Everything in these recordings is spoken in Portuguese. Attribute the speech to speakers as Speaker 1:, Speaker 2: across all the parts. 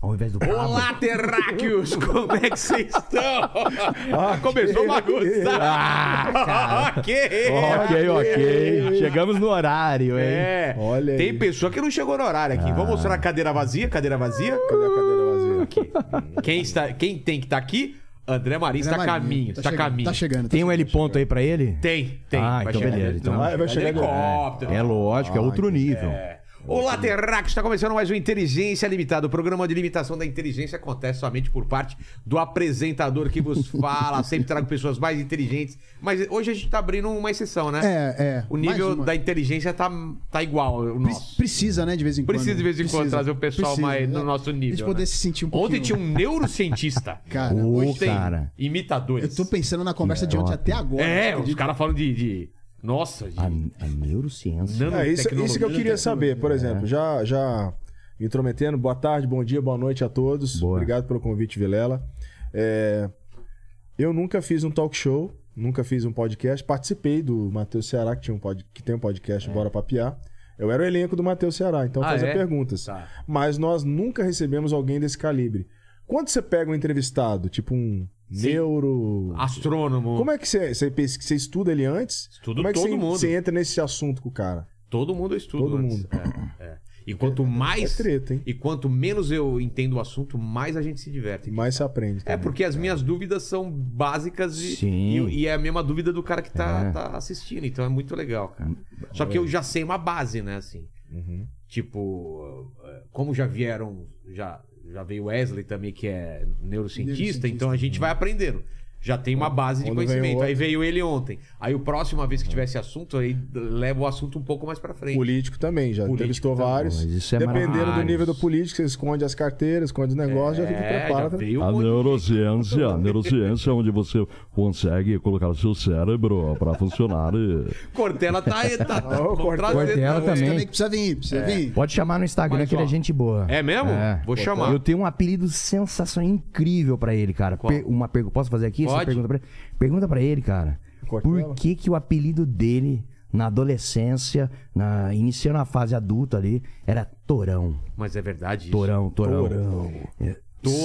Speaker 1: Ao invés do cabo.
Speaker 2: Olá, terráqueos! Como é que vocês estão? Começou uma
Speaker 1: Ah,
Speaker 2: bagunça. ok!
Speaker 1: Ok, ok. Chegamos no horário, hein?
Speaker 2: É,
Speaker 3: Olha
Speaker 2: tem
Speaker 3: aí.
Speaker 2: pessoa que não chegou no horário aqui. Vamos mostrar a cadeira vazia, cadeira vazia.
Speaker 3: Cadê a cadeira vazia?
Speaker 2: Aqui. Quem, está, quem tem que estar aqui? André Marins está
Speaker 4: Zé
Speaker 2: a
Speaker 4: Marinho.
Speaker 2: caminho.
Speaker 4: Tá
Speaker 2: Está a
Speaker 4: chegando,
Speaker 2: caminho.
Speaker 4: Tá chegando. tá
Speaker 1: Tem um
Speaker 4: chegando.
Speaker 1: L ponto aí pra ele?
Speaker 2: Tem, tem.
Speaker 1: Ah, então
Speaker 2: chegar.
Speaker 1: beleza, então.
Speaker 3: Vai- vai chegar agora.
Speaker 2: Helicóptero.
Speaker 1: É lógico, é outro nível.
Speaker 2: Olá, Terrax! Está começando mais um Inteligência Limitada. O programa de limitação da inteligência acontece somente por parte do apresentador que vos fala. Sempre trago pessoas mais inteligentes. Mas hoje a gente está abrindo uma exceção, né?
Speaker 4: É, é.
Speaker 2: O
Speaker 4: Mais
Speaker 2: nível
Speaker 4: uma.
Speaker 2: da inteligência tá, tá igual ao
Speaker 4: Pre-
Speaker 2: nosso.
Speaker 4: Precisa, né, de vez em quando.
Speaker 2: Precisa de vez em quando trazer o pessoal
Speaker 4: Precisa,
Speaker 2: mais
Speaker 4: né?
Speaker 2: no nosso nível.
Speaker 4: A gente poder
Speaker 2: né?
Speaker 4: se sentir um pouquinho...
Speaker 2: Ontem tinha um neurocientista.
Speaker 4: Cara,
Speaker 1: Ô,
Speaker 2: Hoje tem
Speaker 1: cara.
Speaker 2: imitadores.
Speaker 4: eu tô pensando na conversa de ontem até agora.
Speaker 2: É,
Speaker 4: Eu
Speaker 2: os
Speaker 4: acredito.
Speaker 2: caras falam de, de- Nossa, de
Speaker 1: A, a neurociência.
Speaker 3: É, isso,
Speaker 2: nanotecnologia.
Speaker 3: isso que eu queria saber,
Speaker 2: é.
Speaker 3: por exemplo, já, já me intrometendo, boa tarde, bom dia, boa noite a todos.
Speaker 1: Boa.
Speaker 3: Obrigado pelo convite, Vilela. É, eu nunca fiz um talk show, nunca fiz um podcast, participei do Matheus Ceará, que, tinha um pod, que tem um podcast, Bora Papiar. Eu era o elenco do Matheus Ceará, então
Speaker 2: É. Ah,
Speaker 3: fazia
Speaker 2: é?
Speaker 3: perguntas.
Speaker 2: Tá.
Speaker 3: Mas nós nunca recebemos alguém desse calibre. Quando você pega um entrevistado, tipo um
Speaker 2: Sim.
Speaker 3: neuro...
Speaker 2: Astrônomo.
Speaker 3: Como é que você, você, pesqu- você estuda ele antes?
Speaker 2: Estudo
Speaker 3: Como é que
Speaker 2: todo
Speaker 3: você,
Speaker 2: mundo.
Speaker 3: você entra nesse assunto com o cara?
Speaker 2: Todo mundo estuda.
Speaker 3: Todo
Speaker 2: antes.
Speaker 3: mundo.
Speaker 2: É, é. E quanto
Speaker 3: É
Speaker 2: mais.
Speaker 3: treta, hein?
Speaker 2: E quanto menos eu entendo o assunto, mais a gente se diverte.
Speaker 3: E mais se aprende.
Speaker 2: É,
Speaker 3: também.
Speaker 2: porque as minhas dúvidas são básicas e,
Speaker 1: Sim.
Speaker 2: e, e é a mesma dúvida do cara que tá,
Speaker 1: É.
Speaker 2: tá assistindo. Então é muito legal, cara. Só que eu já sei uma base, né, assim.
Speaker 3: Uhum.
Speaker 2: Tipo, eh, como já vieram, já, já veio Wesley também, que é neurocientista,
Speaker 4: Neurocientista.
Speaker 2: então a gente vai aprendendo. Já tem uma base de
Speaker 3: Quando veio
Speaker 2: conhecimento.
Speaker 3: outro.
Speaker 2: aí veio ele ontem. Aí o próxima vez que tiver esse assunto, aí leva o assunto um pouco mais pra frente.
Speaker 3: Político também, já
Speaker 2: Político
Speaker 3: entrevistou
Speaker 2: também.
Speaker 3: vários.
Speaker 1: Mas isso é
Speaker 3: Dependendo do
Speaker 1: maravilhoso.
Speaker 3: nível do político, você esconde as carteiras, esconde os negócios, já fica né?
Speaker 2: É, já
Speaker 3: preparado.
Speaker 2: veio um
Speaker 5: A
Speaker 2: monte de-
Speaker 5: neurociência, a neurociência é onde você consegue colocar o seu cérebro para funcionar. E...
Speaker 2: Cortella tá, tá, tá
Speaker 3: Ô,
Speaker 2: vão trazer
Speaker 1: Cortella também.
Speaker 4: Também que precisa vir,
Speaker 2: É.
Speaker 4: precisa vir.
Speaker 1: Pode chamar no Instagram
Speaker 2: Mas,
Speaker 1: que ele
Speaker 2: ó,
Speaker 1: é gente boa.
Speaker 2: É mesmo? Vou chamar.
Speaker 1: Eu tenho um apelido sensacional incrível pra ele, cara.
Speaker 2: Qual?
Speaker 1: Per- uma pergunta, posso fazer aqui?
Speaker 2: Pode.
Speaker 1: pergunta pra ele? Pergunta pra ele, cara.
Speaker 3: Cortella?
Speaker 1: Por que que o apelido dele na adolescência, na iniciando a fase adulta ali, era Torão?
Speaker 2: Mas é verdade isso.
Speaker 1: Torão, Torão. É,
Speaker 2: Torão?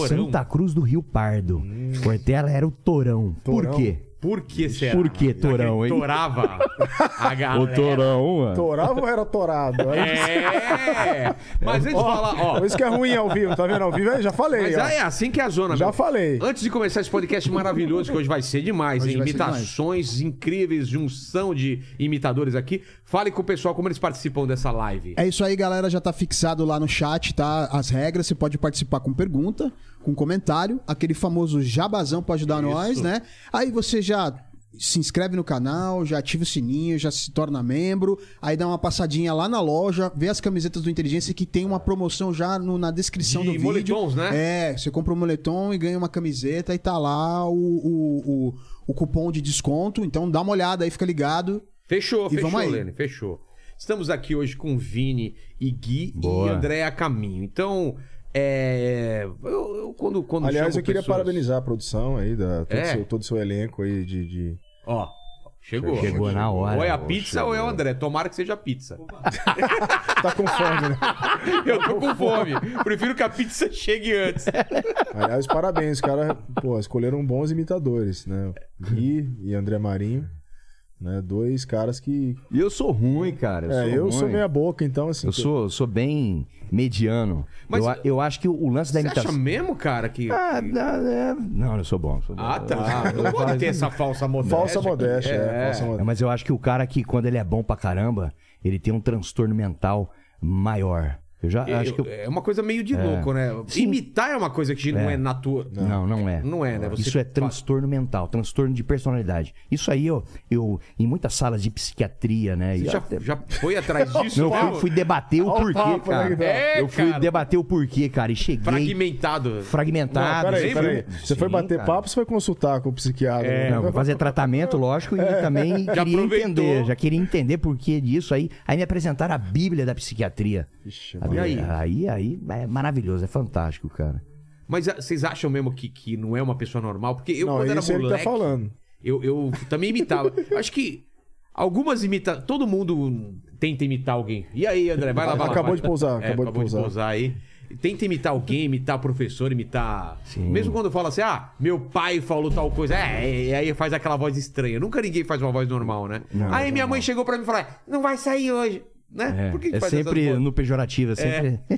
Speaker 2: Hum.
Speaker 1: Santa Cruz do Rio Pardo. Cortella era o Torão.
Speaker 3: Torão.
Speaker 1: Por quê?
Speaker 2: Por que será?
Speaker 1: Por que Torão, hein?
Speaker 2: Torava né? a
Speaker 5: O
Speaker 2: galera.
Speaker 5: torão, é.
Speaker 3: Torava ou era torado? Aí-
Speaker 2: É! Mas antes de falar, ó.
Speaker 3: Ó, Isso que é ruim ao vivo, tá vendo? Ao vivo eu já falei.
Speaker 2: Mas
Speaker 3: ó.
Speaker 2: é assim que é a zona,
Speaker 3: já
Speaker 2: meu.
Speaker 3: falei.
Speaker 2: Antes de começar esse podcast maravilhoso, que hoje vai ser demais,
Speaker 4: Hoje
Speaker 2: hein?
Speaker 4: vai ser
Speaker 2: Imitações incríveis, junção de imitadores aqui. Fale com o pessoal como eles participam dessa live.
Speaker 4: É isso aí, galera. Já tá fixado lá no chat, tá? As regras. Você pode participar com pergunta, com comentário. Aquele famoso jabazão pra ajudar nós, né? Aí você já se inscreve no canal, já ativa o sininho, já se torna membro. Aí dá uma passadinha lá na loja, vê as camisetas do Inteligência que tem uma promoção já no- na descrição
Speaker 2: De
Speaker 4: do vídeo.
Speaker 2: moletons, né?
Speaker 4: É, você compra um moletom e ganha uma camiseta e tá lá o, o, o, o cupom de desconto. Então dá uma olhada aí, fica ligado.
Speaker 2: Fechou,
Speaker 4: E
Speaker 2: fechou,
Speaker 4: vamos aí.
Speaker 2: Lene, fechou. Estamos aqui hoje com Vini e Gui e
Speaker 1: Boa.
Speaker 2: André a caminho. Então, é. Eu, eu- quando, quando
Speaker 3: Aliás,
Speaker 2: chamo
Speaker 3: eu queria
Speaker 2: pessoas-
Speaker 3: parabenizar a produção aí, da, todo,
Speaker 2: É.
Speaker 3: seu, todo seu elenco aí de. de-
Speaker 2: Ó, chegou.
Speaker 1: Chegou na hora.
Speaker 2: Ou é a pizza ou é o André. Tomara que seja a pizza.
Speaker 3: Tá com fome, né?
Speaker 2: Eu tô com fome. Prefiro que a pizza chegue antes.
Speaker 3: Aliás, parabéns, os caras pô, escolheram bons imitadores, né? Gui e André Marinho, né? Dois caras que.
Speaker 1: E eu sou ruim, cara. Eu
Speaker 3: é,
Speaker 1: sou
Speaker 3: eu
Speaker 1: ruim.
Speaker 3: sou meia boca, então assim.
Speaker 1: Eu sou, eu sou bem mediano.
Speaker 2: Mas-
Speaker 1: eu, a- eu acho que o lance da
Speaker 2: Você acha
Speaker 1: imitação.
Speaker 2: mesmo, cara, que.
Speaker 1: Ah, não, é- não, eu sou bom. sou bom.
Speaker 2: Ah, tá. Não pode ter essa falsa modéstia.
Speaker 3: Falsa modéstia, é. falsa
Speaker 1: É,
Speaker 3: modéstia.
Speaker 1: mas eu acho que o cara que, quando ele é bom pra caramba, ele tem um transtorno mental maior. Eu já acho que eu...
Speaker 2: É uma coisa meio de louco, né? Imitar é uma coisa que não é, natural.
Speaker 1: Não, não é.
Speaker 2: Não é, né? Você
Speaker 1: Isso é
Speaker 2: faz-
Speaker 1: transtorno mental, transtorno de personalidade. Isso aí eu, eu em muitas salas de psiquiatria, né? e
Speaker 2: Já,
Speaker 1: até-
Speaker 2: já foi atrás disso? né?
Speaker 1: Não, eu
Speaker 2: mesmo?
Speaker 1: fui, fui debater o
Speaker 3: Olha o
Speaker 1: porquê,
Speaker 3: papo, né,
Speaker 1: cara.
Speaker 3: que dá.
Speaker 2: É,
Speaker 1: eu fui
Speaker 2: cara.
Speaker 1: debater o porquê, cara, e cheguei
Speaker 2: Fragmentado.
Speaker 1: fragmentado.
Speaker 3: Não, peraí,
Speaker 1: sim,
Speaker 3: peraí.
Speaker 1: sim,
Speaker 3: Você foi bater
Speaker 1: cara. É,
Speaker 3: papo, você foi consultar com o psiquiatra. né? É.
Speaker 1: Não, vou fazer tratamento, lógico, e também queria
Speaker 2: aproveitou.
Speaker 1: entender, já queria entender por que disso aí. Aí me apresentaram a Bíblia da psiquiatria.
Speaker 3: Ixi,
Speaker 1: A
Speaker 3: mano.
Speaker 1: Bíblia- aí, aí é maravilhoso, é fantástico, cara.
Speaker 2: Mas ah, vocês acham mesmo que, que não é uma pessoa normal? Porque eu,
Speaker 3: não,
Speaker 2: quando era
Speaker 3: isso ele tá
Speaker 2: moleque,
Speaker 3: falando.
Speaker 2: eu, eu também imitava. Eu Acho que algumas imita Todo mundo tenta imitar alguém. E aí, André, vai lá, vai lá,
Speaker 3: Acabou
Speaker 2: vai.
Speaker 3: de pousar,
Speaker 2: É,
Speaker 3: acabou de pousar.
Speaker 2: aí. Tenta imitar alguém, imitar professor, imitar.
Speaker 1: Sim.
Speaker 2: Mesmo quando fala assim, ah, meu pai falou tal coisa. É, e aí faz aquela voz estranha. Nunca ninguém faz uma voz normal, né? aí minha mãe chegou pra mim e falou: não vai sair hoje. Né?
Speaker 1: É,
Speaker 2: Por que que
Speaker 1: é
Speaker 2: faz essas
Speaker 1: sempre
Speaker 2: coisas?
Speaker 1: no pejorativo, é sempre.
Speaker 3: É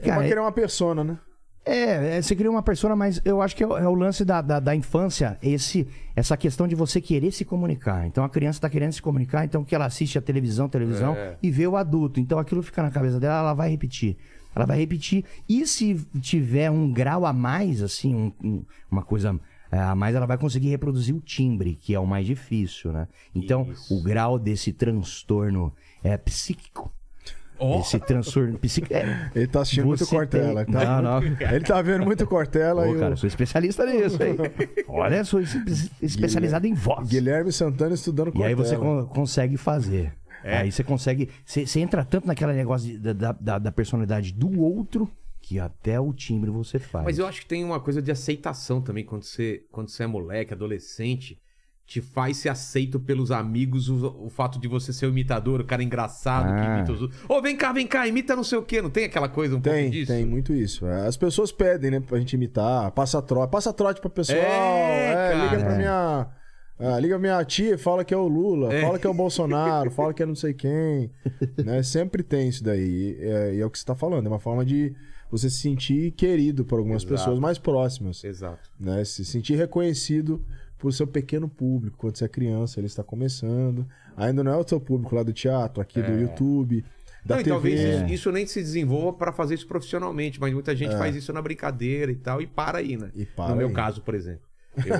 Speaker 3: pra
Speaker 1: Cara,
Speaker 3: criar uma persona, né?
Speaker 1: É, é, você cria uma persona, mas eu acho que é o, é o lance da, da, da infância, esse, essa questão de você querer se comunicar. Então a criança está querendo se comunicar, então que ela assiste a televisão, televisão e vê o adulto. Então aquilo fica na cabeça dela, ela vai repetir. Ela vai repetir. E se tiver um grau a mais, assim, um- um- uma coisa é, a mais, ela vai conseguir reproduzir o timbre, que é o mais difícil, né? Então o grau desse transtorno é psíquico. Esse transtorno psíquico. é,
Speaker 3: Ele tá assistindo muito
Speaker 1: você
Speaker 3: Cortella.
Speaker 1: tem-
Speaker 3: Tá...
Speaker 1: Não, não.
Speaker 3: Ele tá vendo muito Cortella
Speaker 1: Pô,
Speaker 3: e o
Speaker 1: cara, sou especialista nisso, hein? Olha, sou es- especializado em voz.
Speaker 3: Guilherme Santana estudando
Speaker 1: E
Speaker 3: Cortella.
Speaker 1: aí você con- consegue fazer.
Speaker 2: É.
Speaker 1: Aí você consegue. Você você entra tanto naquele negócio de- da, da, da personalidade do outro que até o timbre você faz.
Speaker 2: Mas eu acho que tem uma coisa de aceitação também quando você, quando você é moleque, adolescente, te faz ser aceito pelos amigos o, o fato de você ser o imitador, o cara engraçado que
Speaker 1: Ah.
Speaker 2: imita os outros. Ô, vem cá, vem cá, imita não sei o quê, não tem aquela coisa um pouco
Speaker 3: Tem,
Speaker 2: disso?
Speaker 3: tem muito isso. É, As pessoas pedem, né, pra gente imitar. Passa trote, passa trote pra pessoal.
Speaker 2: É,
Speaker 3: É,
Speaker 2: cara.
Speaker 3: liga pra minha. ah, liga pra minha tia e fala que é o Lula, fala que é o Bolsonaro, fala que é não sei quem. né? Sempre tem isso daí. E é, e é o que você tá falando. É uma forma de você se sentir querido por algumas
Speaker 2: Exato.
Speaker 3: pessoas mais próximas.
Speaker 2: Exato.
Speaker 3: né? Se sentir reconhecido por seu pequeno público quando você é criança, ele está começando. Ainda não é o seu público lá do teatro, aqui do YouTube, da É.
Speaker 2: É. Não, e
Speaker 3: TV.
Speaker 2: talvez isso, isso nem se desenvolva pra fazer isso profissionalmente, mas muita gente faz isso na brincadeira e tal, e para aí, né?
Speaker 3: É. E para
Speaker 2: no meu
Speaker 3: aí.
Speaker 2: caso, por exemplo.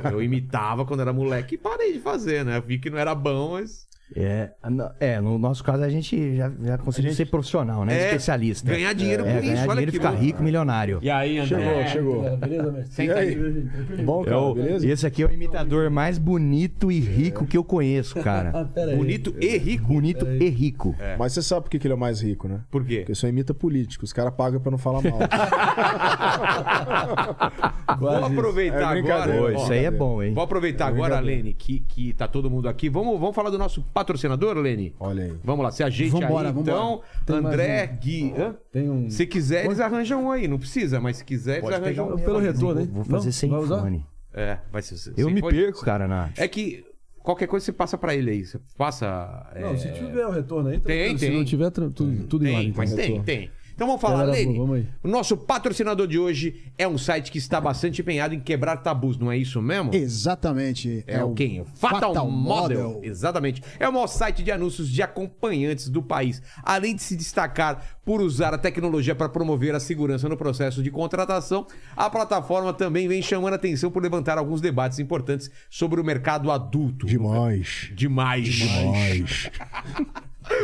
Speaker 2: Eu, eu imitava quando era moleque e parei de fazer, né? Vi que não era bom, mas.
Speaker 1: É, no- é, no nosso caso a gente já, já conseguiu ser profissional, né?
Speaker 2: É,
Speaker 1: Especialista.
Speaker 2: Ganhar dinheiro
Speaker 1: É,
Speaker 2: com isso,
Speaker 1: ganhar
Speaker 2: olha
Speaker 1: dinheiro e
Speaker 2: que
Speaker 1: ficar
Speaker 2: louco.
Speaker 1: rico, milionário.
Speaker 6: E aí, André?
Speaker 3: Chegou, chegou.
Speaker 6: Beleza, mestre?
Speaker 3: E aí? Bom,
Speaker 1: É
Speaker 3: cara,
Speaker 1: o-
Speaker 3: beleza?
Speaker 1: esse aqui é o imitador mais bonito e rico que eu conheço,
Speaker 6: Ah,
Speaker 1: cara.
Speaker 6: pera aí.
Speaker 2: Bonito e rico. É.
Speaker 1: Bonito e rico.
Speaker 3: Mas você sabe por que que ele é o mais rico, né?
Speaker 2: Por quê?
Speaker 3: Porque só imita político, os caras pagam pra não falar mal.
Speaker 2: Ah, Vou aproveitar
Speaker 3: É
Speaker 2: agora.
Speaker 3: brincadeira.
Speaker 1: Pô,
Speaker 2: ó,
Speaker 1: isso aí é bom, hein?
Speaker 2: Vou aproveitar agora, Lene, que, que tá todo mundo aqui. Vamos, vamos falar do nosso patrocinador, Lene?
Speaker 3: Olha aí.
Speaker 2: Vamos lá, se ajeite
Speaker 4: Vambora,
Speaker 2: aí.
Speaker 4: vambora.
Speaker 2: Então,
Speaker 6: Tem mais
Speaker 2: André, Gui. hã?
Speaker 6: Tem um.
Speaker 2: Se quiser, eles arranjam um aí. Não precisa, mas se quiser, eles arranjam um.
Speaker 6: Pelo retorno, hein?
Speaker 1: Vou fazer
Speaker 6: Não?
Speaker 1: sem
Speaker 6: Vai usar?
Speaker 1: fone.
Speaker 2: É, vai ser. se-
Speaker 1: Eu
Speaker 2: se
Speaker 1: me
Speaker 2: pode-
Speaker 1: perco, cara, na.
Speaker 2: É que qualquer coisa você passa pra ele aí. Você passa. é,
Speaker 6: Não, se tiver o retorno aí,
Speaker 2: Tem,
Speaker 6: tranquilo. Se
Speaker 2: tem.
Speaker 6: não tiver, tra- tudo, tudo em
Speaker 2: Tem,
Speaker 6: ordem.
Speaker 2: mas
Speaker 6: então.
Speaker 2: tem, tem. Então vamos falar,
Speaker 6: Galera,
Speaker 2: Lene.
Speaker 6: vamos aí.
Speaker 2: O nosso patrocinador de hoje é um site que está bastante empenhado em quebrar tabus, não é isso mesmo?
Speaker 4: Exatamente.
Speaker 2: É o quem? Fatal, Model. Exatamente. É o maior site de anúncios de acompanhantes do país. Além de se destacar por usar a tecnologia para promover a segurança no processo de contratação, a plataforma também vem chamando a atenção por levantar alguns debates importantes sobre o mercado adulto.
Speaker 3: Demais.
Speaker 2: Demais.
Speaker 3: Demais.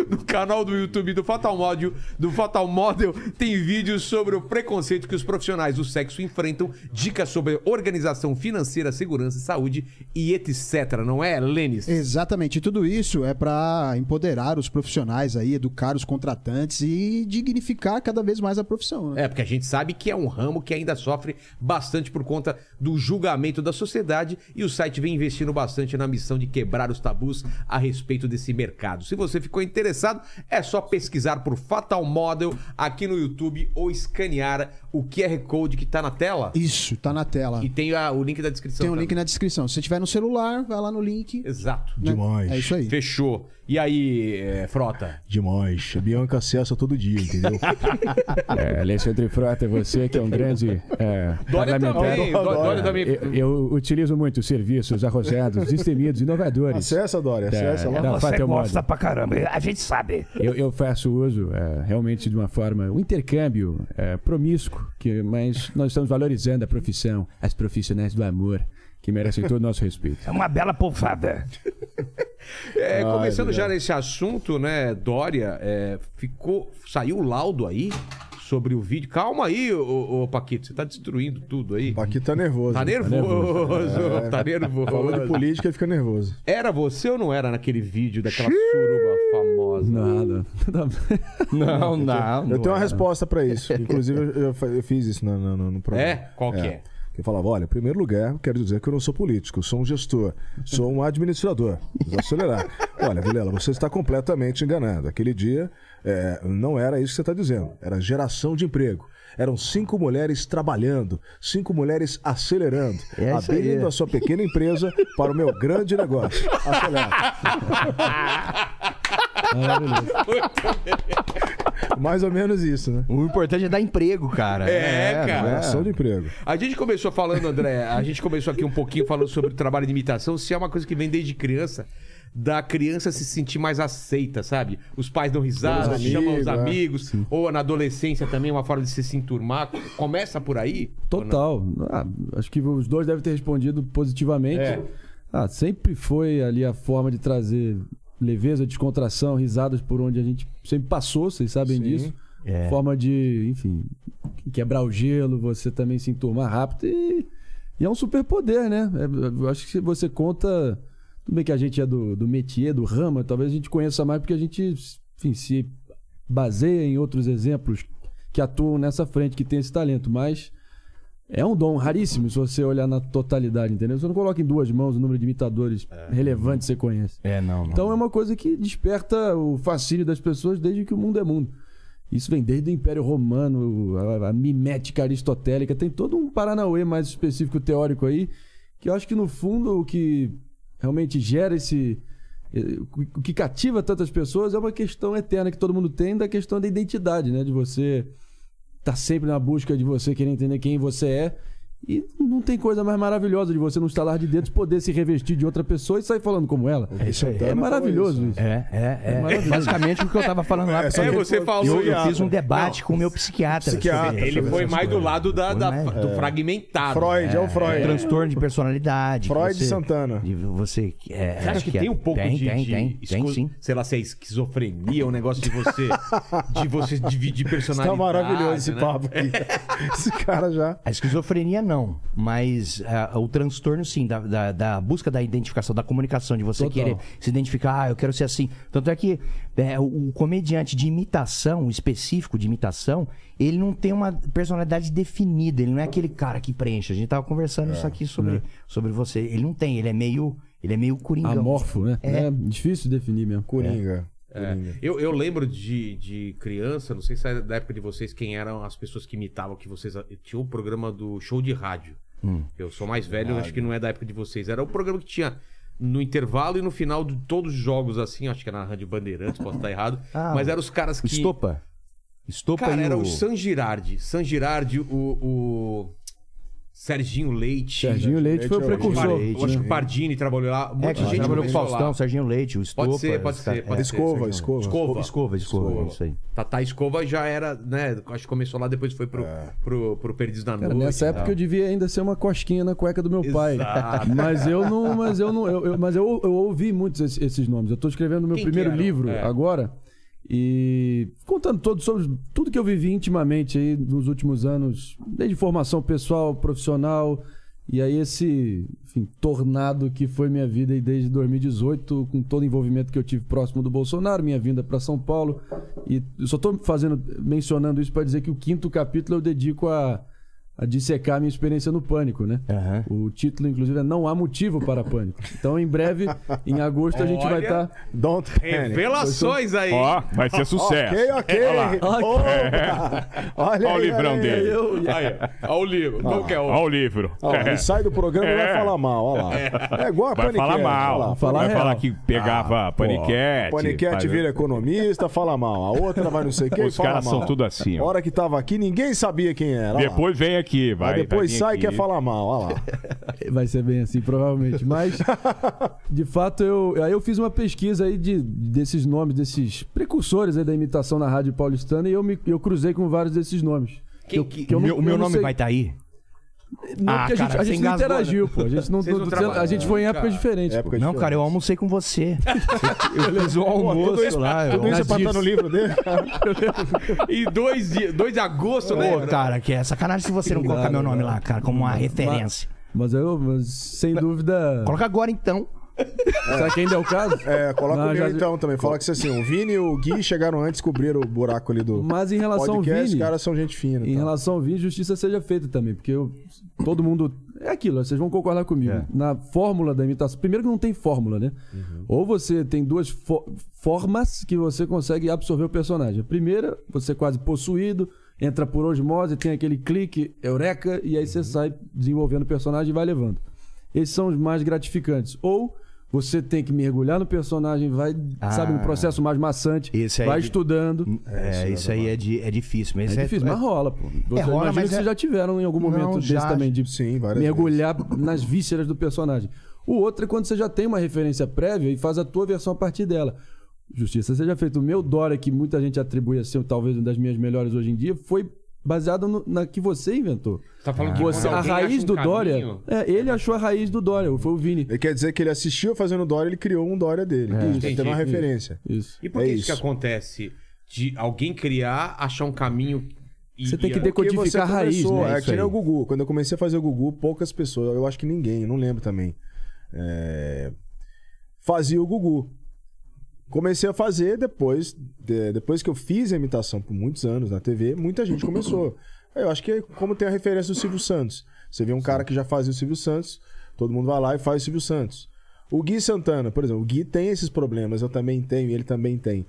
Speaker 2: No canal do YouTube do Fatal Model, do Fatal Model tem vídeos sobre o preconceito que os profissionais do sexo enfrentam, dicas sobre organização financeira, segurança, saúde e etc. Não é, Lênis?
Speaker 4: Exatamente, e tudo isso é para empoderar os profissionais aí, educar os contratantes e dignificar cada vez mais a profissão. Né?
Speaker 2: É, porque a gente sabe que é um ramo que ainda sofre bastante por conta do julgamento da sociedade e o site vem investindo bastante na missão de quebrar os tabus a respeito desse mercado. Se você ficou interessado, é só pesquisar por Fatal Model aqui no YouTube ou escanear o QR Code que tá na tela
Speaker 4: Isso, tá na tela.
Speaker 2: e tem a- o link da descrição.
Speaker 4: Tem um
Speaker 2: também.
Speaker 4: link na descrição. Se você tiver no celular, vai lá no link.
Speaker 2: Exato.
Speaker 4: né?
Speaker 3: Demais.
Speaker 4: É isso aí.
Speaker 2: Fechou. E aí, é, Frota?
Speaker 3: Demais. A Bianca acessa todo dia, entendeu?
Speaker 7: É, Alexandre Frota, você que é um grande é,
Speaker 2: Dória
Speaker 7: parlamentar.
Speaker 2: também. Dó- Dória também.
Speaker 7: Eu, eu utilizo muito os serviços arrojados, destemidos, inovadores.
Speaker 3: acessa, Dória,
Speaker 7: É,
Speaker 3: acessa lá.
Speaker 7: Não, fato é
Speaker 1: você
Speaker 7: o
Speaker 1: gosta pra caramba. Ah, gente sabe.
Speaker 7: Eu, eu faço uso é, realmente de uma forma, o intercâmbio é, promíscuo, que, mas nós estamos valorizando a profissão, as profissionais do amor, que merecem todo o nosso respeito.
Speaker 1: É uma bela pousada.
Speaker 2: É, começando já nesse assunto, né, Dória, é, ficou, saiu o laudo aí sobre o vídeo. Calma aí, ô, ô Paquito, você tá destruindo tudo aí.
Speaker 3: Aqui tá nervoso.
Speaker 2: Tá nervoso, tá
Speaker 3: Falou de
Speaker 2: nervoso.
Speaker 3: política, ele fica nervoso.
Speaker 2: Era você ou não era naquele vídeo daquela suruba famosa?
Speaker 7: Nada.
Speaker 5: Não, não.
Speaker 3: Eu
Speaker 2: é.
Speaker 3: tenho uma resposta pra isso. Inclusive, eu, eu fa- eu fiz isso no, no, no programa.
Speaker 2: É? Qual que é?
Speaker 3: Eu falava, olha, em primeiro lugar, quero dizer que eu não sou político, eu sou um gestor, sou um administrador. Desacelerar. olha, Vilela, você está completamente enganado. Aquele dia é, não era isso que você está dizendo, era geração de emprego. Eram cinco mulheres trabalhando, cinco mulheres acelerando,
Speaker 1: É isso aí.
Speaker 3: abrindo a sua pequena empresa para o meu grande negócio. Acelerar. Mais ou menos isso, né?
Speaker 1: O importante é dar emprego, cara.
Speaker 2: É, cara.
Speaker 3: Geração de emprego.
Speaker 2: A gente começou falando, André, a gente começou aqui um pouquinho falando sobre trabalho de imitação, se é uma coisa que vem desde criança, da criança se sentir mais aceita, sabe? Os pais dão risada,
Speaker 3: Os
Speaker 2: chamam os
Speaker 3: amigos, né?
Speaker 2: amigos, ou na adolescência também uma forma de se se enturmar. Começa por aí?
Speaker 7: Total. Ah, acho que os dois devem ter respondido positivamente.
Speaker 2: É.
Speaker 7: Ah, sempre foi ali a forma de trazer leveza, descontração, risadas por onde a gente sempre passou, vocês sabem disso.
Speaker 1: É.
Speaker 7: Forma de, enfim, quebrar o gelo, você também se enturmar rápido. E, e é um superpoder, né? É, eu acho que se você conta. Tudo bem que a gente é do, do métier, do ramo, talvez a gente conheça mais porque a gente, enfim, se baseia em outros exemplos que atuam nessa frente, que tem esse talento, mas é um dom raríssimo se você olhar na totalidade, entendeu? Você não coloca em duas mãos o número de imitadores relevantes que você conhece.
Speaker 1: É, não, não.
Speaker 7: Então é uma coisa que desperta o fascínio das pessoas desde que o mundo é mundo. Isso vem desde o Império Romano, a, a mimética aristotélica, tem todo um Paranauê mais específico teórico aí, que eu acho que no fundo o que realmente gera esse. eh, O que cativa tantas pessoas é uma questão eterna que todo mundo tem da questão da identidade, né? De você tá sempre na busca de você querer entender quem você é. E não tem coisa mais maravilhosa de você, num estalar de dedos, poder se revestir de outra pessoa e sair falando como ela.
Speaker 1: É isso aí.
Speaker 7: É maravilhoso isso.
Speaker 1: É, é, é. Basicamente o que eu tava falando lá.
Speaker 3: É, só
Speaker 2: É,
Speaker 3: que
Speaker 2: você
Speaker 3: ele
Speaker 2: falou
Speaker 1: Eu,
Speaker 3: foi-
Speaker 1: eu
Speaker 2: isso.
Speaker 1: fiz um debate com o meu psiquiatra.
Speaker 3: Psiquiatra,
Speaker 1: sobre-
Speaker 3: Ele
Speaker 2: Ele
Speaker 1: sobre
Speaker 2: foi
Speaker 1: essas
Speaker 2: mais do
Speaker 1: coisas.
Speaker 2: lado da,
Speaker 1: Foi
Speaker 2: da-
Speaker 1: mais-
Speaker 2: do fragmentado.
Speaker 3: Freud, é, o Freud.
Speaker 1: transtorno de personalidade. que
Speaker 3: Freud
Speaker 1: você-
Speaker 3: Santana.
Speaker 1: de você que é,
Speaker 2: Você acha que tem um pouco
Speaker 1: tem,
Speaker 2: de,
Speaker 1: Tem,
Speaker 2: de
Speaker 1: tem, tem,
Speaker 2: esco-
Speaker 1: sim.
Speaker 2: sei lá, se é esquizofrenia, um negócio de você de você dividir
Speaker 3: Tá
Speaker 2: personalidade.
Speaker 3: maravilhoso esse
Speaker 2: né?
Speaker 3: papo aqui. esse cara já.
Speaker 1: A esquizofrenia não, mas ah, o transtorno sim, da, da- da busca da identificação, da comunicação, de você
Speaker 7: Total.
Speaker 1: querer se identificar, ah, eu quero ser assim. Tanto é que é, o, o comediante de imitação, o específico de imitação, ele não tem uma personalidade definida, ele não é aquele cara que preenche. A gente tava conversando
Speaker 3: É,
Speaker 1: isso aqui
Speaker 3: né?
Speaker 1: sobre, sobre você. Ele não tem, ele é meio. Ele é meio coringão.
Speaker 7: Amorfo, né? É. difícil de definir mesmo.
Speaker 3: Coringa. Coringa.
Speaker 2: É. Eu, eu lembro de, de criança, não sei se era da época de vocês, quem eram as pessoas que imitavam, que vocês. Tinha o programa do show de rádio.
Speaker 1: Hum.
Speaker 2: Eu sou mais velho, eu acho que não é da época de vocês. Era o programa que tinha no intervalo e no final de todos os jogos, assim, acho que era na Rádio Bandeirantes, posso estar errado.
Speaker 1: Ah,
Speaker 2: mas eram os caras que.
Speaker 1: Estopa. Estopa
Speaker 2: Cara,
Speaker 1: e
Speaker 2: era
Speaker 1: o...
Speaker 2: o San Girardi. San Girardi, o. o Serginho Leite.
Speaker 7: Serginho Leite foi o
Speaker 3: Leite é o
Speaker 2: Par-
Speaker 7: precursor.
Speaker 2: Eu acho que o Pardini trabalhou lá. Muita
Speaker 1: É, que
Speaker 2: gente
Speaker 1: trabalhou com o
Speaker 2: começou
Speaker 1: Faustão,
Speaker 2: lá.
Speaker 1: Serginho Leite, o Estopa.
Speaker 2: Pode ser, pode
Speaker 1: os caras-
Speaker 2: ser, pode
Speaker 1: é.
Speaker 2: ser.
Speaker 3: Escova, escova.
Speaker 1: Escova, escova, escova, isso aí.
Speaker 2: Tatá Escova já era, né? Acho que começou lá, depois foi pro,
Speaker 3: É.
Speaker 2: pro, pro Perdidos da Noite.
Speaker 7: Cara, nessa
Speaker 2: e
Speaker 7: época
Speaker 2: tal.
Speaker 7: eu devia ainda ser uma cosquinha na cueca do meu pai.
Speaker 2: Exato.
Speaker 7: Mas eu não. Mas eu não. Eu, eu- mas eu, eu ouvi muitos esses, esses nomes. Eu tô escrevendo meu
Speaker 2: Quem
Speaker 7: primeiro
Speaker 2: que era?
Speaker 7: livro
Speaker 2: É.
Speaker 7: agora. E contando todo sobre tudo que eu vivi intimamente aí nos últimos anos, desde formação pessoal, profissional, e aí esse enfim, tornado que foi minha vida aí desde 2018, com todo o envolvimento que eu tive próximo do Bolsonaro, minha vinda para São Paulo. E eu só tô fazendo, mencionando isso para dizer que o quinto capítulo eu dedico a, a dissecar a minha experiência no pânico, né?
Speaker 1: Aham.
Speaker 7: O título, inclusive, é Não Há Motivo para Pânico. Então, em breve, em agosto, a gente vai tá
Speaker 2: Olha.
Speaker 7: estar.
Speaker 3: Don't panic.
Speaker 2: Revelações aí. É,
Speaker 8: Ó, vai ser sucesso.
Speaker 3: Ok,
Speaker 8: É,
Speaker 3: ok.
Speaker 8: Olha lá.
Speaker 3: Opa! Olha
Speaker 8: Olha o
Speaker 3: aí, olha
Speaker 8: livrão
Speaker 3: aí.
Speaker 8: dele.
Speaker 2: Aí, ó o livro. Qual que é o...
Speaker 8: Olha o livro.
Speaker 3: Ó,
Speaker 8: É.
Speaker 3: ele sai do programa e vai
Speaker 8: É.
Speaker 3: falar mal, olha lá. É igual a
Speaker 8: Vai
Speaker 3: Paniquete.
Speaker 8: falar
Speaker 3: olha lá.
Speaker 8: mal.
Speaker 7: falar
Speaker 8: vai
Speaker 7: real.
Speaker 8: falar que pegava paniquete.
Speaker 3: Paniquete
Speaker 8: faz-
Speaker 3: vira economista, fala mal. A outra vai não sei quem,
Speaker 8: Os
Speaker 3: fala
Speaker 8: caras
Speaker 3: mal.
Speaker 8: são tudo assim, ó.
Speaker 3: Hora que tava aqui, ninguém sabia quem era. olha lá.
Speaker 8: Depois vem aqui aqui, vai.
Speaker 3: Aí depois
Speaker 8: vai vir
Speaker 3: sai e
Speaker 8: aqui.
Speaker 3: quer falar mal, olha lá.
Speaker 7: Vai ser bem assim, provavelmente. Mas, de fato, eu, aí eu fiz uma pesquisa aí de, desses nomes, desses precursores aí da imitação na Rádio Paulistana e eu, me, eu cruzei com vários desses nomes.
Speaker 2: Quem
Speaker 7: eu-
Speaker 2: que-
Speaker 7: eu não-
Speaker 1: Meu- o meu
Speaker 7: eu não
Speaker 1: nome
Speaker 7: sei-
Speaker 1: vai estar aí?
Speaker 7: Não,
Speaker 1: Ah,
Speaker 7: porque a gente,
Speaker 1: cara,
Speaker 7: a
Speaker 1: você
Speaker 7: gente não
Speaker 1: engasgou, né?
Speaker 7: interagiu, pô. A gente, não,
Speaker 2: Vocês
Speaker 7: tô
Speaker 2: não
Speaker 7: dizendo- a
Speaker 2: trabalham,
Speaker 7: gente foi em épocas
Speaker 2: cara.
Speaker 7: diferentes. pô.
Speaker 3: Época
Speaker 1: Não, cara, eu
Speaker 3: diferente.
Speaker 1: almocei com você. Eu fiz o almoço
Speaker 3: tudo isso-
Speaker 1: lá. eu-
Speaker 3: Tudo isso é pra estar no livro dele?
Speaker 2: E 2 de, dois de agosto, né?
Speaker 3: tá
Speaker 1: Pô, cara, que é sacanagem se você não colocar meu nome lá, cara, como uma referência.
Speaker 7: Mas eu, mas, sem dúvida.
Speaker 1: Coloca agora então.
Speaker 7: Será que ainda é o caso?
Speaker 3: É, coloca
Speaker 7: Não,
Speaker 3: o meu
Speaker 7: já-
Speaker 3: então também. Fala que assim, o Vini e o Gui chegaram antes, cobriram o buraco ali do
Speaker 7: Mas em relação ao
Speaker 3: podcast. Os
Speaker 7: Vini.
Speaker 3: caras são gente fina.
Speaker 7: Em
Speaker 3: tá?
Speaker 7: relação ao vinho, justiça seja feita também, porque eu- todo mundo. É aquilo, vocês vão concordar comigo.
Speaker 3: É.
Speaker 7: Na fórmula da imitação. Primeiro que não tem fórmula, né?
Speaker 3: Uhum.
Speaker 7: Ou você tem duas fo- formas que você consegue absorver o personagem. A primeira, você é quase possuído, entra por osmose, tem aquele clique, eureka, e aí
Speaker 3: Uhum.
Speaker 7: você sai desenvolvendo o personagem e vai levando. Esses são os mais gratificantes. Ou. Você tem que mergulhar no personagem, vai,
Speaker 3: Ah.
Speaker 7: sabe, um processo mais maçante,
Speaker 1: Esse aí
Speaker 7: vai
Speaker 3: é
Speaker 1: de-
Speaker 7: estudando.
Speaker 1: É, isso aí é, di- é difícil. Mas
Speaker 7: É,
Speaker 1: é,
Speaker 7: difícil,
Speaker 1: é-
Speaker 7: mas rola, pô. Você
Speaker 1: rola,
Speaker 7: imagina
Speaker 1: mas
Speaker 7: que
Speaker 1: é-
Speaker 7: vocês já tiveram em algum
Speaker 1: Não,
Speaker 7: momento desse
Speaker 1: já.
Speaker 7: também, de
Speaker 3: Sim, várias
Speaker 7: mergulhar nas vísceras do personagem. O outro é quando você já tem uma referência prévia e faz a tua versão a partir dela. Justiça seja feita. O meu Dora, que muita gente atribui a ser talvez uma das minhas melhores hoje em dia, foi baseado no- na que você inventou.
Speaker 2: Tá falando que
Speaker 7: Você-
Speaker 2: quando
Speaker 7: a
Speaker 2: alguém
Speaker 7: raiz
Speaker 2: acha um
Speaker 7: do Dória.
Speaker 2: caminho-
Speaker 7: É, ele achou a raiz do Dória, foi o Vini.
Speaker 3: Ele quer dizer que ele assistiu fazendo Dória, ele criou um Dória dele. Isso, pra ter uma
Speaker 7: Entendi.
Speaker 3: referência.
Speaker 7: Isso.
Speaker 2: E por
Speaker 3: É
Speaker 2: que isso que
Speaker 3: isso.
Speaker 2: acontece de alguém criar, achar um caminho e.
Speaker 7: Você tem
Speaker 2: e-
Speaker 7: que
Speaker 3: é Porque
Speaker 7: decodificar
Speaker 3: você
Speaker 7: a raiz,
Speaker 3: começou,
Speaker 7: né?
Speaker 3: É
Speaker 7: Isso
Speaker 3: que nem
Speaker 7: aí.
Speaker 3: o Gugu. Quando eu comecei a fazer o Gugu, poucas pessoas, eu acho que ninguém, eu não lembro também, é, fazia o Gugu. Comecei a fazer depois, de- depois que eu fiz a imitação por muitos anos na TV, muita gente começou. Eu acho que é como tem a referência do Silvio Santos. Você vê um cara que já fazia o Silvio Santos, todo mundo vai lá e faz o Silvio Santos. O Gui Santana, por exemplo, o Gui tem esses problemas, eu também tenho, e ele também tem.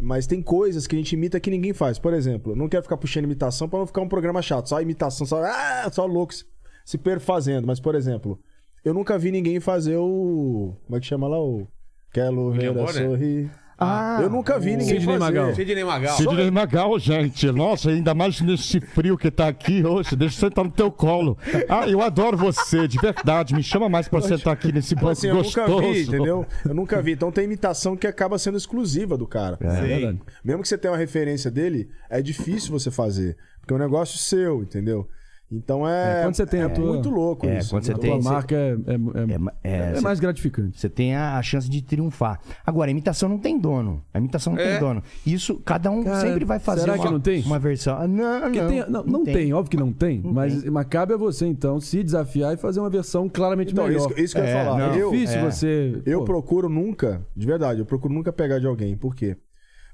Speaker 3: Mas tem coisas que a gente imita que ninguém faz. Por exemplo, eu não quero ficar puxando imitação pra não ficar um programa chato. Só imitação, só, ah, só louco se, se perfazendo. Mas, por exemplo, eu nunca vi ninguém fazer o. Como é que chama lá? O. Quero ver
Speaker 2: William
Speaker 3: a
Speaker 2: Bonner?
Speaker 3: sorrir.
Speaker 1: Ah,
Speaker 3: eu nunca vi ninguém
Speaker 7: Sidney
Speaker 3: fazer.
Speaker 7: Magal.
Speaker 2: Sidney Magal.
Speaker 5: Sidney Magal, gente. Nossa, ainda mais nesse frio que tá aqui hoje. Deixa eu sentar no teu colo. Ah, eu adoro você, de verdade. Me chama mais pra sentar aqui nesse banco
Speaker 3: Assim, eu
Speaker 5: gostoso.
Speaker 3: nunca vi, entendeu? Eu nunca vi. Então tem imitação que acaba sendo exclusiva do cara.
Speaker 7: É verdade.
Speaker 3: Mesmo que você tenha uma referência dele, é difícil você fazer. Porque é um negócio seu, entendeu? Então é.
Speaker 7: É, quando você tem a
Speaker 3: é
Speaker 7: tua-
Speaker 3: muito louco
Speaker 1: É,
Speaker 3: isso. né?
Speaker 1: quando você
Speaker 7: A
Speaker 1: tem-
Speaker 7: tua
Speaker 1: você-
Speaker 7: marca é, é- é-
Speaker 1: É ma- é,
Speaker 7: é
Speaker 1: você-
Speaker 7: mais gratificante.
Speaker 1: Você tem a, a chance de triunfar. Agora, a imitação não tem dono. A imitação não tem dono. Isso, cada um
Speaker 7: É. Cara,
Speaker 1: sempre vai fazer
Speaker 7: será
Speaker 1: uma,
Speaker 7: que não tem?
Speaker 1: uma versão. Ah, Não,
Speaker 7: Porque
Speaker 1: não,
Speaker 7: tem- não, não tem. óbvio que não tem, mas, mas cabe a você, então, se desafiar e fazer uma versão claramente
Speaker 3: Então,
Speaker 7: melhor.
Speaker 3: isso, isso que eu ia
Speaker 1: É,
Speaker 3: falar.
Speaker 1: não.
Speaker 3: eu,
Speaker 7: difícil
Speaker 1: é.
Speaker 7: você.
Speaker 3: eu
Speaker 7: pô,
Speaker 3: procuro nunca, de verdade, eu procuro nunca pegar de alguém. Por quê?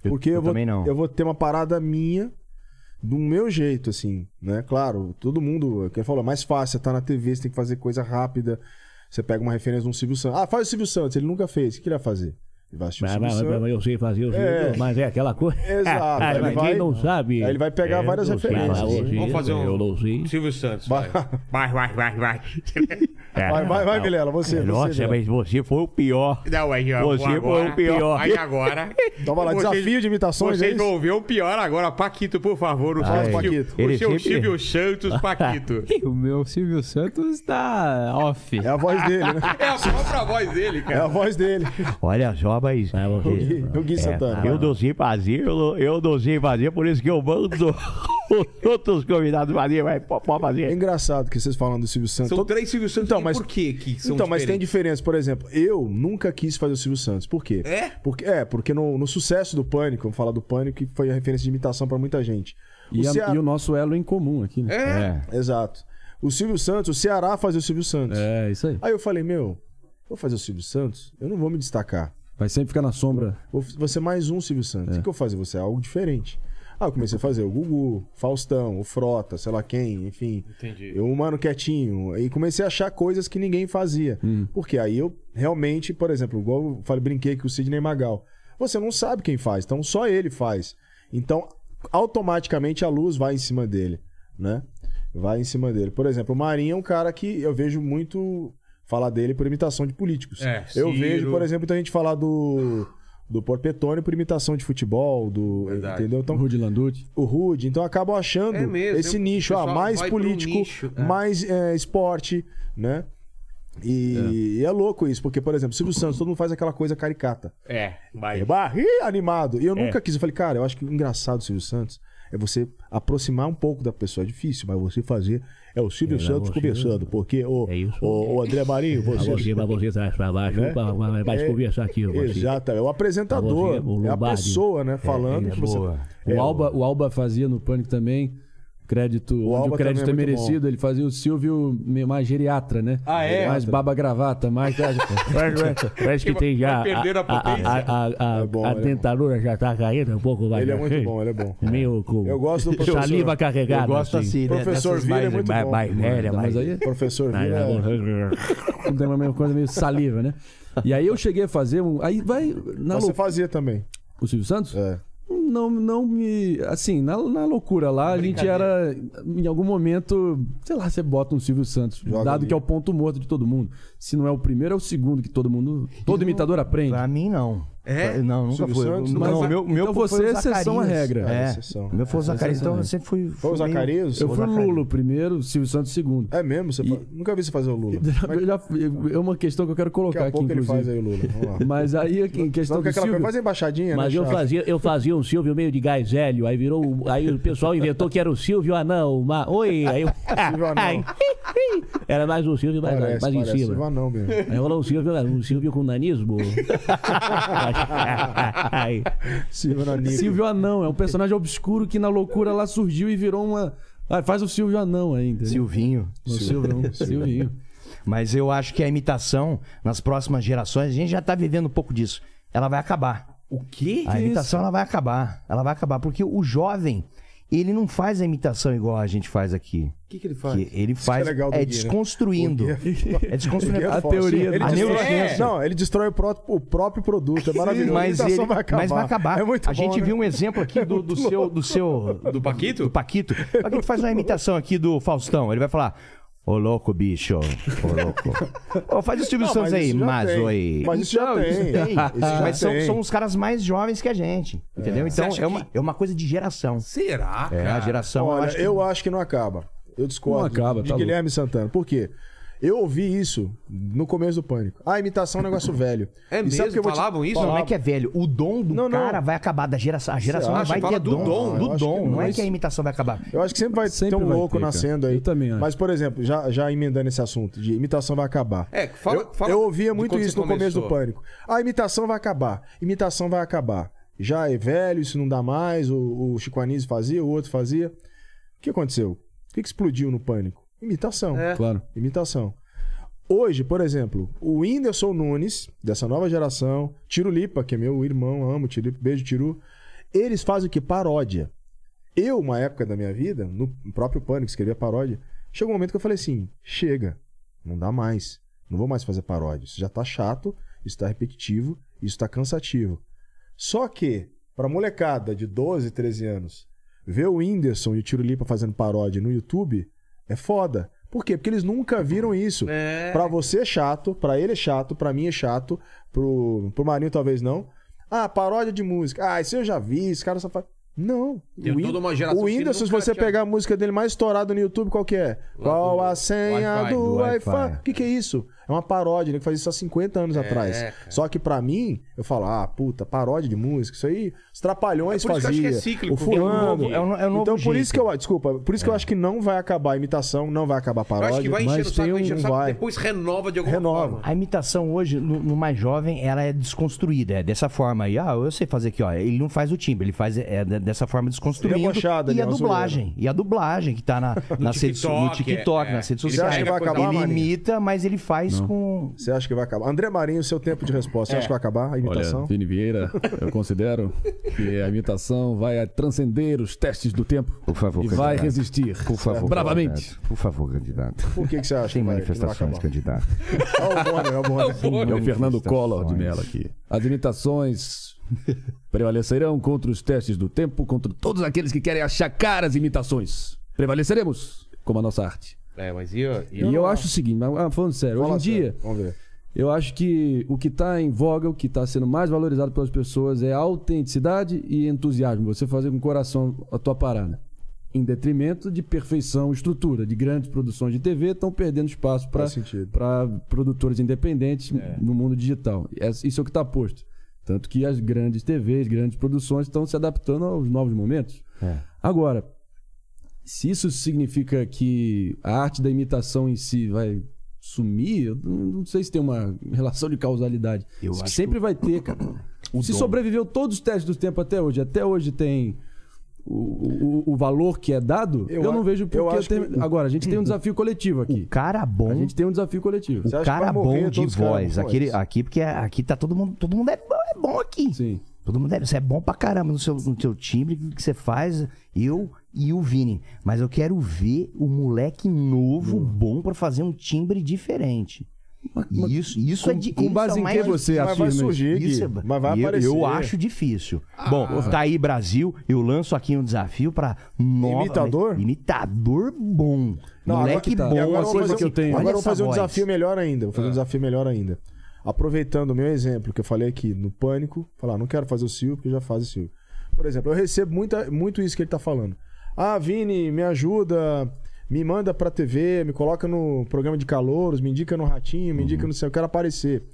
Speaker 1: Eu-
Speaker 3: Porque eu,
Speaker 1: eu
Speaker 3: vou,
Speaker 1: também não.
Speaker 3: eu vou ter uma parada minha, do meu jeito, assim, né? Claro, todo mundo, quem falou, é mais fácil, você tá na TV, você tem que fazer coisa rápida. Você pega uma referência de um Silvio Santos. Ah, faz o Silvio Santos, ele nunca fez. O que que ele vai fazer? Ele vai assistir o Silvio Santos.
Speaker 9: eu sei fazer o
Speaker 3: É.
Speaker 9: jogo, mas é aquela coisa.
Speaker 3: Exato,
Speaker 9: Ah,
Speaker 3: ele
Speaker 9: ninguém
Speaker 3: vai-
Speaker 9: não sabe.
Speaker 3: aí ele vai pegar várias
Speaker 9: não sei
Speaker 3: referências.
Speaker 9: falar o
Speaker 2: Vamos
Speaker 9: jogo,
Speaker 2: fazer um-
Speaker 9: Eu não sei.
Speaker 2: Silvio Santos.
Speaker 3: Vai.
Speaker 2: Vai, vai, vai, vai. vai.
Speaker 3: Vai, vai, vai, Vilela, você.
Speaker 9: Nossa,
Speaker 3: você, Vilela.
Speaker 9: mas você foi o pior.
Speaker 2: Não, aí, ó,
Speaker 9: Você
Speaker 2: agora-
Speaker 9: foi o pior.
Speaker 2: Aí agora.
Speaker 3: Então vai lá,
Speaker 2: Vocês-
Speaker 3: desafio de imitações. é
Speaker 2: Vocês
Speaker 3: isso?
Speaker 2: vão ver o pior agora. Paquito, por favor. O seu,
Speaker 3: Ah,
Speaker 2: Sil-
Speaker 3: Paquito.
Speaker 2: O
Speaker 9: Ele
Speaker 2: seu
Speaker 9: sempre-
Speaker 2: Silvio
Speaker 8: Ah.
Speaker 2: Santos, Paquito.
Speaker 10: O meu Silvio Santos tá off.
Speaker 3: É a voz dele, né?
Speaker 2: É a própria voz dele,
Speaker 3: É a
Speaker 2: cara.
Speaker 3: voz dele.
Speaker 9: Olha só, mas.
Speaker 3: É, O Gui, o
Speaker 1: É,
Speaker 3: Gui Santana.
Speaker 9: Eu não sei fazer, eu não, eu não sei
Speaker 5: é
Speaker 9: fazer, por isso que eu mando os outros convidados fazer, mas pode pode
Speaker 3: É
Speaker 9: fazer.
Speaker 3: engraçado que vocês falam do Silvio Santos.
Speaker 2: São
Speaker 3: Todo-
Speaker 2: três Silvio Santos.
Speaker 3: Então,
Speaker 2: e
Speaker 3: mas-
Speaker 2: por que que são
Speaker 3: Então, mas tem
Speaker 2: diferentes?
Speaker 3: diferença. Por exemplo, eu nunca quis fazer o Silvio Santos. Por quê?
Speaker 2: É?
Speaker 3: Porque, é, porque no, no sucesso do Pânico, vamos falar do Pânico, que foi a referência de imitação pra muita gente. O
Speaker 7: E, a-
Speaker 3: Ceará-
Speaker 7: e o nosso elo em comum aqui, né?
Speaker 10: É.
Speaker 3: Exato. O Silvio Santos, o Ceará fazia o Silvio Santos.
Speaker 7: É, isso aí.
Speaker 3: Aí eu falei, meu, vou fazer o Silvio Santos? Eu não vou me destacar.
Speaker 7: Vai sempre ficar na sombra.
Speaker 3: Vou, vou ser mais um Silvio Santos. O que que eu vou fazer? Você é algo diferente. Ah, eu comecei a fazer o Gugu, Faustão, o Frota, sei lá quem, enfim.
Speaker 2: Entendi.
Speaker 3: Eu, mano, quietinho. E comecei a achar coisas que ninguém fazia. Porque aí eu realmente, por exemplo, igual eu falei, brinquei com o Sidney Magal. Você não sabe quem faz, então só ele faz. Então, automaticamente a luz vai em cima dele, né? Vai em cima dele. Por exemplo, o Marinho é um cara que eu vejo muito falar dele por imitação de políticos.
Speaker 2: É,
Speaker 3: eu
Speaker 2: Ciro.
Speaker 3: vejo, por exemplo, muita gente falar do do Porpetone por imitação de futebol, do. Entendeu? Então, o Rude
Speaker 7: Landucci.
Speaker 3: O Rude. Então acabam achando
Speaker 2: É mesmo,
Speaker 3: esse
Speaker 2: o
Speaker 3: nicho. Ah,
Speaker 2: pessoal
Speaker 3: mais
Speaker 2: vai
Speaker 8: um
Speaker 2: pro
Speaker 3: político,
Speaker 2: nicho, é.
Speaker 3: mais é, esporte, né? E e é. louco isso, porque, por exemplo, Silvio Santos, todo mundo faz aquela coisa caricata.
Speaker 2: É,
Speaker 3: É barri animado. E eu nunca quis. Eu falei, cara, eu acho que o engraçado do Silvio Santos é você aproximar um pouco da pessoa. É difícil, mas você fazer. É o Silvio
Speaker 11: É, mas
Speaker 3: Santos
Speaker 11: você-
Speaker 3: conversando, porque o, o, o André Marinho,
Speaker 11: Pra
Speaker 3: você.
Speaker 11: você, pra você traz pra baixo,
Speaker 3: Né?
Speaker 11: pra, pra, pra
Speaker 3: É,
Speaker 11: conversar aqui. Você.
Speaker 3: Exato, é o apresentador,
Speaker 11: Pra você, o
Speaker 3: é a
Speaker 11: Lombardi.
Speaker 3: pessoa, né?
Speaker 12: é
Speaker 3: Falando. que você-
Speaker 7: é
Speaker 3: é
Speaker 7: O, Alba, o Alba fazia no Pânico também. Crédito, onde
Speaker 3: Alba
Speaker 7: o crédito é,
Speaker 3: também é muito
Speaker 7: merecido, ele fazia o Silvio me- mais geriatra, né?
Speaker 11: Ah, é?
Speaker 7: Mais baba gravata, mais.
Speaker 11: Parece- Parece que tem já. A, a, a, a, a,
Speaker 3: É
Speaker 11: a dentadura já tá caindo um pouco mais.
Speaker 3: Ele é
Speaker 11: pra
Speaker 3: muito
Speaker 11: frente.
Speaker 3: bom, ele é bom.
Speaker 11: Meio com
Speaker 3: Eu gosto do professor.
Speaker 11: Saliva carregada.
Speaker 3: Eu gosto assim, né? Professor
Speaker 11: Dessas
Speaker 3: Vila é
Speaker 11: mais-
Speaker 3: muito
Speaker 11: mais,
Speaker 3: bom.
Speaker 11: Mais velha,
Speaker 7: Mas
Speaker 11: mais...
Speaker 7: aí-
Speaker 3: Professor
Speaker 11: Mas
Speaker 7: Vila- Não tem uma mesma coisa meio saliva, né? E aí eu cheguei a fazer um. Aí vai. Na
Speaker 3: Você fazia também.
Speaker 7: O Silvio Santos? É. Não, não me. Assim, na, na loucura lá, a gente era. Em algum momento, sei lá, você bota um Silvio Santos, dado que é o ponto morto de todo mundo. Se não é o primeiro, é o segundo que todo mundo. Todo imitador aprende. Pra
Speaker 1: mim, não.
Speaker 7: É?
Speaker 1: Não, nunca foi.
Speaker 7: Mas
Speaker 1: Não,
Speaker 7: meu, meu então
Speaker 1: foi
Speaker 7: você
Speaker 1: o
Speaker 7: é exceção à
Speaker 1: Zacarias.
Speaker 7: regra.
Speaker 1: É. Meu foi o Zacarias. Então eu sempre fui.
Speaker 3: Foi o Zacarias?
Speaker 7: Eu fui o Lula o primeiro, o Silvio Santos o segundo.
Speaker 3: É mesmo? Você fa- Nunca vi você fazer o Lula.
Speaker 7: Eu já- é uma questão que eu quero colocar
Speaker 3: Daqui
Speaker 7: aqui,
Speaker 3: a pouco ele
Speaker 7: inclusive.
Speaker 3: faz aí o Lula, vamos lá.
Speaker 7: Mas aí, em questão
Speaker 3: Não, que
Speaker 7: do
Speaker 3: aquela
Speaker 7: Silvio...
Speaker 3: coisa, faz a embaixadinha,
Speaker 11: Mas
Speaker 3: né,
Speaker 11: eu
Speaker 3: Chaves?
Speaker 11: fazia, eu fazia um Silvio meio de gás hélio, aí virou. um- Aí o pessoal inventou que era o Silvio Anão. Uma, oi, aí eu,
Speaker 3: Silvio Anão.
Speaker 11: Era mais um Silvio mais,
Speaker 3: Parece,
Speaker 11: mais em
Speaker 3: parece.
Speaker 11: cima.
Speaker 3: Silvio Anão mesmo.
Speaker 11: Aí rolou um Silvio, um Silvio com nanismo. Aí.
Speaker 3: Silvio Anão.
Speaker 7: Silvio Anão, é um personagem obscuro que na loucura lá surgiu e virou uma. Ah, faz o Silvio Anão ainda. né?
Speaker 1: Silvinho.
Speaker 7: O Silvão, Silvinho.
Speaker 1: Mas eu acho que a imitação, nas próximas gerações, a gente já tá vivendo um pouco disso. Ela vai acabar.
Speaker 2: O quê?
Speaker 1: A imitação ela vai acabar. Ela vai acabar. Porque o jovem, ele não faz a imitação igual a gente faz aqui.
Speaker 2: O que, que ele faz?
Speaker 1: Que ele
Speaker 2: Isso
Speaker 1: faz
Speaker 2: que
Speaker 1: é,
Speaker 2: é legal do Gui, né?
Speaker 1: desconstruindo. É desconstruindo
Speaker 3: Porque é
Speaker 2: assim,
Speaker 3: foda. Ele
Speaker 1: a
Speaker 3: destrói- É.
Speaker 1: neurociência.
Speaker 2: É.
Speaker 3: Não, ele destrói o, pró- o próprio produto. É maravilhoso.
Speaker 1: Mas,
Speaker 3: A imitação
Speaker 1: ele- mas vai acabar.
Speaker 3: É muito
Speaker 1: a gente
Speaker 3: bom, né?
Speaker 1: viu um exemplo aqui do, do seu, do seu. Do Paquito? Do Paquito. O Paquito faz uma imitação aqui do Faustão. Ele vai falar. Ô louco, bicho. Ô louco. Ô, faz o Silvio
Speaker 3: Não, mas
Speaker 1: Santos aí,
Speaker 3: isso já
Speaker 1: mas
Speaker 3: tem.
Speaker 1: oi.
Speaker 3: Mas isso já
Speaker 1: Então,
Speaker 3: tem. Isso já
Speaker 1: Mas são,
Speaker 3: tem.
Speaker 1: são os caras mais jovens que a gente. Entendeu?
Speaker 3: Você
Speaker 1: Então
Speaker 3: acha
Speaker 1: é uma, é uma coisa de geração.
Speaker 2: Será?
Speaker 1: É, a geração.
Speaker 3: Olha,
Speaker 1: eu acho que-
Speaker 3: não acaba. Eu discordo
Speaker 1: Não acaba,
Speaker 3: de
Speaker 1: tá
Speaker 3: Guilherme Santana. Por quê? Eu ouvi isso no começo do Pânico. Ah, imitação é um negócio velho.
Speaker 2: É
Speaker 3: E sabe
Speaker 2: mesmo?
Speaker 3: o que eu vou te-
Speaker 2: Falavam isso?
Speaker 3: Falavam.
Speaker 1: Não é que é velho. O dom do
Speaker 3: não.
Speaker 1: cara vai acabar da geração. A geração
Speaker 3: Você
Speaker 1: não
Speaker 3: acha?
Speaker 1: vai
Speaker 3: Fala
Speaker 1: ter
Speaker 3: do
Speaker 1: dom.
Speaker 3: dom, eu
Speaker 1: Do
Speaker 3: acho que
Speaker 1: dom.
Speaker 3: não.
Speaker 1: Não é que a imitação vai acabar.
Speaker 3: Eu acho que sempre vai ter um
Speaker 1: vai
Speaker 3: louco
Speaker 1: ter, cara.
Speaker 3: nascendo aí. Mas, por exemplo, já, já emendando esse assunto de imitação vai acabar.
Speaker 2: É, fala-
Speaker 3: eu,
Speaker 2: fala
Speaker 3: eu ouvia
Speaker 2: de
Speaker 3: muito
Speaker 2: quando
Speaker 3: isso
Speaker 2: você
Speaker 3: no começo do
Speaker 2: começou.
Speaker 3: Pânico. A imitação vai acabar. Imitação vai acabar. Já é velho, isso não dá mais. O, o Chico Anísio fazia, o outro fazia. O que aconteceu? O que que explodiu no Pânico? Imitação.
Speaker 7: É. Claro.
Speaker 3: Imitação. Hoje, por exemplo, o Whindersson Nunes, dessa nova geração, Tiro Lipa, que é meu irmão, amo Tiro Lipa, beijo Tiro. Eles fazem o que? Paródia. Eu, uma época da minha vida, no próprio Pânico, escrevia paródia, chegou um momento que eu falei assim: chega, não dá mais. Não vou mais fazer paródia. Isso já tá chato, isso tá repetitivo, isso tá cansativo. Só que, pra molecada de 12, 13 anos, ver o Whindersson e o Tiro Lipa fazendo paródia no YouTube é foda. Por quê? Porque eles nunca viram isso. Pra você é chato, pra ele é chato, pra mim é chato, pro, pro Marinho talvez não. Ah, paródia de música. Ah, isso eu já vi, esse cara só faz. Não.
Speaker 2: Tem
Speaker 3: o Whin-
Speaker 2: toda uma geração
Speaker 3: o
Speaker 2: que
Speaker 3: Whindersson, se
Speaker 2: nunca
Speaker 3: você
Speaker 2: tinha-
Speaker 3: pegar a música dele mais estourada no YouTube, qual que é? qual a senha
Speaker 2: Wi-Fi,
Speaker 3: do
Speaker 2: do
Speaker 3: Wi-Fi?
Speaker 2: Wi-Fi.
Speaker 3: O que, que é isso? É uma paródia, né? Que faz isso há 50 anos
Speaker 2: É,
Speaker 3: atrás.
Speaker 2: cara.
Speaker 3: Só que pra mim, eu falo, ah, puta, paródia de música, isso aí, os trapalhões
Speaker 1: É por isso que eu
Speaker 3: fazia.
Speaker 1: acho que é cíclico,
Speaker 3: o fulano.
Speaker 1: porque- É um novo- é um novo
Speaker 3: então, por
Speaker 1: jeito.
Speaker 3: isso que eu. Desculpa, por isso que eu acho que não vai acabar a imitação, não vai acabar a
Speaker 2: Eu
Speaker 3: paródia.
Speaker 2: acho que vai encher o saco, vai encher o
Speaker 3: não
Speaker 2: saco,
Speaker 3: vai.
Speaker 2: depois renova de alguma forma.
Speaker 1: A imitação hoje, no, no mais jovem, ela é desconstruída. É dessa forma aí. Ah, eu sei fazer aqui, ó. Ele não faz o timbre, ele faz é, de- dessa forma desconstruindo.
Speaker 3: Debochada,
Speaker 1: e
Speaker 3: né,
Speaker 1: a
Speaker 3: uma
Speaker 1: dublagem. E a dublagem que tá na, nas redes- no
Speaker 3: TikTok,
Speaker 1: TikTok,
Speaker 3: é,
Speaker 1: nas redes
Speaker 3: é. Você
Speaker 1: sociais.
Speaker 3: acha que vai acabar,
Speaker 1: ele
Speaker 3: Marinho?
Speaker 1: imita, mas ele faz com.
Speaker 3: Você acha que vai acabar? André Marinho, seu tempo de resposta. Você acha que vai acabar a imitação?
Speaker 7: Olha, Vini Vieira, eu considero que a imitação vai transcender os testes do tempo. Por favor, E vai
Speaker 13: candidato.
Speaker 7: resistir.
Speaker 13: Por favor,
Speaker 7: Bravamente.
Speaker 13: candidato. Por favor, candidato.
Speaker 3: Por que, que você acha?
Speaker 13: Tem
Speaker 3: que vai-
Speaker 13: manifestações,
Speaker 3: que
Speaker 13: candidato.
Speaker 3: não acaba? É o Bonner, é o Bonner.
Speaker 7: É o Fernando Collor de
Speaker 13: Manifestações.
Speaker 7: Mello aqui. As imitações prevalecerão contra os testes do tempo, contra todos aqueles que querem achacar as imitações. Prevaleceremos como a nossa arte.
Speaker 2: É, mas e,
Speaker 7: E eu acho o seguinte, mas, ah, falando sério, hoje em dia, Eu acho que o que está em voga, o que está sendo mais valorizado pelas pessoas é a autenticidade e entusiasmo. Você fazer com o coração a tua parada. Em detrimento de perfeição, estrutura, de grandes produções de TV, estão perdendo espaço para produtores independentes no mundo digital. E é- Isso é o que está posto. Tanto que as grandes TVs, grandes produções estão se adaptando aos novos momentos.
Speaker 5: É.
Speaker 7: Agora, se isso significa que a arte da imitação em si vai sumir, eu não não sei se tem uma relação de causalidade.
Speaker 5: Eu
Speaker 7: Se-
Speaker 5: acho
Speaker 7: Sempre vai ter, cara. se
Speaker 5: dom.
Speaker 7: sobreviveu todos os testes do tempo até hoje, até hoje tem o, o- o valor que é dado, eu,
Speaker 5: Eu
Speaker 7: não
Speaker 5: a-
Speaker 7: vejo
Speaker 5: eu
Speaker 7: porque.
Speaker 5: acho
Speaker 7: ter-
Speaker 5: que o-
Speaker 7: Agora, a gente tem um desafio coletivo aqui. O
Speaker 1: cara bom.
Speaker 7: A gente tem um desafio coletivo.
Speaker 1: O cara bom de voz. Aquele, aqui, porque aqui tá todo mundo. Todo mundo é, bom- é bom aqui.
Speaker 7: Sim.
Speaker 1: Todo mundo é, você é bom pra caramba no seu, no seu timbre, o que você faz, eu e o Vini. Mas eu quero ver o moleque novo, bom, pra fazer um timbre diferente. E isso, isso
Speaker 7: com-
Speaker 1: é de,
Speaker 7: com
Speaker 1: isso
Speaker 7: base
Speaker 1: é
Speaker 7: em
Speaker 1: mais-
Speaker 7: que você Mas vai afirma isso? surgir, Gui.
Speaker 1: é-
Speaker 7: Mas vai
Speaker 1: e eu- Eu,
Speaker 7: aparecer.
Speaker 1: acho difícil. Bom, tá aí Brasil, eu lanço aqui um desafio pra nova,
Speaker 3: Imitador?
Speaker 1: Imitador bom.
Speaker 3: Não,
Speaker 1: moleque
Speaker 3: agora,
Speaker 1: bom.
Speaker 3: e agora eu vou
Speaker 1: assim,
Speaker 3: fazer, um-
Speaker 1: olha
Speaker 3: agora eu vou
Speaker 1: essa
Speaker 3: fazer um
Speaker 1: voz.
Speaker 3: desafio melhor ainda. Vou fazer um desafio melhor ainda. Aproveitando o meu exemplo que eu falei aqui no pânico, falar, "Ah, não quero fazer o Silvio, porque já faz o Silvio. Por exemplo, eu recebo muita, muito isso que ele tá falando. Ah, Vini, me ajuda, me manda pra TV, me coloca no programa de calouros, me indica no ratinho, me
Speaker 13: Uhum.
Speaker 3: indica no céu, eu quero aparecer.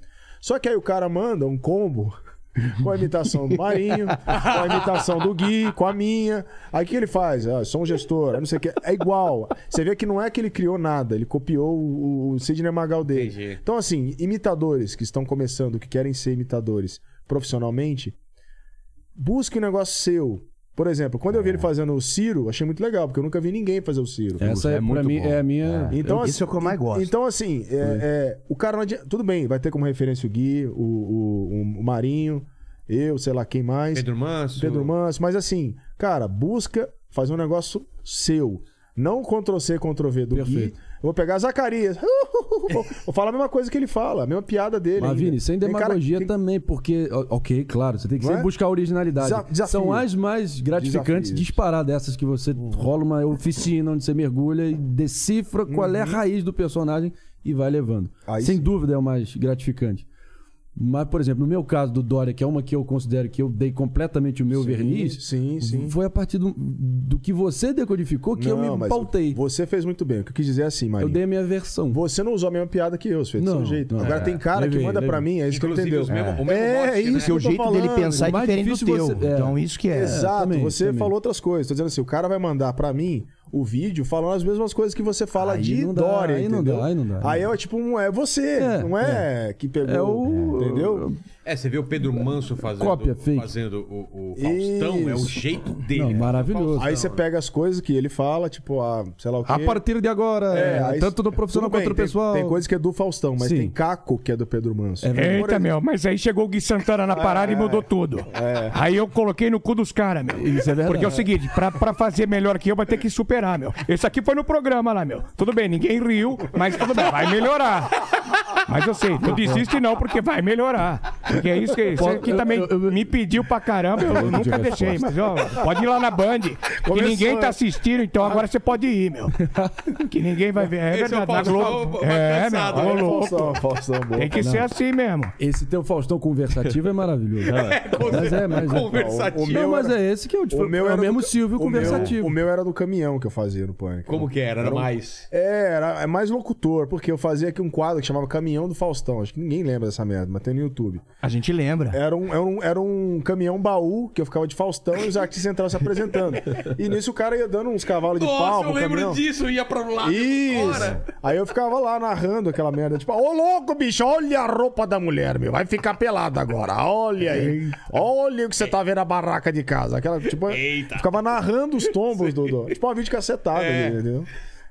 Speaker 3: Só que aí o cara manda um combo com a imitação do Marinho, com a imitação do Gui, com a minha. Aí o que ele faz? Ah, sou um gestor, não sei o que. É igual. Você vê que não é que ele criou nada, ele copiou o, o Sidney Magal dele. Então, assim, imitadores que estão começando, que querem ser imitadores profissionalmente, busque um negócio seu. Por exemplo, quando
Speaker 7: É.
Speaker 3: eu vi ele fazendo o Ciro, achei muito legal, porque eu nunca vi ninguém fazer o Ciro.
Speaker 7: Essa é, pra mim, é a minha.
Speaker 3: Então, assim,
Speaker 1: Isso é o que eu mais gosto.
Speaker 3: Então, assim, é, é, o cara não adianta. Tudo bem, vai ter como referência o Gui, o, o, o Marinho, eu, sei lá quem mais.
Speaker 2: Pedro Manso.
Speaker 3: Pedro Manso, mas assim, cara, busca fazer um negócio seu. Não Ctrl-C, Ctrl-V do Gui. Eu vou pegar Zacarias. vou falar a mesma coisa que ele fala, a mesma piada dele.
Speaker 7: Mas,
Speaker 3: ainda.
Speaker 7: Vini, sem
Speaker 3: Tem cara-
Speaker 7: demagogia também, porque. ó, Ok, claro, você tem que
Speaker 3: Não
Speaker 7: sempre
Speaker 3: é?
Speaker 7: buscar originalidade.
Speaker 3: Desa- desafio.
Speaker 7: São as mais gratificantes
Speaker 3: Desafios.
Speaker 7: disparar dessas que você
Speaker 3: Uhum.
Speaker 7: rola uma oficina onde você mergulha e decifra qual é
Speaker 3: Uhum.
Speaker 7: a raiz do personagem e vai levando. sem dúvida é o mais gratificante. Mas, por exemplo, no meu caso do Dória, que é uma que eu considero que eu dei completamente o meu verniz,
Speaker 3: sim, sim.
Speaker 7: foi a partir do, do que você decodificou que eu
Speaker 3: Não,
Speaker 7: me
Speaker 3: mas
Speaker 7: pautei.
Speaker 3: Você fez muito bem. O que eu quis dizer é assim, Marinho.
Speaker 7: Eu dei a minha versão.
Speaker 3: Você não usou a mesma piada que eu, você fez do
Speaker 7: Não,
Speaker 3: seu jeito.
Speaker 7: não.
Speaker 3: Agora
Speaker 7: É,
Speaker 3: tem cara que
Speaker 7: levei,
Speaker 3: manda pra
Speaker 7: levei.
Speaker 3: mim, é isso que eu
Speaker 7: Inclusive,
Speaker 3: entendeu.
Speaker 7: os mesmo- o
Speaker 3: é.
Speaker 7: mesmo mote,
Speaker 3: é isso
Speaker 7: né?
Speaker 3: que eu
Speaker 1: O
Speaker 3: tô
Speaker 1: jeito dele
Speaker 3: falando.
Speaker 1: pensar é
Speaker 3: Mais
Speaker 1: diferente do
Speaker 3: difícil
Speaker 1: teu.
Speaker 3: você-
Speaker 1: Então, isso que é.
Speaker 3: Exato,
Speaker 1: É, também,
Speaker 3: você
Speaker 1: também.
Speaker 3: falou outras coisas. Tô dizendo assim, o cara vai mandar pra mim o vídeo falando as mesmas coisas que você fala
Speaker 7: Aí
Speaker 3: de
Speaker 7: não dá,
Speaker 3: Dória,
Speaker 7: aí não
Speaker 3: entendeu?
Speaker 7: dá, aí não dá.
Speaker 3: Aí é tipo, um, é você, não é, que pegou,
Speaker 7: É o-
Speaker 3: entendeu?
Speaker 2: É, você vê o Pedro Manso fazendo,
Speaker 3: Cópia fake.
Speaker 2: fazendo o, o Faustão, é o
Speaker 3: Isso.
Speaker 2: jeito dele.
Speaker 3: Aí você pega as coisas que ele fala, tipo, ah, sei lá o quê. É,
Speaker 7: A partir de agora, é,
Speaker 3: aí-
Speaker 7: tanto do profissional
Speaker 3: tudo bem,
Speaker 7: quanto do
Speaker 3: tem-
Speaker 7: pessoal.
Speaker 3: Tem, coisa que é do Faustão, mas
Speaker 7: Sim.
Speaker 3: tem caco que é do Pedro Manso.
Speaker 8: Eita, meu, mas aí chegou o Gui Santana
Speaker 7: Ah,
Speaker 8: na parada
Speaker 7: é.
Speaker 8: e mudou tudo. Aí eu coloquei no cu dos caras, meu.
Speaker 7: Isso é verdade.
Speaker 8: Porque é o seguinte, pra, pra fazer melhor que eu, vai ter que superar, meu. Esse aqui foi no programa lá, meu. Tudo bem, ninguém riu, mas tudo bem, vai melhorar. Mas eu sei, não desiste não, porque vai melhorar. Porque é isso que você que também me pediu pra caramba, eu nunca deixei. Mas ó, pode ir lá na Band, que
Speaker 7: Começou,
Speaker 8: ninguém tá
Speaker 7: né?
Speaker 8: assistindo, então agora você pode ir, meu. Que ninguém vai ver. É
Speaker 7: Esse é o
Speaker 8: verdade, na
Speaker 7: Faustão,
Speaker 8: Globo.
Speaker 7: vai
Speaker 8: É,
Speaker 7: cansado,
Speaker 8: meu, ô
Speaker 7: né?
Speaker 8: louco.
Speaker 3: Faustão, boa.
Speaker 8: Tem que
Speaker 7: Não.
Speaker 8: ser assim mesmo.
Speaker 7: Esse teu Faustão conversativo é
Speaker 3: Ah,
Speaker 7: maravilhoso. mas é, mas é.
Speaker 3: O
Speaker 7: Não,
Speaker 3: meu
Speaker 7: mas
Speaker 3: era-
Speaker 7: é esse que eu te
Speaker 3: o meu
Speaker 7: é o
Speaker 3: era
Speaker 7: mesmo
Speaker 3: do-
Speaker 7: Silvio
Speaker 3: o
Speaker 7: conversativo.
Speaker 3: meu- o meu era do caminhão que eu fazia no Pânico.
Speaker 2: Como que era? Era
Speaker 3: um-
Speaker 2: mais-
Speaker 3: É, era é mais locutor, porque eu fazia aqui um quadro que chamava Caminhão do Faustão. Acho que ninguém lembra dessa merda, mas tem no YouTube.
Speaker 1: A gente lembra.
Speaker 3: Era um, era um, era um caminhão baú que eu ficava de Faustão e os artistas entravam se apresentando. E nisso o cara ia dando uns cavalos de
Speaker 2: Nossa,
Speaker 3: pau.
Speaker 2: eu
Speaker 3: pro
Speaker 2: lembro
Speaker 3: caminhão.
Speaker 2: disso, ia pra um lado e
Speaker 3: Isso.
Speaker 2: pra fora.
Speaker 3: Aí eu ficava lá narrando aquela merda, tipo, ô louco, bicho, olha a roupa da mulher, meu, vai ficar pelado agora, olha aí, olha o que você tá vendo a barraca de casa. Aquela, tipo, eu ficava narrando os tombos, Dodô. Tipo uma vídeo cacetada,
Speaker 7: É.
Speaker 3: entendeu?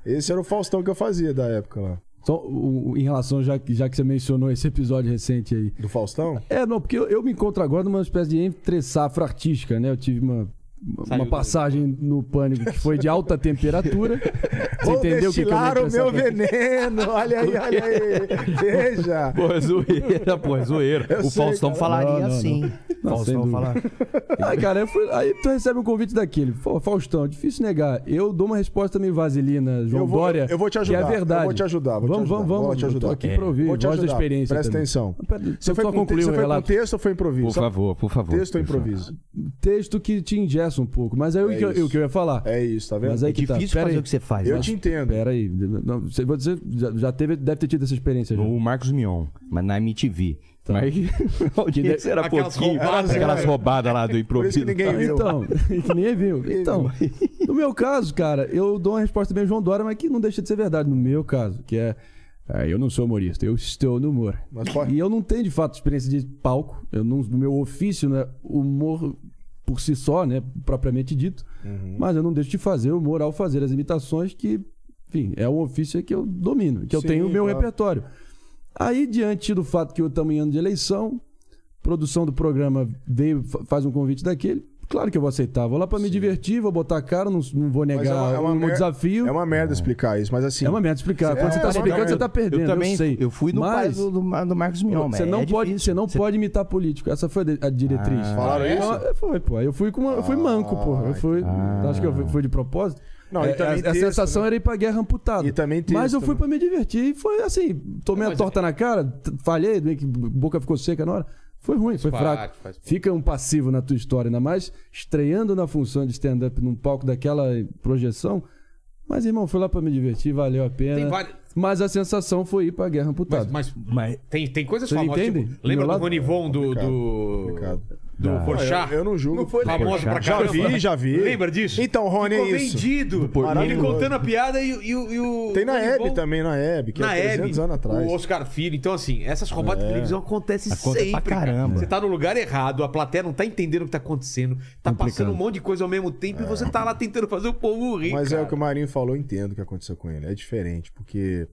Speaker 3: Esse era o Faustão que eu fazia da época lá.
Speaker 7: Só o- o- em relação, já, que- já que você mencionou esse episódio recente aí.
Speaker 3: Do Faustão?
Speaker 7: É, não, porque eu, eu me encontro agora numa espécie de entre-safra artística, né? Eu tive uma uma passagem no pânico que foi de alta temperatura. Você
Speaker 3: Vou
Speaker 7: entendeu o que, que eu
Speaker 3: destilar
Speaker 7: meto
Speaker 3: o
Speaker 7: essa
Speaker 3: meu
Speaker 7: coisa?
Speaker 3: veneno. Olha aí, olha aí. Veja.
Speaker 9: Pô, é zoeira, pô, é zoeira.
Speaker 7: Eu
Speaker 9: o
Speaker 7: sei,
Speaker 9: Faustão
Speaker 7: cara.
Speaker 9: falaria
Speaker 7: Não, não,
Speaker 9: assim.
Speaker 7: não. Não,
Speaker 9: Faustão
Speaker 7: sem dúvida.
Speaker 9: falar.
Speaker 7: Aí, cara, eu fui- aí tu recebe um convite daquele. Fa- Faustão, é difícil negar. Eu dou uma resposta meio vaselina, João
Speaker 3: Eu vou-
Speaker 7: Dória.
Speaker 3: eu vou te ajudar,
Speaker 7: Que é verdade.
Speaker 3: eu vou te ajudar, vou te
Speaker 7: vamos,
Speaker 3: ajudar,
Speaker 7: vamos, vamos.
Speaker 3: vou te
Speaker 7: Eu
Speaker 3: ajudar.
Speaker 7: Tô aqui
Speaker 3: É.
Speaker 7: pra ouvir,
Speaker 3: Vou te
Speaker 7: voz da
Speaker 3: ajudar,
Speaker 7: experiência.
Speaker 3: presta
Speaker 7: também.
Speaker 3: atenção.
Speaker 7: Pera, deixa
Speaker 3: Você
Speaker 7: eu
Speaker 3: foi,
Speaker 7: só
Speaker 3: com,
Speaker 7: concluir
Speaker 3: você
Speaker 7: o
Speaker 3: foi com
Speaker 7: relato.
Speaker 3: texto ou foi improviso?
Speaker 7: Por
Speaker 3: Só-
Speaker 7: favor, por favor,
Speaker 3: Texto ou
Speaker 7: por favor.
Speaker 3: improviso?
Speaker 7: Texto que te ingessa um pouco, mas é, o,
Speaker 3: É
Speaker 7: que eu,
Speaker 3: isso.
Speaker 7: o que eu ia falar.
Speaker 3: É isso, tá vendo?
Speaker 7: Mas aí
Speaker 3: É
Speaker 7: que tá.
Speaker 3: difícil
Speaker 7: Pera
Speaker 3: fazer
Speaker 7: aí.
Speaker 3: o que você faz, Eu né? te entendo.
Speaker 7: Pera aí. Não, você você já, já teve, deve ter tido essa experiência. Já.
Speaker 9: O Marcos Mion, mas na MTV. Mas a
Speaker 7: é
Speaker 9: audiência era
Speaker 7: Aquelas
Speaker 9: pouquinho.
Speaker 7: roubadas,
Speaker 9: aquelas
Speaker 7: né?
Speaker 9: roubadas lá do improviso.
Speaker 7: Tá, Então, que ninguém viu. Então, no meu caso, cara, eu dou uma resposta bem João Dória, mas que não deixa de ser verdade no meu caso, que é. ah, eu não sou humorista, eu estou no humor. E eu não tenho, de fato, experiência de palco. Eu não, no meu ofício, né? Humor por si só, né? Propriamente dito.
Speaker 3: Uhum.
Speaker 7: Mas eu não deixo de fazer o humor ao fazer as imitações que, enfim, é um ofício que eu domino, que eu
Speaker 3: Sim,
Speaker 7: tenho o meu
Speaker 3: claro.
Speaker 7: repertório. Aí, diante do fato que eu estamos em ano de eleição, produção do programa veio, fa- faz um convite daquele. Claro que eu vou aceitar. Vou lá pra me divertir, vou botar a cara, não, não vou
Speaker 3: Mas é
Speaker 7: negar
Speaker 3: uma-
Speaker 7: é
Speaker 3: é uma
Speaker 7: um
Speaker 3: mer-
Speaker 7: desafio.
Speaker 3: É uma merda explicar isso, mas assim.
Speaker 7: É uma merda explicar. Quando você tá
Speaker 3: uma
Speaker 7: explicando,
Speaker 3: merda.
Speaker 7: você tá perdendo. Eu também- sei. eu fui no
Speaker 1: pai
Speaker 7: Mas-
Speaker 1: do, do, do Marcos Mion,
Speaker 7: Você não, pode, você não pode imitar político. Essa foi a de- a diretriz.
Speaker 3: Ah. Falaram
Speaker 7: Então,
Speaker 3: isso?
Speaker 7: é, Foi, pô. Eu fui com uma- eu fui manco, pô. Eu fui. Acho que eu fui, fui de propósito.
Speaker 3: Não, e
Speaker 7: É, a,
Speaker 3: também
Speaker 7: a
Speaker 11: né?
Speaker 3: texto,
Speaker 7: sensação era ir pra guerra amputada. E
Speaker 3: também
Speaker 7: Mas
Speaker 3: texto,
Speaker 7: eu fui pra me divertir e foi assim, tomei
Speaker 2: é
Speaker 7: a torta na cara, t- falhei, meio que boca ficou seca na hora. Foi ruim, foi
Speaker 2: parte,
Speaker 7: fraco.
Speaker 2: faz
Speaker 7: Fica um passivo na tua história, ainda mais estreando na função de stand-up num palco daquela projeção. Mas, irmão, fui lá pra me divertir, valeu a pena.
Speaker 2: Tem várias-
Speaker 7: Mas a sensação foi ir pra guerra amputada.
Speaker 2: Mas,
Speaker 7: Mas-
Speaker 2: tem, tem coisas
Speaker 7: Vocês
Speaker 2: famosas.
Speaker 7: entendem?
Speaker 2: Tipo, lembra
Speaker 7: Do
Speaker 2: do
Speaker 7: meu lado?
Speaker 2: Ronivon do. do... Do
Speaker 3: Ah.
Speaker 2: Porchat?
Speaker 3: Eu- eu não julgo.
Speaker 2: foi famoso pra
Speaker 3: Porchat. Já
Speaker 2: caramba.
Speaker 3: vi, já vi.
Speaker 2: Lembra disso?
Speaker 3: Então, Rony,
Speaker 2: Ficou
Speaker 3: é isso.
Speaker 2: vendido.
Speaker 3: Do Porchat.
Speaker 2: Ele contando a piada e, o- e o- e o.
Speaker 3: Tem na
Speaker 2: Ronivon-
Speaker 3: Hebe também, na Hebe, que
Speaker 2: na
Speaker 3: é 300
Speaker 2: Hebe,
Speaker 3: anos atrás.
Speaker 2: o Oscar Filho. Então, assim, essas roubadas
Speaker 3: É.
Speaker 2: de televisão acontecem
Speaker 3: Acontece
Speaker 2: sempre.
Speaker 3: pra
Speaker 2: cara.
Speaker 3: caramba.
Speaker 2: Você tá no lugar errado, a plateia não tá entendendo o que tá acontecendo, tá passando um monte de coisa ao mesmo tempo e você tá lá tentando fazer o povo rir.
Speaker 3: Mas é
Speaker 2: cara.
Speaker 3: o que o Marinho falou, eu entendo o que aconteceu com ele. É diferente, porque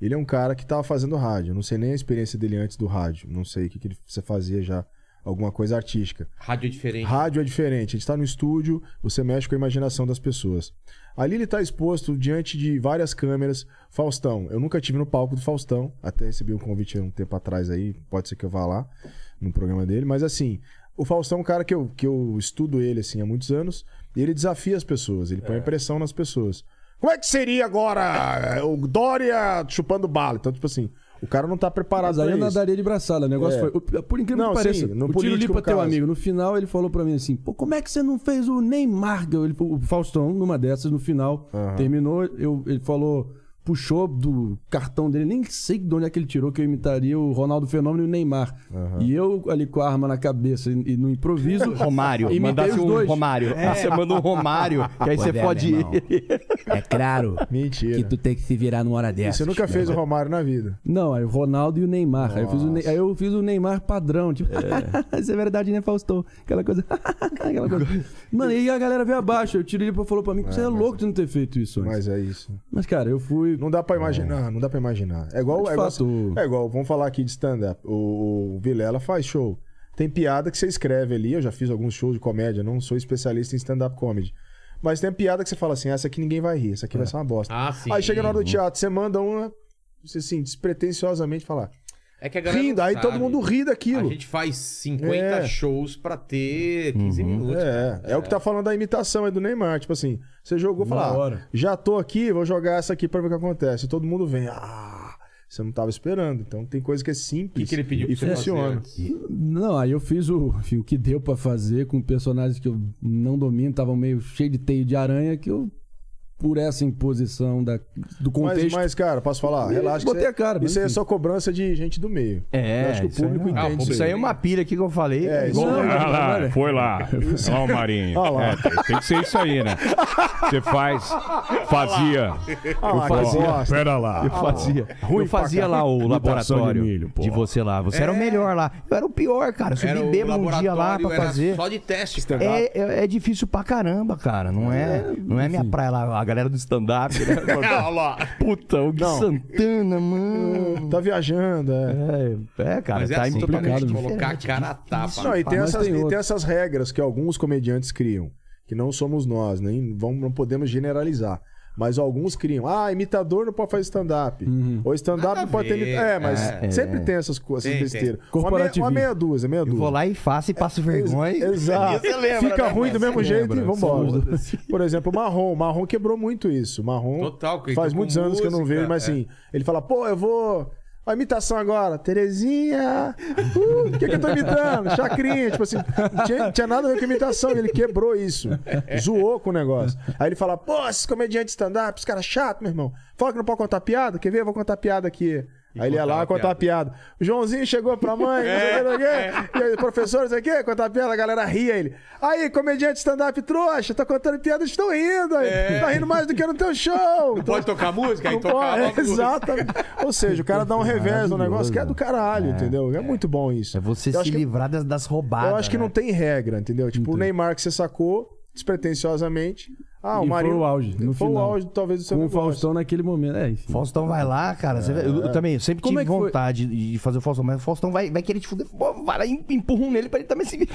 Speaker 3: ele é um cara que tava fazendo rádio. Eu não sei nem a experiência dele antes do rádio. Não sei o que, que ele, você fazia já. Alguma coisa artística.
Speaker 2: Rádio é diferente.
Speaker 3: Rádio é diferente. A gente tá no estúdio, você mexe com a imaginação das pessoas. Ali ele tá exposto diante de várias câmeras. Faustão, eu nunca tive no palco do Faustão. Até recebi um convite há um tempo atrás aí. Pode ser que eu vá lá no programa dele. Mas assim, o Faustão é um cara que eu, que eu estudo ele assim há muitos anos. E ele desafia as pessoas, ele põe pressão nas pessoas. Como é que seria agora é, o Dória chupando bala? Então, tipo assim, o cara não tá preparado
Speaker 7: Mas aí
Speaker 3: pra
Speaker 7: eu
Speaker 3: isso.
Speaker 7: nadaria de braçada. O negócio
Speaker 3: É.
Speaker 7: foi. o- Por incrível
Speaker 3: Não,
Speaker 7: que pareça,
Speaker 3: sim, no
Speaker 7: o Tiro
Speaker 3: político,
Speaker 7: Lipa,
Speaker 3: no
Speaker 7: teu
Speaker 3: caso.
Speaker 7: amigo, no final ele falou pra mim assim: pô, como é que você não fez o Neymar? Ele, o Faustão, numa dessas, no final, terminou, eu, ele falou. Puxou do cartão dele, nem sei de onde é que ele tirou, que eu imitaria o Ronaldo Fenômeno e o Neymar. E eu ali com a arma na cabeça e e no improviso.
Speaker 9: Romário,
Speaker 7: imitei
Speaker 9: mandasse
Speaker 7: os
Speaker 9: um
Speaker 7: dois. É.
Speaker 9: Romário. Ah, você manda um Romário, que aí você fode
Speaker 11: ele. É claro que tu tem que se virar numa hora dessa.
Speaker 3: Você nunca fez o Romário na vida.
Speaker 7: né? Não, aí o Ronaldo e o Neymar. Aí eu, fiz o Ne- aí eu fiz o Neymar padrão. Tipo, isso é verdade, né, Faustão? Aquela coisa. aquela coisa. Mano, e a galera veio abaixo. Eu tiro ele e falou pra mim: você é louco de não ter feito isso antes.
Speaker 3: Mas é isso.
Speaker 7: Mas, cara, eu fui. É.
Speaker 3: Não dá pra imaginar, não dá pra imaginar. É igual.
Speaker 7: De
Speaker 3: é, igual
Speaker 7: fato.
Speaker 3: é igual, vamos falar aqui de stand-up. O, o Vilela faz show. Tem piada que você escreve ali. Eu já fiz alguns shows de comédia, não sou especialista em stand-up comedy. Mas tem piada que você fala assim: "Ah, essa aqui ninguém vai rir,
Speaker 7: É.
Speaker 3: essa aqui vai ser uma bosta.
Speaker 2: Ah, sim.
Speaker 3: Aí chega na hora do teatro, você manda uma, você, assim, despretensiosamente falar.
Speaker 2: É que a galera
Speaker 3: Rindo,
Speaker 2: não
Speaker 3: aí
Speaker 2: sabe.
Speaker 3: todo mundo ri daquilo.
Speaker 2: A gente faz 50
Speaker 3: É.
Speaker 2: shows pra ter 15 minutos.
Speaker 3: É, é, o que tá falando da imitação aí do Neymar. Tipo assim, você jogou e
Speaker 7: Na
Speaker 3: falou: ah,
Speaker 7: hora.
Speaker 3: já tô aqui, vou jogar essa aqui pra ver o que acontece. E todo mundo vem. Ah, você não tava esperando. Então tem coisa que é simples
Speaker 2: Que que ele pediu
Speaker 3: e
Speaker 2: pra você
Speaker 3: funciona.
Speaker 7: Não, aí eu fiz o, enfim, o que deu pra fazer com personagens que eu não domino, estavam meio cheio de teio de aranha, que eu, por essa imposição da, do
Speaker 3: Mas,
Speaker 7: contexto.
Speaker 3: mas, cara, posso falar?
Speaker 7: Eu
Speaker 3: Relaxa. que
Speaker 7: botei
Speaker 3: você-
Speaker 7: a cara, mas
Speaker 3: Isso aí é
Speaker 7: enfim.
Speaker 3: só cobrança de gente do meio.
Speaker 9: É,
Speaker 3: Eu acho que o
Speaker 9: isso aí
Speaker 3: público
Speaker 9: não-
Speaker 3: entende.
Speaker 9: Isso aí é uma pilha aqui que eu falei.
Speaker 3: É,
Speaker 9: igual-
Speaker 3: isso aí.
Speaker 13: Ah lá,
Speaker 3: Olha.
Speaker 13: foi lá. Olha lá o Marinho.
Speaker 3: Olha lá.
Speaker 13: É, tem, tem que ser isso aí, né? Você faz,
Speaker 3: Olha
Speaker 13: fazia.
Speaker 3: lá,
Speaker 13: eu
Speaker 3: que
Speaker 13: fazia.
Speaker 3: bosta.
Speaker 13: Pera lá.
Speaker 9: Eu fazia. eu fazia lá o laboratório de, você lá. Você era o melhor lá. Eu era o pior, cara. Eu subi
Speaker 2: Era o
Speaker 9: bêbado um dia lá
Speaker 2: laboratório,
Speaker 9: pra
Speaker 2: era
Speaker 9: fazer.
Speaker 2: Só de teste, cara.
Speaker 9: É, é- é difícil pra caramba, cara. Não é, não é minha praia lá. A galera do stand-up. né?
Speaker 2: Olha
Speaker 14: É,
Speaker 2: lá.
Speaker 9: Puta, o Gui
Speaker 3: Não.
Speaker 9: Santana, mano.
Speaker 3: Tá viajando, é.
Speaker 9: É, cara,
Speaker 2: Mas é
Speaker 9: tá
Speaker 2: assim,
Speaker 9: totalmente
Speaker 2: cara,
Speaker 9: diferente.
Speaker 2: colocar a cara a tapa.
Speaker 3: Não, e tem,
Speaker 9: Mas
Speaker 3: essas,
Speaker 9: tem
Speaker 3: e tem
Speaker 9: outro.
Speaker 3: essas regras que alguns comediantes criam. que não somos nós, nem vamos, não podemos generalizar. Mas alguns criam. Ah, imitador não pode fazer stand-up. Ou stand-up não pode ter.
Speaker 1: Uhum. ver.
Speaker 3: imita- É, mas
Speaker 1: É,
Speaker 3: sempre
Speaker 1: é.
Speaker 3: tem essas, co- essas
Speaker 1: Tem, tem.
Speaker 3: besteiras. Uma meia,
Speaker 1: Corporativismo.
Speaker 3: uma meia dúzia, meia dúzia. É,
Speaker 1: vou lá e faço e passo vergonha.
Speaker 3: Ex- Exato.
Speaker 1: Você lembra,
Speaker 3: Fica
Speaker 1: né,
Speaker 3: ruim do
Speaker 1: cara?
Speaker 3: mesmo
Speaker 1: Você
Speaker 3: jeito e
Speaker 1: lembra.
Speaker 3: vambora.
Speaker 2: Assim.
Speaker 1: Foda-se.
Speaker 3: Por exemplo, o Marrom. O Marrom quebrou muito isso. O Marrom
Speaker 2: Total, que tá
Speaker 3: faz
Speaker 2: com
Speaker 3: muitos anos que eu não
Speaker 2: música,
Speaker 3: vejo, mas
Speaker 2: é.
Speaker 3: assim, ele fala, pô, eu vou... A imitação agora, Terezinha, uh, o que, que eu tô imitando? Chacrinha, tipo assim, não tinha, não tinha nada a ver com imitação, ele quebrou isso, zoou com o negócio. Aí ele fala, pô, esses comediantes stand-up, esse cara chato, meu irmão, fala que não pode contar piada, quer ver? Eu vou contar piada aqui. Aí ele ia lá contar piada. O Joãozinho chegou pra mãe,
Speaker 15: É,
Speaker 3: não sei o quê, e aí, professor, não sei o quê, contar piada, a galera ria ele. Aí, comediante stand-up trouxa, tá contando piada, estão rindo, aí.
Speaker 2: É.
Speaker 3: tá rindo mais do que no teu show.
Speaker 2: Não pode tocar música? Aí
Speaker 3: Não
Speaker 2: tocava
Speaker 3: pode,
Speaker 2: música.
Speaker 3: Exatamente. Ou seja, o cara dá um revés no negócio que é do caralho, entendeu? É muito bom isso. É
Speaker 1: Você se livrar das, das roubadas. né?
Speaker 3: Eu acho que não tem regra, entendeu? Tipo, o Neymar que você sacou despretensiosamente. Ah, o
Speaker 7: E
Speaker 3: Marinho.
Speaker 7: foi o auge, no
Speaker 3: foi o
Speaker 7: final.
Speaker 3: auge, talvez, do seu
Speaker 7: Com o
Speaker 3: negócio.
Speaker 7: Faustão naquele momento. É, enfim.
Speaker 1: Faustão vai lá, cara. você- eu, eu também eu sempre
Speaker 7: Como
Speaker 1: tive
Speaker 7: é que foi?
Speaker 1: vontade de fazer o Faustão, mas o Faustão vai, vai querer te fuder. Pô, vai lá e empurra um nele pra ele também se virar.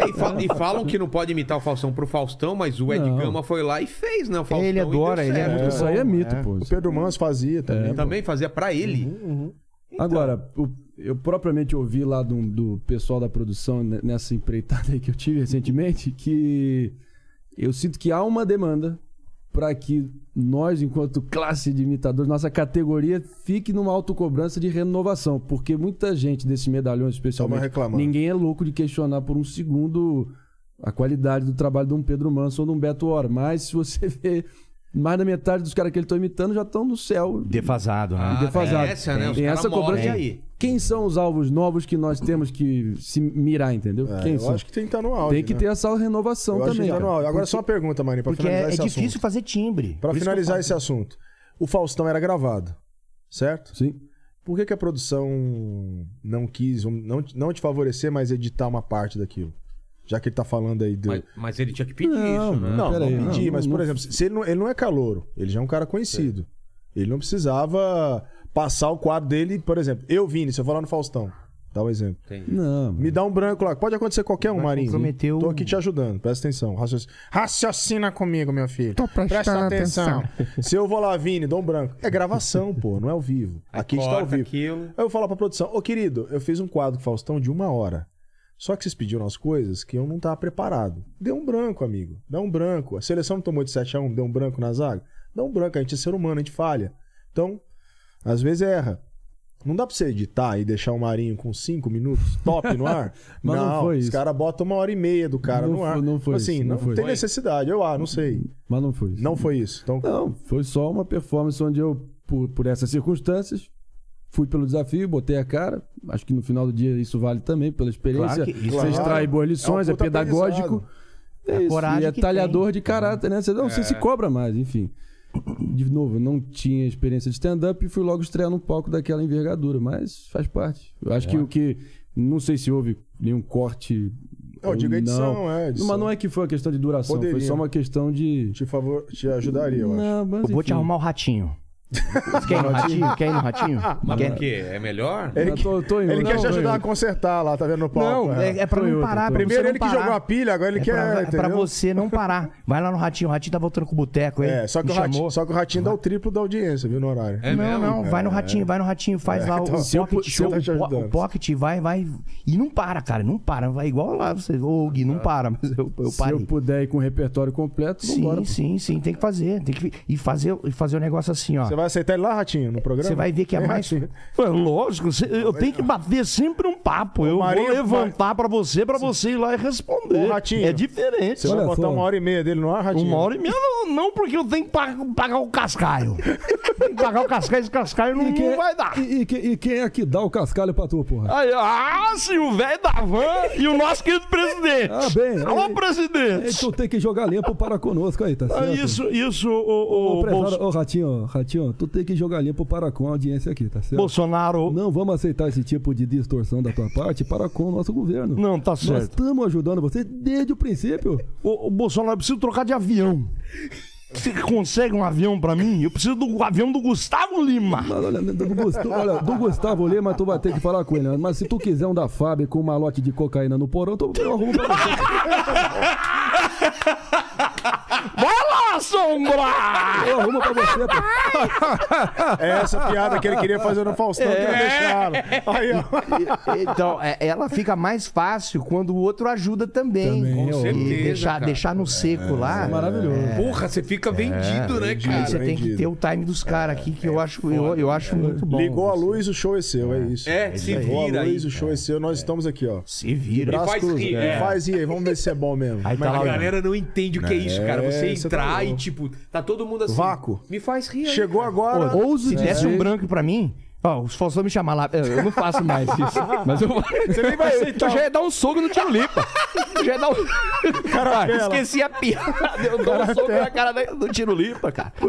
Speaker 2: É, e, fa- e falam que não pode imitar o Faustão pro Faustão, mas o Ed Gama foi lá e fez, né? O Faustão
Speaker 1: Ele
Speaker 2: e deu
Speaker 1: adora, ele é
Speaker 2: certo.
Speaker 1: muito Isso aí é bom, mito, é. pô.
Speaker 3: O Pedro Mans
Speaker 7: É,
Speaker 3: fazia
Speaker 7: né,
Speaker 3: também.
Speaker 2: Também fazia
Speaker 3: Uhum,
Speaker 2: pra ele.
Speaker 7: Agora, o- eu propriamente ouvi lá do, do pessoal da produção, ne- nessa empreitada aí que eu tive recentemente, que eu sinto que há uma demanda para que nós, enquanto classe de imitadores, nossa categoria fique numa autocobrança de renovação. Porque muita gente desses medalhões, especialmente,
Speaker 3: reclamando.
Speaker 7: ninguém é louco de questionar por um segundo a qualidade do trabalho de um Pedro Manso ou de um Beto Or. Mas se você vê... Mais da metade dos caras que ele está imitando já estão no céu.
Speaker 1: Defasado, né?
Speaker 7: Ah, defasado.
Speaker 3: é
Speaker 1: tem essa, né? Os
Speaker 7: Tem
Speaker 1: cara
Speaker 7: essa
Speaker 1: morre
Speaker 7: cobrança.
Speaker 1: aí.
Speaker 7: Quem são os alvos novos que nós temos que se mirar, entendeu?
Speaker 3: É,
Speaker 7: Quem
Speaker 3: eu
Speaker 7: são?
Speaker 3: acho que tem que estar no auge.
Speaker 7: Tem que
Speaker 3: né?
Speaker 7: ter essa renovação
Speaker 3: Eu acho
Speaker 7: também.
Speaker 3: que tá no
Speaker 7: cara.
Speaker 3: auge. Agora
Speaker 7: Porque-
Speaker 3: só uma pergunta, Marinho, pra
Speaker 7: Porque
Speaker 3: finalizar
Speaker 7: é
Speaker 3: esse
Speaker 7: difícil
Speaker 3: assunto.
Speaker 1: fazer timbre.
Speaker 3: Pra
Speaker 7: Por isso que eu
Speaker 3: finalizar
Speaker 7: falo.
Speaker 3: esse assunto. O Faustão era gravado, certo?
Speaker 7: Sim.
Speaker 3: Por que, que a produção não quis, um, não, não te favorecer, mas editar uma parte daquilo? Já que ele tá falando aí do.
Speaker 2: Mas, mas ele tinha que pedir
Speaker 3: não,
Speaker 2: isso, né?
Speaker 3: não, não pedi, mas, por exemplo, se ele não, ele não é calouro, ele já é um cara conhecido. Ele não precisava passar o quadro dele, por exemplo, eu Vini, se eu falar no Faustão. Dá um exemplo.
Speaker 7: Não.
Speaker 3: Me dá um branco lá. Pode acontecer qualquer um, Marinho.
Speaker 1: comprometer
Speaker 3: Tô aqui te ajudando, presta atenção. Racioc- Raciocina comigo, meu filho. presta
Speaker 1: prestando
Speaker 3: atenção.
Speaker 1: atenção.
Speaker 3: se eu vou lá, Vini, dou um branco. É gravação, pô, não é ao vivo. Aqui está ao
Speaker 2: corta
Speaker 3: vivo.
Speaker 2: aquilo.
Speaker 3: Aí eu falo pra produção, ô querido, eu fiz um quadro com o Faustão de uma hora. Só que vocês pediram as coisas que eu não tava preparado. Deu um branco, amigo. Dá um branco. A seleção não tomou de 7x1, deu um branco na zaga. Dá um branco, a gente é ser humano, a gente falha. Então, às vezes erra. Não dá pra você editar e deixar o Marinho com 5 minutos top no ar?
Speaker 7: Mas não foi
Speaker 3: os
Speaker 7: isso.
Speaker 3: caras botam uma hora e meia do cara
Speaker 7: Não
Speaker 3: no ar.
Speaker 7: foi- não foi
Speaker 3: assim,
Speaker 7: isso, não
Speaker 3: não,
Speaker 7: foi.
Speaker 3: tem
Speaker 7: Foi?
Speaker 3: necessidade. Eu ah, não sei.
Speaker 7: Mas não foi isso.
Speaker 3: Não foi isso. Então,
Speaker 7: Não, foi só uma performance onde eu, por, por essas circunstâncias, fui pelo desafio, botei a cara. Acho que no final do dia isso vale também pela experiência.
Speaker 1: Claro que-
Speaker 7: Você
Speaker 1: claro.
Speaker 7: extrai boas lições,
Speaker 1: É
Speaker 7: é,
Speaker 1: um puta
Speaker 7: pedagógico.
Speaker 1: aprendizado. É a
Speaker 7: É isso,
Speaker 1: coragem
Speaker 7: e é
Speaker 1: que
Speaker 7: talhador
Speaker 1: tem.
Speaker 7: de caráter, né? Você, não, você
Speaker 1: É.
Speaker 7: se cobra mais, enfim. De novo, eu não tinha experiência de stand-up e fui logo estrear num palco daquela envergadura, mas faz parte. Eu acho que
Speaker 3: É.
Speaker 7: o que. Não sei se houve nenhum corte.
Speaker 3: Eu
Speaker 7: ou
Speaker 3: digo edição,
Speaker 7: não.
Speaker 3: é, edição.
Speaker 7: Mas não é que foi a questão de duração,
Speaker 3: Poderia.
Speaker 7: foi só uma questão de.
Speaker 3: Te, favor, te ajudaria, eu acho.
Speaker 7: Não, mas
Speaker 1: Eu vou te
Speaker 7: enfim.
Speaker 1: arrumar o ratinho. Você quer ir no ratinho? Quer ir no ratinho?
Speaker 2: Mas
Speaker 1: Quer?
Speaker 2: por quê? É melhor?
Speaker 3: Ele, ele quer te ajudar a consertar lá, tá vendo no palco?
Speaker 1: Não, é, é pra não parar. pra
Speaker 3: Primeiro
Speaker 1: você não
Speaker 3: ele que
Speaker 1: parar.
Speaker 3: jogou a pilha, agora ele
Speaker 1: é
Speaker 3: quer.
Speaker 1: Pra, é pra
Speaker 3: entendeu?
Speaker 1: você não parar. Vai lá no Ratinho. O Ratinho tá voltando com o boteco, hein?
Speaker 3: É, só que,
Speaker 1: Me
Speaker 3: o ratinho,
Speaker 1: chamou. É
Speaker 3: só que o ratinho dá o triplo da audiência, viu, no horário.
Speaker 1: não, não, vai no ratinho, vai no ratinho, faz
Speaker 3: É,
Speaker 1: lá o
Speaker 3: então, se eu pu-
Speaker 1: pocket
Speaker 3: se eu tá
Speaker 1: show,
Speaker 3: te
Speaker 1: o po-
Speaker 3: ajudando.
Speaker 1: o pocket, vai, vai. E não para, cara, não para, vai igual lá, você, ô Gui, não para, mas eu, eu
Speaker 7: Se
Speaker 1: parei.
Speaker 7: eu puder ir com o repertório completo,
Speaker 1: Sim,
Speaker 7: vambora.
Speaker 1: sim, sim, tem que fazer, tem que e fazer, e fazer o negócio assim, ó.
Speaker 3: Você vai aceitar ele lá, ratinho, no programa?
Speaker 1: Você vai ver que é
Speaker 3: Hein,
Speaker 1: mais.
Speaker 3: Ratinho?
Speaker 1: Pô, lógico, cê- eu tenho que bater sempre um papo. Eu
Speaker 3: Marinho,
Speaker 1: vou levantar pra você, pra você ir lá e responder.
Speaker 3: Ô, Ratinho,
Speaker 1: é diferente.
Speaker 3: Você vai botar uma hora e meia dele no ar, ratinho?
Speaker 1: Uma hora e meia, não, não, porque eu tenho que pa- pagar o cascaio. Tem que pagar o cascaio, esse cascaio não, não vai dar.
Speaker 7: E, e quem- e quem é que dá o cascalho pra tu, porra?
Speaker 1: Aí, ah, sim, o velho da van e o nosso querido presidente.
Speaker 7: Ah, bem.
Speaker 1: Alô,
Speaker 7: aí-
Speaker 1: presidente.
Speaker 7: Então tem que jogar limpo para conosco aí, tá
Speaker 1: Ah,
Speaker 7: certo?
Speaker 1: isso, isso, o,
Speaker 7: Ô,
Speaker 1: o,
Speaker 7: prezado-
Speaker 1: Bolso-
Speaker 7: ô, Ratinho, Ratinho, tu tem que jogar limpo para com a audiência aqui, tá certo?
Speaker 1: Bolsonaro.
Speaker 7: Não vamos aceitar esse tipo de distorção da tua parte para com o nosso governo.
Speaker 1: Não, tá
Speaker 7: Nós
Speaker 1: certo.
Speaker 7: estamos ajudando você desde o princípio.
Speaker 1: o, o Bolsonaro, eu preciso trocar de avião. Você consegue um avião pra mim? Eu preciso do avião do Gustavo Lima.
Speaker 7: Mas olha, do, Gust- olha, do Gustavo Lima, tu vai ter que falar com ele. né? Mas se tu quiser um da Fábio com um malote de cocaína no porão, tu eu arrumo pra você.
Speaker 8: sombra!
Speaker 3: Eu arrumo pra você, pô. É essa piada que ele queria fazer no Faustão, que não deixaram. Aí, ó.
Speaker 1: É. Então, é, ela fica mais fácil quando o outro ajuda também.
Speaker 2: Com
Speaker 1: E
Speaker 2: certeza,
Speaker 1: Deixar,
Speaker 2: cara.
Speaker 1: deixar no seco lá.
Speaker 2: É maravilhoso. Porra, você
Speaker 9: É,
Speaker 2: fica vendido, né,
Speaker 1: Aí
Speaker 2: cara?
Speaker 1: Você tem que ter o time dos caras aqui, que eu acho, eu, eu acho muito bom.
Speaker 3: Ligou a luz, o show é seu, é isso.
Speaker 1: É, se
Speaker 3: Ligou
Speaker 1: vira
Speaker 3: a
Speaker 1: aí,
Speaker 3: luz, o show é seu, nós estamos aqui, ó.
Speaker 1: Se
Speaker 2: vira. E faz rir, é.
Speaker 3: Faz rir aí, vamos ver se é bom mesmo.
Speaker 1: tá
Speaker 2: Mas a galera não entende o que é, isso, cara. Você
Speaker 3: É,
Speaker 2: entrar
Speaker 3: tá
Speaker 2: e,
Speaker 3: louco.
Speaker 2: tipo, tá todo mundo assim.
Speaker 3: Vácuo.
Speaker 2: Me faz rir. aí,
Speaker 3: Chegou
Speaker 2: cara.
Speaker 3: agora.
Speaker 1: Ou se desse um branco pra mim, ó, os Faustão me chamar lá. Eu, eu não faço mais isso. Mas eu
Speaker 11: Você nem vai aceitar.
Speaker 1: Eu já ia dar um soco no Tio Lipa. Eu já ia dar um.
Speaker 11: Carapela.
Speaker 1: esqueci a piada. Eu dou um soco na cara da- do
Speaker 3: tá
Speaker 1: Tiro Lipa, cara.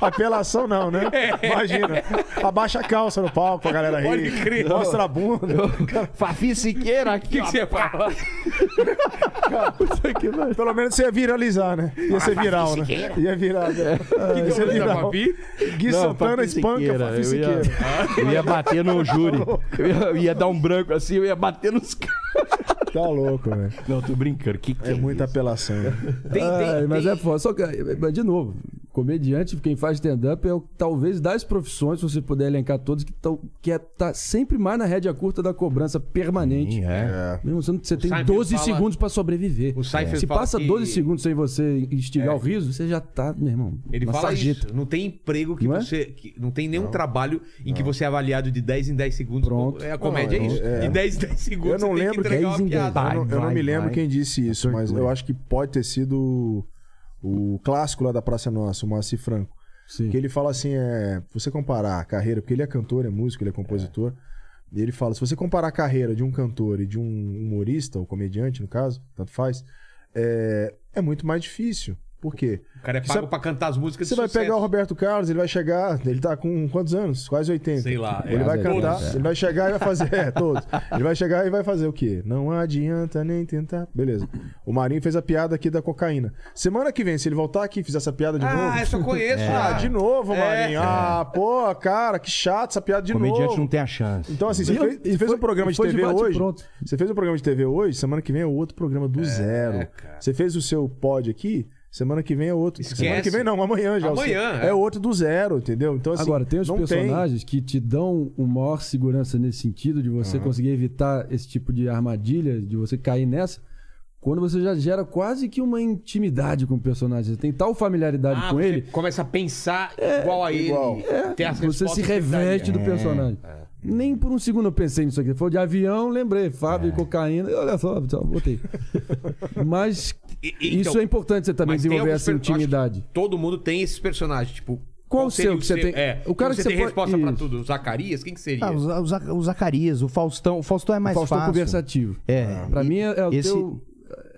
Speaker 3: Apelação não, né? Imagina. Abaixa a calça no palco pra galera rir.
Speaker 1: Pode crer.
Speaker 3: Mostra a bunda.
Speaker 1: Fafi Siqueira aqui.
Speaker 3: O
Speaker 1: que você
Speaker 2: fala?
Speaker 3: Pelo menos você ia viralizar, né? Ia ser viral, né? Ia virar. Né?
Speaker 11: que
Speaker 3: Ia
Speaker 11: é o
Speaker 3: ser
Speaker 11: nome da
Speaker 3: viral.
Speaker 11: Fabi?
Speaker 3: Gui
Speaker 11: Não,
Speaker 3: Santana
Speaker 11: Fabi
Speaker 3: espanca
Speaker 11: Siqueira,
Speaker 3: Fafi
Speaker 11: eu ia-
Speaker 3: Siqueira.
Speaker 11: eu ia
Speaker 9: bater no júri. Eu ia, eu ia dar um branco assim, eu ia bater nos caras.
Speaker 3: Tá louco, velho.
Speaker 9: Não, tô brincando. Que que
Speaker 3: é muita apelação.
Speaker 7: Ai, mas é foda. Só que, mas de novo, comediante, quem faz stand-up é o- talvez das profissões, se você puder elencar todos, que, tão, que é, tá sempre mais na rédea curta da cobrança permanente.
Speaker 9: é.
Speaker 7: Mesmo sendo que você tem
Speaker 9: Seinfeld
Speaker 7: 12
Speaker 9: fala-
Speaker 7: segundos pra sobreviver.
Speaker 2: O Seinfeld
Speaker 7: Se
Speaker 2: fala
Speaker 7: passa
Speaker 2: que- É.
Speaker 7: 12 segundos sem você instigar o riso, você já tá, meu irmão.
Speaker 2: Ele
Speaker 7: na
Speaker 2: fala
Speaker 7: sarjeta.
Speaker 2: isso. Não tem emprego que
Speaker 7: Não é?
Speaker 2: você. que- não tem nenhum trabalho em que você é avaliado de 10 em 10 segundos. Pronto. É, a comédia é,
Speaker 3: Não,
Speaker 2: isso.
Speaker 3: é-
Speaker 2: De 10 em 10 segundos
Speaker 3: Eu não
Speaker 2: você
Speaker 3: lembro
Speaker 2: tem que entregar uma piada.
Speaker 3: Eu não, eu não me lembro quem disse isso, mas eu acho que pode ter sido o o clássico lá da Praça Nossa, o Moacir Franco. Que ele fala assim: é, você comparar a carreira, porque ele é cantor, é músico, ele é compositor. E ele fala: se você comparar a carreira de um cantor e de um humorista, ou comediante, no caso, tanto faz, é, é muito mais difícil. Por quê?
Speaker 2: O cara é
Speaker 3: Porque
Speaker 2: pago
Speaker 3: você-
Speaker 2: pra cantar as músicas
Speaker 3: você
Speaker 2: de
Speaker 3: vai
Speaker 2: sucesso.
Speaker 3: pegar o Roberto Carlos, ele vai chegar, ele tá com quantos anos? Quase 80.
Speaker 2: Sei lá,
Speaker 3: Ele
Speaker 2: é,
Speaker 3: vai
Speaker 2: é,
Speaker 3: cantar,
Speaker 2: todos.
Speaker 3: ele vai chegar e vai fazer, é, todos. Ele vai chegar e vai fazer o quê? Não adianta nem tentar. Beleza. O Marinho fez a piada aqui da cocaína. Semana que vem, se ele voltar aqui e fizer essa piada de
Speaker 2: Ah,
Speaker 3: novo.
Speaker 2: essa eu conheço,
Speaker 3: Ah,
Speaker 2: cara.
Speaker 3: de novo,
Speaker 2: É.
Speaker 3: Marinho. Ah, pô, cara, que chato essa piada de
Speaker 1: Comediante
Speaker 3: novo.
Speaker 1: não tem a chance.
Speaker 3: Então, assim, você
Speaker 1: E eu-
Speaker 3: fez,
Speaker 1: e
Speaker 3: você fez
Speaker 1: foi-
Speaker 3: um programa
Speaker 1: e
Speaker 3: de
Speaker 1: foi
Speaker 3: TV
Speaker 1: de bate
Speaker 3: hoje.
Speaker 1: pronto.
Speaker 3: Você fez um programa de TV hoje, semana que vem é outro programa do zero. Você fez o seu pod aqui, semana que vem é outro. Semana que vem não, amanhã já. é o seu.
Speaker 7: Amanhã,
Speaker 3: é.
Speaker 7: é.
Speaker 3: outro do zero, entendeu? Então, assim,
Speaker 7: Agora, tem os
Speaker 3: não
Speaker 7: personagens que te dão uma maior segurança nesse sentido, de você
Speaker 3: Aham.
Speaker 7: conseguir evitar esse tipo de armadilha, de você cair nessa, quando você já gera quase que uma intimidade com o personagem. Você tem tal familiaridade
Speaker 2: Ah,
Speaker 7: com
Speaker 2: você
Speaker 7: ele.
Speaker 2: começa a pensar igual a ele.
Speaker 7: É,
Speaker 2: Tem as
Speaker 7: você se
Speaker 2: respostas que
Speaker 7: reveste do
Speaker 3: É,
Speaker 2: daria.
Speaker 7: personagem. Nem por um segundo eu pensei nisso aqui. Foi de avião, lembrei.
Speaker 3: É.
Speaker 7: Fábio, cocaína. Olha só, só botei. Mas
Speaker 2: E- e-
Speaker 7: isso
Speaker 2: então,
Speaker 7: é importante você também
Speaker 2: mas tem
Speaker 7: desenvolver
Speaker 2: alguns
Speaker 7: essa
Speaker 2: per- acho que
Speaker 7: intimidade.
Speaker 2: Todo mundo tem esses personagens, tipo.
Speaker 7: Qual o
Speaker 2: seria
Speaker 7: seu que você tem-
Speaker 2: É,
Speaker 7: o cara que
Speaker 2: você
Speaker 7: você
Speaker 2: tem
Speaker 7: pode-
Speaker 2: resposta pra
Speaker 7: Isso.
Speaker 2: tudo. O Zacarias, quem que seria?
Speaker 1: Ah, o, Za- o Za- o Zacarias, o Faustão. O Faustão é mais
Speaker 7: Faustão
Speaker 1: fácil.
Speaker 7: conversativo.
Speaker 1: É.
Speaker 7: Pra
Speaker 1: E-
Speaker 7: mim é, é o
Speaker 1: esse-
Speaker 7: teu-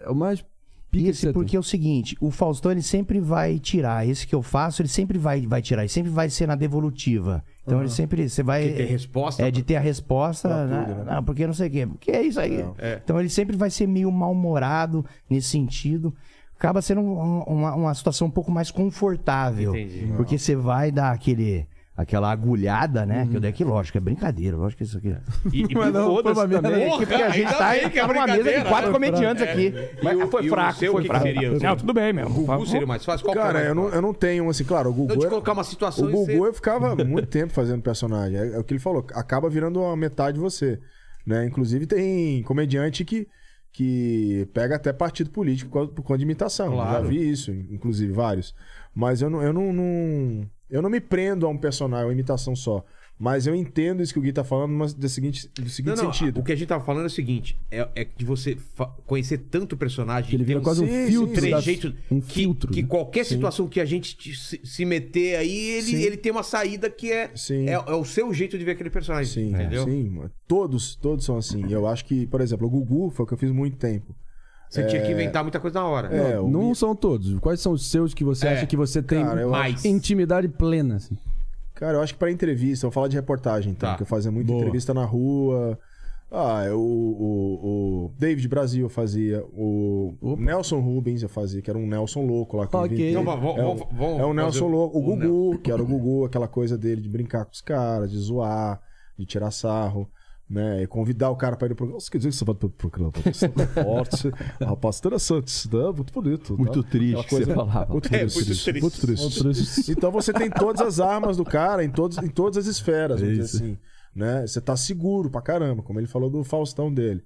Speaker 7: é o mais pique que
Speaker 1: Esse,
Speaker 7: você
Speaker 1: porque é o seguinte, o Faustão ele sempre vai tirar. Esse que eu faço, ele sempre vai, vai tirar. E sempre vai ser na devolutiva. Então
Speaker 2: Aham.
Speaker 1: ele sempre. Você vai.
Speaker 2: Que tem resposta
Speaker 1: É, de ter a resposta.
Speaker 2: pra
Speaker 1: né?
Speaker 2: tudo, né?
Speaker 1: Ah, porque não sei o quê. Porque é isso aí.
Speaker 2: É.
Speaker 1: Então ele sempre vai ser meio mal-humorado nesse sentido. Acaba sendo um- uma, uma situação um pouco mais confortável.
Speaker 2: Entendi.
Speaker 1: Porque você vai dar aquele. Aquela agulhada, né? Que eu dei aqui, lógico, é brincadeira, lógico que isso aqui. é.
Speaker 2: E,
Speaker 3: é
Speaker 2: e
Speaker 1: Mas não,
Speaker 2: foda-se
Speaker 1: foi uma merda.
Speaker 2: também,
Speaker 1: Porra,
Speaker 2: porque a gente
Speaker 1: ainda
Speaker 2: tá,
Speaker 1: bem que é
Speaker 2: tá numa mesa de
Speaker 1: brincadeira.
Speaker 3: né?
Speaker 2: quatro
Speaker 1: Foi
Speaker 2: comediantes
Speaker 1: fraco.
Speaker 2: aqui.
Speaker 1: É.
Speaker 2: Mas
Speaker 1: E o-
Speaker 2: Ah, foi
Speaker 1: e o
Speaker 2: fraco,
Speaker 1: seu,
Speaker 2: foi
Speaker 1: o que que
Speaker 2: fraco.
Speaker 1: seria?
Speaker 2: Não, tudo
Speaker 8: bem mesmo.
Speaker 2: O Gugu seria mais fácil? Qual que é o
Speaker 3: Cara,
Speaker 2: mais
Speaker 3: eu não,
Speaker 2: fácil?
Speaker 3: eu não tenho, assim, claro, o Gugu.
Speaker 2: Não, de
Speaker 3: era-
Speaker 2: colocar uma situação
Speaker 3: O
Speaker 2: e
Speaker 3: Gugu
Speaker 2: você-
Speaker 3: eu ficava muito tempo fazendo personagem. É, é o que ele falou, acaba virando uma metade de você. Né? Inclusive, tem comediante que, que pega até partido político por causa, por conta de imitação.
Speaker 2: Claro.
Speaker 3: Já vi isso, inclusive, vários. Mas eu não, eu não, não- Eu não me prendo a um personagem, uma imitação só. Mas eu entendo isso que o Gui tá falando, mas do seguinte, do seguinte
Speaker 2: Não, não,
Speaker 3: sentido.
Speaker 2: O que a gente tava falando é o seguinte: é, é de você fa- conhecer tanto o personagem.
Speaker 3: Que ele vira
Speaker 2: ter
Speaker 3: quase um Sim, filtro sim,
Speaker 2: trejeito
Speaker 3: das- um né?
Speaker 2: que, que qualquer situação que a gente te- se, se meter aí, ele,
Speaker 3: Sim.
Speaker 2: ele tem uma saída que é, é, é o seu jeito de ver aquele personagem.
Speaker 3: Sim,
Speaker 2: entendeu?
Speaker 3: É, sim. mano. Todos, todos são assim. Eu acho que, por exemplo, o Gugu foi o que eu fiz muito tempo.
Speaker 2: Você tinha que inventar muita coisa na hora.
Speaker 3: É,
Speaker 7: não
Speaker 3: o
Speaker 7: não são todos. Quais são os seus que você
Speaker 3: É,
Speaker 7: acha que você tem
Speaker 3: cara, eu acho-
Speaker 7: intimidade plena? assim?
Speaker 3: Cara, eu acho que pra entrevista, eu vou falar de reportagem,
Speaker 2: Tá.
Speaker 3: então, porque eu fazia muita entrevista na rua. Ah, eu- o, o, o David Brasil eu fazia, o Nelson Rubens eu fazia, que era um Nelson louco lá que eu
Speaker 2: Ok.
Speaker 3: inventei.
Speaker 2: Então, vamos-
Speaker 3: é,
Speaker 2: vamos- vamos
Speaker 3: é um
Speaker 2: fazer
Speaker 3: Nelson
Speaker 2: o-
Speaker 3: louco, o
Speaker 2: o
Speaker 3: Gugu, que era o Gugu, aquela coisa dele de brincar com os caras, de zoar, de tirar sarro. né? E convidar o cara pra ir no programa. Você quer dizer que você vai pro programa? Você tá forte. A pastora Santos, né? Muito bonito. tá?
Speaker 5: Muito triste
Speaker 3: Aquela
Speaker 5: que você falava.
Speaker 3: Muito,
Speaker 5: É,
Speaker 3: triste,
Speaker 5: muito
Speaker 3: triste,
Speaker 5: triste.
Speaker 3: muito triste.
Speaker 5: Muito triste.
Speaker 3: Então você tem todas as armas do cara em, todos, em todas as esferas, vamos dizer assim. Né? Você tá seguro pra caramba, como ele falou do Faustão dele.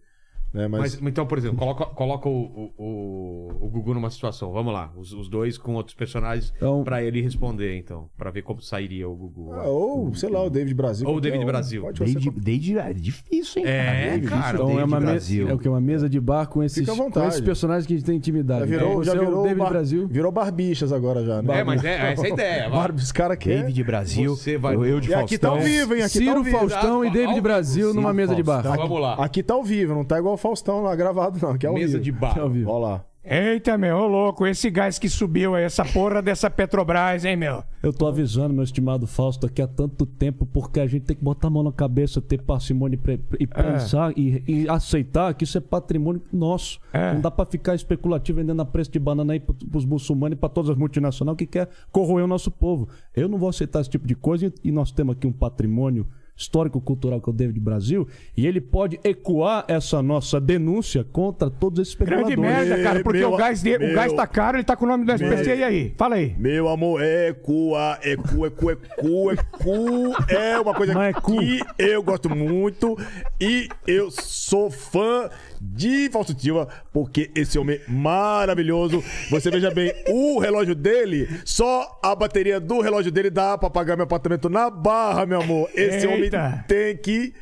Speaker 3: Né? Mas,
Speaker 2: Mas, então, por exemplo, coloca, coloca o, o, o- o Gugu numa situação. Vamos lá, os, os dois com outros personagens pra ele responder, então. pra ver como sairia o Gugu.
Speaker 3: Ah, ou, sei lá, o David Brasil.
Speaker 2: Ou o David
Speaker 3: qualquer um.
Speaker 2: Brasil.
Speaker 3: Pode
Speaker 2: David-
Speaker 3: ser
Speaker 1: Desde, é difícil, hein?
Speaker 2: É,
Speaker 1: Desde-
Speaker 2: cara,
Speaker 7: Então é uma mesa, é o que uma mesa de bar com esses,
Speaker 3: Fica à
Speaker 7: com
Speaker 3: vontade.
Speaker 7: esses personagens que a gente tem intimidade.
Speaker 3: Já virou,
Speaker 7: Então,
Speaker 3: já
Speaker 7: você é o
Speaker 3: virou,
Speaker 7: David
Speaker 3: bar-
Speaker 7: Brasil.
Speaker 3: virou barbichas agora já, né?
Speaker 7: É, mas é- essa é a ideia, vai.
Speaker 3: Barbos, cara que é?
Speaker 7: David Brasil,
Speaker 3: Você vai...
Speaker 7: eu- eu de
Speaker 3: e aqui tá ao
Speaker 7: Faustão.
Speaker 3: vivo, hein? Aqui tá
Speaker 7: Ciro,
Speaker 3: ao vivo.
Speaker 7: Faustão e David Brasil numa mesa de bar.
Speaker 3: Aqui-
Speaker 7: Vamos lá.
Speaker 3: Aqui tá ao vivo, não tá igual o Faustão lá gravado, não. Aqui é ao
Speaker 8: Mesa
Speaker 3: vivo.
Speaker 8: de bar.
Speaker 3: Aqui é ao vivo. Olha lá.
Speaker 8: Eita, meu, ô louco, esse gás que subiu aí, essa porra dessa Petrobras, hein, meu?
Speaker 11: Eu tô avisando, meu estimado Fausto, aqui há tanto tempo, porque a gente tem que botar a mão na cabeça, ter parcimônia e pre-
Speaker 8: É.
Speaker 11: e pensar e, e aceitar que isso é patrimônio nosso.
Speaker 8: É.
Speaker 11: Não dá pra ficar especulativo vendendo a preço de banana aí pro- pros muçulmanos e pra todas as multinacionais que quer corroer o nosso povo. Eu não vou aceitar esse tipo de coisa e- e nós temos aqui um patrimônio histórico-cultural que é o David Brasil, e ele pode ecoar essa nossa denúncia contra todos esses especuladores.
Speaker 8: Grande merda, cara, porque o gás dele, o gás tá caro, ele tá com o nome do SPC, e aí? Fala aí.
Speaker 15: Meu amor, é cua, é cu, é cu, é cu, é cu. É uma coisa que eu gosto muito e eu sou fã de Fausto Silva, porque esse homem é maravilhoso. Você veja bem, o relógio dele, só a bateria do relógio dele dá pra pagar meu apartamento na barra, meu amor. Esse homem
Speaker 8: Eita.
Speaker 15: tem que.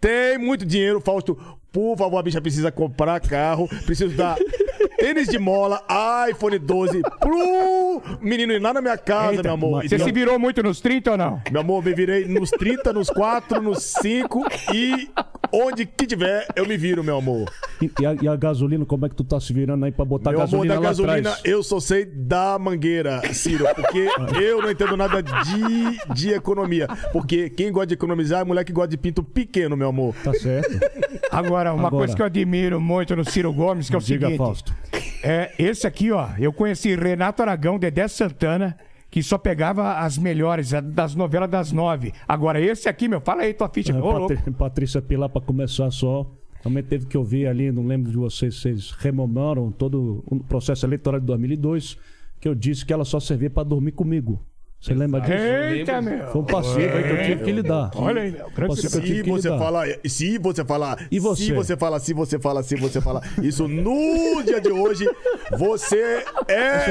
Speaker 15: Tem muito dinheiro, Fausto. Por favor, a bicha precisa comprar carro, preciso dar tênis de mola, iPhone 12 pro menino ir lá na minha casa, meu amor. Então-
Speaker 8: Você se virou muito nos 30 ou não?
Speaker 15: Meu amor, me virei nos 30, nos 4, nos 5 e onde que tiver, eu me viro, meu amor.
Speaker 11: E, e a, e a gasolina, como é que tu tá se virando aí pra botar
Speaker 15: meu amor,
Speaker 11: gasolina
Speaker 15: da
Speaker 11: lá
Speaker 15: gasolina,
Speaker 11: atrás?
Speaker 15: eu só sei da mangueira, Ciro, porque eu não entendo nada de, de economia. Porque quem gosta de economizar é mulher que gosta de pinto pequeno, meu amor.
Speaker 11: Tá certo.
Speaker 8: Agora, uma
Speaker 15: Agora.
Speaker 8: coisa que eu admiro muito no Ciro Gomes, que é o
Speaker 11: Diga,
Speaker 8: seguinte.
Speaker 11: Fausto.
Speaker 8: É, esse aqui, ó, eu conheci Renato Aragão, Dedé Santana, que só pegava as melhores, a- das novelas das nove. Agora, esse aqui, meu, fala aí tua ficha.
Speaker 11: É,
Speaker 8: Ô, louco.
Speaker 11: Patri- Patrícia Pilar, pra começar só. Também teve que ouvir ali, não lembro de vocês, vocês rememoram todo o processo eleitoral de 2002, que eu disse que ela só servia pra dormir comigo. Você lembra disso?
Speaker 8: Eita, meu.
Speaker 11: Foi um passivo aí que eu tive que lidar. um
Speaker 8: Olha aí, meu. Grande
Speaker 11: Passivo que eu
Speaker 15: Se
Speaker 11: tive que
Speaker 15: você
Speaker 11: lidar.
Speaker 15: falar, se você falar,
Speaker 11: E você?
Speaker 15: se você falar, se você falar, se você falar, isso no dia de hoje, você
Speaker 11: Você é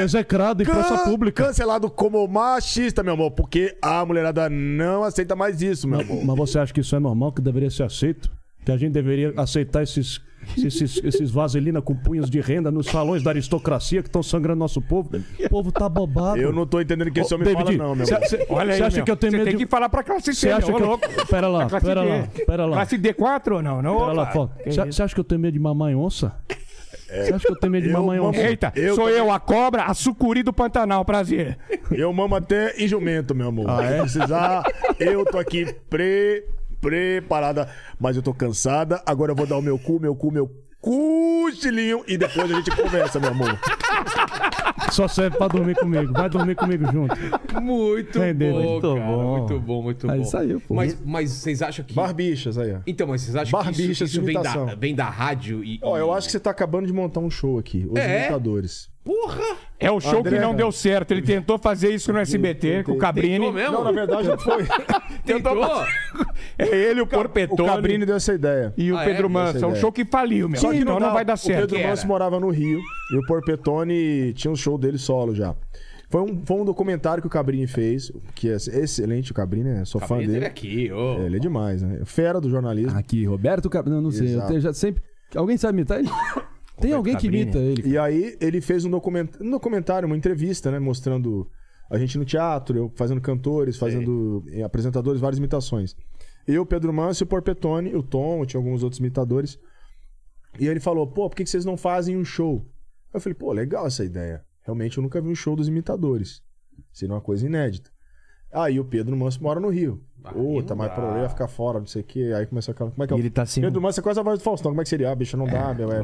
Speaker 15: é
Speaker 11: execrado em praça pública.
Speaker 15: cancelado como machista, meu amor, porque a mulherada não aceita mais isso, meu amor.
Speaker 11: Mas você acha que isso é normal, que deveria ser aceito? Que a gente deveria aceitar esses, esses, esses vaselina com punhos de renda nos salões da aristocracia que estão sangrando nosso povo? O povo tá bobado.
Speaker 15: Eu não tô entendendo o que esse homem fala, não, meu amor.
Speaker 8: Olha aí,
Speaker 11: Você acha
Speaker 8: meu.
Speaker 11: que eu tenho
Speaker 8: Você
Speaker 11: medo
Speaker 8: tem
Speaker 11: de-
Speaker 8: que falar pra classe C,
Speaker 11: Você acha
Speaker 8: meu,
Speaker 11: que
Speaker 8: ô,
Speaker 11: eu-
Speaker 8: louco.
Speaker 11: Pera lá,
Speaker 8: Pra classe
Speaker 11: pera
Speaker 8: D.
Speaker 11: lá, pera lá.
Speaker 8: Classe D4 ou não? não
Speaker 11: Pera lá,
Speaker 8: Opa.
Speaker 11: Fausto.
Speaker 8: Que
Speaker 11: Você
Speaker 8: isso.
Speaker 11: você acha que eu tenho medo de mamãe em onça? Você acha que eu tenho medo de mamãe em onça?
Speaker 8: Eita, sou eu, a cobra, a sucuri do Pantanal, prazer.
Speaker 15: Eu mamo até em jumento, meu amor.
Speaker 8: Ah, é?
Speaker 15: Se precisar, eu tô aqui pre preparada, mas eu tô cansada. Agora eu vou dar o meu cu, meu cu, meu cochilinho e depois a gente conversa, meu amor.
Speaker 11: Só serve pra dormir comigo. Vai dormir comigo junto.
Speaker 3: Tá
Speaker 2: Muito
Speaker 11: Entendeu?
Speaker 2: bom,
Speaker 11: Muito
Speaker 2: cara.
Speaker 11: bom.
Speaker 2: Muito bom, muito
Speaker 11: Aí
Speaker 2: bom.
Speaker 11: saiu, pô.
Speaker 2: Mas, mas vocês acham que...
Speaker 3: Barbichas aí, ó.
Speaker 2: Então, mas vocês acham que isso,
Speaker 3: Barbichas
Speaker 2: isso
Speaker 3: de
Speaker 2: vem,
Speaker 3: imitação.
Speaker 2: da, vem da rádio e...
Speaker 3: Ó,
Speaker 2: e-
Speaker 3: eu acho que você tá acabando de montar um show aqui. Os
Speaker 2: É?
Speaker 3: imitadores.
Speaker 2: Porra!
Speaker 8: É o show
Speaker 3: André,
Speaker 8: que não
Speaker 3: cara.
Speaker 8: deu certo. Ele tentou fazer isso
Speaker 9: é
Speaker 8: no SBT com o Cabrini.
Speaker 2: Tentou mesmo?
Speaker 3: Não, na verdade não foi.
Speaker 2: Tentou?
Speaker 8: É ele, o
Speaker 3: O
Speaker 8: Porpetone.
Speaker 3: Cabrini deu essa ideia.
Speaker 8: E o
Speaker 3: Ah, é?
Speaker 8: Pedro
Speaker 3: Deu
Speaker 8: Manso.
Speaker 3: essa
Speaker 8: É um
Speaker 3: ideia.
Speaker 8: show que faliu, meu.
Speaker 3: Só que
Speaker 8: então não,
Speaker 3: dá.
Speaker 8: vai dar certo.
Speaker 3: O Pedro Manso morava no Rio e o Porpetone tinha um show dele solo já. Foi um, foi um documentário que o Cabrini fez, que é excelente o Cabrini, né? Sou fã
Speaker 2: Cabrini
Speaker 3: dele.
Speaker 2: teve aqui, ô.
Speaker 3: É, ele é demais, né? Fera do jornalismo.
Speaker 7: Aqui, Roberto Cabrini, não sei, eu
Speaker 3: Exato.
Speaker 7: tenho, já sempre... Alguém sabe imitar ele? Tem alguém que imita ele.
Speaker 3: E aí ele fez um, document... um documentário, uma entrevista, né? Mostrando a gente no teatro, eu fazendo cantores, fazendo eh, apresentadores, várias imitações. Eu, Pedro Manso, o Porpetone, o Tom, tinha alguns outros imitadores. E ele falou, pô, por que que vocês não fazem um show? Eu falei, pô, legal essa ideia. Realmente eu nunca vi um show dos imitadores. Seria uma coisa inédita. Aí o Pedro Manso mora no Rio. Ô, tá mais pra orelha, vai ficar fora, não sei o quê. Aí começou aquela. Como é que é?
Speaker 1: E ele tá assim-
Speaker 3: Pedro Mano, você é quase a voz do Faustão. Como é que seria? Ah, bicho, não dá, meu. É,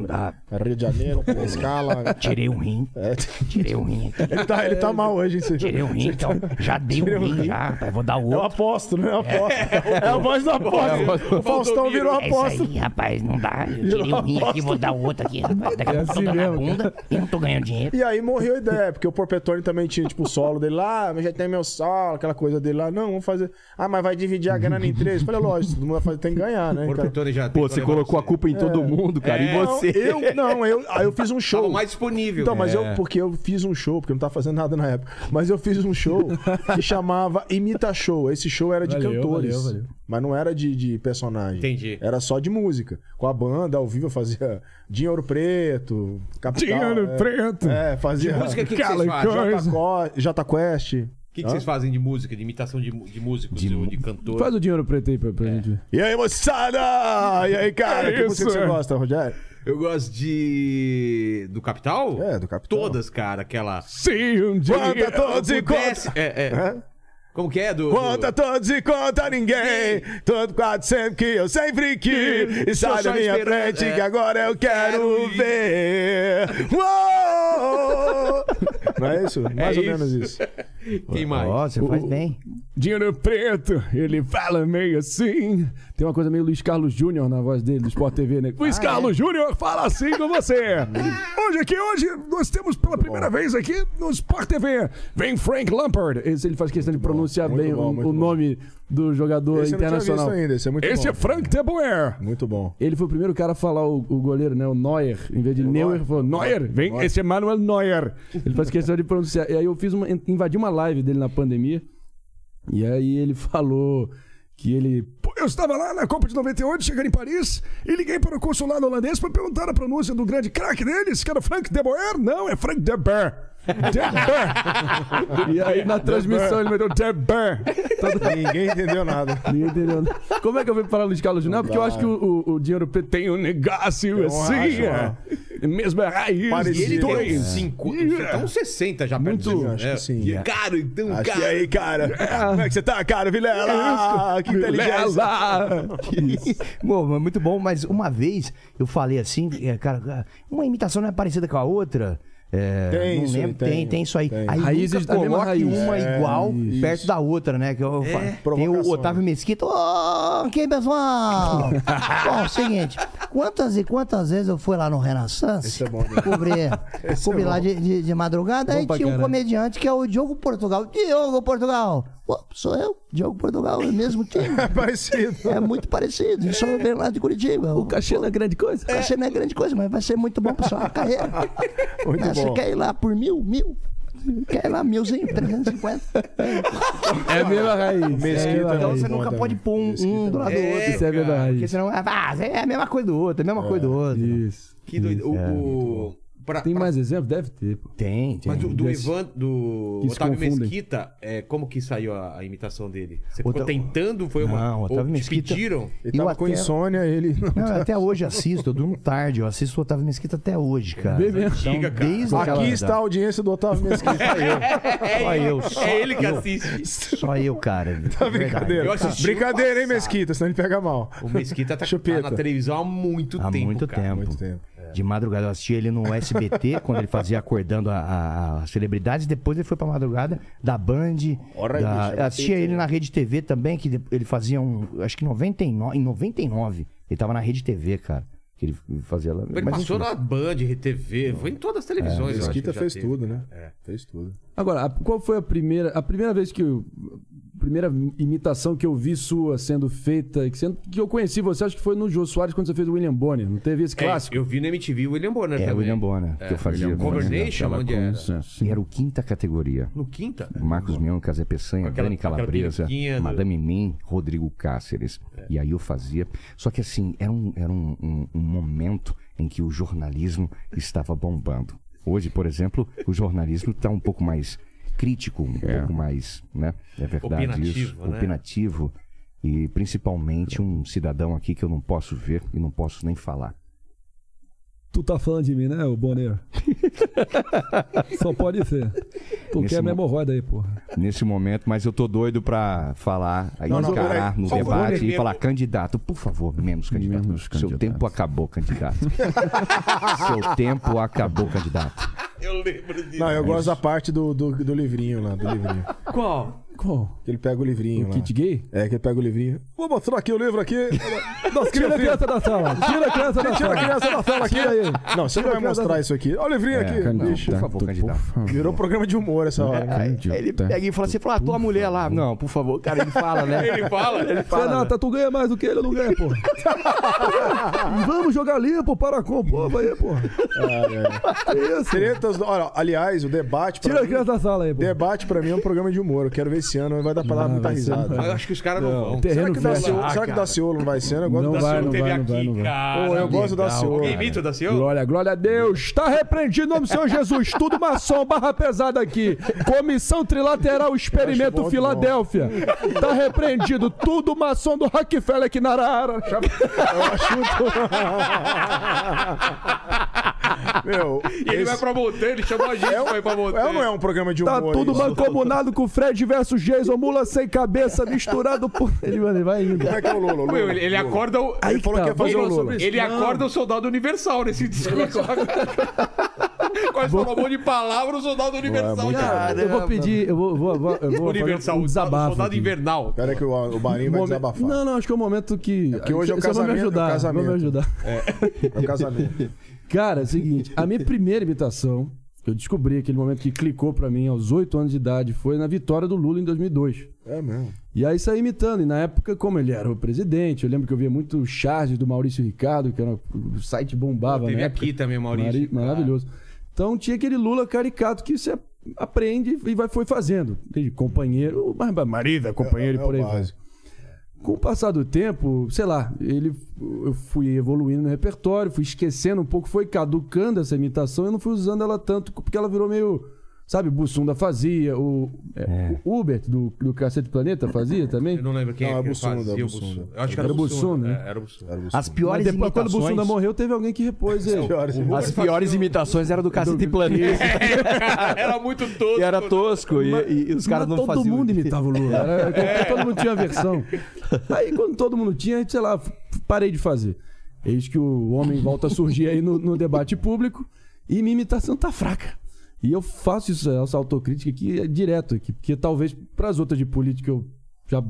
Speaker 3: é Rio de Janeiro, é escala. É.
Speaker 1: Tirei um rim. Tirei um rim.
Speaker 3: Ele tá, ele tá mal hoje, hein? você-
Speaker 1: Tirei um rim, então. Já dei
Speaker 3: Tirei
Speaker 1: um
Speaker 3: um
Speaker 1: rim,
Speaker 3: rim.
Speaker 1: já. Eu vou dar o outro.
Speaker 3: Eu aposto, né? Eu aposto. É a voz do
Speaker 1: É a voz
Speaker 3: aposto.
Speaker 1: do-
Speaker 3: O Faustão virou
Speaker 1: É isso
Speaker 3: aposto.
Speaker 1: aí, rapaz, não dá. Eu tirei um rim aqui, vou dar o outro aqui, rapaz.
Speaker 3: É
Speaker 1: Daqui a pouco
Speaker 3: assim
Speaker 1: eu dou na bunda e não tô ganhando dinheiro.
Speaker 3: E aí morreu a ideia, porque o Porpetone também tinha, tipo, o solo dele lá, ah, mas já tem meu solo, aquela coisa dele lá. Não, vamos fazer. Ah, mas vai dividir a grana em três. Eu Falei, lógico, todo mundo vai fazer, tem que ganhar, né? cara? É.
Speaker 2: Porpetone já
Speaker 9: Pô, você colocou a culpa em todo mundo, cara. E
Speaker 3: Não,
Speaker 9: você?
Speaker 3: Eu, não, eu, aí eu fiz um show.
Speaker 2: mais disponível.
Speaker 3: Então, mas
Speaker 2: É.
Speaker 3: eu, porque eu fiz um show, porque eu não tava fazendo nada na época, mas eu fiz um show que chamava Imita Show. Esse show era de
Speaker 7: Valeu,
Speaker 3: cantores.
Speaker 7: valeu, valeu.
Speaker 3: Mas não era de, de personagem.
Speaker 2: Entendi.
Speaker 3: Era só de música. Com a banda, ao vivo, eu fazia Dinheiro Preto, Capital.
Speaker 2: Dinheiro
Speaker 3: é,
Speaker 2: Preto.
Speaker 3: É, fazia.
Speaker 2: De música, o que que vocês fazem?
Speaker 3: Jota Co- Jota Quest.
Speaker 2: O que, que vocês fazem de música, de imitação de, mu- de músicos ou de cantor?
Speaker 7: Faz o dinheiro preto aí pra, pra gente ver.
Speaker 3: E aí, moçada? E aí, cara?
Speaker 2: É
Speaker 3: que música que
Speaker 2: isso.
Speaker 3: você gosta, Rogério?
Speaker 2: Eu gosto de. Do Capital? É, do Capital. Todas, cara, aquela.
Speaker 3: Sim, um dia. Quanta todos e
Speaker 2: Desce-
Speaker 3: conta.
Speaker 2: É, é.
Speaker 3: Hã?
Speaker 2: Como que é? Do.
Speaker 3: Conta todos e conta ninguém. Todo quadro sempre que eu sempre que. E sai
Speaker 15: só
Speaker 3: da minha
Speaker 15: esperando,
Speaker 3: frente
Speaker 15: é.
Speaker 3: que agora eu quero ver. Uou! Não é isso? Mais ou menos isso.
Speaker 2: Quem mais?
Speaker 1: Ó, você faz bem.
Speaker 7: Dinheiro preto, ele fala meio assim. Tem uma coisa meio Luiz Carlos Júnior na voz dele, do Sport TV,
Speaker 3: Ah,
Speaker 7: né?
Speaker 3: é?
Speaker 7: Luiz Carlos Júnior fala assim com você. Hoje aqui, hoje, nós temos pela primeira vez aqui no Sport TV. Vem Frank Lampard. Esse ele faz questão de pronunciar bem o- o, nome do jogador
Speaker 3: Esse eu não tinha
Speaker 7: internacional.
Speaker 3: visto ainda, esse é muito bom.
Speaker 7: Frank Teboer.
Speaker 3: Muito bom.
Speaker 7: Ele foi o primeiro cara a falar o, o goleiro, né? O Neuer. Em vez de Neuer, ele falou Neuer. Vem, esse é Manuel Neuer. Ele faz questão de pronunciar. E aí eu fiz uma, invadi uma live dele na pandemia. E aí ele falou que ele.
Speaker 16: Pô, Eu estava lá na Copa de 98, chegando em Paris, e liguei para o consulado holandês para perguntar a pronúncia do grande craque deles, que era Frank de Boer. Não, é Frank de Boer. De Boer.
Speaker 7: E aí na transmissão ele meteu Tebé.
Speaker 3: Ninguém entendeu nada.
Speaker 7: Ninguém entendeu nada. Como é que eu vim parar Luiz Carlos Júnior? Porque eu acho que o, o, o dinheiro preto tem um negócio
Speaker 3: Eu
Speaker 7: assim.
Speaker 3: acho,
Speaker 7: é. Mesmo é raiz.
Speaker 2: E ele tem um
Speaker 7: dois.
Speaker 2: uns
Speaker 1: É.
Speaker 2: 50,
Speaker 3: É.
Speaker 2: então uns 60
Speaker 3: Tá
Speaker 2: já Muito,
Speaker 3: acho que sim,
Speaker 2: E,
Speaker 3: é.
Speaker 2: Cara, então,
Speaker 3: Acho
Speaker 2: cara.
Speaker 3: que aí, cara? Como é que você tá, cara? Vilela! ah, Que inteligência!
Speaker 1: Bom, mas muito bom, mas uma vez eu falei assim, é, cara, uma imitação não é parecida com a outra. É,
Speaker 3: Tem
Speaker 1: não
Speaker 3: isso aí,
Speaker 1: lembro, tem, tem,
Speaker 3: tem.
Speaker 1: isso aí.
Speaker 3: Tem.
Speaker 1: Aí
Speaker 3: Raízes
Speaker 1: nunca
Speaker 3: da mesma
Speaker 1: coloque
Speaker 3: raiz.
Speaker 1: uma
Speaker 3: É,
Speaker 1: igual
Speaker 3: isso.
Speaker 1: perto da outra, né? Que eu falo. Tem o
Speaker 3: provocação,
Speaker 1: Otávio Mesquita. Ô, ok, pessoal? bom, é seguinte, quantas e quantas vezes eu fui lá no Renaissance
Speaker 3: Esse é bom, né?
Speaker 1: cobrir,
Speaker 3: Esse é
Speaker 1: cobrir lá
Speaker 3: bom.
Speaker 1: de, de- de madrugada,
Speaker 3: Bom
Speaker 1: aí
Speaker 3: pra
Speaker 1: tinha um
Speaker 3: caralho.
Speaker 1: comediante que é o Diogo Portugal. Diogo Portugal! Pô, sou eu, Diogo Portugal, é o mesmo time.
Speaker 3: É parecido.
Speaker 1: É muito parecido. Eu sou bem lá de Curitiba. O
Speaker 7: cachê não é grande coisa? O
Speaker 1: cachê não é grande coisa, mas vai ser muito bom pra sua carreira.
Speaker 3: Muito
Speaker 1: Né, Você
Speaker 3: bom.
Speaker 1: quer ir lá por mil? Mil? Quer ir lá milzinho? 350?
Speaker 7: É a mesma raiz.
Speaker 3: Mesquita
Speaker 7: é a mesma
Speaker 1: Então
Speaker 7: raiz.
Speaker 1: você nunca pode pôr um, um do lado do
Speaker 7: É,
Speaker 1: outro.
Speaker 7: Isso é a mesma
Speaker 1: cara.
Speaker 7: raiz.
Speaker 1: Porque senão ah, vá, é a mesma coisa do outro, é a mesma coisa do outro.
Speaker 7: Isso.
Speaker 2: Que doido. O-
Speaker 1: É.
Speaker 2: o- pra-
Speaker 7: Tem mais exemplo? Deve ter. Pô.
Speaker 1: Tem, tem.
Speaker 2: Mas do, do
Speaker 7: Desse-
Speaker 2: Ivan, do
Speaker 7: que se
Speaker 2: Otávio
Speaker 7: confundem.
Speaker 2: Mesquita, é, como que saiu a, a imitação dele? Você ficou
Speaker 1: Ota-
Speaker 2: tentando? Foi uma.
Speaker 1: Não, Otávio
Speaker 2: ou te
Speaker 1: Mesquita-
Speaker 2: pediram?
Speaker 1: Ele tava Eu com até- insônia,
Speaker 3: ele.
Speaker 1: Não, eu até hoje assisto, eu durmo tarde, eu assisto o Otávio Mesquita até hoje, cara.
Speaker 3: Bem mesmo.
Speaker 1: Então,
Speaker 3: Antiga, cara.
Speaker 1: desde
Speaker 3: Aqui
Speaker 1: aquela-
Speaker 3: está a audiência do Otávio Mesquita.
Speaker 1: Só eu, só
Speaker 2: É ele que
Speaker 1: eu.
Speaker 2: assiste.
Speaker 1: Só eu, cara. É
Speaker 3: Tá brincadeira.
Speaker 2: Eu assisti
Speaker 3: brincadeira, hein, Mesquita? Senão ele pega mal.
Speaker 2: O Mesquita tá, tá
Speaker 3: Chupeta.
Speaker 2: na televisão há muito
Speaker 1: Há
Speaker 2: tempo.
Speaker 1: muito,
Speaker 2: cara.
Speaker 1: tempo. é. De madrugada. Eu assistia ele no SBT, quando ele fazia acordando a- a- as celebridades. Depois ele foi pra madrugada da Band.
Speaker 3: Ora,
Speaker 1: da-
Speaker 3: bicho,
Speaker 1: eu assistia ele na Rede TV também, que de- ele fazia um. Acho que 99, em 99. Ele tava na Rede TV, cara. Que ele fazia lá.
Speaker 2: Ele
Speaker 1: mas
Speaker 2: passou
Speaker 1: enfim. É.
Speaker 2: na Band, RTV, foi em todas as televisões.
Speaker 3: É,
Speaker 2: eu acho
Speaker 3: Mesquita
Speaker 2: que já
Speaker 3: fez
Speaker 2: teve.
Speaker 3: tudo, né?
Speaker 2: É.
Speaker 3: Fez tudo.
Speaker 7: Agora, a- qual foi a primeira, a primeira vez que eu, a primeira imitação que eu vi sua sendo feita, que, sendo, que eu conheci você, acho que foi no Jô Soares quando você fez o William Bonner, não teve esse
Speaker 2: É,
Speaker 7: clássico?
Speaker 2: eu vi na MTV o William Bonner
Speaker 1: É,
Speaker 2: também.
Speaker 1: William Bonner, que eu fazia. né?
Speaker 2: William Bonner. Conversation, onde era?
Speaker 1: E era o quinta categoria.
Speaker 2: No quinta?
Speaker 1: Marcos Mion, Casé Peçanha,
Speaker 2: aquela-
Speaker 1: Dani
Speaker 2: aquela
Speaker 1: Calabresa,
Speaker 2: peruquinha do-
Speaker 1: Madame Mim, Rodrigo Cáceres.
Speaker 2: É.
Speaker 1: E aí eu fazia. Só que assim, era, um, era um, um- um momento em que o jornalismo estava bombando. Hoje, por exemplo, o jornalismo está um pouco mais crítico, um pouco mais, né? É verdade
Speaker 2: Opinativo,
Speaker 1: isso.
Speaker 2: né?
Speaker 1: Opinativo. E principalmente um cidadão aqui que eu não posso ver e não posso nem falar.
Speaker 7: Tu tá falando de mim, né, o Bonner? Só pode ser. Tu
Speaker 1: Nesse
Speaker 7: quer minha
Speaker 1: mo-
Speaker 7: hemorroida aí, porra.
Speaker 1: Nesse momento, mas eu tô doido pra falar, aí
Speaker 7: Não, não,
Speaker 1: encarar
Speaker 7: peraí.
Speaker 1: no
Speaker 7: Por favor,
Speaker 1: debate
Speaker 7: Nenê.
Speaker 1: e falar, candidato, por favor, um menos candidato. Seu tempo acabou, candidato. Seu tempo acabou, candidato.
Speaker 8: Eu lembro disso.
Speaker 3: Não, eu gosto da parte do, do, do livrinho lá, do livrinho.
Speaker 8: Qual?
Speaker 7: Qual?
Speaker 3: Que ele pega o livrinho lá.
Speaker 7: Kid Gay?
Speaker 3: É, que ele pega o livrinho. Vou mostrar aqui o livro aqui. Nossa,
Speaker 7: Tira a
Speaker 3: filho.
Speaker 7: criança da sala. Tira a criança da
Speaker 3: Tira
Speaker 7: sala.
Speaker 3: a criança da sala aqui.
Speaker 7: Tira aí.
Speaker 3: Não, você
Speaker 7: Tira a
Speaker 3: não vai
Speaker 7: criança
Speaker 3: mostrar
Speaker 7: da-
Speaker 3: isso aqui. Olha o livrinho
Speaker 1: É,
Speaker 3: aqui.
Speaker 1: candidato,
Speaker 3: Bicho.
Speaker 1: por favor, candidato.
Speaker 3: Virou programa de humor essa hora.
Speaker 1: Ele
Speaker 7: pega
Speaker 1: e fala, você fala, "Ah, tua mulher lá. Não, por favor, cara, ele fala, né? Ele fala. né?
Speaker 7: Renata, tu ganha mais do que ele, eu não ganho, porra. Vamos jogar limpo para com o povo aí, porra.
Speaker 3: Ah, é. Tretas do- olha, aliás, o debate. pra
Speaker 7: Tira a
Speaker 3: mim-
Speaker 7: criança da sala aí, pô.
Speaker 3: Debate pra mim é um programa de humor. Eu quero ver esse ano, vai dar pra dar muita
Speaker 7: vai ser- um
Speaker 3: risada.
Speaker 2: Ah,
Speaker 8: Mas eu acho que os caras não, vão.
Speaker 3: Será que, o Ah,
Speaker 8: fértil.
Speaker 3: Daciolo, será que o Daciolo não vai ser? Eu gosto
Speaker 7: Não
Speaker 3: do
Speaker 7: vai,
Speaker 3: Daciolo.
Speaker 7: não vai, não vai, não vai.
Speaker 3: Pô, eu gosto do Daciolo.
Speaker 8: Alguém imita o Daciolo?
Speaker 7: Glória, glória a Deus. Está repreendido em nome do Senhor Jesus. Tudo maçom, barra pesada aqui. Comissão Trilateral Experimento Filadélfia. Está repreendido. Tudo maçom do Rockefeller aqui na Arara. Eu
Speaker 3: Meu,
Speaker 8: E ele
Speaker 3: esse-
Speaker 8: vai pra montanha, ele chamou a gente pra ir pra montanha.
Speaker 3: É ou não é um programa de humor?
Speaker 7: Tá tudo
Speaker 3: isso?
Speaker 7: mancomunado com Fred versus Jason, mula sem cabeça, misturado por. Ele, mano, ele vai indo.
Speaker 3: Como é que é o Lolo? Lolo?
Speaker 8: Meu, ele, ele acorda o.
Speaker 7: Aí que tá, vamos falar sobre isso.
Speaker 8: Ele
Speaker 7: Não.
Speaker 8: acorda o soldado universal nesse discurso. Quase falou um monte de palavra o soldado
Speaker 7: é
Speaker 8: universal.
Speaker 7: Cara, eu vou pedir, eu vou, vou, vou- eu vou
Speaker 8: Universal,
Speaker 7: fazer um desabafo.
Speaker 8: soldado
Speaker 7: aqui.
Speaker 8: invernal.
Speaker 3: Pera que o, o Barinho vai
Speaker 7: Momen-
Speaker 3: desabafar.
Speaker 7: Não, não, acho que é o momento que.
Speaker 3: porque hoje é o
Speaker 7: Vocês vão me
Speaker 3: casamento,
Speaker 7: ajudar,
Speaker 3: é o casamento.
Speaker 7: vão me ajudar.
Speaker 3: É o casamento.
Speaker 7: Cara, é o seguinte, a minha primeira imitação, eu descobri aquele momento que clicou pra mim aos 8 anos de idade, foi na vitória do Lula em 2002.
Speaker 3: É mesmo.
Speaker 7: E aí saí imitando, e na época, como ele era o presidente, eu lembro que eu via muito charges do Maurício Ricardo, que era o site bombava,
Speaker 2: é
Speaker 8: Teve
Speaker 7: né?
Speaker 8: aqui também, Maurício.
Speaker 7: Mari- Maravilhoso. Então tinha aquele Lula caricato que você aprende e vai, foi fazendo. Desde companheiro, mas- mas marido, é companheiro e por aí vai. Com o passar do tempo, sei lá, ele, eu fui evoluindo no repertório, fui esquecendo um pouco, foi caducando essa imitação, eu não fui usando ela tanto, porque ela virou meio. Sabe, Bussunda fazia, o, é, o Hubert do, do Cacete Planeta fazia também.
Speaker 8: Eu não lembro quem
Speaker 3: Não,
Speaker 8: é
Speaker 3: é
Speaker 8: que
Speaker 3: Bussunda,
Speaker 8: fazia
Speaker 3: é
Speaker 8: o
Speaker 3: Bussunda.
Speaker 8: Bussunda. Eu acho que era
Speaker 7: Era
Speaker 8: o Bussunda.
Speaker 7: Bussunda, né?
Speaker 8: É, Era o Bussunda.
Speaker 17: As piores
Speaker 7: Mas depois, quando o
Speaker 17: imitações.
Speaker 7: Bussunda morreu, teve alguém que repôs ele.
Speaker 17: As piores imitações eram do Cacete Planeta.
Speaker 8: Era muito tosco.
Speaker 17: E era tosco. E, e- e os caras
Speaker 7: Mas
Speaker 17: não
Speaker 7: todo
Speaker 17: faziam.
Speaker 7: mundo imitava o Lula. Era- Todo mundo tinha a versão. Aí quando todo mundo tinha, sei lá, f- parei de fazer. Eis que o homem volta a surgir aí no, no debate público e minha imitação tá fraca. E eu faço isso, essa autocrítica aqui é direto aqui, porque talvez pras outras de política eu já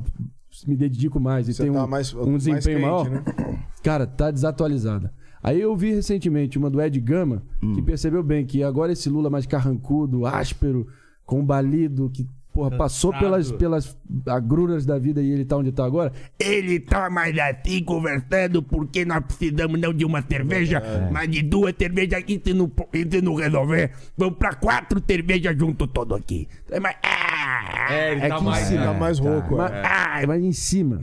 Speaker 7: me dedico mais e
Speaker 3: Você
Speaker 7: tenho
Speaker 3: tá
Speaker 7: um,
Speaker 3: mais-
Speaker 7: um desempenho
Speaker 3: mais quente,
Speaker 7: maior.
Speaker 3: né?
Speaker 7: Cara, tá desatualizada. Aí eu vi recentemente uma do Ed Gama, que percebeu bem que agora esse Lula mais carrancudo, áspero, combalido, que porra, passou pelas, pelas agruras da vida e ele tá onde tá agora,
Speaker 6: Ele tá mais assim conversando porque nós precisamos não de uma cerveja,
Speaker 3: É.
Speaker 6: mas de duas cervejas aqui se não, po- e se não resolver. Vamos pra quatro cervejas junto todo aqui. É, mas, ah,
Speaker 8: É,
Speaker 3: tá
Speaker 6: é que em cima.
Speaker 3: rouco,
Speaker 7: Mas,
Speaker 3: é.
Speaker 7: ah, mas em cima.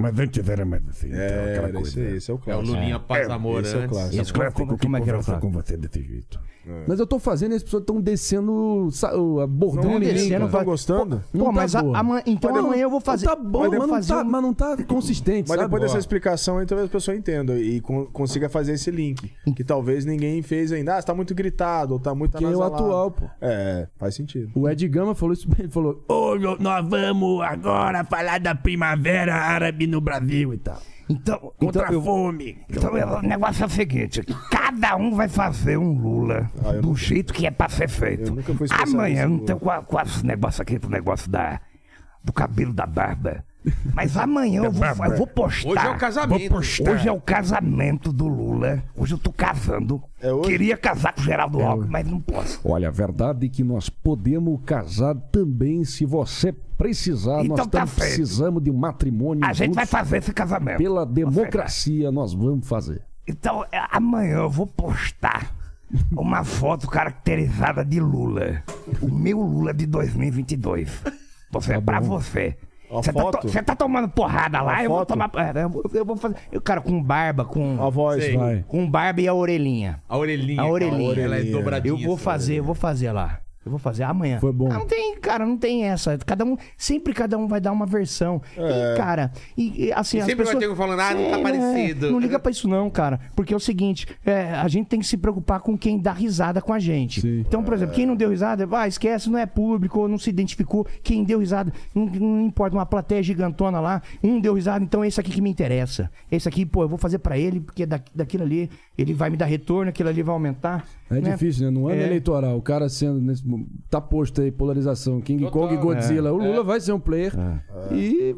Speaker 6: Mas antes era mais assim.
Speaker 3: É, era esse, aí, esse é o clássico.
Speaker 8: Lulinha Paz Amor,
Speaker 3: Esse é
Speaker 8: né?
Speaker 3: o clássico.
Speaker 6: Esse clássico
Speaker 3: Como-
Speaker 6: que
Speaker 3: como é que era o
Speaker 6: conversa
Speaker 3: clássico?
Speaker 6: com você desse jeito.
Speaker 7: Mas eu tô fazendo e as pessoas estão descendo, sa- o- a bordando
Speaker 18: Não,
Speaker 7: em mim,
Speaker 18: descendo,
Speaker 7: cara. tá
Speaker 18: vai-
Speaker 3: Gostando?
Speaker 18: Pô, mas a-
Speaker 7: boa.
Speaker 18: amanhã- então
Speaker 7: Mas não-
Speaker 18: amanhã eu vou fazer-
Speaker 7: Tá bom,
Speaker 18: mas
Speaker 7: mas,
Speaker 18: eu vou
Speaker 7: não
Speaker 18: fazer
Speaker 7: tá,
Speaker 18: um-
Speaker 7: mas não tá consistente,
Speaker 3: Mas
Speaker 7: sabe?
Speaker 3: depois dessa
Speaker 7: Ó.
Speaker 3: explicação, aí talvez a pessoa entenda e con- consiga fazer esse link. Que talvez ninguém fez ainda. Ah, você tá muito gritado, ou tá muito
Speaker 7: Que é o
Speaker 3: anasalado.
Speaker 7: atual, pô.
Speaker 3: É, faz sentido.
Speaker 7: O Ed Gama falou isso bem, ele falou...
Speaker 6: Hoje nós vamos agora falar da primavera árabe no Brasil e tal.
Speaker 18: Então,
Speaker 6: Contra
Speaker 18: então eu-
Speaker 6: a fome.
Speaker 18: Então, o negócio é o seguinte: cada um vai fazer um Lula
Speaker 6: Ah,
Speaker 18: do jeito que é pra ser feito. Amanhã, eu não tenho com, a- com esse negócio aqui, do negócio da, do cabelo da barba. Mas amanhã eu, vou, eu vou postar.
Speaker 8: Hoje é o casamento.
Speaker 18: Vou postar. Hoje é o casamento do Lula. Hoje eu tô casando.
Speaker 6: É
Speaker 18: Queria casar com o Geraldo Alckmin, mas não posso.
Speaker 12: Olha, a verdade é que nós podemos casar também se você precisar.
Speaker 18: Então
Speaker 12: nós
Speaker 18: tá
Speaker 12: tam-
Speaker 18: feito.
Speaker 12: precisamos de um matrimônio.
Speaker 18: A gente vai
Speaker 12: justo.
Speaker 18: fazer esse casamento.
Speaker 12: Pela democracia, nós vamos fazer.
Speaker 18: Então, é, amanhã eu vou postar uma foto caracterizada de Lula. O meu Lula de 2022. Você, é pra você.
Speaker 3: Tá Uma
Speaker 18: Você tá,
Speaker 3: foto?
Speaker 18: to- você tá tomando porrada lá,
Speaker 3: Uma
Speaker 18: eu
Speaker 3: foto?
Speaker 18: vou tomar. é, Eu, vou- eu vou
Speaker 1: né?
Speaker 18: fazer. Eu, cara, com barba, com.
Speaker 3: A voz,
Speaker 18: Sei.
Speaker 3: vai.
Speaker 18: Com barba e a orelhinha.
Speaker 8: A orelhinha.
Speaker 18: A
Speaker 8: cara,
Speaker 18: orelhinha.
Speaker 8: Ela é dobradinha.
Speaker 18: Eu vou
Speaker 8: assim,
Speaker 18: fazer, eu vou fazer lá.
Speaker 1: Eu vou fazer amanhã. Foi bom. não tem, cara, não tem essa. Cada um, sempre cada um vai dar uma versão.
Speaker 2: É.
Speaker 1: E, cara, e, e, assim,
Speaker 2: E
Speaker 1: as
Speaker 2: sempre vai
Speaker 1: pessoas-
Speaker 2: ter um falando, ah, não tá
Speaker 1: É,
Speaker 2: parecido.
Speaker 1: Não liga pra isso não, cara. Porque é o seguinte, é, a gente tem que se preocupar com quem dá risada com a gente. Então, por exemplo, quem não deu risada, vai, esquece, não é público, ou não se identificou. Quem deu risada, não, não importa, uma plateia gigantona lá, um deu risada, então é esse aqui que me interessa. Esse aqui, pô, eu vou fazer pra ele, porque da, daquilo ali, ele vai me dar retorno, aquilo ali vai aumentar.
Speaker 7: É difícil, né? No ano
Speaker 1: É.
Speaker 7: eleitoral, o cara sendo. Nesse, tá posto aí polarização, King Kong e Godzilla.
Speaker 11: É,
Speaker 7: O Lula
Speaker 11: é.
Speaker 7: vai ser um player. E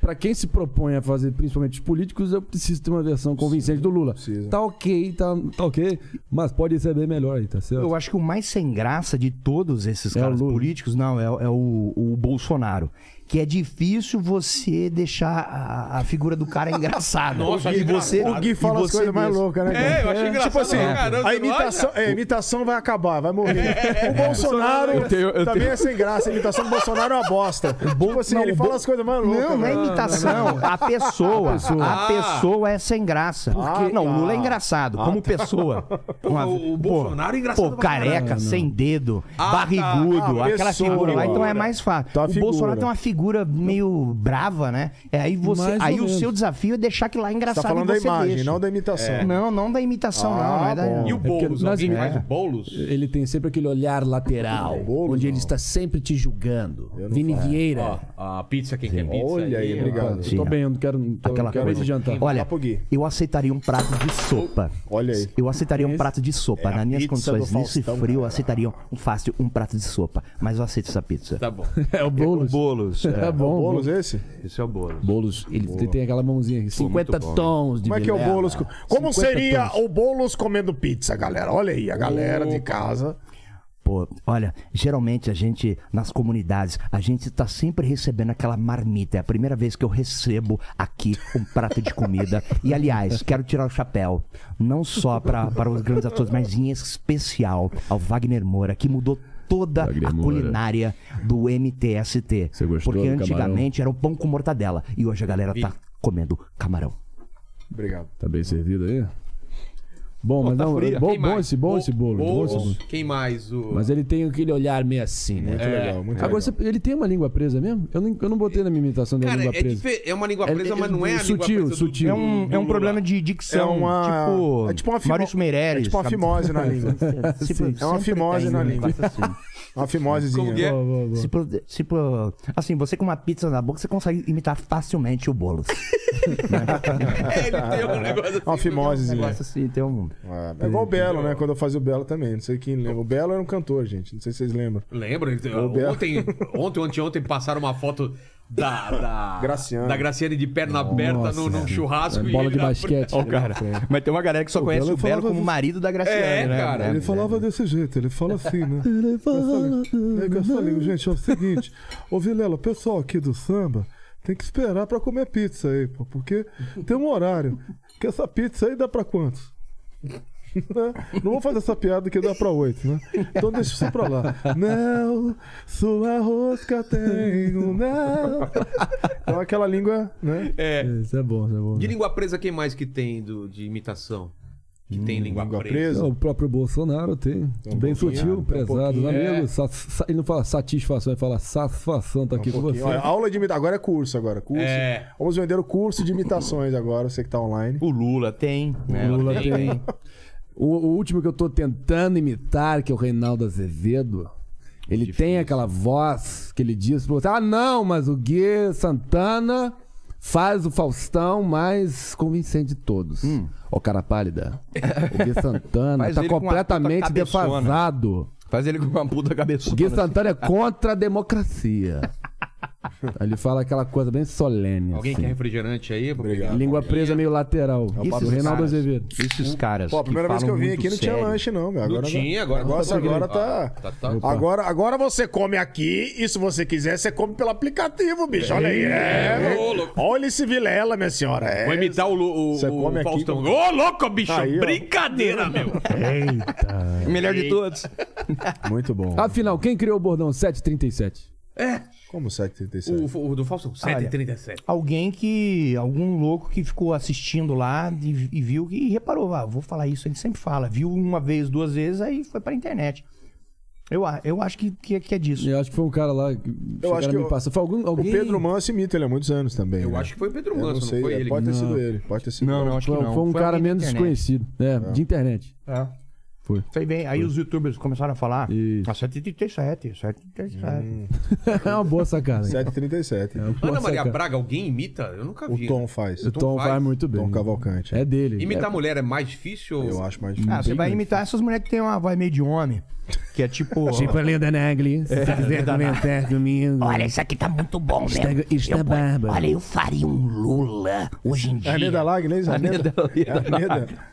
Speaker 7: pra quem se propõe a fazer, principalmente os políticos, eu preciso ter uma versão convincente do Lula. Tá ok, tá, tá ok, mas pode ser bem melhor aí, tá certo?
Speaker 1: Eu acho que o mais sem graça de todos esses caras políticos, não, é, é o, o Bolsonaro. Que é difícil você deixar a, a figura do cara engraçada.
Speaker 3: Nossa,
Speaker 1: e
Speaker 3: acho
Speaker 1: você,
Speaker 3: engraçado. O Gui fala
Speaker 1: e
Speaker 3: as
Speaker 1: você
Speaker 3: coisas mais
Speaker 1: mesmo.
Speaker 3: loucas, né? cara? Tipo assim,
Speaker 1: né?
Speaker 3: a imitação, é, a imitação vai acabar, vai
Speaker 1: É,
Speaker 3: morrer. O Bolsonaro
Speaker 11: Eu tenho- eu
Speaker 3: também
Speaker 11: tenho-
Speaker 3: é sem graça. A imitação do Bolsonaro é uma bosta. Tipo assim,
Speaker 1: não,
Speaker 3: ele
Speaker 1: o
Speaker 3: fala
Speaker 1: Bo-
Speaker 3: as coisas mais loucas. né?
Speaker 1: Não, não é
Speaker 3: velho.
Speaker 1: imitação. A pessoa.
Speaker 3: A
Speaker 1: A
Speaker 3: pessoa.
Speaker 1: pessoa,
Speaker 3: Ah.
Speaker 1: é sem graça.
Speaker 3: Ah,
Speaker 1: não, o Lula é
Speaker 3: tá.
Speaker 1: engraçado,
Speaker 3: Ah,
Speaker 1: como
Speaker 3: tá.
Speaker 1: pessoa.
Speaker 3: Pô,
Speaker 1: Uma-
Speaker 3: o- o Bolsonaro é engraçado
Speaker 1: Pô,
Speaker 3: pra caralho.
Speaker 1: careca,
Speaker 3: Não.
Speaker 1: sem dedo,
Speaker 3: Ah,
Speaker 1: barrigudo,
Speaker 3: tá. Ah,
Speaker 1: aquela
Speaker 3: pessoa.
Speaker 1: figura lá. Então é mais fácil.
Speaker 3: Tá,
Speaker 1: o
Speaker 3: figura.
Speaker 1: Bolsonaro tem uma figura meio brava, né? É, aí você,
Speaker 3: Mais ou
Speaker 1: aí o
Speaker 3: menos.
Speaker 1: seu desafio é deixar que lá é engraçado
Speaker 3: Tá falando
Speaker 1: e
Speaker 3: da
Speaker 1: você
Speaker 3: imagem,
Speaker 1: deixa.
Speaker 3: não da imitação. Ah,
Speaker 1: É. Não, não da imitação, não. não é da-
Speaker 7: É porque nas-
Speaker 11: Alguém faz
Speaker 7: é.
Speaker 11: o
Speaker 2: Boulos?
Speaker 7: Ele tem sempre aquele olhar lateral, onde ele está sempre te julgando. Vini Vieira.
Speaker 2: Ó, a pizza quem quer pizza.
Speaker 7: Olha aí, obrigado.
Speaker 1: Sim.
Speaker 7: Tô bem, eu não quero, não tô-
Speaker 1: Aquela
Speaker 7: não quero
Speaker 1: coisa.
Speaker 7: esse jantar.
Speaker 1: Olha, eu aceitaria um prato de sopa.
Speaker 3: Olha aí.
Speaker 1: Eu aceitaria um prato de sopa.
Speaker 3: É a
Speaker 1: Nas minhas
Speaker 3: pizza
Speaker 1: condições,
Speaker 3: do
Speaker 1: nesse
Speaker 3: Faustão,
Speaker 1: frio, eu aceitaria um, fácil um prato de sopa. Mas eu aceito essa pizza.
Speaker 2: Tá bom.
Speaker 7: É o Boulos.
Speaker 1: Boulos.
Speaker 7: É, bom.
Speaker 3: O Boulos esse?
Speaker 1: Esse é o Boulos.
Speaker 7: Boulos, ele ele tem aquela mãozinha aqui. 50 tons de
Speaker 3: Como é que é o
Speaker 7: Vilela.
Speaker 3: Boulos? co-
Speaker 7: 50
Speaker 3: Como seria
Speaker 7: tons.
Speaker 3: o Boulos comendo pizza, galera? Olha aí, a galera de casa.
Speaker 1: Pô, olha, geralmente a gente, nas comunidades, a gente tá sempre recebendo aquela marmita. É a primeira vez que eu recebo aqui um prato de comida. E, aliás, quero tirar o chapéu, não só pra- para os grandes atores, mas em especial ao Wagner Moura, que mudou toda a culinária do MTST.
Speaker 11: gostou
Speaker 1: Porque
Speaker 11: do
Speaker 1: antigamente era o pão com mortadela. E hoje a galera tá comendo camarão.
Speaker 3: Obrigado.
Speaker 7: Tá bem servido aí? Bom, mas
Speaker 2: tá
Speaker 7: não,
Speaker 2: fria.
Speaker 7: bom,
Speaker 2: Quem
Speaker 7: bom
Speaker 2: mais?
Speaker 7: esse, bom
Speaker 2: Bo-
Speaker 7: esse bolo. bom esse bolo.
Speaker 2: Boulos, quem mais? O...
Speaker 7: Mas ele tem aquele olhar meio assim, né?
Speaker 2: Muito É. legal, muito
Speaker 7: Agora,
Speaker 2: legal.
Speaker 7: você- ele tem uma língua presa mesmo? Eu não, eu não botei na minha imitação da
Speaker 2: Cara,
Speaker 7: língua
Speaker 2: é,
Speaker 7: presa.
Speaker 2: dife- é uma língua presa,
Speaker 7: É-
Speaker 2: mas não é a língua
Speaker 7: sutil,
Speaker 2: presa
Speaker 7: sutil.
Speaker 2: Do... um
Speaker 7: É um- é um
Speaker 2: do-
Speaker 1: problema de dicção.
Speaker 3: É uma-
Speaker 1: Tipo,
Speaker 3: é tipo uma fimo-
Speaker 1: Maurício Meirelles.
Speaker 3: é tipo uma
Speaker 1: sabe?
Speaker 3: fimose na língua.
Speaker 1: Se-
Speaker 3: Sim, é uma
Speaker 1: sempre
Speaker 3: fimose
Speaker 1: tem
Speaker 3: na
Speaker 1: um
Speaker 9: né?
Speaker 3: língua. É
Speaker 1: negócio assim.
Speaker 3: Uma fimosezinha.
Speaker 2: é?
Speaker 1: Se pro- se pro- assim, você com uma pizza na boca, você consegue imitar facilmente o bolo. um assim,
Speaker 3: Uma fimosezinha.
Speaker 1: negócio assim, tem um...
Speaker 3: É igual o Belo, né? Quando eu fazia o Belo também. Não sei quem lembra. O Belo era um cantor, gente. Não sei se vocês lembram.
Speaker 2: Lembra?
Speaker 3: O Belo.
Speaker 2: Ontem, ontem, ontem, ontem passaram uma foto da, da
Speaker 3: Graciane.
Speaker 2: da Graciane de perna aberta no, num churrasco. e ele tá na-
Speaker 9: Ó,
Speaker 7: tá
Speaker 9: cara. Mas tem uma galera que só
Speaker 2: O
Speaker 9: conhece o
Speaker 2: Belo
Speaker 9: Belo
Speaker 2: falava
Speaker 9: como
Speaker 2: disso.
Speaker 9: marido da Graciane,
Speaker 2: É,
Speaker 9: né?
Speaker 2: cara.
Speaker 9: É,
Speaker 19: Ele
Speaker 9: é.
Speaker 19: falava desse jeito, ele fala assim, né?
Speaker 11: Ele
Speaker 19: fala. É que eu falei,
Speaker 11: fala-
Speaker 19: gente, é o seguinte, ô Vilela, o pessoal aqui do samba tem que esperar pra comer pizza aí, pô, porque tem um horário. Que essa pizza aí dá pra quantos? Né? Não vou fazer essa piada que dá pra oito, né? Então deixa isso pra lá. Não, sua rosca tem um não.
Speaker 3: Então aquela língua, né?
Speaker 2: É.
Speaker 7: Isso é bom, isso é bom.
Speaker 2: De língua presa, quem mais que tem do, de imitação? Que tem língua, presa?
Speaker 7: Hum, Não, É, O próprio Bolsonaro tem. bem
Speaker 2: pouquinho,
Speaker 7: sutil,
Speaker 2: tá um
Speaker 7: prezado.
Speaker 2: pouquinho.
Speaker 7: amigo,
Speaker 2: É.
Speaker 7: sa- sa- ele não fala satisfação, ele fala satisfação,
Speaker 19: Um
Speaker 7: tá aqui com você.
Speaker 3: Um Pouquinho. Olha, aula de imitação. Agora é curso, agora. Curso.
Speaker 7: É.
Speaker 3: Vamos vender o curso de imitações agora, você que tá online.
Speaker 1: O Lula tem.
Speaker 7: O Lula tem. O, o último que eu tô tentando imitar, que é o Reinaldo Azevedo,
Speaker 3: É
Speaker 7: ele tem aquela voz que ele diz pra você: ah, não, mas o Gui Santana faz o Faustão mais convincente de todos.
Speaker 3: Hum.
Speaker 7: Ó, cara pálida. O Gui Santana
Speaker 9: Faz
Speaker 7: tá
Speaker 9: ele com uma puta
Speaker 7: completamente
Speaker 9: cabeçona.
Speaker 7: defasado.
Speaker 9: Faz ele com uma puta cabeçona.
Speaker 7: Gui Santana é
Speaker 3: assim.
Speaker 7: contra a democracia. Aí ele fala aquela coisa bem solene.
Speaker 2: Alguém
Speaker 7: assim.
Speaker 2: quer refrigerante aí? Obrigado.
Speaker 7: Língua presa meio lateral.
Speaker 2: É o
Speaker 7: Isso,
Speaker 2: papo
Speaker 7: o
Speaker 2: dos
Speaker 7: Reinaldo
Speaker 2: caras.
Speaker 7: Azevedo.
Speaker 1: Esses caras.
Speaker 3: Pô, a primeira vez que eu vim aqui não tinha lanche, não, meu.
Speaker 2: Não
Speaker 3: Agora,
Speaker 2: tinha, agora
Speaker 3: agora,
Speaker 2: tá
Speaker 3: agora tá.
Speaker 2: sabendo. Ah, tá- tá-
Speaker 3: Agora, agora você come aqui e se você quiser, você come pelo aplicativo, bicho. Olha aí.
Speaker 2: É,
Speaker 3: É,
Speaker 2: ô, louco.
Speaker 3: Olha esse Vilela, minha senhora. É.
Speaker 2: Vou imitar o, Lu- o,
Speaker 3: Você come
Speaker 2: o
Speaker 3: aqui
Speaker 2: Faustão.
Speaker 3: com-
Speaker 2: Ô, louco, bicho!
Speaker 3: Aí, ó.
Speaker 2: brincadeira, meu!
Speaker 7: Eita.
Speaker 2: Melhor de todos.
Speaker 3: Muito bom.
Speaker 7: Afinal, quem criou o bordão 737?
Speaker 2: É.
Speaker 3: Como 737?
Speaker 2: O, o do Faustão,
Speaker 7: Ah, é.
Speaker 2: 737.
Speaker 1: Alguém que. Algum louco que ficou assistindo lá e, e viu e reparou, ah, vou falar isso, ele sempre fala. Viu uma vez, duas vezes, aí foi pra internet. Eu, a- eu acho que, que, que é disso.
Speaker 7: Eu acho que foi um cara lá.
Speaker 3: Eu acho que
Speaker 7: me
Speaker 3: o-
Speaker 7: passa. Foi algum, alguém...
Speaker 3: O Pedro Manso imita ele há muitos anos também.
Speaker 7: Eu
Speaker 3: né?
Speaker 7: acho que foi o Pedro
Speaker 3: Eu
Speaker 7: Manso, não
Speaker 3: sei,
Speaker 7: foi
Speaker 3: é,
Speaker 7: ele?
Speaker 3: Pode ter sido
Speaker 7: Não.
Speaker 3: ele, pode ter sido
Speaker 7: Não,
Speaker 3: ele.
Speaker 7: não, acho que Foi- não. foi um Foi cara alguém da menos internet. desconhecido. É, de internet.
Speaker 1: É.
Speaker 7: Foi.
Speaker 1: Sei bem, aí os youtubers começaram a falar. Ah, A 737, 737.
Speaker 7: é uma boa sacada.
Speaker 3: 737.
Speaker 7: é
Speaker 2: Ana Maria Braga, alguém imita? Eu nunca vi.
Speaker 3: O Tom faz.
Speaker 2: O Tom, faz.
Speaker 7: muito bem.
Speaker 3: Tom Cavalcante.
Speaker 7: É dele.
Speaker 2: Imitar mulher é mais difícil? Eu
Speaker 3: acho
Speaker 7: Hum,
Speaker 3: mais
Speaker 1: Ah, você vai imitar essas mulheres que tem uma voz meio de homem. Que é tipo.
Speaker 11: Tipo a Leda Nagli, se
Speaker 1: É,
Speaker 11: você quiser
Speaker 1: Leda
Speaker 11: comentar comigo.
Speaker 1: Olha,
Speaker 11: isso aqui
Speaker 18: Tá muito bom, né?
Speaker 11: Está, está
Speaker 18: Eu-
Speaker 11: bárbaro.
Speaker 18: Olha, eu faria um Lula hoje em dia.
Speaker 11: Arneda
Speaker 3: Lagnese,
Speaker 11: Arneda? Arneda.
Speaker 18: Olha,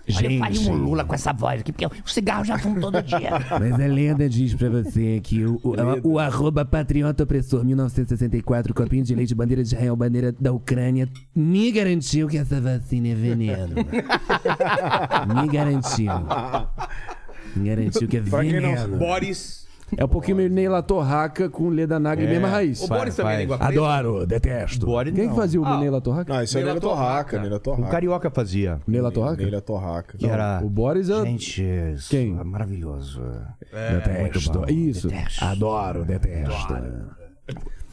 Speaker 18: eu faria
Speaker 11: Gente.
Speaker 18: um Lula com essa voz aqui, porque os cigarros já fumam todo dia.
Speaker 11: Mas a lenda diz pra você que o, o,
Speaker 18: Lenda.
Speaker 11: o arroba patriota opressor 1964, copinho de leite, bandeira de Israel, bandeira da Ucrânia, me garantiu que essa vacina é veneno. me garantiu. Me garantiu que é
Speaker 2: Pra quem não-
Speaker 11: veneno.
Speaker 2: Boris.
Speaker 7: É um pouquinho meio Ney Latorraca com Leda Nagli,
Speaker 2: É.
Speaker 7: mesma raiz.
Speaker 2: O Boris também é língua preta?
Speaker 11: Adoro, detesto.
Speaker 7: Quem que fazia o Ney Latorraca?
Speaker 3: Ah, isso é Neila Torraca,
Speaker 2: Um
Speaker 3: Neila Torraca.
Speaker 1: O carioca fazia.
Speaker 7: Neila Torraca?
Speaker 3: Neila Torraca.
Speaker 1: Que era.
Speaker 7: O Boris é.
Speaker 1: Gente, isso
Speaker 7: Quem?
Speaker 1: é maravilhoso.
Speaker 7: É.
Speaker 1: Muito bom.
Speaker 11: Isso. Adoro, detesto.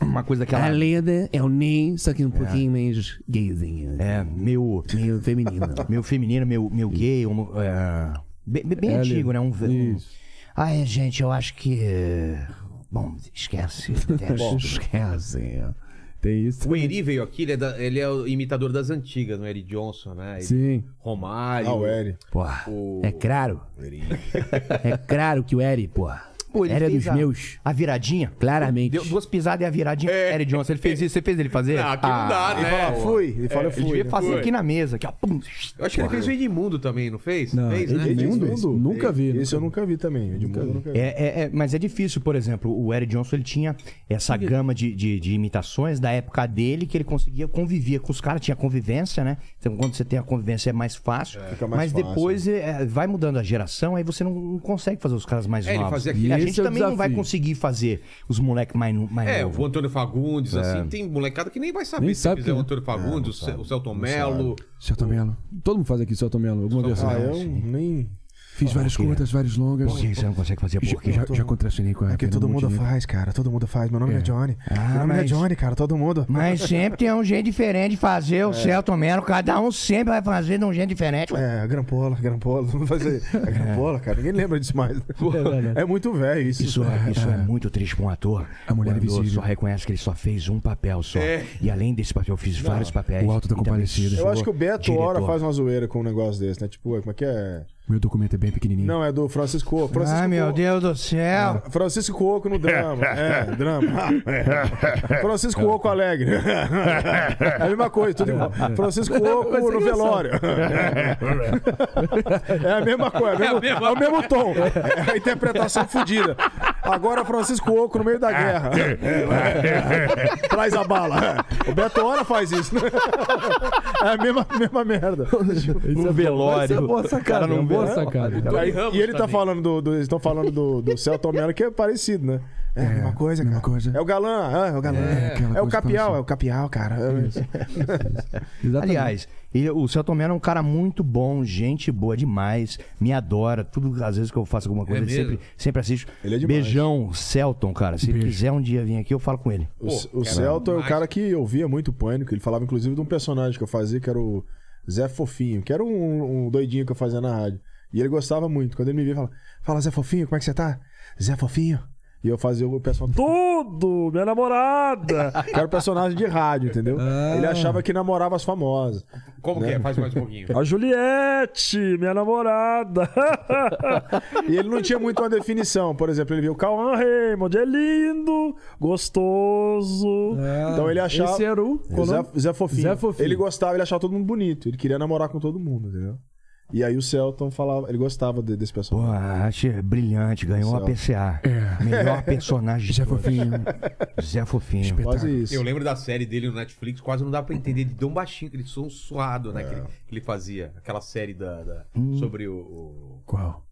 Speaker 11: Uma coisa que ela... A lenda é o Ney, só que um pouquinho mais gayzinha.
Speaker 1: É, meu.
Speaker 11: Meio feminino.
Speaker 1: meu feminino, meu, meu gay. homo- é, bem bem- bem
Speaker 11: É,
Speaker 1: antigo,
Speaker 11: Lê.
Speaker 1: né? Um, um... Ah, é, gente, eu acho que. é, Bom, esquece.
Speaker 2: Bom.
Speaker 11: esquece. Tem isso.
Speaker 2: O Eri veio aqui, ele é, da- ele é o imitador das antigas, não é? Eri Johnson, né? Ele-
Speaker 11: Sim.
Speaker 2: Romário.
Speaker 11: Ah, o Eri. Porra. É claro. É claro que o Eri, porra.
Speaker 1: Pô, ele
Speaker 11: Era
Speaker 1: fez
Speaker 11: dos
Speaker 1: a-
Speaker 11: meus.
Speaker 1: A viradinha?
Speaker 11: Claramente.
Speaker 1: Deu duas pisadas e a viradinha. É. Eric Johnson, ele fez isso. Você fez ele fazer?
Speaker 2: Ah, aqui não dá,
Speaker 1: ele
Speaker 2: né?
Speaker 1: fala,
Speaker 2: Pô.
Speaker 1: fui. Ele fala,
Speaker 2: É,
Speaker 1: fui.
Speaker 2: ele devia fazer
Speaker 1: fazer
Speaker 2: aqui
Speaker 1: aqui na mesa. Aqui, ó, pum.
Speaker 2: Eu acho que ele fez o Edmundo também, não fez? fez, né?
Speaker 7: Nunca vi.
Speaker 3: Esse eu nunca vi também. Edmundo eu nunca vi.
Speaker 1: É, é, é, mas é difícil, por exemplo, o Eric Johnson ele tinha essa gama de, de- de imitações da época dele que ele conseguia convivia com os caras, tinha convivência, né? Então quando você tem a convivência é mais fácil,
Speaker 3: Fica
Speaker 1: mas
Speaker 3: mais fácil.
Speaker 1: depois é, vai mudando a geração, aí você não, não consegue fazer os caras mais
Speaker 2: É, ele
Speaker 1: novos.
Speaker 2: fazia aqui-
Speaker 1: E a
Speaker 2: Esse
Speaker 1: gente
Speaker 2: é o
Speaker 1: também não
Speaker 2: desafio.
Speaker 1: vai conseguir fazer os moleques mais, no- mais
Speaker 2: É,
Speaker 1: novos.
Speaker 2: o Antônio Fagundes,
Speaker 1: É.
Speaker 2: assim, tem molecada que nem vai saber
Speaker 7: Nem
Speaker 2: se
Speaker 7: sabe
Speaker 2: fizer
Speaker 7: quem
Speaker 2: o
Speaker 7: é.
Speaker 2: Antônio Fagundes, o Ce- o Celton Mello.
Speaker 7: Celton Mello. Todo mundo faz aqui Celton Mello. Alguma versão.
Speaker 3: Ah, eu nem.
Speaker 7: Fiz várias curtas, várias longas.
Speaker 3: Por que você não
Speaker 1: consegue fazer
Speaker 3: porquê?
Speaker 7: Já, já contracenei com a
Speaker 3: É que
Speaker 7: Fernanda
Speaker 3: todo mundo
Speaker 7: Montenegro.
Speaker 3: faz, cara. Todo mundo faz. Meu nome é,
Speaker 7: É.
Speaker 3: Johnny.
Speaker 1: Ah,
Speaker 3: Meu nome é
Speaker 1: mas-
Speaker 3: Johnny, cara. Todo mundo.
Speaker 1: Mas sempre tem um jeito diferente de fazer o Celton Mello, cada um sempre vai fazer de um jeito diferente.
Speaker 3: É, a Grampola, a Grampola. Todo mundo faz aí. A Grampola, cara. Ninguém lembra disso mais. É muito velho isso.
Speaker 1: Isso, é- isso é muito triste pra um ator. A mulher só reconhece que ele só fez um papel só.
Speaker 3: É.
Speaker 1: E além desse papel, eu fiz vários papéis.
Speaker 7: O Alto da
Speaker 1: E também
Speaker 7: Compadecida.
Speaker 1: sou
Speaker 3: Eu acho que o Beto
Speaker 1: diretor.
Speaker 3: Hora faz uma zoeira com um negócio desse, né? Tipo, como é que é?
Speaker 7: Meu documento é bem pequenininho.
Speaker 3: Não, é do Francisco Coco. Francisco
Speaker 1: Ai, meu
Speaker 3: Coco.
Speaker 1: Deus do céu.
Speaker 3: Francisco Coco no drama. É, drama. Francisco Oco alegre. É a mesma coisa, tudo igual. Francisco Oco
Speaker 7: Mas é
Speaker 3: no
Speaker 7: engraçado.
Speaker 3: velório. É a mesma coisa, é, o mesmo- é o mesmo tom. É a interpretação fodida. Agora Francisco Oco no meio da guerra. Traz a bala. O Beto Hora faz isso. né? É a mesma, mesma merda.
Speaker 7: Isso é-
Speaker 9: velório.
Speaker 7: isso é boa sacada,
Speaker 9: O cara não
Speaker 7: é boa
Speaker 9: vê.
Speaker 7: sacada.
Speaker 3: Aí- e ele tá falando do, do- eles estão falando do, do Celton Mello, que é parecido, né? É, a mesma coisa, cara. É o galã, ah, é o galã.
Speaker 7: É,
Speaker 3: É,
Speaker 7: aquela
Speaker 3: o
Speaker 7: coisa
Speaker 3: capial,
Speaker 7: parecida.
Speaker 3: é o capial, cara. É isso.
Speaker 1: Aliás, ele- o Celton Mello é um cara muito bom, gente boa demais, me adora. Tudo, às vezes que eu faço alguma coisa,
Speaker 3: É
Speaker 1: ele
Speaker 3: mesmo?
Speaker 1: sempre, sempre assiste.
Speaker 3: Ele é demais.
Speaker 1: Beijão, Celton, cara. Se ele quiser um dia vir aqui, eu falo com ele.
Speaker 3: O, o Celton é um cara que ouvia muito pânico. Ele falava, inclusive, de um personagem que eu fazia, que era o Zé Fofinho, que era um, um doidinho que eu fazia na rádio. E ele gostava muito. Quando ele me via, falava: Fala, Zé Fofinho, como é que você tá? Zé Fofinho. E eu fazia o pessoal. Tudo! Minha namorada! Que era o personagem de rádio, entendeu? Ele achava que namorava as famosas.
Speaker 2: Como que é? Faz mais um pouquinho.
Speaker 3: Né? A Juliette, minha namorada. e ele não tinha muito uma definição. Por exemplo, ele viu o Cauã Raymond, é lindo, gostoso. então ele achava.
Speaker 7: É, esse era o- qual
Speaker 3: Zé,
Speaker 7: nome?
Speaker 3: Zé Fofinho.
Speaker 7: Zé Fofinho.
Speaker 3: Ele gostava, ele achava todo mundo bonito. Ele queria namorar com todo mundo, entendeu? E aí o Celton falava, ele gostava de- desse personagem.
Speaker 1: Pô, achei brilhante, ganhou a
Speaker 3: Céu.
Speaker 1: PCA. Melhor personagem. É. Zé Fofinho. Zé Fofinho.
Speaker 2: Eu lembro da série dele no Netflix, quase não dá pra entender de tão baixinho, aquele som suado, né? Que, ele, que ele fazia. Aquela série da, da-
Speaker 7: Hum.
Speaker 2: sobre o. o-
Speaker 7: Qual?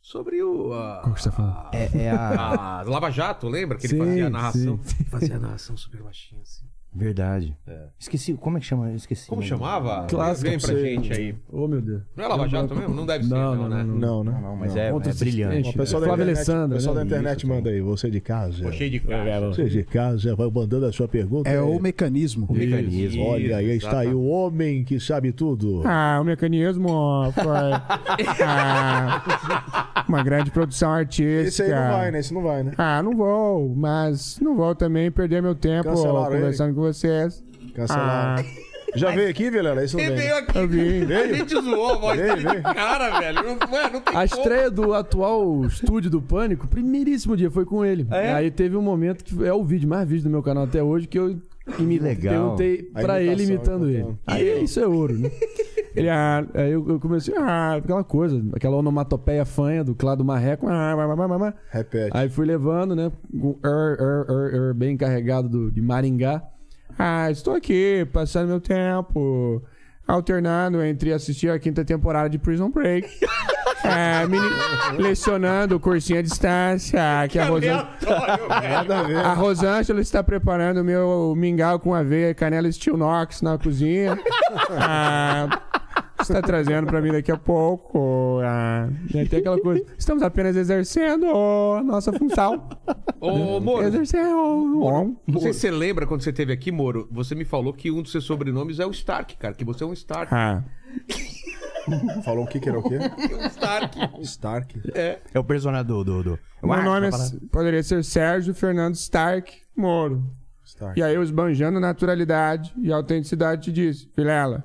Speaker 2: Sobre o. a- é
Speaker 7: Qual que você tá falando?
Speaker 1: É, Ah.
Speaker 2: a Lava Jato, lembra? Que ele
Speaker 7: Sim,
Speaker 2: fazia a narração.
Speaker 7: sim, sim.
Speaker 2: Fazia a narração super baixinha, assim.
Speaker 1: Verdade. Esqueci, como é que chama? Esqueci.
Speaker 2: Como chamava?
Speaker 1: Clássico
Speaker 2: Vem pra gente aí.
Speaker 6: Ô, meu Deus.
Speaker 2: Não é Lava Jato mesmo? Não deve ser,
Speaker 6: Não,
Speaker 2: não,
Speaker 6: não,
Speaker 2: né?
Speaker 6: não,
Speaker 3: Não, né?
Speaker 6: Não, mas é- Outro é brilhante.
Speaker 3: Bom, O pessoal da
Speaker 6: Flávio
Speaker 3: internet,
Speaker 6: Alessandro,
Speaker 3: o pessoal
Speaker 6: né?
Speaker 3: da internet manda aí. Você de casa.
Speaker 2: Você
Speaker 6: É,
Speaker 2: de casa.
Speaker 3: Você de casa vai mandando a sua pergunta.
Speaker 10: É
Speaker 3: aí.
Speaker 10: o mecanismo.
Speaker 3: O mecanismo. Olha, aí está aí o homem que sabe tudo.
Speaker 8: Ah, o mecanismo foi ah, uma grande produção artística.
Speaker 3: Esse aí não vai, né? Esse não vai, né?
Speaker 8: Ah, não vou, mas não vou também perder meu tempo
Speaker 3: Cancelaram ele.
Speaker 8: conversando com vocês.
Speaker 6: Ah.
Speaker 8: Ah.
Speaker 3: Cancelaram. Já veio aqui, Vilela? Isso não
Speaker 8: Ele
Speaker 3: vem. né?
Speaker 8: veio aqui. Eu vi.
Speaker 3: Veio?
Speaker 8: A gente
Speaker 2: zoou a voz
Speaker 3: Veio,
Speaker 2: dele.
Speaker 3: veio.
Speaker 2: Cara, velho. Não, mano, não
Speaker 6: A
Speaker 2: tem como.
Speaker 6: estreia do atual estúdio do Pânico, primeiríssimo dia, foi com ele.
Speaker 2: É?
Speaker 6: Aí teve um momento que é o vídeo, mais vídeo do meu canal até hoje, que eu imi-
Speaker 18: legal.
Speaker 6: perguntei
Speaker 18: A
Speaker 6: pra
Speaker 2: tá
Speaker 12: é
Speaker 6: ele
Speaker 18: imitação,
Speaker 6: imitando ele.
Speaker 18: então.
Speaker 6: Aí isso é ouro, né? Ele, ah, aí eu, eu comecei, ah, aquela coisa, aquela onomatopeia fanha do Clado Marreco. Ah, bah, bah, bah, bah, bah.
Speaker 3: Repete.
Speaker 6: Aí fui levando, né? com er, er, er, er, bem carregado do- de Maringá. Ah, estou aqui, passando meu tempo, alternando entre assistir a quinta temporada de Prison Break. É, mini- lecionando o cursinho à distância que a Rosângela...
Speaker 3: Nada a ver.
Speaker 6: A Rosângela está preparando o meu mingau com aveia e canela estilo Nox na cozinha. Ah, está trazendo para mim daqui a pouco. Ah, e tem aquela coisa. Estamos apenas exercendo a nossa função.
Speaker 2: Ô, Moro.
Speaker 6: Exercendo.
Speaker 2: Não sei se você lembra quando você esteve aqui, Moro. Você me falou que um dos seus sobrenomes é o Stark, cara. Que você é um Stark.
Speaker 6: Ah.
Speaker 3: Falou o que que era o quê?
Speaker 2: Stark.
Speaker 3: Stark.
Speaker 2: É.
Speaker 1: É o personagem do. do, do.
Speaker 6: Meu
Speaker 1: Marcos,
Speaker 6: nome é-
Speaker 1: vai falar.
Speaker 6: poderia ser Sérgio Fernando Stark Moro.
Speaker 3: Stark.
Speaker 6: E aí eu esbanjando naturalidade e autenticidade te disse, Vilela,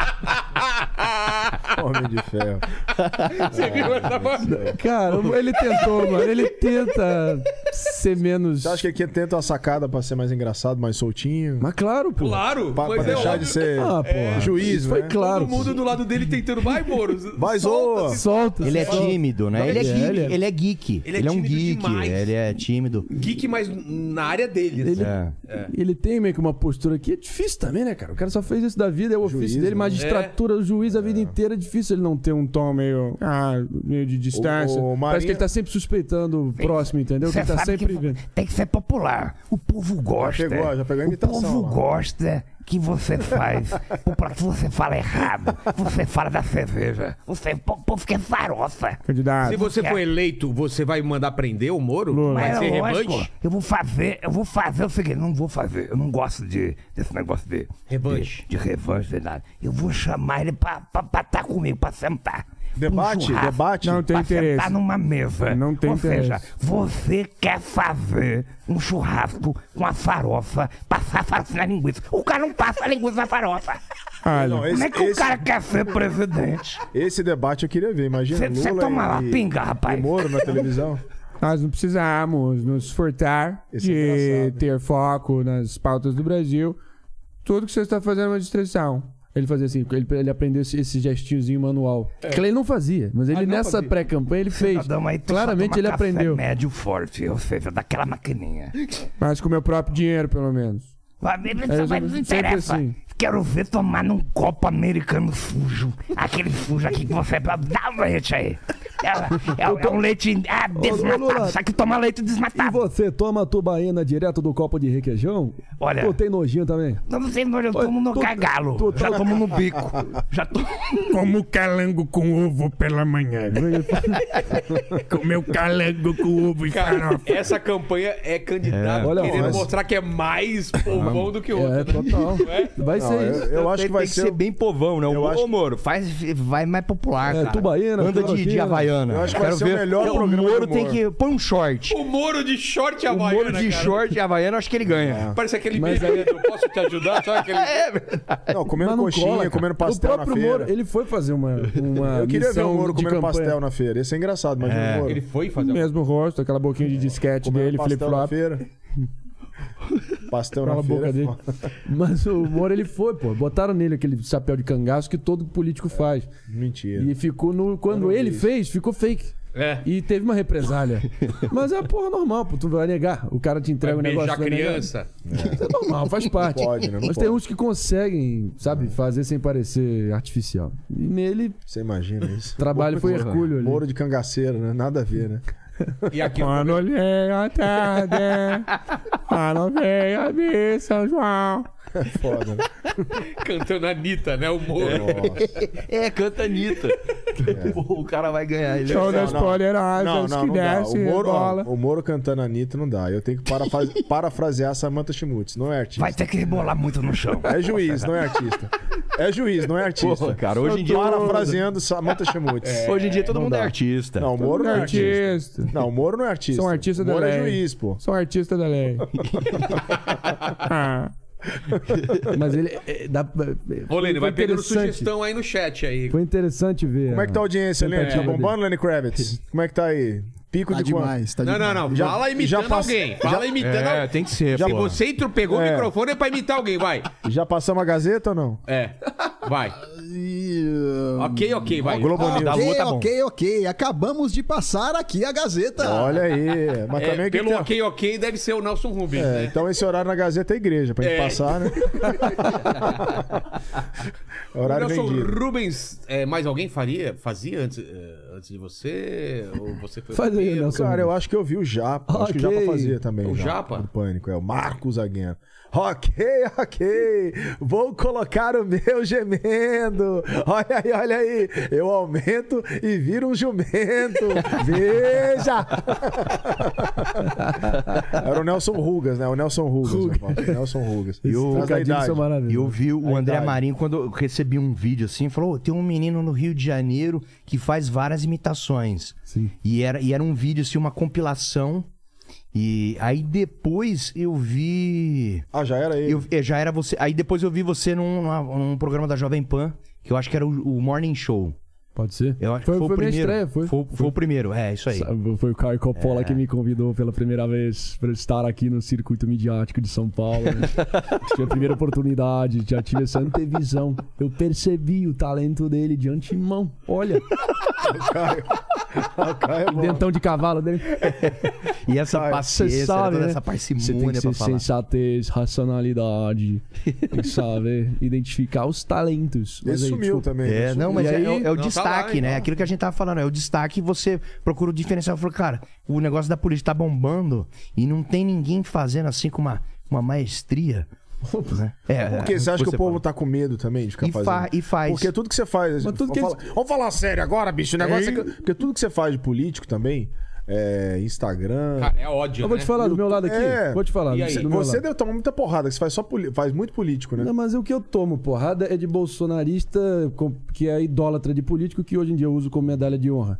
Speaker 3: Homem de ferro.
Speaker 2: Você viu essa voz?
Speaker 6: Cara, ele tentou, mano. Ele tenta ser menos.
Speaker 3: Você acha que aqui tenta uma sacada pra ser mais engraçado, mais soltinho?
Speaker 6: Mas claro, pô.
Speaker 2: Claro,
Speaker 3: Pra, pra
Speaker 2: mas é
Speaker 3: deixar
Speaker 2: óbvio.
Speaker 3: de ser
Speaker 2: Ah, porra.
Speaker 3: juiz,
Speaker 2: Isso
Speaker 3: né?
Speaker 2: foi Todo mundo do lado dele tentando. Vai, Moro.
Speaker 3: Mas ô,
Speaker 6: Solta.
Speaker 1: Ele é tímido, né? Ele é geek. Ele é, geek.
Speaker 2: Ele é
Speaker 1: Ele é, um
Speaker 2: tímido
Speaker 1: geek.
Speaker 2: demais.
Speaker 1: Ele é tímido.
Speaker 2: Geek, mas na área dele. assim.
Speaker 6: Ele,
Speaker 2: É.
Speaker 6: ele tem meio que uma postura que é difícil também, né, cara? O cara só fez isso da vida, é o ofício dele,
Speaker 2: É.
Speaker 6: magistratura, o juiz a vida inteira. É difícil ele não ter um tom meio, ah, meio de distância.
Speaker 3: o
Speaker 6: Parece
Speaker 3: Marinho-
Speaker 6: que ele tá sempre suspeitando o próximo, entendeu? Que
Speaker 18: Cê
Speaker 6: ele tá
Speaker 18: sabe
Speaker 6: sempre
Speaker 18: que
Speaker 6: vendo.
Speaker 18: tem que ser popular. O povo gosta.
Speaker 3: pegou- já pegou a imitação
Speaker 18: O povo
Speaker 3: lá.
Speaker 18: gosta que você faz. popular que você fala errado. Você fala da cerveja. Você, o povo quer farofa.
Speaker 6: Candidato.
Speaker 2: Se você for eleito, você vai mandar prender o Moro? Vai
Speaker 18: Mas
Speaker 2: ser
Speaker 18: é lógico,
Speaker 2: revanche?
Speaker 18: eu vou fazer, eu vou fazer o seguinte, não vou fazer, eu não gosto de, desse negócio de
Speaker 2: Revanche.
Speaker 18: de, de revanche, de nada. Eu vou chamar ele pra estar comigo, pra sentar. Pra um
Speaker 3: Debate,
Speaker 18: churrasco,
Speaker 3: debate.
Speaker 6: Não tem
Speaker 18: pra
Speaker 6: interesse.
Speaker 18: sentar numa mesa.
Speaker 6: Não tem
Speaker 18: Ou seja,
Speaker 6: interesse.
Speaker 18: você quer fazer um churrasco com a farofa, passar a farofa na linguiça. O cara não passa a linguiça na farofa.
Speaker 6: Ah,
Speaker 3: Não,
Speaker 18: Como
Speaker 3: esse-
Speaker 18: é que
Speaker 3: esse-
Speaker 18: o cara quer ser presidente?
Speaker 3: esse debate eu queria ver. Imagina
Speaker 18: Cê- cê
Speaker 3: Lula
Speaker 18: toma
Speaker 3: e,
Speaker 18: lá, pinga,
Speaker 3: e
Speaker 18: rapaz.
Speaker 3: Moro na televisão.
Speaker 6: Nós não precisamos nos furtar
Speaker 3: Esse é
Speaker 6: de
Speaker 3: engraçado.
Speaker 6: ter foco nas pautas do Brasil. Tudo que você está fazendo é uma distração. Ele fazia assim, ele, ele aprendeu esse, esse gestinhozinho manual. Que ele não fazia, mas ele nessa pré-campanha ele fez.
Speaker 18: Cidadão, aí tu só
Speaker 6: Claramente
Speaker 18: toma
Speaker 6: ele
Speaker 18: café
Speaker 6: aprendeu.
Speaker 18: Médio forte, ou seja, daquela maquininha.
Speaker 6: Mas com meu próprio dinheiro, pelo menos.
Speaker 18: Mas Ele
Speaker 6: É,
Speaker 18: só vai-
Speaker 6: sempre
Speaker 18: não interessa.
Speaker 6: assim.
Speaker 18: Quero ver tomar num copo americano sujo. Aquele sujo aqui que você. Dá um leite aí. É, é- é um leite ah,
Speaker 7: Lula.
Speaker 18: desnatado. Só que toma leite desnatado.
Speaker 7: E você toma tubaína direto do copo de requeijão?
Speaker 18: Olha.
Speaker 7: Ou tem nojinho também?
Speaker 18: Não sei, mas eu tomo no
Speaker 7: tu-
Speaker 18: cagalo.
Speaker 7: tu-
Speaker 18: Já tomo no bico. Já tomo.
Speaker 20: Como calango com ovo pela manhã. Comeu calango com ovo e
Speaker 2: Cara,
Speaker 20: farofa.
Speaker 2: essa campanha é
Speaker 20: É.
Speaker 2: candidato
Speaker 20: Olha,
Speaker 2: querendo
Speaker 20: mas-
Speaker 2: mostrar que é mais povão do que o outro.
Speaker 6: É,
Speaker 2: né?
Speaker 6: total. Vai
Speaker 3: Não,
Speaker 6: ser
Speaker 3: eu,
Speaker 6: isso.
Speaker 3: eu acho
Speaker 18: Tem-
Speaker 3: que vai
Speaker 18: tem que ser bem povão, né?
Speaker 3: Eu
Speaker 18: Ô,
Speaker 3: acho-
Speaker 18: Moro, faz, vai mais popular,
Speaker 6: É,
Speaker 18: cara.
Speaker 6: tubaína,
Speaker 18: Anda de, de
Speaker 6: tubaína.
Speaker 18: havaiana.
Speaker 3: Eu acho que vai ser o melhor
Speaker 18: Porque
Speaker 3: programa
Speaker 18: O Moro
Speaker 3: do
Speaker 18: tem
Speaker 3: Moro.
Speaker 18: que... Põe um short.
Speaker 2: O Moro de short e
Speaker 18: O
Speaker 2: havaiana,
Speaker 18: Moro de
Speaker 2: cara.
Speaker 18: short e havaiana, acho que ele
Speaker 3: É.
Speaker 18: ganha.
Speaker 2: Parece aquele
Speaker 6: Mas é-
Speaker 2: meme, né, do Eu posso te ajudar? Sabe aquele...
Speaker 3: Não,
Speaker 6: Mas
Speaker 3: comendo
Speaker 6: não
Speaker 3: coxinha,
Speaker 6: cola, cara.
Speaker 3: comendo pastel
Speaker 6: O
Speaker 3: na
Speaker 6: próprio
Speaker 3: feira.
Speaker 6: Moro, ele foi fazer uma, uma
Speaker 3: Eu queria ver
Speaker 6: missão
Speaker 3: o Moro
Speaker 6: de
Speaker 3: comendo
Speaker 6: campanha. É.
Speaker 3: pastel na feira. Ia ser engraçado, imagina o Moro.
Speaker 2: Ele foi fazer... uma-
Speaker 6: Mesmo rosto, aquela boquinha de disquete
Speaker 3: Comendo
Speaker 6: dele,
Speaker 3: pastel na
Speaker 6: flip-flop.
Speaker 3: feira. Pastel
Speaker 6: Cala
Speaker 3: na
Speaker 6: a boca
Speaker 3: feira. é
Speaker 6: dele. Mas o Moro, ele foi, pô. Botaram nele aquele chapéu de cangaço que todo político faz.
Speaker 3: Mentira.
Speaker 6: E ficou no. Quando ele fez, ficou fake.
Speaker 2: É.
Speaker 6: E teve uma represália. Mas é a porra normal, pô. Tu vai negar. O cara te entrega
Speaker 2: Vai
Speaker 6: um negócio.
Speaker 2: beijar
Speaker 7: né?
Speaker 6: tu vai negar.
Speaker 2: criança.
Speaker 6: Isso é normal, faz parte.
Speaker 3: pode, né? Não
Speaker 6: Mas
Speaker 3: pode. É.
Speaker 6: tem uns que conseguem, sabe, fazer sem parecer artificial. E nele,
Speaker 3: Você imagina isso?
Speaker 6: o trabalho foi hercúleo ali.
Speaker 3: Moro de cangaceiro, né? Nada a ver, né?
Speaker 2: E aqui
Speaker 7: Quando olhei a tarde, quando veio a missa, São João.
Speaker 2: É foda, né? Cantando Anitta, né? O Moro.
Speaker 9: É, canta Anitta. O cara vai ganhar. ele-
Speaker 3: um
Speaker 7: Todas poderosas que
Speaker 3: dá.
Speaker 7: descem
Speaker 3: O Moro, ó,
Speaker 7: bola.
Speaker 3: o Moro cantando a Anitta não dá. Eu tenho que parafra- parafrasear Samantha Schmutz, não é artista.
Speaker 8: Vai ter que rebolar muito no chão.
Speaker 3: É juiz, não é artista. É juiz, não é artista.
Speaker 9: Porra, cara, hoje em dia-
Speaker 3: Parafraseando Samantha Schmutz.
Speaker 9: É, Hoje em dia todo
Speaker 3: não
Speaker 9: mundo é
Speaker 3: dá.
Speaker 9: artista.
Speaker 3: Não, o
Speaker 9: Todo
Speaker 3: Moro não
Speaker 9: mundo
Speaker 3: é
Speaker 9: é
Speaker 3: artista. Não, o Moro não é artista.
Speaker 7: São
Speaker 6: um
Speaker 7: artistas
Speaker 3: O
Speaker 7: um da
Speaker 3: Moro
Speaker 7: lei.
Speaker 3: é juiz, pô.
Speaker 7: São artistas da lei. Ah. Mas ele. é, dá,
Speaker 2: Ô, Lene, vai pegando
Speaker 7: interessante.
Speaker 2: sugestão aí no chat aí.
Speaker 7: Foi interessante ver.
Speaker 3: Como é que tá a audiência, Lenny? Tá
Speaker 7: tentativa dele.
Speaker 3: bombando, Lenny Kravitz? Como é que tá aí? Pico
Speaker 7: Tá
Speaker 3: de quanto?
Speaker 7: demais, tá
Speaker 2: Não, não, não. Fala imitando alguém. Fala imitando
Speaker 9: É,
Speaker 2: alguém.
Speaker 9: tem que ser,
Speaker 2: Se
Speaker 9: pô.
Speaker 2: você entrou, pegou
Speaker 3: É.
Speaker 2: o microfone é pra imitar alguém, vai.
Speaker 3: Já passamos a Gazeta ou não?
Speaker 2: É. Vai. ok, ok, vai. Tá,
Speaker 4: ok,
Speaker 3: Tá
Speaker 4: ok, ok. Acabamos de passar aqui a Gazeta.
Speaker 3: Olha aí. Mas
Speaker 2: É,
Speaker 3: também que tá?
Speaker 2: pelo
Speaker 3: tem-
Speaker 2: ok, ok, deve ser o Nelson Rubens,
Speaker 3: É,
Speaker 2: né?
Speaker 3: então esse horário na Gazeta é igreja, pra gente
Speaker 2: É.
Speaker 3: passar, né? É
Speaker 2: O
Speaker 3: horário
Speaker 2: Nelson
Speaker 3: vendido.
Speaker 2: Rubens, é, mais alguém faria, fazia antes, é, antes de você? Ou você foi o
Speaker 3: Faz aí,
Speaker 2: primeiro?
Speaker 3: Cara, eu acho que eu vi o Japa. Acho que o
Speaker 2: Ok.
Speaker 3: Japa fazia também.
Speaker 2: O
Speaker 3: já,
Speaker 2: Japa?
Speaker 3: Do Pânico, é o Marcos Aguena. Ok, ok. Vou colocar o meu gemendo. Olha aí, olha aí. Eu aumento e viro um jumento. Veja! Era o Nelson Rugas, né? O Nelson Rugas. O Nelson Rugas.
Speaker 1: E eu,
Speaker 3: Por causa da idade.
Speaker 1: eu vi o
Speaker 3: A
Speaker 1: André
Speaker 3: idade.
Speaker 1: Marinho quando eu recebi um vídeo assim, falou: "Ô, tem um menino no Rio de Janeiro que faz várias imitações. E, era, e era um vídeo, assim, uma compilação. E aí depois eu vi.
Speaker 3: Ah, já era ele?
Speaker 1: Eu, é, já era você. Aí depois eu vi você num, numa- num programa da Jovem Pan, que eu acho que era o, o Morning Show.
Speaker 7: Pode ser?
Speaker 1: Eu acho que
Speaker 7: Foi-
Speaker 1: foi,
Speaker 7: foi
Speaker 1: o
Speaker 7: minha
Speaker 1: primeiro.
Speaker 7: estreia, foi.
Speaker 1: Foi, foi o primeiro, é, isso aí.
Speaker 7: Sabe, Foi o Caio Coppola
Speaker 1: É.
Speaker 7: que me convidou pela primeira vez para estar aqui no circuito midiático de São Paulo. né? Tinha a primeira oportunidade, já tive essa antevisão. Eu percebi o talento dele de antemão. Olha. o dentão de cavalo dele.
Speaker 1: E essa
Speaker 7: Você
Speaker 1: paciência,
Speaker 7: sabe,
Speaker 1: toda
Speaker 7: né? Você
Speaker 1: essa
Speaker 7: tem
Speaker 1: parcimônia
Speaker 7: que
Speaker 1: pra
Speaker 7: ser
Speaker 1: falar.
Speaker 7: sensatez, racionalidade. Tem que saber identificar os talentos.
Speaker 3: Ele
Speaker 7: Mas aí,
Speaker 3: sumiu
Speaker 7: tipo,
Speaker 3: também.
Speaker 1: É, não, mas
Speaker 7: E
Speaker 1: é-
Speaker 7: aí-
Speaker 1: é, o- é o
Speaker 7: Não, tá
Speaker 1: destaque,
Speaker 7: lá,
Speaker 1: né?
Speaker 7: então.
Speaker 1: Aquilo que a gente tava falando, é o destaque, você procura o diferencial. Falou, cara, o negócio da polícia tá bombando e não tem ninguém fazendo assim com uma, uma maestria. né? É,
Speaker 3: Por quê? Você acha que o povo tá com medo também de ficar
Speaker 1: E fa-
Speaker 3: fazendo?
Speaker 1: e faz.
Speaker 3: Porque tudo que você faz.
Speaker 1: tudo que
Speaker 3: vamos, falar, vamos falar sério agora, bicho. O negócio é que- Porque tudo que você faz de político também. É, Instagram. É.
Speaker 2: Cara, é ódio,
Speaker 7: Eu vou te né? falar do meu lado aqui, vou te falar, E do aí?
Speaker 3: Você,
Speaker 7: seu- do meu lado.
Speaker 3: deve tomar muita porrada, que você faz, só poli- faz muito político, né?
Speaker 7: Não, mas o que eu tomo porrada é de bolsonarista com- que é idólatra de político, que hoje em dia eu uso como medalha de honra.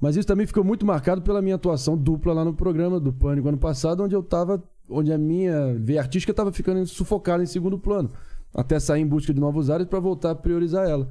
Speaker 7: Mas isso também ficou muito marcado pela minha atuação dupla lá no programa do Pânico ano passado, onde eu tava. onde a minha veia artística estava ficando sufocada em segundo plano. Até sair em busca de novos áreas para voltar a priorizar ela.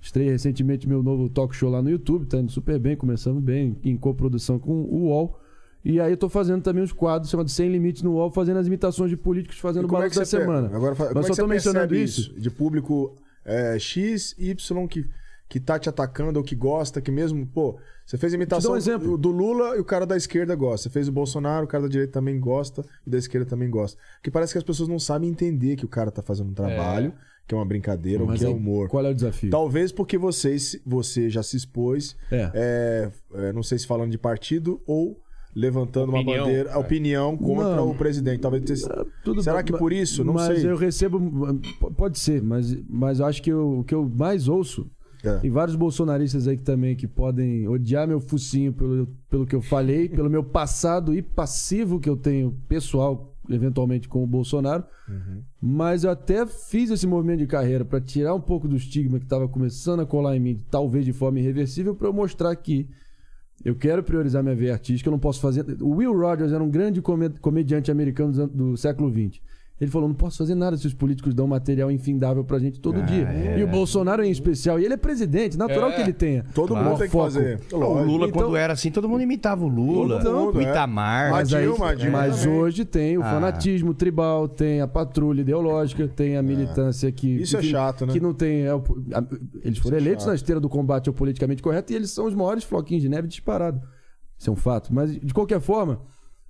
Speaker 7: Estrei recentemente meu novo talk show lá no YouTube, tá indo super bem, começando bem, em coprodução com o UOL. E aí eu tô fazendo também uns quadros chamados Sem Limites no UOL, fazendo as imitações de políticos, fazendo o balanço da
Speaker 3: é você pega?
Speaker 7: semana.
Speaker 3: Agora, fa- como é
Speaker 7: Mas
Speaker 3: que
Speaker 7: só
Speaker 3: você
Speaker 7: tô mencionando
Speaker 3: percebe
Speaker 7: isso.
Speaker 3: De público é, X, Y que, que tá te atacando ou que gosta, que mesmo. Pô, você fez a imitação
Speaker 7: um exemplo.
Speaker 3: do- do Lula e o cara da esquerda gosta. Você fez o Bolsonaro, o cara da direita também gosta e da esquerda também gosta. Porque parece que as pessoas não sabem entender que o cara tá fazendo um trabalho, que é uma brincadeira ou
Speaker 7: Mas
Speaker 3: que é
Speaker 7: aí,
Speaker 3: humor.
Speaker 7: Qual é o desafio?
Speaker 3: Talvez porque você, se- você já se expôs, é, é, não sei se falando de partido ou levantando
Speaker 7: Opinião,
Speaker 3: uma bandeira,
Speaker 7: é.
Speaker 3: opinião contra
Speaker 7: Não.
Speaker 3: o presidente. Talvez você- Será que
Speaker 7: ma-
Speaker 3: por isso? Não
Speaker 7: mas
Speaker 3: sei.
Speaker 7: eu recebo. p- Pode ser, mas, mas eu acho que eu- o que eu mais ouço.
Speaker 3: É.
Speaker 7: Tem vários bolsonaristas aí que também que podem odiar meu focinho pelo, pelo que eu falei, pelo meu passado e passivo que eu tenho pessoal, eventualmente, com o Bolsonaro. Mas eu até fiz esse movimento de carreira para tirar um pouco do estigma que estava começando a colar em mim, talvez de forma irreversível, para eu mostrar que eu quero priorizar minha veia artística, eu não posso fazer. O Will Rogers era um grande come- comediante americano dos an- do século XX. Ele falou: não posso fazer nada se os políticos dão material infindável pra gente todo dia.
Speaker 9: é.
Speaker 7: E o Bolsonaro em especial. E ele é presidente, natural
Speaker 1: É.
Speaker 7: que ele tenha.
Speaker 3: Uhum. Todo
Speaker 7: maior
Speaker 3: mundo tem que
Speaker 7: foco.
Speaker 3: fazer.
Speaker 1: O Lula,
Speaker 7: Então-
Speaker 1: quando era assim, todo mundo imitava o Lula,
Speaker 7: Então,
Speaker 1: o Itamar.
Speaker 7: Mas, aí- mas
Speaker 1: É.
Speaker 7: hoje tem o
Speaker 1: Ah.
Speaker 7: fanatismo tribal, tem a patrulha ideológica, tem
Speaker 1: Ah.
Speaker 7: a militância que.
Speaker 3: Isso é
Speaker 7: que-
Speaker 3: chato, né?
Speaker 7: Que não tem. é, o- a- eles foram
Speaker 3: é
Speaker 7: eleitos
Speaker 3: chato.
Speaker 7: na esteira do combate ao politicamente correto e eles são os maiores floquinhos de neve disparado. Isso é um fato. Mas, de qualquer forma,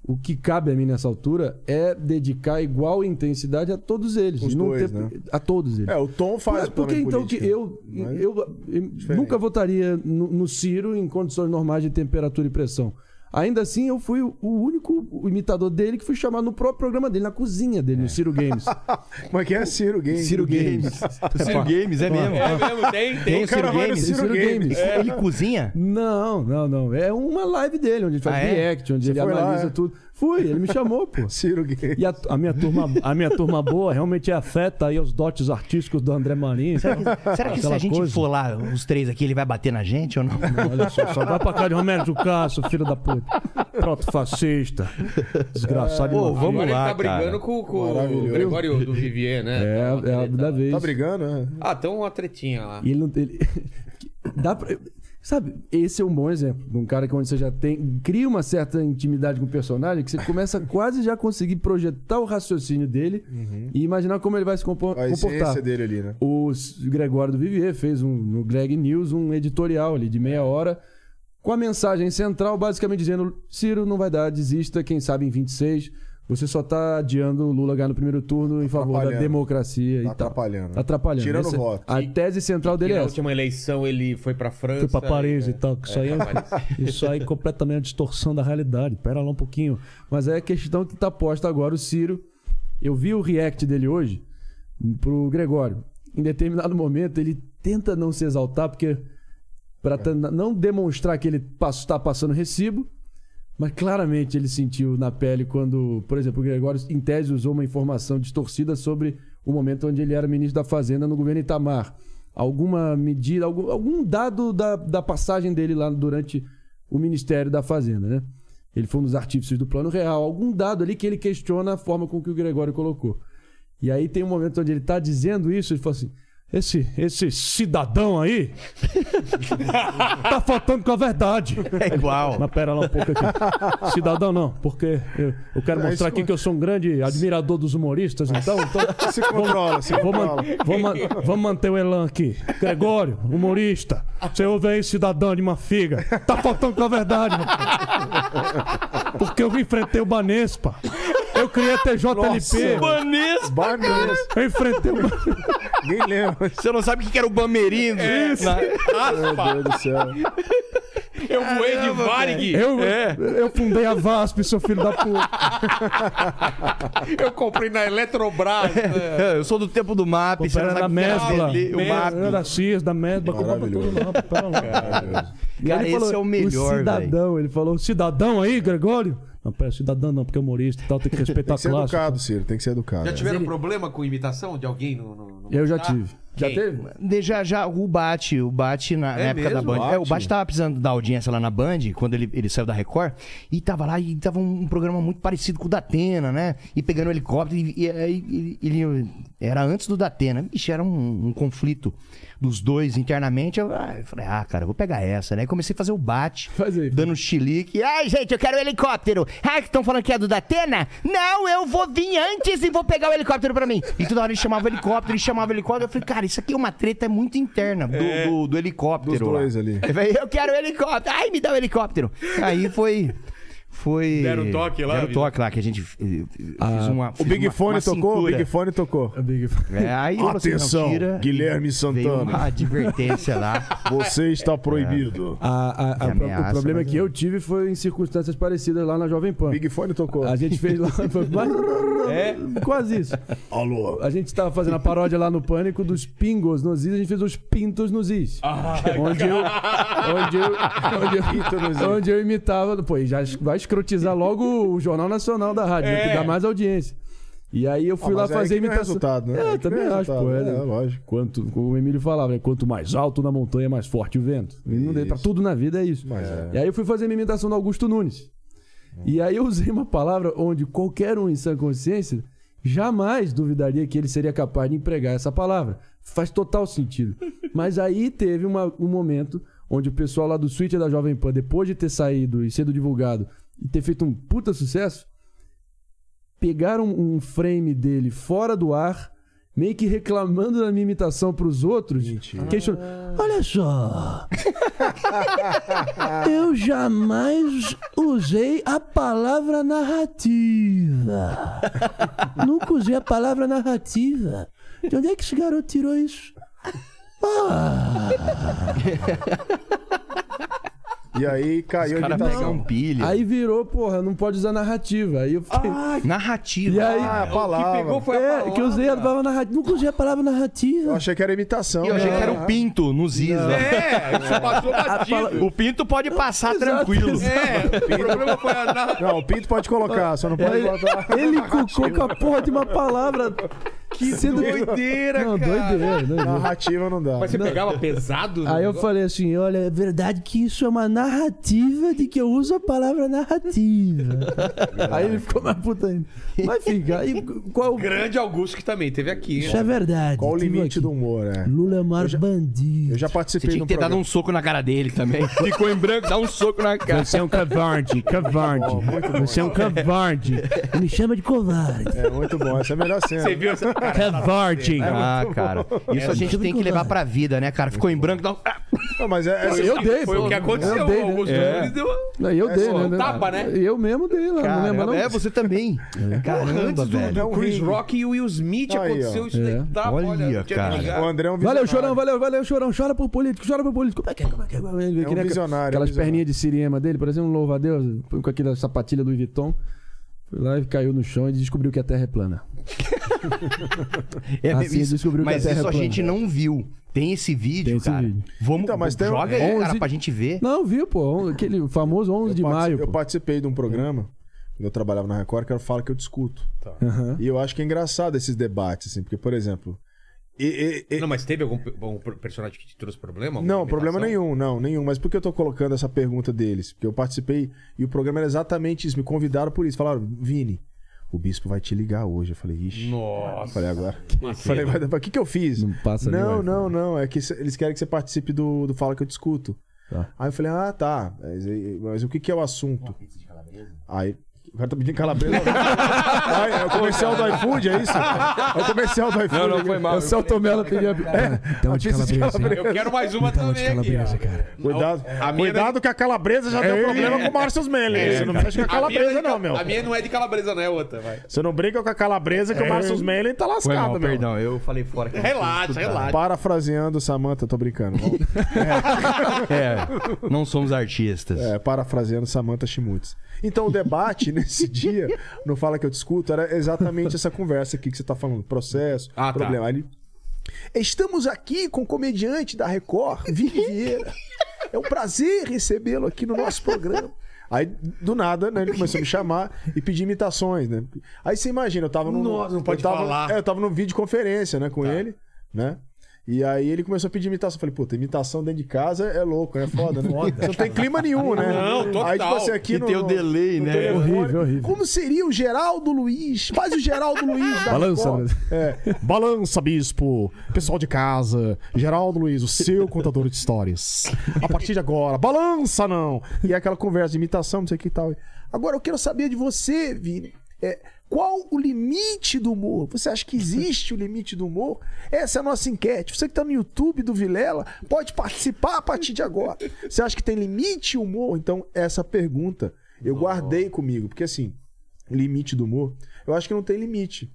Speaker 7: o que cabe a mim nessa altura é dedicar igual intensidade a todos eles.
Speaker 3: Os
Speaker 7: e não
Speaker 3: dois,
Speaker 7: ter-
Speaker 3: né?
Speaker 7: A todos eles.
Speaker 3: É, o Tom faz
Speaker 7: Por que
Speaker 3: também
Speaker 7: então que
Speaker 3: política,
Speaker 7: eu,
Speaker 3: mas- é
Speaker 7: eu eu nunca votaria no, no Ciro em condições normais de temperatura e pressão. Ainda assim, eu fui o único imitador dele que fui chamado no próprio programa dele, na cozinha dele, no Ciro Games.
Speaker 3: Como é que é Ciro Games?
Speaker 7: Ciro Games.
Speaker 11: Ciro Games, é mesmo?
Speaker 7: É
Speaker 11: mesmo, tem, tem.
Speaker 7: Tem o Ciro Games.
Speaker 11: Tem Ciro Games. É. Ele cozinha?
Speaker 7: Não, não, não. É uma live dele, onde ele faz
Speaker 11: Ah, é?
Speaker 7: react, onde
Speaker 11: Você
Speaker 7: ele
Speaker 11: foi lá,
Speaker 7: analisa
Speaker 11: é?
Speaker 7: tudo. Fui, ele me chamou, pô.
Speaker 3: Ciro Games.
Speaker 7: E a, a minha turma, a minha turma boa realmente afeta aí os dotes artísticos do André Marinho.
Speaker 1: Será que, será que se a gente for lá, os três aqui, ele vai bater na gente ou não?
Speaker 7: Olha só, só vai pra cá de Romero do Castro, filho da puta. Pronto, fascista. Desgraçado.
Speaker 11: Pô,
Speaker 7: de
Speaker 11: vamos
Speaker 7: maldito.
Speaker 11: lá,
Speaker 7: Ele tá brigando
Speaker 2: com, com o Gregório do Vivier, né?
Speaker 7: É, é a da vez.
Speaker 3: Tá brigando, é.
Speaker 2: Ah, tem uma tretinha lá.
Speaker 7: E ele não tem. ele- Dá pra- Sabe, esse é um bom exemplo de um cara que onde você já tem. cria uma certa intimidade com o personagem que você começa quase já a conseguir projetar o raciocínio dele
Speaker 2: Uhum.
Speaker 7: e imaginar como ele vai se compo-
Speaker 3: A
Speaker 7: comportar.
Speaker 3: essência
Speaker 2: é
Speaker 3: dele ali, né?
Speaker 7: O S- Gregório do Vivier fez um, no Greg News um editorial ali de meia hora com a mensagem central basicamente dizendo: Ciro não vai dar, desista, quem sabe em 26. Você só tá adiando o Lula ganhar no primeiro turno em favor da
Speaker 3: Atrapalhando.
Speaker 7: democracia
Speaker 3: Tá
Speaker 7: e tal.
Speaker 3: atrapalhando.
Speaker 7: Atrapalhando. é
Speaker 3: Tirando
Speaker 7: Essa-
Speaker 3: voto.
Speaker 7: A tese central
Speaker 2: Que
Speaker 7: dele é
Speaker 2: na
Speaker 7: essa.
Speaker 2: última eleição ele foi pra França.
Speaker 11: Foi pra Paris e tal, que isso aí é-
Speaker 2: pra Paris.
Speaker 7: um Isso aí completamente a distorção da realidade. Pera lá um pouquinho. Mas é a questão que tá posta agora o Ciro. Eu vi o react dele hoje pro Gregório. Em determinado momento ele tenta não se exaltar porque
Speaker 11: É.
Speaker 7: para não demonstrar que ele está passando recibo, mas claramente ele sentiu na pele quando, por exemplo, o Gregório, em tese, usou uma informação distorcida sobre o momento onde ele era ministro da Fazenda no governo Itamar. Alguma medida, algum, algum dado da, da passagem dele lá durante o Ministério da Fazenda, né? Ele foi um dos artífices do Plano Real. Algum dado ali que ele questiona a forma com que o Gregório colocou. E aí tem um momento onde ele tá dizendo isso, ele fala assim: esse, esse cidadão aí tá faltando com a verdade. É igual. Mas pera lá um pouco aqui. Cidadão não, porque eu, eu quero
Speaker 11: É,
Speaker 7: mostrar
Speaker 11: isso
Speaker 7: aqui
Speaker 11: com-
Speaker 7: que eu sou um grande admirador dos humoristas, então. então
Speaker 11: Se controla, se
Speaker 7: vou,
Speaker 11: controla.
Speaker 7: man- vou man- vou manter o elan aqui. Gregório, humorista, você ouve aí cidadão de uma figa. Tá faltando com a verdade, mano. Porque eu enfrentei o Banespa. Eu queria ter JLP.
Speaker 11: Banespa,
Speaker 3: Banespa.
Speaker 7: Ah, Eu enfrentei o
Speaker 3: Ninguém lembra.
Speaker 11: Você não sabe o que era o Bamerindo?
Speaker 8: né?
Speaker 7: Isso.
Speaker 11: Meu Deus do céu.
Speaker 2: Eu voei de Varig.
Speaker 7: Eu,
Speaker 2: É.
Speaker 7: eu fundei a VASP, seu filho da puta.
Speaker 2: Eu comprei na Eletrobras. né?
Speaker 11: Eu sou do tempo do MAP,
Speaker 7: Pô,
Speaker 11: você não
Speaker 7: era da
Speaker 11: sabe o que era
Speaker 7: Mesbla.
Speaker 11: dele, o MAP.
Speaker 7: Era da CIS, da Mesbla. comprava tudo lá, pera lá. E
Speaker 11: Cara,
Speaker 7: aí ele
Speaker 11: esse é o melhor,
Speaker 7: cidadão, ele falou, cidadão aí, Gregório? Não, pera, cidadão não, porque é humorista e tal, tem que respeitar
Speaker 3: Tem que ser
Speaker 7: a classe.
Speaker 3: educado, Ciro. Tem que ser educado.
Speaker 2: Já
Speaker 3: é.
Speaker 2: tiveram problema com imitação de alguém no. no- no-
Speaker 7: Eu já
Speaker 2: Tá?
Speaker 7: tive.
Speaker 2: Já
Speaker 7: teve?
Speaker 1: De- Já, já, o Bate, o Bate na, na
Speaker 2: É
Speaker 1: época da
Speaker 2: mesmo?
Speaker 1: Band. É, o
Speaker 2: Bate?
Speaker 1: Bate tava precisando da audiência lá na Band, quando ele, ele saiu da Record, e tava lá e tava um, um programa muito parecido com o da Atena, né? E pegando o helicóptero, e, e- e- e- ele era antes do da Atena. Ixi, era um, um conflito dos dois internamente. Eu, ah, eu falei, ah, cara, eu vou pegar essa, né? E comecei a fazer o Bate, dando chilique. Ai, gente, eu quero o helicóptero. Ah, que estão falando que é do da Atena? Não, eu vou vir antes e vou pegar o helicóptero pra mim. E toda hora ele chamava o helicóptero, ele chamava o helicóptero. Eu falei, cara, isso aqui é uma treta muito interna do,
Speaker 3: É.
Speaker 1: do- do helicóptero.
Speaker 3: Dos dois
Speaker 1: lá.
Speaker 3: ali.
Speaker 1: Ele falou, Eu quero o helicóptero. Ai, me dá o helicóptero. Aí foi. Foi.
Speaker 3: Deram um toque lá,
Speaker 1: Deram um
Speaker 3: viu?
Speaker 1: toque lá, que a gente eh,
Speaker 9: Ah,
Speaker 1: fez uma.
Speaker 3: o
Speaker 1: fez
Speaker 3: Big
Speaker 1: uma-
Speaker 3: Fone
Speaker 1: uma
Speaker 3: tocou? O
Speaker 1: cintura.
Speaker 3: Big Fone tocou.
Speaker 1: É, aí falou assim, não,
Speaker 3: Atenção,
Speaker 1: tira.
Speaker 3: Guilherme
Speaker 1: Veio
Speaker 3: Santana.
Speaker 1: uma advertência lá. É
Speaker 3: Você está proibido.
Speaker 7: A-
Speaker 3: É
Speaker 7: a- a- o problema é
Speaker 3: né?
Speaker 1: né?
Speaker 7: que eu tive foi em circunstâncias parecidas lá na Jovem Pan. Big
Speaker 3: Fone tocou.
Speaker 7: A gente fez lá. foi mais- Quase isso.
Speaker 3: Alô.
Speaker 7: A gente tava fazendo a paródia lá no Pânico dos pingos nos is, a gente fez os pintos nos is.
Speaker 3: Ah,
Speaker 7: onde, eu, onde, eu, onde, eu, onde eu imitava. Pô, e já es- vai escrotizar logo o Jornal Nacional da Rádio, né, que
Speaker 3: É.
Speaker 7: dá mais audiência. E aí eu fui
Speaker 3: Ah,
Speaker 7: lá
Speaker 3: mas é aí
Speaker 7: fazer
Speaker 3: que não é
Speaker 7: imitação.
Speaker 3: resultado, né? É
Speaker 7: É,
Speaker 3: aí que
Speaker 7: também
Speaker 3: não é
Speaker 7: acho, pô.
Speaker 3: resultado,
Speaker 7: é,
Speaker 3: é, lógico.
Speaker 7: Quanto, como o Emílio falava, né? quanto mais alto na montanha, mais forte o vento. E não deu pra tudo na vida é isso. E aí eu fui fazer minha imitação do Augusto Nunes. E aí eu usei uma palavra onde qualquer um em sã consciência jamais duvidaria que ele seria capaz de empregar essa palavra. Faz total sentido. Mas aí teve uma- um momento onde o pessoal lá do Switch da Jovem Pan, depois de ter saído e sido divulgado e ter feito um puta sucesso, pegaram um frame dele fora do ar, meio que reclamando da minha imitação pros outros. Questionando. Olha só. Eu jamais usei a palavra narrativa. Nunca usei a palavra narrativa. De onde é que esse garoto tirou isso? Ah.
Speaker 3: E aí caiu a
Speaker 7: um
Speaker 3: imitação.
Speaker 7: Aí virou, porra, não pode usar narrativa. Aí eu fiquei...
Speaker 1: narrativa.
Speaker 7: E aí,
Speaker 3: Ah, a palavra.
Speaker 7: Que pegou foi a é, que eu usei a palavra narrativa. Nunca usei a palavra narrativa.
Speaker 3: Eu achei que era imitação. né?
Speaker 7: Eu achei que era um
Speaker 9: pinto nos
Speaker 8: né?
Speaker 3: Isa.
Speaker 9: É, isso passou batido. O pinto pode passar tranquilo.
Speaker 3: É, o problema foi a Não, o Pinto pode colocar, só não pode
Speaker 7: Ele-
Speaker 3: botar.
Speaker 7: Ele cucou com a porra de uma palavra.
Speaker 2: Que doideira,
Speaker 7: Não,
Speaker 2: cara.
Speaker 8: É,
Speaker 7: doideira, doideira.
Speaker 3: Narrativa não dá.
Speaker 2: Mas você pegava pesado? né?
Speaker 7: Aí eu falei assim: olha, é verdade que isso é uma narrativa de que eu uso a palavra narrativa. aí ele ficou mais puta ainda. Mas fica, aí qual.
Speaker 2: Grande Augusto que também teve aqui.
Speaker 7: Isso
Speaker 8: né?
Speaker 7: é verdade.
Speaker 3: Qual o
Speaker 7: tive
Speaker 3: limite do humor, é?
Speaker 7: Lula é maior bandido.
Speaker 3: Eu já
Speaker 9: Você
Speaker 3: participei
Speaker 9: tinha que
Speaker 3: num
Speaker 9: ter dado
Speaker 3: programa-
Speaker 9: um soco na cara dele também. Ficou em branco, dá um soco na cara.
Speaker 11: Você é um covarde, covarde. Você é um covarde.
Speaker 7: Me chama de covarde.
Speaker 3: É muito bom, essa é a melhor cena. É
Speaker 2: Você viu? Você...
Speaker 11: Covarde.
Speaker 9: Ah, cara. Isso a gente tem que levar pra vida, né, cara? Ficou em branco, dá um...
Speaker 1: Ah!
Speaker 3: Não, mas é, é-
Speaker 7: Eu dei,
Speaker 2: Foi o que aconteceu.
Speaker 7: Eu dei, né?
Speaker 2: Augusto
Speaker 9: É.
Speaker 2: Nunes deu
Speaker 7: Não, eu
Speaker 2: É
Speaker 7: dei,
Speaker 2: só
Speaker 7: né?
Speaker 2: um tapa, né?
Speaker 7: Eu mesmo dei lá, não lembra não?
Speaker 9: Caramba, é, você também.
Speaker 8: É.
Speaker 9: Caramba, velho.
Speaker 3: é um
Speaker 2: Chris
Speaker 3: ringue.
Speaker 2: Rock e Will Smith
Speaker 3: Aí,
Speaker 2: aconteceu
Speaker 3: ó.
Speaker 2: isso
Speaker 8: É.
Speaker 2: daí. Tá,
Speaker 9: Olha,
Speaker 2: não tinha
Speaker 9: cara.
Speaker 3: O André é um
Speaker 7: Valeu,
Speaker 3: visionário.
Speaker 7: chorão, valeu, valeu, chorão. Chora por político, chora por político. Como é que é? Como é que é? Ele
Speaker 3: É um
Speaker 7: que nem Aquelas
Speaker 3: visionário, é um visionário.
Speaker 7: perninhas de siriema dele, parecia um louva-a-Deus, com aquela sapatilha do Louis Vuitton. Foi lá e caiu no chão e descobriu que a terra é plana.
Speaker 9: É,
Speaker 7: Assim,
Speaker 9: isso-
Speaker 7: descobriu que
Speaker 9: mas
Speaker 7: a Terra
Speaker 9: isso
Speaker 7: é
Speaker 9: a
Speaker 7: plana.
Speaker 9: gente não viu. Tem esse vídeo,
Speaker 7: Tem esse
Speaker 9: cara.
Speaker 7: vídeo.
Speaker 9: Vamos,
Speaker 3: Então, mas tem-
Speaker 9: joga aí, cara,
Speaker 7: 11
Speaker 9: pra gente ver.
Speaker 7: Não, viu, pô. Aquele famoso 11 de
Speaker 3: Partici-
Speaker 7: maio.
Speaker 3: Eu
Speaker 7: pô.
Speaker 3: participei de um programa, quando eu trabalhava na Record, que era Fala Que Eu Discuto.
Speaker 2: Tá.
Speaker 7: Aham.
Speaker 3: E eu acho que é engraçado esses debates, assim, porque, por exemplo. e- e- e-
Speaker 2: Não, mas teve algum, algum personagem que te trouxe problema? Alguma
Speaker 3: não, é problema
Speaker 2: imitação?
Speaker 3: nenhum, não, nenhum. Mas por que eu tô colocando essa pergunta deles? Porque eu participei e o programa era exatamente isso. Me convidaram por isso. Falaram, Vini, o bispo vai te ligar hoje. Eu falei, ixi.
Speaker 2: Nossa.
Speaker 3: Falei agora. Falei, vai dar- o que, que eu fiz?
Speaker 7: Não passa nem
Speaker 3: Não,
Speaker 7: Wi-Fi.
Speaker 3: não, não. É que cê- eles querem que você participe do, do Fala que eu discuto.
Speaker 7: Tá.
Speaker 3: Aí eu falei, ah, tá. Mas, aí- mas o que, que é o assunto? Aí. O cara tá pedindo calabresa. Ai, é o comercial do iFood, é isso? É o comercial do iFood. É,
Speaker 7: Eu só tomei ela pediu a. Então, de
Speaker 3: pizza de
Speaker 7: calabresa. hein?
Speaker 2: Eu quero mais uma também aqui. ó. é,
Speaker 3: Cuidado,
Speaker 2: A minha É
Speaker 3: cuidado que a calabresa já deu problema com o Márcio Melli. você não mexe com a
Speaker 2: A minha
Speaker 3: calabresa,
Speaker 2: é
Speaker 3: não,
Speaker 2: de cal-
Speaker 3: meu.
Speaker 2: A minha não é de calabresa, não é outra, vai.
Speaker 3: Você não brinca com a calabresa
Speaker 7: É.
Speaker 3: que o Márcio
Speaker 2: É.
Speaker 3: Melli tá
Speaker 9: Foi
Speaker 3: lascado,
Speaker 9: mal,
Speaker 3: meu.
Speaker 9: perdão, eu falei fora. Que eu não quis
Speaker 2: Relaxa,
Speaker 9: escutar.
Speaker 2: relaxa.
Speaker 3: Parafraseando Samantha, tô brincando. Vamos-
Speaker 9: É, não somos artistas.
Speaker 3: É, parafraseando Samantha Schmutz. Então o debate nesse dia, no Fala Que Eu Discuto, era exatamente essa conversa aqui que você tá falando. Processo,
Speaker 2: Ah, tá.
Speaker 3: problema. Aí ele, Estamos aqui com o comediante da Record, Vini Vieira. É um prazer recebê-lo aqui no nosso programa. Aí, do nada, né, ele começou a me chamar e pedir imitações, né? Aí você imagina, eu tava num.
Speaker 2: Nossa, não
Speaker 3: eu
Speaker 2: pode
Speaker 3: tava-
Speaker 2: falar. Tá.
Speaker 3: é, eu tava numa videoconferência, né, com ele, né? E aí ele começou a pedir imitação. Eu falei, puta, imitação dentro de casa é louco, é foda, né? Você não tem clima nenhum, né?
Speaker 2: Não, total.
Speaker 3: Aí, tipo assim, aqui
Speaker 9: E
Speaker 3: no,
Speaker 9: tem o
Speaker 3: no-
Speaker 9: delay,
Speaker 3: no
Speaker 9: né?
Speaker 3: telefone,
Speaker 7: Horrível, horrível.
Speaker 3: Como seria o Geraldo Luiz? Faz o Geraldo Luiz da
Speaker 7: Balança,
Speaker 8: né?
Speaker 3: Record. É.
Speaker 15: Balança, bispo. Pessoal de casa. Geraldo Luiz, o seu contador de histórias.
Speaker 3: A partir de agora, balança não! E é aquela conversa de imitação, não sei o que e tal. Agora eu quero saber de você, Vini. É, qual o limite do humor? Você acha que existe o limite do humor? Essa é a nossa enquete. Você que tá no YouTube do Vilela pode participar a partir de agora. Você acha que tem limite o humor? Então, essa pergunta eu guardei comigo, porque assim, limite do humor, eu acho que não tem limite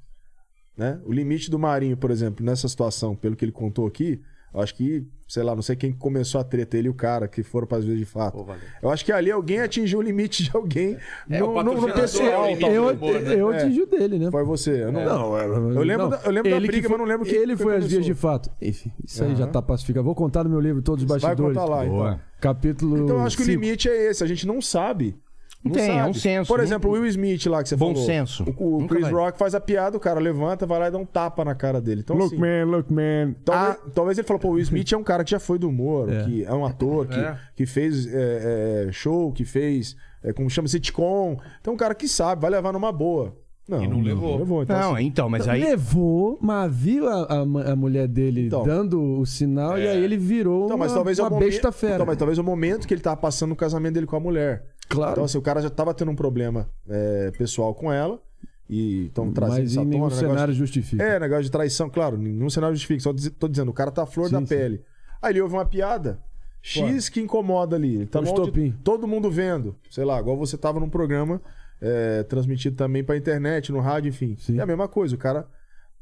Speaker 3: né? O limite do Marinho, por exemplo, nessa situação, pelo que ele contou aqui, eu acho que, sei lá, não sei quem começou a treta, ele e o cara, que foram para as vezes de fato. eu acho que ali alguém atingiu o limite de alguém
Speaker 2: É,
Speaker 3: no, no-
Speaker 2: o
Speaker 3: no
Speaker 2: patrocinador
Speaker 3: pessoal.
Speaker 2: é o
Speaker 9: tá
Speaker 2: limite.
Speaker 7: Eu,
Speaker 2: Humor, né?
Speaker 7: eu
Speaker 3: É.
Speaker 7: atingi o dele, né?
Speaker 3: Foi você. Eu não,
Speaker 9: é,
Speaker 7: eu,
Speaker 3: eu lembro da- eu lembro da briga, mas não lembro o que-
Speaker 7: Ele
Speaker 3: que
Speaker 7: foi às
Speaker 3: começou.
Speaker 7: vias de fato. Enfim, isso aí
Speaker 3: Aham.
Speaker 7: já tá pacificado. Vou contar no meu livro Todos os
Speaker 3: Vai
Speaker 7: Bastidores.
Speaker 3: contar lá, então.
Speaker 7: Boa. Capítulo.
Speaker 3: Então eu acho que o
Speaker 7: cinco.
Speaker 3: limite é esse, a gente não sabe. Não
Speaker 9: Tem,
Speaker 3: sabe.
Speaker 9: é um senso,
Speaker 3: Por
Speaker 9: não-
Speaker 3: exemplo, o Will Smith lá que você
Speaker 9: Bom
Speaker 3: falou.
Speaker 9: senso.
Speaker 3: O, o
Speaker 9: Nunca
Speaker 3: Chris
Speaker 9: vai.
Speaker 3: Rock faz a piada, o cara levanta, vai lá e dá um tapa na cara dele. Então,
Speaker 7: Look,
Speaker 3: assim,
Speaker 7: man, look, man.
Speaker 3: Talvez, talvez ele falou, pô, o Will Smith é um cara que já foi do humor,
Speaker 7: É.
Speaker 3: que é um ator, que,
Speaker 2: É.
Speaker 3: que fez é, é, show, que fez, é, como chama, sitcom. Então, um cara que sabe, vai levar numa boa. Não,
Speaker 2: E não levou.
Speaker 3: então,
Speaker 9: Não,
Speaker 3: assim,
Speaker 9: então, mas aí...
Speaker 7: Levou, mas viu a, a ma- a mulher dele
Speaker 3: Então.
Speaker 7: dando o sinal
Speaker 2: É.
Speaker 7: e aí ele virou
Speaker 3: então, mas
Speaker 7: uma,
Speaker 3: talvez é o
Speaker 7: uma
Speaker 3: momen-
Speaker 7: besta fera.
Speaker 3: Então, mas talvez é o momento que ele tava passando no casamento dele com a mulher.
Speaker 7: Claro.
Speaker 3: Então, assim, o cara já tava tendo um problema é, pessoal com ela. E estão trazendo
Speaker 7: mas
Speaker 3: isso
Speaker 7: em
Speaker 3: à tona,
Speaker 7: nenhum
Speaker 3: negócio de-
Speaker 7: cenário justifica.
Speaker 3: É, negócio de traição, claro, nenhum cenário justifica. Só dizer- tô dizendo, o cara tá à flor
Speaker 7: Sim,
Speaker 3: da
Speaker 7: sim.
Speaker 3: pele. Aí ele ouve uma piada. X que incomoda ali. Ele tá
Speaker 7: Um
Speaker 3: no audi-
Speaker 7: estopim.
Speaker 3: Todo mundo vendo. Sei lá, igual você tava num programa é, transmitido também pra internet, no rádio, enfim. É a mesma coisa, o cara.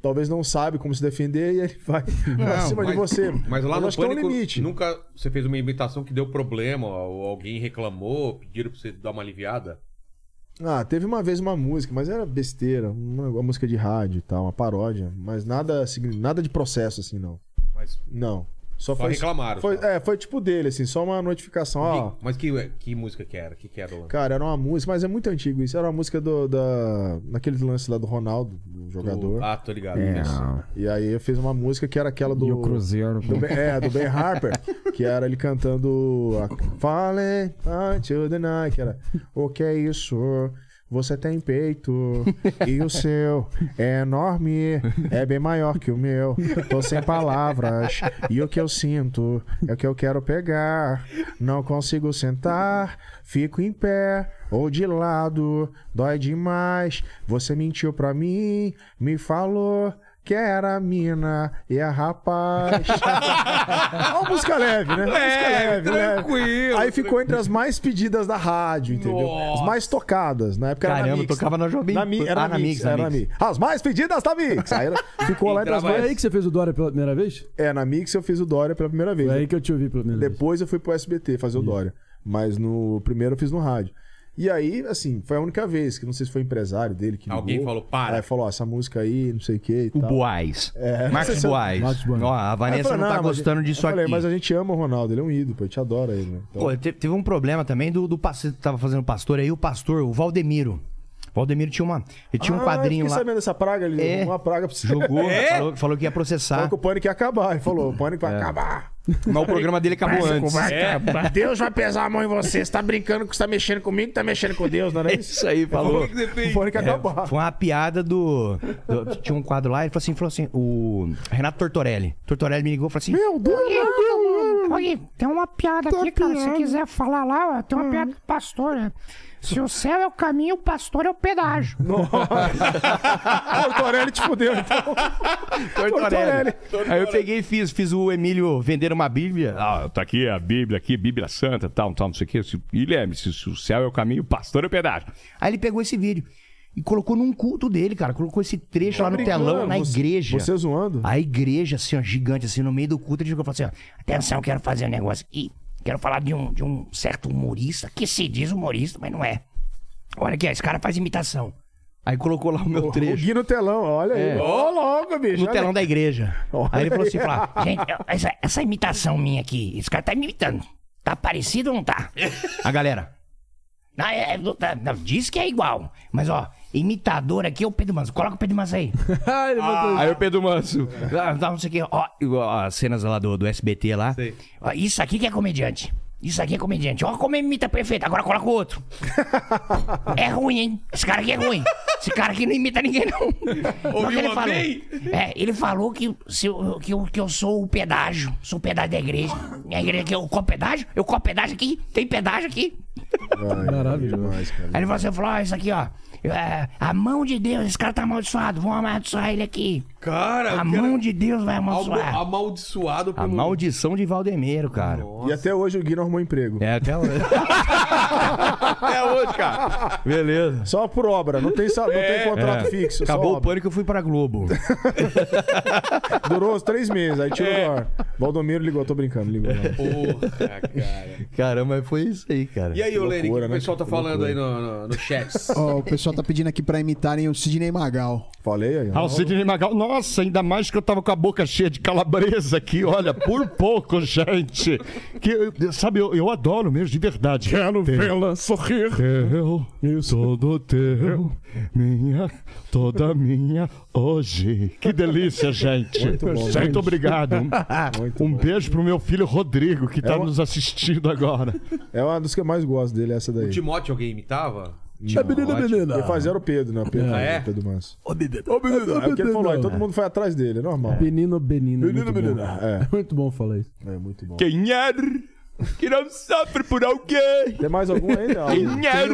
Speaker 3: talvez não sabe como se defender e ele vai pra
Speaker 2: Não,
Speaker 3: cima de
Speaker 2: mas-
Speaker 3: você.
Speaker 2: Mas lá
Speaker 3: Eu
Speaker 2: no
Speaker 3: acho que é um
Speaker 2: Pânico,
Speaker 3: limite.
Speaker 2: nunca você fez uma imitação que deu problema, ou alguém reclamou, pediram pra você dar uma aliviada.
Speaker 3: Ah, teve uma vez uma música, mas era besteira, uma, uma música de rádio e tal, uma paródia, mas nada, signi- nada de processo assim, não.
Speaker 2: Mas-
Speaker 3: não. Só,
Speaker 2: Só
Speaker 3: foi,
Speaker 2: reclamaram,
Speaker 3: Foi, é, foi tipo dele, assim, só uma notificação, ó.
Speaker 2: Que- mas que, que música que era? Que que era, Lando?
Speaker 3: Cara, era uma música, mas é muito antigo isso. Era uma música do, da, daquele lance lá do Ronaldo, do jogador.
Speaker 2: Ah, tô ligado.
Speaker 3: É.
Speaker 2: Isso.
Speaker 3: E aí eu fiz uma música que era aquela do.
Speaker 11: E o Cruzeiro,
Speaker 3: do
Speaker 11: pô.
Speaker 3: Ben- é, do Ben Harper. que era ele cantando. A, Falling until the night. Que era. O que é isso? Você tem peito e o seu é enorme, é bem maior que o meu. Tô sem palavras e o que eu sinto é o que eu quero pegar. Não consigo sentar, fico em pé ou de lado, dói demais. Você mentiu pra mim, me falou que era mina e a rapaz. é uma música leve, né? Uma música
Speaker 2: É,
Speaker 3: leve, leve.
Speaker 2: tranquilo,
Speaker 3: Aí ficou entre as mais pedidas da rádio, entendeu? As mais tocadas. Na época era na
Speaker 9: Caramba,
Speaker 3: Mix.
Speaker 9: tocava na Jovem
Speaker 3: na, Mi-
Speaker 9: Pan.
Speaker 3: era
Speaker 9: Ah,
Speaker 3: na Mix, era na Mix. As mais pedidas da Mix. Aí era- ficou lá entre as
Speaker 7: Foi
Speaker 3: mais...
Speaker 7: aí que você fez o Dória pela primeira vez?
Speaker 3: É, na Mix eu fiz o Dória pela primeira vez.
Speaker 7: Foi aí que eu te ouvi pela primeira vez.
Speaker 3: Depois eu fui pro SBT fazer o Dória. Mas no primeiro eu fiz no rádio. E aí, assim, foi a única vez que não sei se foi o empresário dele que
Speaker 2: Alguém
Speaker 3: ligou.
Speaker 2: falou, para.
Speaker 3: Aí falou, ó, essa música aí, não sei o que
Speaker 9: O Boaz.
Speaker 3: É,
Speaker 9: Max
Speaker 3: não sei se eu-
Speaker 9: Boaz. Max Boaz. Ó, a
Speaker 3: Aí eu
Speaker 9: Vanessa
Speaker 3: falei,
Speaker 9: não tá
Speaker 3: mas-
Speaker 9: gostando disso
Speaker 3: eu falei,
Speaker 9: aqui.
Speaker 3: Mas a gente ama o Ronaldo, ele é um ídolo, pô, a gente adora ele, né? Então-
Speaker 1: Pô, te- teve um problema também do, do pastor que tava fazendo pastor aí, o pastor, o Valdemiro. O Valdemiro tinha uma. Ele tinha
Speaker 3: Ah,
Speaker 1: um
Speaker 3: eu
Speaker 1: quadrinho
Speaker 3: fiquei
Speaker 1: lá.
Speaker 3: sabendo dessa praga, ele
Speaker 1: É.
Speaker 3: jogou uma praga pra você.
Speaker 1: Jogou,
Speaker 3: É?
Speaker 9: né?
Speaker 1: falou, falou que ia processar.
Speaker 3: Falou que o pânico ia acabar. Ele falou, o pânico
Speaker 9: É.
Speaker 3: vai acabar.
Speaker 9: Mas o programa dele acabou
Speaker 3: Pânico
Speaker 9: antes.
Speaker 3: vai
Speaker 1: É.
Speaker 3: acabar.
Speaker 9: Deus vai
Speaker 15: pesar a mão em você. Você tá brincando que você tá mexendo comigo, tá mexendo com Deus, não é isso?
Speaker 9: Isso aí, falou.
Speaker 3: O pânico
Speaker 1: É, foi uma piada do, do- Tinha um quadro lá, ele falou assim, falou assim, o Renato Tortorelli. Tortorelli me ligou e falou assim: Meu Deus!
Speaker 13: Olha, tem uma piada aqui, cara. Se quiser falar lá, ó, tem
Speaker 1: Hum.
Speaker 13: uma piada do pastor. né? Se o céu é o caminho, o pastor é o pedágio.
Speaker 1: É.
Speaker 3: Tortorelli te fudeu, então.
Speaker 9: Tortorelli.
Speaker 3: Tortorelli.
Speaker 9: Aí eu peguei e fiz, fiz o Emílio vender uma Bíblia. Ah, tá aqui a Bíblia, aqui, Bíblia Santa, tal, tal, não sei o quê. Se- Guilherme, se o céu é o caminho, o pastor é o pedágio.
Speaker 1: Aí ele pegou esse vídeo e colocou num culto dele, cara. Colocou esse trecho lá no
Speaker 3: brincando,
Speaker 1: telão, na
Speaker 3: você-
Speaker 1: igreja.
Speaker 3: você zoando?
Speaker 1: A igreja, assim, ó, gigante, assim, no meio do culto, ele chegou e falou assim: ó,
Speaker 13: Atenção, quero fazer um negócio aqui. Quero falar de um, de um certo humorista, que se diz humorista, mas não é.
Speaker 1: olha aqui, ó, esse cara faz imitação. Aí colocou lá o meu trecho.
Speaker 3: Gui no telão, olha aí.
Speaker 1: É.
Speaker 3: Ô, louco, bicho.
Speaker 1: No
Speaker 3: olha
Speaker 1: telão
Speaker 3: aí.
Speaker 1: da igreja. Aí ele falou assim: falou, "Ah,
Speaker 13: Gente, eu- essa, essa imitação minha aqui, esse cara tá me imitando. Tá parecido ou não tá?
Speaker 1: a galera.
Speaker 13: Não, é- é- não tá- não, diz que é igual. Mas ó, imitador aqui é o Pedro Manso. Coloca o Pedro Manso aí.
Speaker 9: Aí o Pedro Manso.
Speaker 1: Ah,
Speaker 13: um
Speaker 1: não sei o que, ó, ó, as cenas lá do, do SBT lá.
Speaker 13: Ó, isso aqui que é comediante. Isso aqui é comediante. Ó, como ele imita perfeito. Agora coloca o outro. É ruim, hein? Esse cara aqui é ruim. Esse cara aqui não imita ninguém, não. Só que
Speaker 18: Ouviu
Speaker 13: ele
Speaker 18: uma
Speaker 13: falou,
Speaker 18: bem?
Speaker 13: é, ele falou que, se eu, que, eu, que eu sou o pedágio. Sou o pedágio da igreja. Minha igreja aqui, eu copo pedágio? Eu copo pedágio aqui? Tem pedágio aqui?
Speaker 7: Maravilhoso.
Speaker 13: Aí ele falou assim, falou, ó, isso aqui, ó. é, a mão de Deus, esse cara tá amaldiçoado. Vão amaldiçoar ele aqui.
Speaker 2: Cara,
Speaker 13: a
Speaker 2: eu
Speaker 13: mão
Speaker 2: quero-
Speaker 13: de Deus vai
Speaker 2: Algo
Speaker 13: amaldiçoar.
Speaker 2: amaldiçoado
Speaker 1: A
Speaker 2: pelo.
Speaker 1: maldição de Valdemiro, cara.
Speaker 3: E até hoje o Gui não arrumou emprego.
Speaker 1: É, até hoje.
Speaker 9: Até hoje, cara. Beleza.
Speaker 3: Só por obra, não tem, sal- não tem contrato
Speaker 1: É.
Speaker 3: fixo.
Speaker 1: Acabou
Speaker 3: só
Speaker 1: o pânico, eu fui pra Globo.
Speaker 3: obra. Durou uns três meses, aí tirou do ar. Valdomiro ligou, tô brincando, ligou.
Speaker 2: É.
Speaker 1: É.
Speaker 2: Porra, cara.
Speaker 9: Caramba, foi isso aí, cara.
Speaker 2: E aí, Olene, o que
Speaker 3: loucura,
Speaker 2: o
Speaker 3: né?
Speaker 2: pessoal tá
Speaker 3: Que
Speaker 2: falando
Speaker 3: loucura.
Speaker 2: aí no, no, no chat?
Speaker 4: Ó, o pessoal tá pedindo aqui pra imitarem o Sidney Magal.
Speaker 3: Falei aí.
Speaker 5: Ah, o Sidney Magal. Nossa, ainda mais que eu tava com a boca cheia de calabresa aqui, olha, por pouco, gente. Que, eu- sabe, eu, eu adoro mesmo, de verdade.
Speaker 19: Quero
Speaker 5: Tem-
Speaker 19: vê-la sorrir.
Speaker 5: Teu, todo teu, minha, toda minha, hoje. Que delícia, gente.
Speaker 3: Muito bom,
Speaker 5: Muito
Speaker 3: gente.
Speaker 5: obrigado.
Speaker 3: Muito
Speaker 5: Um, um beijo pro meu filho Rodrigo, que tá nos assistindo agora.
Speaker 3: É uma dos que eu mais gosto dele, essa daí.
Speaker 2: O Timóteo alguém imitava?
Speaker 3: Ele fazia era o Pedro, né? O Pedro,
Speaker 2: Ah, é?
Speaker 3: o Pedro Manso.
Speaker 2: Ô,
Speaker 3: Ô, menino, é o que ele falou, aí todo mundo foi atrás dele, é normal.
Speaker 7: Benino, Benino.
Speaker 3: Benino,
Speaker 7: muito bom.
Speaker 3: Benino, é.
Speaker 7: Muito bom falar isso.
Speaker 3: É muito bom.
Speaker 5: er
Speaker 9: Quem é que não sofre por alguém?
Speaker 3: Tem mais algum ainda?
Speaker 9: Quem é?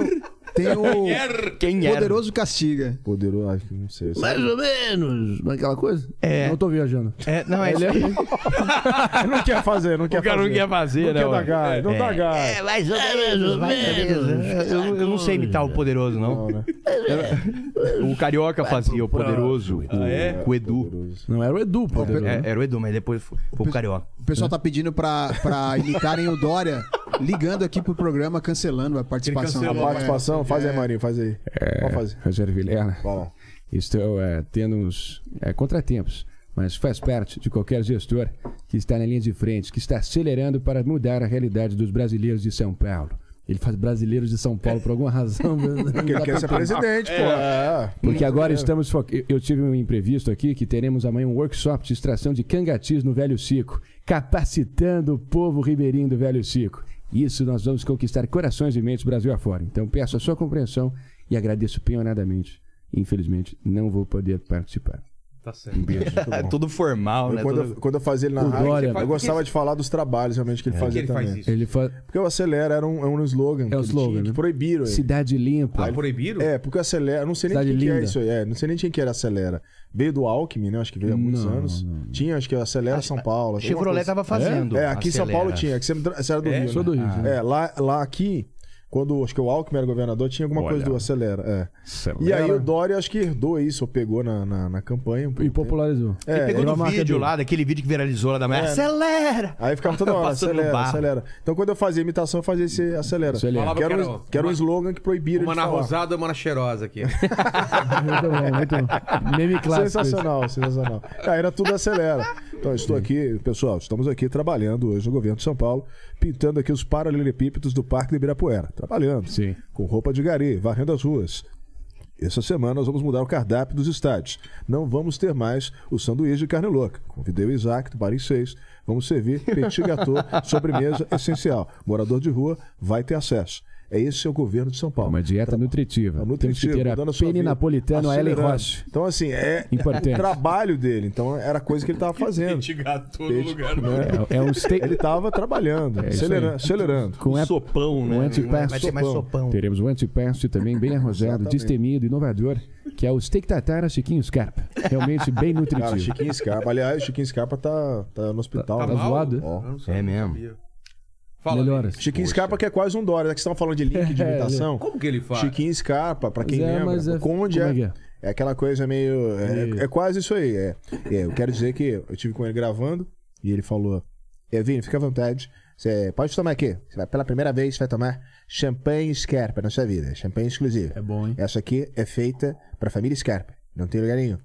Speaker 3: Tem,
Speaker 4: Tem
Speaker 3: Quem era?
Speaker 5: er
Speaker 4: o
Speaker 3: Quem era?
Speaker 4: Poderoso Castiga.
Speaker 3: Poderoso, acho que não sei.
Speaker 4: Mais ou menos. Aquela coisa?
Speaker 1: É.
Speaker 4: Não tô viajando.
Speaker 1: É, não, é isso aí.
Speaker 3: não quer fazer, não quer
Speaker 4: cara não
Speaker 3: fazer.
Speaker 4: quer fazer,
Speaker 3: não quer
Speaker 4: né,
Speaker 3: dar
Speaker 4: mano?
Speaker 3: gás, não
Speaker 4: É.
Speaker 3: dá gás.
Speaker 1: É, mais ou menos, mais ou menos. Eu, eu não sei imitar o poderoso, não.
Speaker 3: né?
Speaker 9: O Carioca fazia o poderoso,
Speaker 2: Ah,
Speaker 9: o,
Speaker 2: é?
Speaker 9: o Edu.
Speaker 7: Não era o Edu, pô.
Speaker 1: É, era o Edu, mas depois foi, foi o Carioca.
Speaker 4: O pessoal tá pedindo pra, pra imitarem o Dória, ligando aqui pro programa, cancelando a participação.
Speaker 3: A participação, faz aí,
Speaker 4: É.
Speaker 3: Marinho, faz aí.
Speaker 7: É,
Speaker 3: Pode fazer.
Speaker 7: Rogério Vilela.
Speaker 3: Bom.
Speaker 7: Estou é, tendo uns é, contratempos, mas faz parte de qualquer gestor que está na linha de frente, que está acelerando para mudar a realidade dos brasileiros de São Paulo. Ele faz brasileiros de São Paulo por alguma razão.
Speaker 3: Porque ele quer ser presidente, pô. É.
Speaker 7: Porque agora
Speaker 3: É.
Speaker 7: estamos fo... eu, eu tive um imprevisto aqui que teremos amanhã um workshop de extração de cangatis no Velho Cico, capacitando o povo ribeirinho do Velho Cico. Isso nós vamos conquistar corações e mentes Brasil afora. Então peço a sua compreensão e agradeço penhoradamente. Infelizmente, não vou poder participar.
Speaker 2: Tá
Speaker 7: Um beijo.
Speaker 9: É tudo formal,
Speaker 3: Eu,
Speaker 9: né?
Speaker 3: quando,
Speaker 9: Tudo-
Speaker 3: eu, quando eu fazia ele na
Speaker 7: O
Speaker 3: rádio,
Speaker 7: Dória,
Speaker 3: eu
Speaker 7: mano.
Speaker 3: gostava de falar dos trabalhos realmente que ele
Speaker 7: É.
Speaker 3: fazia
Speaker 7: Por que ele
Speaker 3: também.
Speaker 7: faz isso? Ele fa-
Speaker 3: Porque o acelera era um, era um slogan. que
Speaker 7: um
Speaker 3: ele
Speaker 7: slogan,
Speaker 3: tinha, Que
Speaker 7: né?
Speaker 3: proibiram ele.
Speaker 7: Cidade limpa.
Speaker 3: Aí-
Speaker 2: proibiram?
Speaker 3: É, porque o acelera. eu Não sei nem
Speaker 7: Cidade
Speaker 3: quem que é
Speaker 7: linda.
Speaker 3: isso aí. É, não sei nem quem que era acelera. Veio do Alckmin, né? Acho que veio há muitos
Speaker 7: Não,
Speaker 3: anos. Tinha, acho que acelera São Paulo. alguma
Speaker 1: Chevrolet
Speaker 3: coisa.
Speaker 1: tava fazendo.
Speaker 3: É, aqui em São
Speaker 1: Acelera.
Speaker 3: Paulo tinha. Que você, me tra- você era do
Speaker 7: É?
Speaker 3: Rio.
Speaker 7: Sou
Speaker 3: né?
Speaker 7: do Rio,
Speaker 3: Ah.
Speaker 7: sim.
Speaker 3: É, lá, lá aqui. Quando acho que o Alckmin era governador, tinha alguma coisa do acelera. É. E aí o Dória acho que herdou isso, ou pegou na, na, na campanha. um pouco
Speaker 7: E
Speaker 3: tempo.
Speaker 7: popularizou.
Speaker 3: É,
Speaker 1: Ele pegou
Speaker 3: era a
Speaker 1: do
Speaker 3: marca
Speaker 1: vídeo
Speaker 3: dele.
Speaker 1: lá, daquele vídeo que viralizou lá da merda.
Speaker 3: É.
Speaker 1: Acelera!
Speaker 3: Aí ficava toda hora,
Speaker 1: Passando no
Speaker 3: acelera,
Speaker 1: barro.
Speaker 3: acelera. Então quando eu fazia imitação, eu fazia esse
Speaker 7: Acelera.
Speaker 3: acelera. Que era, um,
Speaker 2: Falava
Speaker 3: que era um slogan que proibiram
Speaker 2: é. Uma
Speaker 3: de
Speaker 2: na
Speaker 3: falar.
Speaker 2: rosada, uma na cheirosa aqui.
Speaker 7: muito bom, muito bom. Meme clássico.
Speaker 3: Sensacional, sensacional. Ah, era tudo acelera. Então, estou aqui, pessoal, estamos aqui trabalhando hoje no governo de São Paulo, pintando aqui os paralelepípedos do Parque de Ibirapuera. Trabalhando.
Speaker 7: Sim.
Speaker 3: Com roupa de gari, varrendo as ruas. Essa semana nós vamos mudar o cardápio dos estádios. Não vamos ter mais o sanduíche de carne louca. Convidei o Isaac do Paris 6. Vamos servir petit gâteau, sobremesa essencial. Morador de rua vai ter acesso. É esse é o governo de São Paulo. É
Speaker 7: Uma dieta nutritiva. Temos que
Speaker 3: Nutritivo,
Speaker 7: ter a
Speaker 3: mudando sua
Speaker 7: pene
Speaker 3: vida,
Speaker 7: napolitano a Ellen
Speaker 3: acelerando.
Speaker 7: Roche.
Speaker 3: Então, assim, é,
Speaker 7: Importante.
Speaker 3: é trabalho dele. Então, era coisa que ele estava fazendo.
Speaker 9: gato
Speaker 3: Peixe, né?
Speaker 7: É, é um steak.
Speaker 3: Ele estava trabalhando,
Speaker 7: É isso
Speaker 3: acelerando.
Speaker 7: aí.
Speaker 3: acelerando.
Speaker 7: Com ep-
Speaker 9: sopão, né?
Speaker 7: Um antipasto.
Speaker 1: Vai ter mais sopão.
Speaker 7: Teremos um antipasto também bem arrojado,
Speaker 3: Exatamente.
Speaker 7: destemido, inovador, que é o steak tartar a Chiquinho Scarpa. Realmente bem nutritivo.
Speaker 3: Cara, Ah, Chiquinho Scarpa. Aliás, Chiquinho Scarpa tá, tá no hospital.
Speaker 7: Tá
Speaker 3: né?
Speaker 7: mal? zoado?
Speaker 3: Ó.
Speaker 9: É mesmo.
Speaker 2: Fala,
Speaker 7: Melhoras.
Speaker 3: Chiquinho Scarpa que é quase um Dória, né? que vocês estavam falando de link de
Speaker 7: É,
Speaker 3: imitação.
Speaker 2: Como que ele faz?
Speaker 3: Chiquinho Scarpa, pra
Speaker 7: Mas
Speaker 3: quem
Speaker 7: é, mas
Speaker 3: lembra,
Speaker 7: é-
Speaker 3: o Conde
Speaker 7: como é que
Speaker 3: é,
Speaker 7: é?
Speaker 3: é aquela coisa meio. É, é quase isso aí. É, É, eu quero dizer que eu tive com ele gravando e ele falou: é, Vini, fica à vontade. Você pode tomar aqui. Você vai, pela primeira vez, você vai tomar champanhe Scarpa na sua vida. Champanhe exclusivo.
Speaker 7: É bom, hein?
Speaker 3: Essa aqui é feita pra família Scarpa. Não tem lugar nenhum.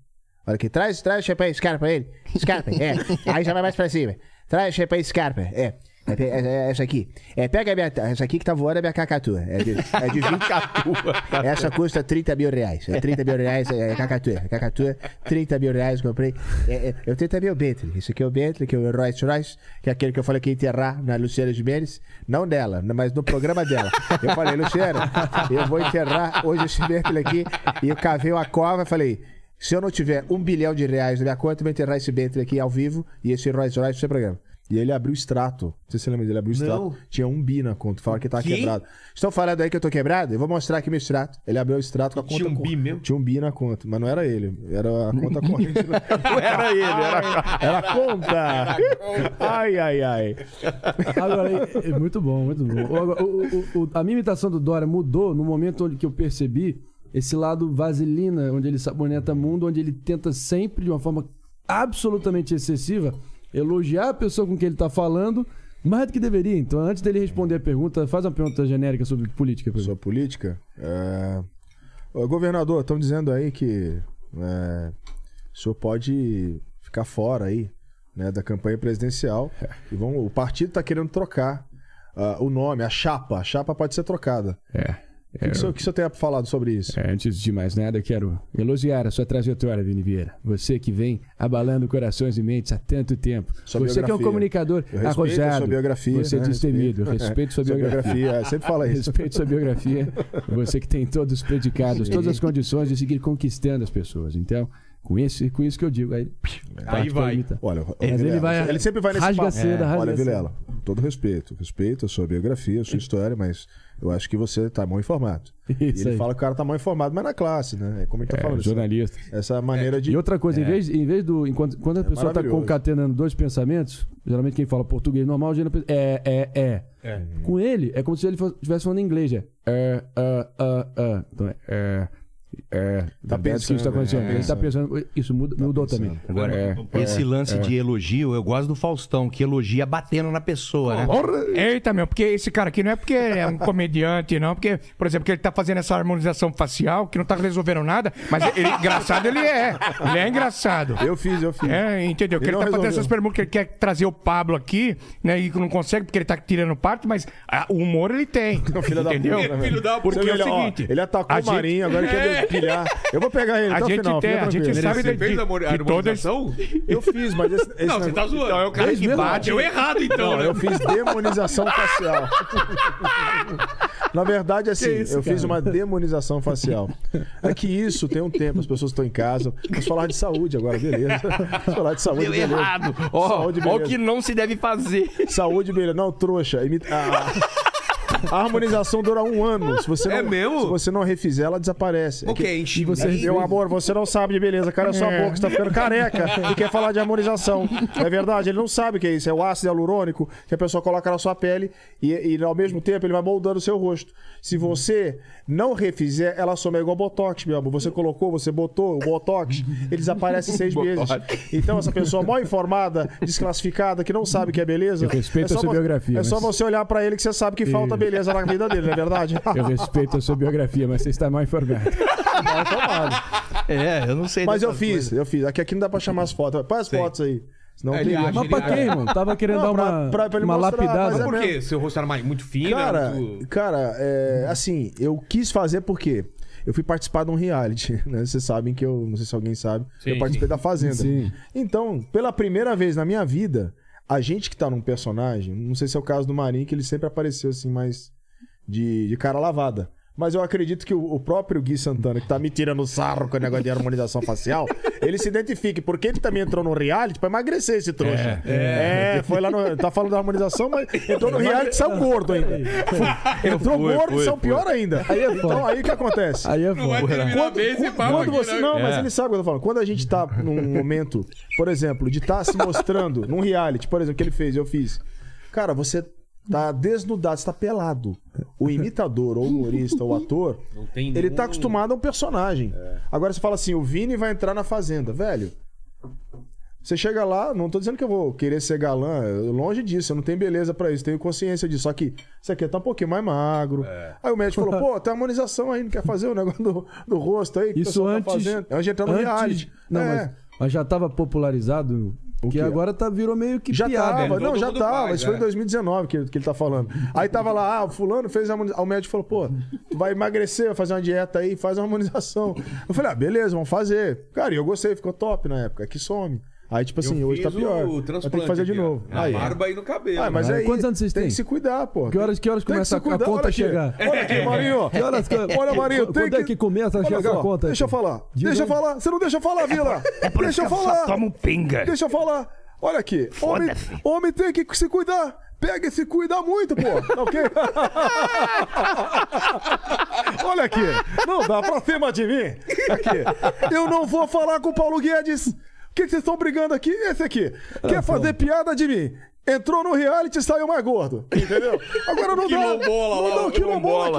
Speaker 3: Olha aqui, traz, traz champanhe Scarpa pra ele. Scarpa, é. Aí já vai mais pra cima. Traz champanhe Scarpa, é. É, pe- é, é essa aqui. É, pega a minha. Essa aqui que tá voando é minha cacatua. É de, é de 20, essa custa 30 mil reais. É 30 mil reais, é cacatua. É Cacatua, 30 mil reais eu comprei. É, é, eu tenho também o Bentley. Esse aqui é o Bentley, que é o Rolls Royce, que é aquele que eu falei que ia enterrar na Luciana Gimenez. Não dela, mas no programa dela. Eu falei, Luciana, eu vou enterrar hoje esse Bentley aqui. E eu cavei uma cova e falei. Se eu não tiver um bilhão de reais na minha conta, eu vou enterrar esse Bentley aqui ao vivo e esse Rolls Royce no seu programa. E ele abriu o extrato. Não sei se você lembra dele, abriu o extrato.
Speaker 2: Não.
Speaker 3: Tinha um bi na conta. Falaram que tava
Speaker 2: Que?
Speaker 3: quebrado. Estão falando aí que eu tô quebrado? Eu vou mostrar aqui meu extrato. Ele abriu o extrato com a conta.
Speaker 2: Tinha um
Speaker 3: cor-
Speaker 2: bi mesmo?
Speaker 3: Tinha um bi na conta. Mas não era ele. Era a conta corrente.
Speaker 9: Não era ele, era.
Speaker 3: Era a conta. ai, ai, ai.
Speaker 7: Agora, é- é muito bom, muito bom. O- agora, o- o- o- a minha imitação do Dória mudou no momento onde que eu percebi esse lado vaselina, onde ele saboneta mundo, onde ele tenta sempre, de uma forma absolutamente excessiva, elogiar a pessoa com quem ele está falando, mais do que deveria. Então, antes dele responder a pergunta, faz uma pergunta genérica sobre política. por
Speaker 3: Sua
Speaker 7: exemplo.
Speaker 3: política? É... Ô, governador, estão dizendo aí que é... o senhor pode ficar fora aí né, da campanha presidencial. E vão... O partido está querendo trocar ah, o nome, a chapa. A chapa pode ser trocada.
Speaker 7: É.
Speaker 3: O que, que, o senhor- o que você tem a falar sobre isso?
Speaker 7: É, Antes de mais nada, quero elogiar a sua trajetória, Vini Vieira. Você que vem abalando corações e mentes há tanto tempo.
Speaker 3: Sua
Speaker 7: você que é um
Speaker 3: biografia.
Speaker 7: comunicador
Speaker 3: Eu respeito
Speaker 7: arrojado.
Speaker 3: a sua biografia,
Speaker 7: Você é
Speaker 3: né?
Speaker 7: destemido.
Speaker 3: Respeito.
Speaker 7: Respeito sua
Speaker 3: Sua
Speaker 7: biografia.
Speaker 3: biografia, é, sempre fala isso.
Speaker 7: Respeito sua biografia. Você que tem todos os predicados,
Speaker 3: Sim.
Speaker 7: todas as condições de seguir conquistando as pessoas. Então, com isso, com isso que eu digo. Aí, tá
Speaker 3: Olha,
Speaker 7: Mas ele
Speaker 3: Vilela,
Speaker 7: vai-
Speaker 3: ele sempre vai nesse
Speaker 7: rasga
Speaker 3: papo.
Speaker 7: a seda, rasga
Speaker 3: É, Olha,
Speaker 7: a
Speaker 3: Vilela, todo respeito, respeito a sua biografia, a sua história, mas eu acho que você tá mal informado.
Speaker 7: Isso
Speaker 3: e ele
Speaker 7: aí.
Speaker 3: fala que o cara tá mal informado, mas na classe, né? É como ele tá
Speaker 7: É,
Speaker 3: falando. essa-
Speaker 7: jornalista.
Speaker 3: Essa, maneira de.
Speaker 7: E outra coisa, em,
Speaker 3: É.
Speaker 7: vez, em vez do. Enquanto, quando a pessoa está
Speaker 3: maravilhoso.
Speaker 7: concatenando dois pensamentos, geralmente quem fala português normal, geralmente é, é, é.
Speaker 3: É.
Speaker 7: Com ele, é como se ele estivesse falando inglês. É, é, é, é, é. Então é. é é,
Speaker 3: Tá
Speaker 7: verdade que
Speaker 3: pensando,
Speaker 7: isso tá acontecendo.
Speaker 3: né? Tá
Speaker 7: Ele está pensando. Isso muda- mudou também.
Speaker 21: Agora,
Speaker 7: É,
Speaker 21: esse lance
Speaker 7: é.
Speaker 21: de elogio, eu gosto do Faustão, que elogia batendo na pessoa, né?
Speaker 8: Eita, meu, porque esse cara aqui não é porque é um comediante, não. Porque, por exemplo, que ele tá fazendo essa harmonização facial, que não tá resolvendo nada, mas ele, engraçado ele é. Ele é engraçado.
Speaker 3: Eu fiz, eu fiz.
Speaker 8: É, entendeu? Que
Speaker 3: Ele
Speaker 8: ele,
Speaker 3: não
Speaker 8: tá fazendo
Speaker 3: resolveu.
Speaker 8: essas perguntas, que ele quer trazer o Pablo aqui, né? E que não consegue, porque ele tá tirando parte, mas ah, o humor ele tem.
Speaker 3: filho da
Speaker 8: entendeu?
Speaker 3: puta, né, velho?
Speaker 8: porque
Speaker 3: Você
Speaker 8: é
Speaker 3: vê
Speaker 8: o
Speaker 3: ele, ó, É.
Speaker 8: seguinte.
Speaker 3: ele atacou
Speaker 8: a
Speaker 3: o Marinho, agora ele quer depilhar. Eu vou pegar ele
Speaker 8: A
Speaker 3: até o
Speaker 8: gente
Speaker 3: final,
Speaker 8: tem,
Speaker 3: fica
Speaker 8: a gente
Speaker 3: tranquilo.
Speaker 8: sabe
Speaker 3: Você
Speaker 8: de,
Speaker 3: fez
Speaker 8: de,
Speaker 3: a mo-
Speaker 8: de
Speaker 3: harmonização?
Speaker 8: todas-
Speaker 3: Eu fiz, mas esse, esse
Speaker 2: Não, você tá zoando. Então é o cara que bate. Deu errado, então,
Speaker 3: Não,
Speaker 2: né?
Speaker 3: eu fiz demonização facial. Na verdade, assim,
Speaker 15: isso,
Speaker 3: eu fiz
Speaker 15: cara?
Speaker 3: uma demonização facial. É que isso tem um tempo, as pessoas estão em casa. Vamos falar de saúde agora, beleza. Vamos falar de saúde,
Speaker 21: Deu
Speaker 3: beleza.
Speaker 21: errado. Ó,
Speaker 3: Saúde,
Speaker 21: ó
Speaker 3: beleza.
Speaker 21: o que não se deve fazer.
Speaker 3: Saúde, beleza. Não, trouxa. imita- ah. A harmonização dura um ano. Se você não,
Speaker 2: É mesmo?
Speaker 3: Se você não refizer, ela desaparece.
Speaker 2: O que é enche-
Speaker 3: E você,
Speaker 2: enche-
Speaker 3: meu amor, você não sabe de beleza. Cara, sua
Speaker 2: É.
Speaker 3: boca está ficando careca e quer falar de harmonização. É verdade, ele não sabe o que é isso. É o ácido hialurônico que a pessoa coloca na sua pele e, e, ao mesmo tempo ele vai moldando o seu rosto. Se você não refizer, ela soma igual Botox, meu amor. Você colocou, você botou o Botox, ele desaparece em seis meses. Então essa pessoa mal informada, desclassificada, que não sabe o que é beleza...
Speaker 7: Eu respeito
Speaker 3: é só
Speaker 7: a sua
Speaker 3: vo-
Speaker 7: biografia,
Speaker 3: É só
Speaker 7: mas-
Speaker 3: você olhar pra ele que você sabe que falta beleza na vida dele, não é verdade?
Speaker 7: Eu respeito a sua biografia, mas você está mal informado.
Speaker 21: É, eu não sei.
Speaker 3: Mas eu
Speaker 7: dessas
Speaker 3: fiz, eu fiz. Aqui, aqui não dá pra chamar as fotos. Põe as fotos aí. Senão
Speaker 2: É, Ele
Speaker 3: tem-
Speaker 2: acha, Mas ele pra acha. quê, irmão? Tava querendo dar uma-
Speaker 3: ele
Speaker 2: uma
Speaker 3: mostrar,
Speaker 2: lapidada.
Speaker 3: mas é
Speaker 2: Por
Speaker 3: mesmo.
Speaker 2: quê? Seu rosto era mais- muito
Speaker 15: é
Speaker 2: fino,
Speaker 3: Cara,
Speaker 2: era muito-
Speaker 3: cara é, assim, eu quis fazer porque eu fui participar de um reality, né? Vocês sabem que eu, não sei se alguém sabe,
Speaker 15: Sim,
Speaker 3: eu participei
Speaker 15: sim.
Speaker 3: da Fazenda.
Speaker 15: Sim.
Speaker 3: Então, pela primeira vez na minha vida, a gente que tá num personagem, não sei se é o caso do Marinho, que ele sempre apareceu assim, mais de, de cara lavada. Mas eu acredito que o, o próprio Gui Santana, que tá me tirando sarro com o negócio de harmonização facial, ele se identifique, porque ele também entrou no reality pra emagrecer esse trouxa.
Speaker 15: É, é.
Speaker 3: É, foi lá no. Tá falando da harmonização, mas entrou no reality e saiu gordo ainda. Entrou
Speaker 15: Foi,
Speaker 3: gordo
Speaker 15: foi,
Speaker 3: e saiu
Speaker 15: foi.
Speaker 3: pior ainda. Aí é- então aí o que acontece?
Speaker 7: Aí é
Speaker 15: Não vai foda. terminar
Speaker 3: quando,
Speaker 15: bem esse
Speaker 3: quando-
Speaker 15: papo
Speaker 3: quando
Speaker 15: aqui,
Speaker 3: você,
Speaker 15: né?
Speaker 3: Não, mas
Speaker 15: É.
Speaker 3: ele sabe o que eu tô falando. Quando a gente tá num momento, por exemplo, de estar se mostrando num reality, por exemplo, que ele fez, eu fiz. Cara, você tá desnudado, você tá pelado. O imitador, ou o humorista, ou o ator,
Speaker 2: Não tem
Speaker 3: ele tá
Speaker 2: nenhum- É.
Speaker 3: acostumado a um personagem. Agora você fala assim: o Vini vai entrar na fazenda, velho. Você chega lá, não tô dizendo que eu vou querer ser galã, longe disso, eu não tenho beleza pra isso, tenho consciência disso. Só que isso aqui tá um pouquinho mais magro.
Speaker 7: É.
Speaker 3: Aí o médico falou, pô, tem harmonização aí, não quer fazer o negócio do, do rosto aí? que o
Speaker 7: Isso
Speaker 3: pessoal
Speaker 7: antes.
Speaker 3: Tá fazendo. Antes de entrar no
Speaker 7: antes-
Speaker 3: reality.
Speaker 7: Não,
Speaker 3: É.
Speaker 7: mas, mas já tava popularizado. O que
Speaker 3: quê?
Speaker 7: agora tá, virou meio que
Speaker 3: Já
Speaker 7: piada. né?
Speaker 3: tava, não, já tava. isso
Speaker 7: é.
Speaker 3: foi em 2019 que, que ele tá falando. Aí tava lá, ah, o fulano fez a harmonização. O médico falou, pô, tu vai emagrecer, vai fazer uma dieta aí, faz uma harmonização. Eu falei, ah, beleza, vamos fazer. Cara, e eu gostei, ficou top na época, que some. Aí, tipo assim, hoje tá
Speaker 2: fiz o
Speaker 3: pior. Vai ter que
Speaker 2: transplante
Speaker 3: fazer de
Speaker 2: aqui, ó.
Speaker 3: novo.
Speaker 2: Na
Speaker 3: Aí,
Speaker 2: barba e no cabelo.
Speaker 3: Ah, mas
Speaker 2: Ah,
Speaker 3: aí,
Speaker 2: quantos anos
Speaker 7: vocês
Speaker 3: tem
Speaker 7: têm?
Speaker 3: que se cuidar, pô.
Speaker 7: Que horas que, horas
Speaker 3: Tem que
Speaker 7: começa
Speaker 3: se
Speaker 7: a-
Speaker 3: cuidar,
Speaker 7: a conta
Speaker 3: olha
Speaker 7: a
Speaker 3: aqui.
Speaker 7: chegar?
Speaker 3: Olha aqui, Marinho.
Speaker 7: Que horas que-
Speaker 3: Olha, Marinho,
Speaker 7: Qu-
Speaker 3: tem
Speaker 7: quando é que começa a
Speaker 3: Olha
Speaker 7: chegar
Speaker 3: só,
Speaker 7: a conta?
Speaker 3: Deixa eu
Speaker 7: aqui?
Speaker 3: falar.
Speaker 7: Diga
Speaker 3: deixa eu
Speaker 7: aí.
Speaker 3: falar. Você não deixa eu falar, Vila.
Speaker 7: é por
Speaker 3: deixa
Speaker 7: isso
Speaker 3: eu
Speaker 7: que eu só
Speaker 3: falar.
Speaker 7: tomo pinga.
Speaker 3: Deixa eu falar. Olha aqui. Homem, homem tem que se cuidar. Pega e se cuida muito, pô. Tá ok? Olha aqui. Não dá pra cima de mim. Aqui. Eu não vou falar com o Paulo Guedes. O que que vocês estão brigando aqui? Esse aqui. Quer fazer piada de mim? Entrou no reality e saiu mais gordo. Entendeu? Agora não dá.
Speaker 15: Quilombola
Speaker 3: não
Speaker 15: lá,
Speaker 3: dá
Speaker 15: o
Speaker 3: um quilombola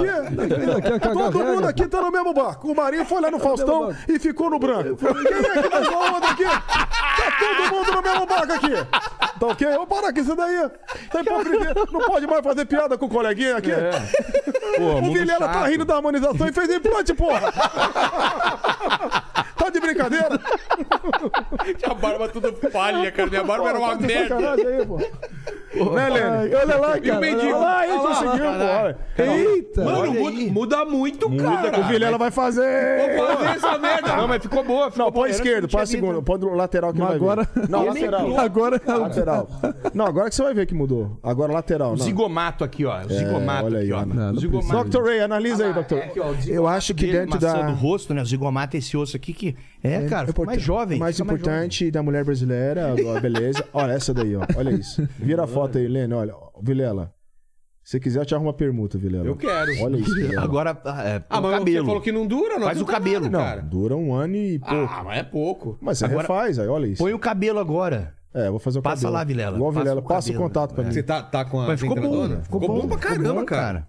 Speaker 15: quilombola.
Speaker 3: aqui.
Speaker 15: Aqui, aqui,
Speaker 3: Todo
Speaker 15: aqui,
Speaker 3: mundo
Speaker 15: aqui.
Speaker 3: aqui tá no mesmo barco. O Marinho foi
Speaker 7: Tá
Speaker 3: lá no Faustão e ficou no branco. Quem é que faz uma onda aqui? Tá todo mundo no mesmo barco aqui. Tá ok? Ô, para com isso daí. Tá hipocrisia. Não pode mais fazer piada com o coleguinha aqui? o
Speaker 15: mundo
Speaker 3: Vilela tá
Speaker 15: chato.
Speaker 3: rindo da harmonização e fez implante, porra. tá de brincadeira?
Speaker 2: Tinha a barba toda palha, cara. Minha barba era uma
Speaker 3: Tá de
Speaker 2: merda.
Speaker 3: sacanagem aí, pô. Né, Lene?
Speaker 2: Ai, olha lá,
Speaker 3: E
Speaker 2: cara,
Speaker 3: o mendigo.
Speaker 2: olha lá.
Speaker 3: Ah, ele
Speaker 2: Olha lá,
Speaker 3: conseguiu,
Speaker 2: olha lá.
Speaker 3: pô.
Speaker 2: Eita.
Speaker 3: Olha
Speaker 2: Mano,
Speaker 3: aí.
Speaker 2: muda, muda muito,
Speaker 3: Muda
Speaker 2: cara.
Speaker 3: que o Vilela vai fazer.
Speaker 2: Vou fazer essa merda.
Speaker 3: Não, mas ficou boa. não, põe esquerdo, põe segundo, põe do lateral que não vai
Speaker 7: agora-
Speaker 3: ver. Não,
Speaker 7: Ele
Speaker 3: lateral.
Speaker 7: entrou. Agora-
Speaker 3: lateral. Não, agora que você vai ver que mudou. Agora lateral,
Speaker 21: O
Speaker 3: não. É,
Speaker 21: zigomato aqui, ó. O zigomato
Speaker 3: olha
Speaker 21: aqui, ó. O zigomato.
Speaker 3: Dr. Ray, analisa
Speaker 2: Ah,
Speaker 3: aí,
Speaker 2: é,
Speaker 3: Dr. Eu acho que
Speaker 21: dele,
Speaker 3: dentro
Speaker 21: maçã
Speaker 3: da
Speaker 21: do rosto, né? O zigomata é esse osso aqui que... É, cara, ficou mais
Speaker 3: importante-
Speaker 21: jovem.
Speaker 3: Mais
Speaker 21: fica mais
Speaker 3: importante da mulher brasileira, ó, beleza. Olha essa daí, ó. Olha isso. Vira a foto Anota aí, Lene, olha. Vilela, se quiser eu te arrumo uma permuta, Vilela.
Speaker 2: Eu quero.
Speaker 3: Olha isso. Vilela.
Speaker 21: Agora, é,
Speaker 2: Ah,
Speaker 21: o
Speaker 3: um
Speaker 2: mas
Speaker 21: cabelo.
Speaker 2: você tá falou que não dura, não
Speaker 21: Faz o
Speaker 2: adianta
Speaker 21: cabelo,
Speaker 2: nada,
Speaker 21: cara.
Speaker 3: Dura um ano e pouco.
Speaker 2: Ah, mas é pouco.
Speaker 3: Mas você
Speaker 21: Agora-
Speaker 3: refaz, aí olha isso.
Speaker 21: Põe o cabelo agora.
Speaker 3: É, vou fazer o
Speaker 21: Passa
Speaker 3: cabelo.
Speaker 21: lá, Vilela.
Speaker 3: Igual
Speaker 21: Passa
Speaker 3: Vilela,
Speaker 21: o
Speaker 3: passa o
Speaker 21: cabelo. É.
Speaker 3: contato pra mim.
Speaker 2: Você tá, tá com a
Speaker 3: Mas ficou bom,
Speaker 2: dentradora?
Speaker 3: né? Ficou bom.
Speaker 2: pra caramba,
Speaker 3: Ficou bom,
Speaker 2: cara.
Speaker 3: cara.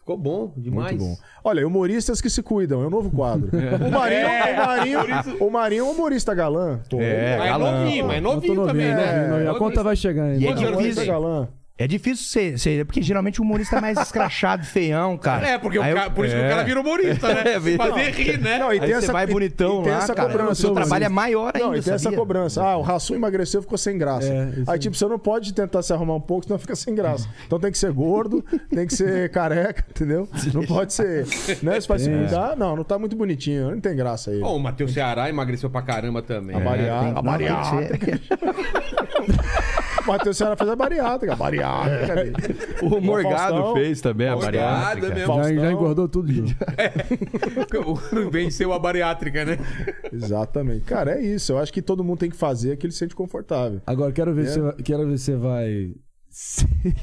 Speaker 2: Ficou bom demais.
Speaker 3: Muito bom. Olha, humoristas que se cuidam, é um novo quadro. O Marinho,
Speaker 2: É.
Speaker 3: o, Marinho,
Speaker 2: Por isso-
Speaker 3: o Marinho é um humorista galã.
Speaker 21: É,
Speaker 2: Mas é
Speaker 21: galã.
Speaker 2: novinho, mas é novinho
Speaker 21: Botou
Speaker 2: também,
Speaker 21: novinho,
Speaker 2: né?
Speaker 21: novinho, novinho.
Speaker 2: É
Speaker 21: A
Speaker 2: novinho.
Speaker 21: conta
Speaker 7: vai chegar
Speaker 21: E é
Speaker 2: Quantos anos tem?
Speaker 21: difícil. É difícil ser, ser- Porque geralmente o humorista é mais escrachado, feião, cara.
Speaker 2: É, porque o
Speaker 21: Aí eu-
Speaker 2: cara- por isso que o cara vira humorista, né?
Speaker 21: É, vira.
Speaker 2: Fazer rir, né?
Speaker 3: Não, e
Speaker 21: Aí
Speaker 3: tem
Speaker 21: você
Speaker 3: essa,
Speaker 21: vai
Speaker 3: e-
Speaker 21: bonitão
Speaker 3: e tem
Speaker 21: lá,
Speaker 3: essa
Speaker 21: cara.
Speaker 3: cobrança.
Speaker 21: O seu trabalho é maior ainda,
Speaker 3: Não, e tem essa
Speaker 21: sabia? É,
Speaker 3: cobrança. Ah, o Rassum emagreceu, ficou sem graça. aí, tipo, você não pode tentar se arrumar um pouco, senão fica sem graça. Então tem que ser gordo, tem que ser careca, entendeu? Não pode ser... Né? Você vai se
Speaker 2: É.
Speaker 3: cuidar. Não, não tá muito bonitinho. Não tem graça aí.
Speaker 2: Ó, o Matheus Ceará emagreceu pra caramba também. É,
Speaker 3: A bariátrica.
Speaker 2: A bariátrica.
Speaker 3: O Matheus Ceará fez a bariátrica. A
Speaker 7: É.
Speaker 3: bariátrica dele.
Speaker 9: O Morgado
Speaker 3: Faustão.
Speaker 9: fez também a
Speaker 2: Morgado
Speaker 9: bariátrica. né?
Speaker 2: mesmo.
Speaker 7: Ah, Já, já engordou tudo. Ju.
Speaker 2: Venceu a bariátrica, né?
Speaker 3: Exatamente. Cara, é isso. Eu acho que todo mundo tem que fazer aquilo que se sente confortável.
Speaker 7: Agora, quero ver,
Speaker 3: É.
Speaker 7: se, você vai- quero ver se você vai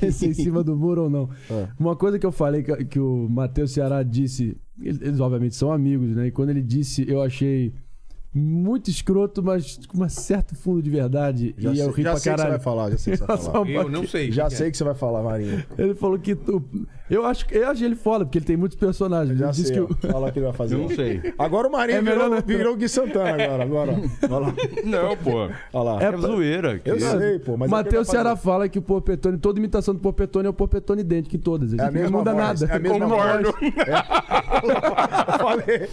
Speaker 7: ser em cima do muro ou não.
Speaker 3: É.
Speaker 7: Uma coisa que eu falei que, que o Matheus Ceará disse, eles, eles obviamente são amigos, né? E quando ele disse, eu achei muito escroto, mas com um certo fundo de verdade.
Speaker 3: Já
Speaker 7: e eu
Speaker 3: sei-
Speaker 7: ri
Speaker 3: já
Speaker 7: pra
Speaker 3: sei que você
Speaker 7: caralho.
Speaker 3: vai falar, já sei que você vai
Speaker 7: Só um
Speaker 3: falar.
Speaker 7: pouquinho.
Speaker 3: Já sei é. que você vai falar, Marinho.
Speaker 7: Ele falou que tu. Eu acho, eu acho ele foda, porque ele tem muitos personagens. ele disse
Speaker 3: sei,
Speaker 7: que
Speaker 3: ó. Fala o que ele vai fazer.
Speaker 7: Eu não sei.
Speaker 3: Agora o Marinho
Speaker 7: É melhor
Speaker 3: virou,
Speaker 7: não-
Speaker 3: virou o Gui Santana agora. agora ó. Olha lá.
Speaker 9: Não, pô.
Speaker 3: Olha lá.
Speaker 9: É zoeira.
Speaker 3: Eu
Speaker 9: cara.
Speaker 3: sei, pô. Mas é o
Speaker 7: Matheus
Speaker 3: que ele vai
Speaker 7: Ceará fala que o Porpetone, toda imitação do Porpetone é o Porpetone idêntico em todas. Ele
Speaker 3: É a
Speaker 7: não
Speaker 3: mesma
Speaker 7: muda
Speaker 3: voz,
Speaker 7: nada.
Speaker 3: é a mesma Concordo.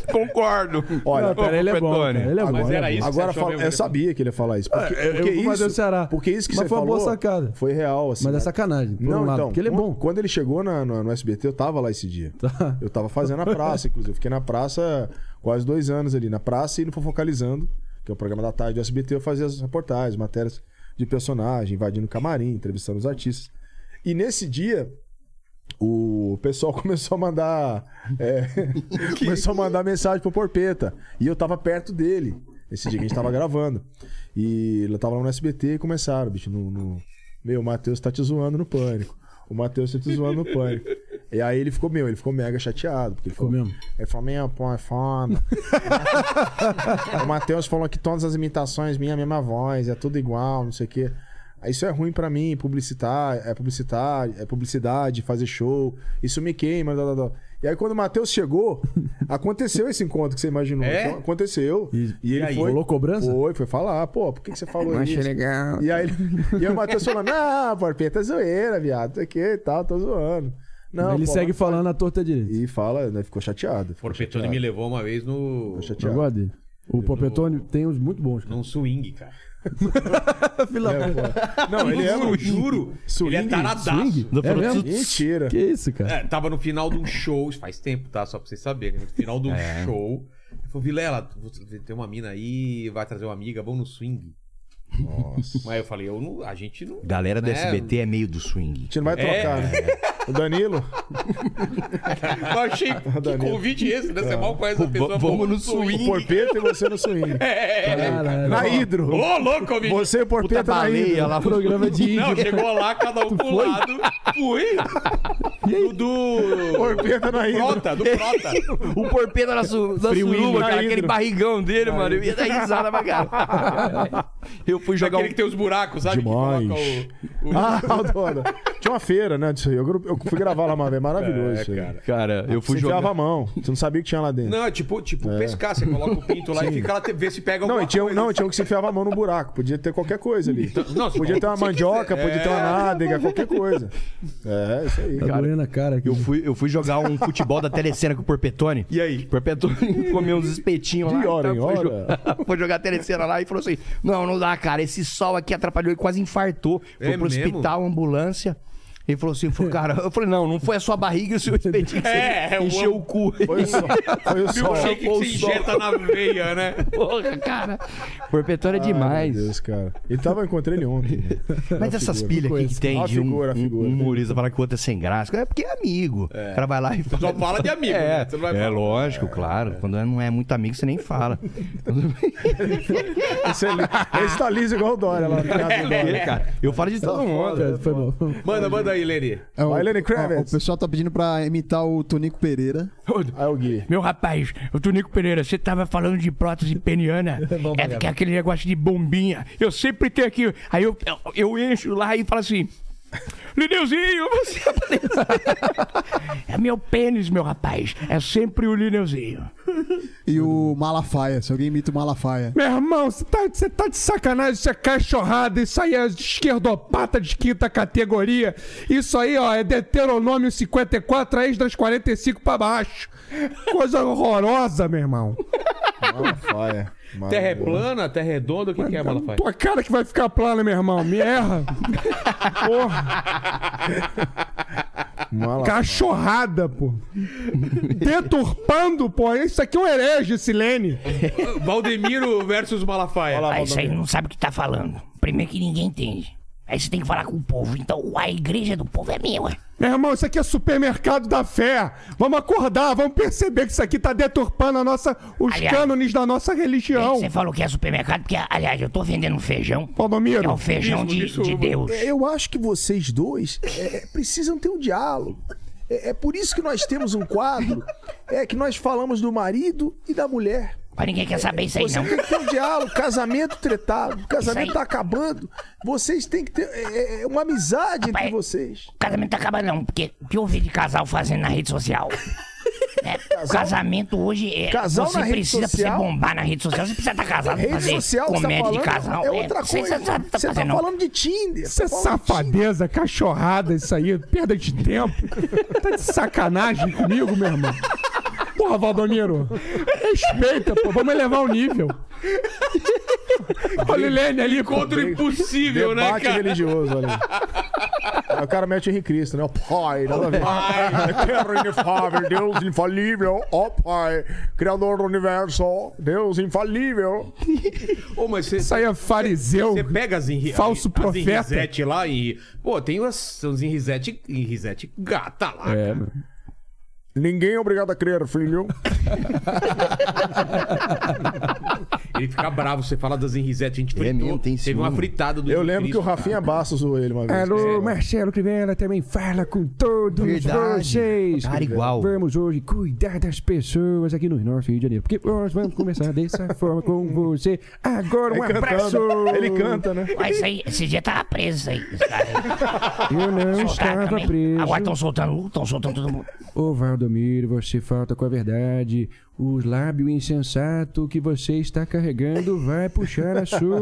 Speaker 9: Concordo.
Speaker 3: Olha,
Speaker 7: Não, cara, ele é bom, cara, ele é bom, Mas ele é era bom. isso que
Speaker 3: agora
Speaker 7: você achou
Speaker 3: fala-
Speaker 7: mesmo,
Speaker 3: eu
Speaker 7: né?
Speaker 3: sabia que ele ia falar isso. Porque,
Speaker 7: É, eu
Speaker 3: porque
Speaker 7: vou
Speaker 3: isso,
Speaker 7: fazer o Ceará.
Speaker 3: Porque isso que
Speaker 7: Mas
Speaker 3: você
Speaker 7: foi uma
Speaker 3: falou
Speaker 7: boa sacada.
Speaker 3: foi real, assim.
Speaker 7: Mas é
Speaker 3: né?
Speaker 7: sacanagem, por
Speaker 3: Não,
Speaker 7: um lado,
Speaker 3: então,
Speaker 7: porque ele é
Speaker 3: quando-
Speaker 7: bom. Tá.
Speaker 3: Quando ele chegou na, na- no SBT, eu tava lá esse dia. Eu tava fazendo a praça, inclusive. Eu Fiquei na praça quase dois anos ali. Na praça e não foi focalizando, que é o programa da tarde do SBT, eu fazia as reportagens, matérias de personagem, invadindo camarim, entrevistando os artistas. E nesse dia, o pessoal começou a mandar. é, começou a mandar mensagem pro Porpeta. E eu tava perto dele. Esse dia que a gente tava gravando. E eu tava lá no SBT e começaram, bicho, no. no- Meu, o Matheus tá te zoando no pânico. O Matheus tá te zoando no pânico. E aí ele ficou, meu, ele ficou mega chateado. Porque ele ficou
Speaker 7: mesmo.
Speaker 3: Ele falou, meu, pô, é foda. o Matheus falou que todas as imitações minha, a mesma voz, é tudo igual, não sei o quê. Aí Isso é ruim pra mim, publicitar, é publicitar, é publicidade, fazer show. Isso me queima. Dá, dá, dá. E aí quando o Matheus chegou, aconteceu esse encontro que você imaginou.
Speaker 7: É?
Speaker 3: Então, aconteceu. E, ele
Speaker 7: aí,
Speaker 3: foi.
Speaker 7: rolou cobrança?
Speaker 3: Foi, foi falar, pô, por que, que você falou
Speaker 7: Não
Speaker 3: isso?
Speaker 7: achei legal.
Speaker 3: E aí, ele- e aí o Matheus falando, ah, porpeta é zoeira, viado, não sei o que e tal, tô zoando. Não,
Speaker 7: ele
Speaker 3: pô,
Speaker 7: segue
Speaker 3: mas-
Speaker 7: falando a torta direita.
Speaker 3: E fala, né, ficou chateado.
Speaker 2: Porpetone me levou uma vez no.
Speaker 7: Eu gosto dele. O Porpetone tem uns muito bons.
Speaker 2: Num swing, cara.
Speaker 7: Fila da-
Speaker 2: Não, ele é.
Speaker 7: Swing?
Speaker 2: juro.
Speaker 7: Swing?
Speaker 2: Ele é taradaço.
Speaker 7: Swing? Dá pra- É mesmo? Mentira. Que isso, cara?
Speaker 2: É, tava no final de um show, isso faz tempo, tá? Só pra vocês saberem. No final de um
Speaker 9: É.
Speaker 2: show. Ele falou, Vilela, você tem uma mina aí, vai trazer uma amiga, vamos no swing.
Speaker 3: Nossa.
Speaker 2: Mas eu falei, eu não, a gente não.
Speaker 21: Galera do
Speaker 2: né?
Speaker 21: SBT é meio do swing. É. A gente
Speaker 3: não vai trocar, né? O Danilo?
Speaker 2: Eu achei que convite esse, né?
Speaker 3: É.
Speaker 2: Você mal conhece a pessoa. um
Speaker 3: O Porpeta e você no
Speaker 2: É,
Speaker 3: swing.
Speaker 2: Caralho.
Speaker 3: Na hidro.
Speaker 2: é, Ô, louco, convite.
Speaker 3: Você e o Porpeta
Speaker 2: Puta
Speaker 3: na
Speaker 2: baleia
Speaker 3: hidro.
Speaker 2: lá,
Speaker 7: programa de índio.
Speaker 2: Não, chegou lá, cada um pro lado. Fui. Do. do...
Speaker 3: Porpeta na hidro.
Speaker 2: Frota, do Frota.
Speaker 21: o porpeta da, su, da
Speaker 2: Free Willy.
Speaker 21: suruba,
Speaker 2: Na
Speaker 21: cara, aquele
Speaker 2: hidro.
Speaker 21: barrigão dele, mano. Eu ia dar risada pra cara. Eu fui jogar um
Speaker 2: Aquele que tem os buracos, sabe?
Speaker 3: Demais. Ah, adoro. Tinha uma feira, né, disso aí. Eu, eu fui gravar lá uma vez, maravilhoso.
Speaker 9: É,
Speaker 3: isso aí.
Speaker 9: cara. Cara, eu fui
Speaker 3: você enfiava
Speaker 9: jogar-
Speaker 3: a mão. Você não sabia o que tinha lá dentro.
Speaker 2: Não, é tipo, tipo
Speaker 3: É.
Speaker 2: pescar. Você coloca o pinto lá
Speaker 3: Sim.
Speaker 2: e fica lá, te- vê se pega
Speaker 3: Não,
Speaker 2: alguma
Speaker 3: e tinha, um- não, tinha um que se enfiava a mão no buraco. Podia ter qualquer coisa ali.
Speaker 1: Então,
Speaker 2: não, se-
Speaker 3: podia ter uma
Speaker 2: se
Speaker 3: mandioca,
Speaker 2: quiser.
Speaker 3: podia ter uma
Speaker 2: É.
Speaker 3: nádega, qualquer coisa. É, isso aí.
Speaker 21: Cara,
Speaker 7: cara
Speaker 21: eu fui, eu fui jogar um futebol da Telecena com o Porpetone. E aí? O Porpetone comeu uns espetinhos lá.
Speaker 3: De hora
Speaker 21: então
Speaker 3: em
Speaker 21: foi,
Speaker 3: hora.
Speaker 21: jo- foi jogar a Telecena lá e falou assim: Não, não dá, cara. Esse sol aqui atrapalhou e quase infartou. Foi
Speaker 2: É
Speaker 21: pro
Speaker 2: mesmo?
Speaker 21: hospital, ambulância.
Speaker 1: Ele falou assim, falou, cara, eu falei, não, não foi a sua barriga e o seu espetinho que
Speaker 2: É,
Speaker 1: você
Speaker 2: é, o-
Speaker 1: encheu o cu.
Speaker 2: Foi o sol, foi o sol. Milkshake que você injeta na veia, né?
Speaker 1: Porra, cara. Porpetório é
Speaker 3: Ai,
Speaker 1: demais.
Speaker 3: Ah, meu Deus, cara. Ele tava, eu encontrei ele ontem. né?
Speaker 1: Mas
Speaker 3: Uma
Speaker 1: essas
Speaker 3: figura.
Speaker 1: pilhas aqui que tem
Speaker 3: Uma
Speaker 1: de um,
Speaker 3: figura, uma
Speaker 1: um-
Speaker 3: figura.
Speaker 1: um humorista falar que o outro é sem graça, é porque é amigo. O cara vai lá e fala.
Speaker 2: Só fala de amigo,
Speaker 1: É,
Speaker 2: né? Você não vai
Speaker 1: é
Speaker 2: falar.
Speaker 1: lógico, claro. Quando não é muito amigo, você nem fala.
Speaker 3: Esse, é- esse tá liso igual o Dória lá.
Speaker 1: É, cara. Eu falo de
Speaker 3: Tá
Speaker 1: todo mundo.
Speaker 7: Foi bom.
Speaker 2: Manda, manda aí, Leni.
Speaker 4: É, o, ó, o pessoal tá pedindo pra imitar o Tonico Pereira.
Speaker 3: Aí o Gui.
Speaker 13: Meu rapaz, o Tonico Pereira, você tava falando de prótese peniana. é, que é aquele negócio de bombinha. Eu sempre tenho aqui. Aí eu, eu, eu encho lá e falo assim. Lineuzinho, você É meu pênis, meu rapaz. É sempre o Lineuzinho.
Speaker 4: E o Malafaia, se alguém imita o Malafaia.
Speaker 6: Meu irmão, você tá, você tá de sacanagem, isso é cachorrada, isso aí é esquerdopata de quinta categoria. Isso aí, ó, é Deuteronômio 54, Esdras 45 pra baixo. Coisa horrorosa, meu irmão.
Speaker 3: Malafaia.
Speaker 2: Terra é plana, terra é redonda, o que, que é, Malafaia?
Speaker 6: Tua cara que vai ficar plana, meu irmão, me erra. Porra, cachorrada, pô. Deturpando, pô, isso aqui é um herege, Silene.
Speaker 2: Valdemiro versus Malafaia.
Speaker 13: Aí você não sabe o que tá falando. Primeiro que ninguém entende. Aí você tem que falar com o povo. Então a igreja do povo é minha, ué.
Speaker 6: Meu irmão, isso aqui é supermercado da fé. Vamos acordar, vamos perceber que isso aqui tá deturpando a nossa, os
Speaker 13: Aliás,
Speaker 6: cânones da nossa religião.
Speaker 13: Você falou que é supermercado, porque, aliás, eu tô vendendo um feijão.
Speaker 6: Valdomiro.
Speaker 13: É o feijão de, de Deus.
Speaker 22: Eu acho que vocês dois é, é, precisam ter um diálogo. É, é por isso que nós temos um quadro é que nós falamos do marido e da mulher.
Speaker 13: Mas ninguém quer saber isso aí,
Speaker 22: Você
Speaker 13: não.
Speaker 22: tem que ter um diálogo, casamento tretado, o casamento
Speaker 13: aí.
Speaker 22: tá acabando. Vocês têm que ter é, é, uma amizade entre vocês.
Speaker 13: O casamento tá acabando, não, porque o que eu vi de casal
Speaker 18: assim
Speaker 13: fazendo na rede social? É, o casamento hoje é.
Speaker 22: Casal
Speaker 13: você
Speaker 22: na rede
Speaker 13: precisa pra
Speaker 22: social?
Speaker 13: você bombar na rede social, você precisa estar casado pra
Speaker 22: Rede
Speaker 13: fazer
Speaker 22: social que você tá
Speaker 13: comédia de
Speaker 22: falando
Speaker 13: casal.
Speaker 22: é outra
Speaker 13: você
Speaker 22: coisa.
Speaker 13: não sabe o que
Speaker 22: Você tá
Speaker 13: fazendo, não.
Speaker 22: falando de Tinder.
Speaker 6: Isso é safadeza, cachorrada, isso aí, perda de tempo. Tá de sacanagem comigo, meu irmão. Porra, Valdomiro, respeita, pô, vamos elevar o nível. Olha o Lene ali, pô.
Speaker 2: Encontro impossível, né,
Speaker 3: Debate
Speaker 2: cara?
Speaker 3: religioso ali. Aí o cara mete o Henrique Cristo, né? O pai, nada a ver.
Speaker 15: Pai.
Speaker 3: Terra inefável, Deus infalível, ó pai, criador do universo, er Deus infalível.
Speaker 2: Ô, mas você,
Speaker 6: Isso aí é fariseu.
Speaker 2: Você pega as enri...
Speaker 6: Falso
Speaker 2: as
Speaker 6: profeta.
Speaker 2: enrisete lá e. Pô, tem umas, umas enrisete, enrisete gata lá.
Speaker 6: É,
Speaker 3: Ninguém é obrigado a crer, filho.
Speaker 2: Ele fica bravo, você fala das enrisete, a gente fritou. teve uma fritada do
Speaker 3: Eu lembro que o Rafinha Bastos zoou ele uma vez. É.
Speaker 6: Alô, Marcelo Crivella também fala com todos
Speaker 3: Verdade.
Speaker 6: vocês.
Speaker 3: Cara igual.
Speaker 6: Vamos hoje cuidar das pessoas aqui no Norte Rio de Janeiro. Porque nós vamos começar dessa forma com você.
Speaker 22: é
Speaker 6: Agora um
Speaker 13: Ele cantando.
Speaker 6: abraço.
Speaker 13: Ele
Speaker 3: canta, né?
Speaker 13: Mas isso aí, esse dia tava preso isso aí. esse cara aí.
Speaker 6: Eu não
Speaker 13: Soltaram
Speaker 6: estava
Speaker 13: também.
Speaker 6: preso.
Speaker 13: Agora estão soltando, estão soltando todo mundo.
Speaker 6: Ô Valdomiro, você falta com a verdade. O lábio insensato que você está carregando vai puxar a sua,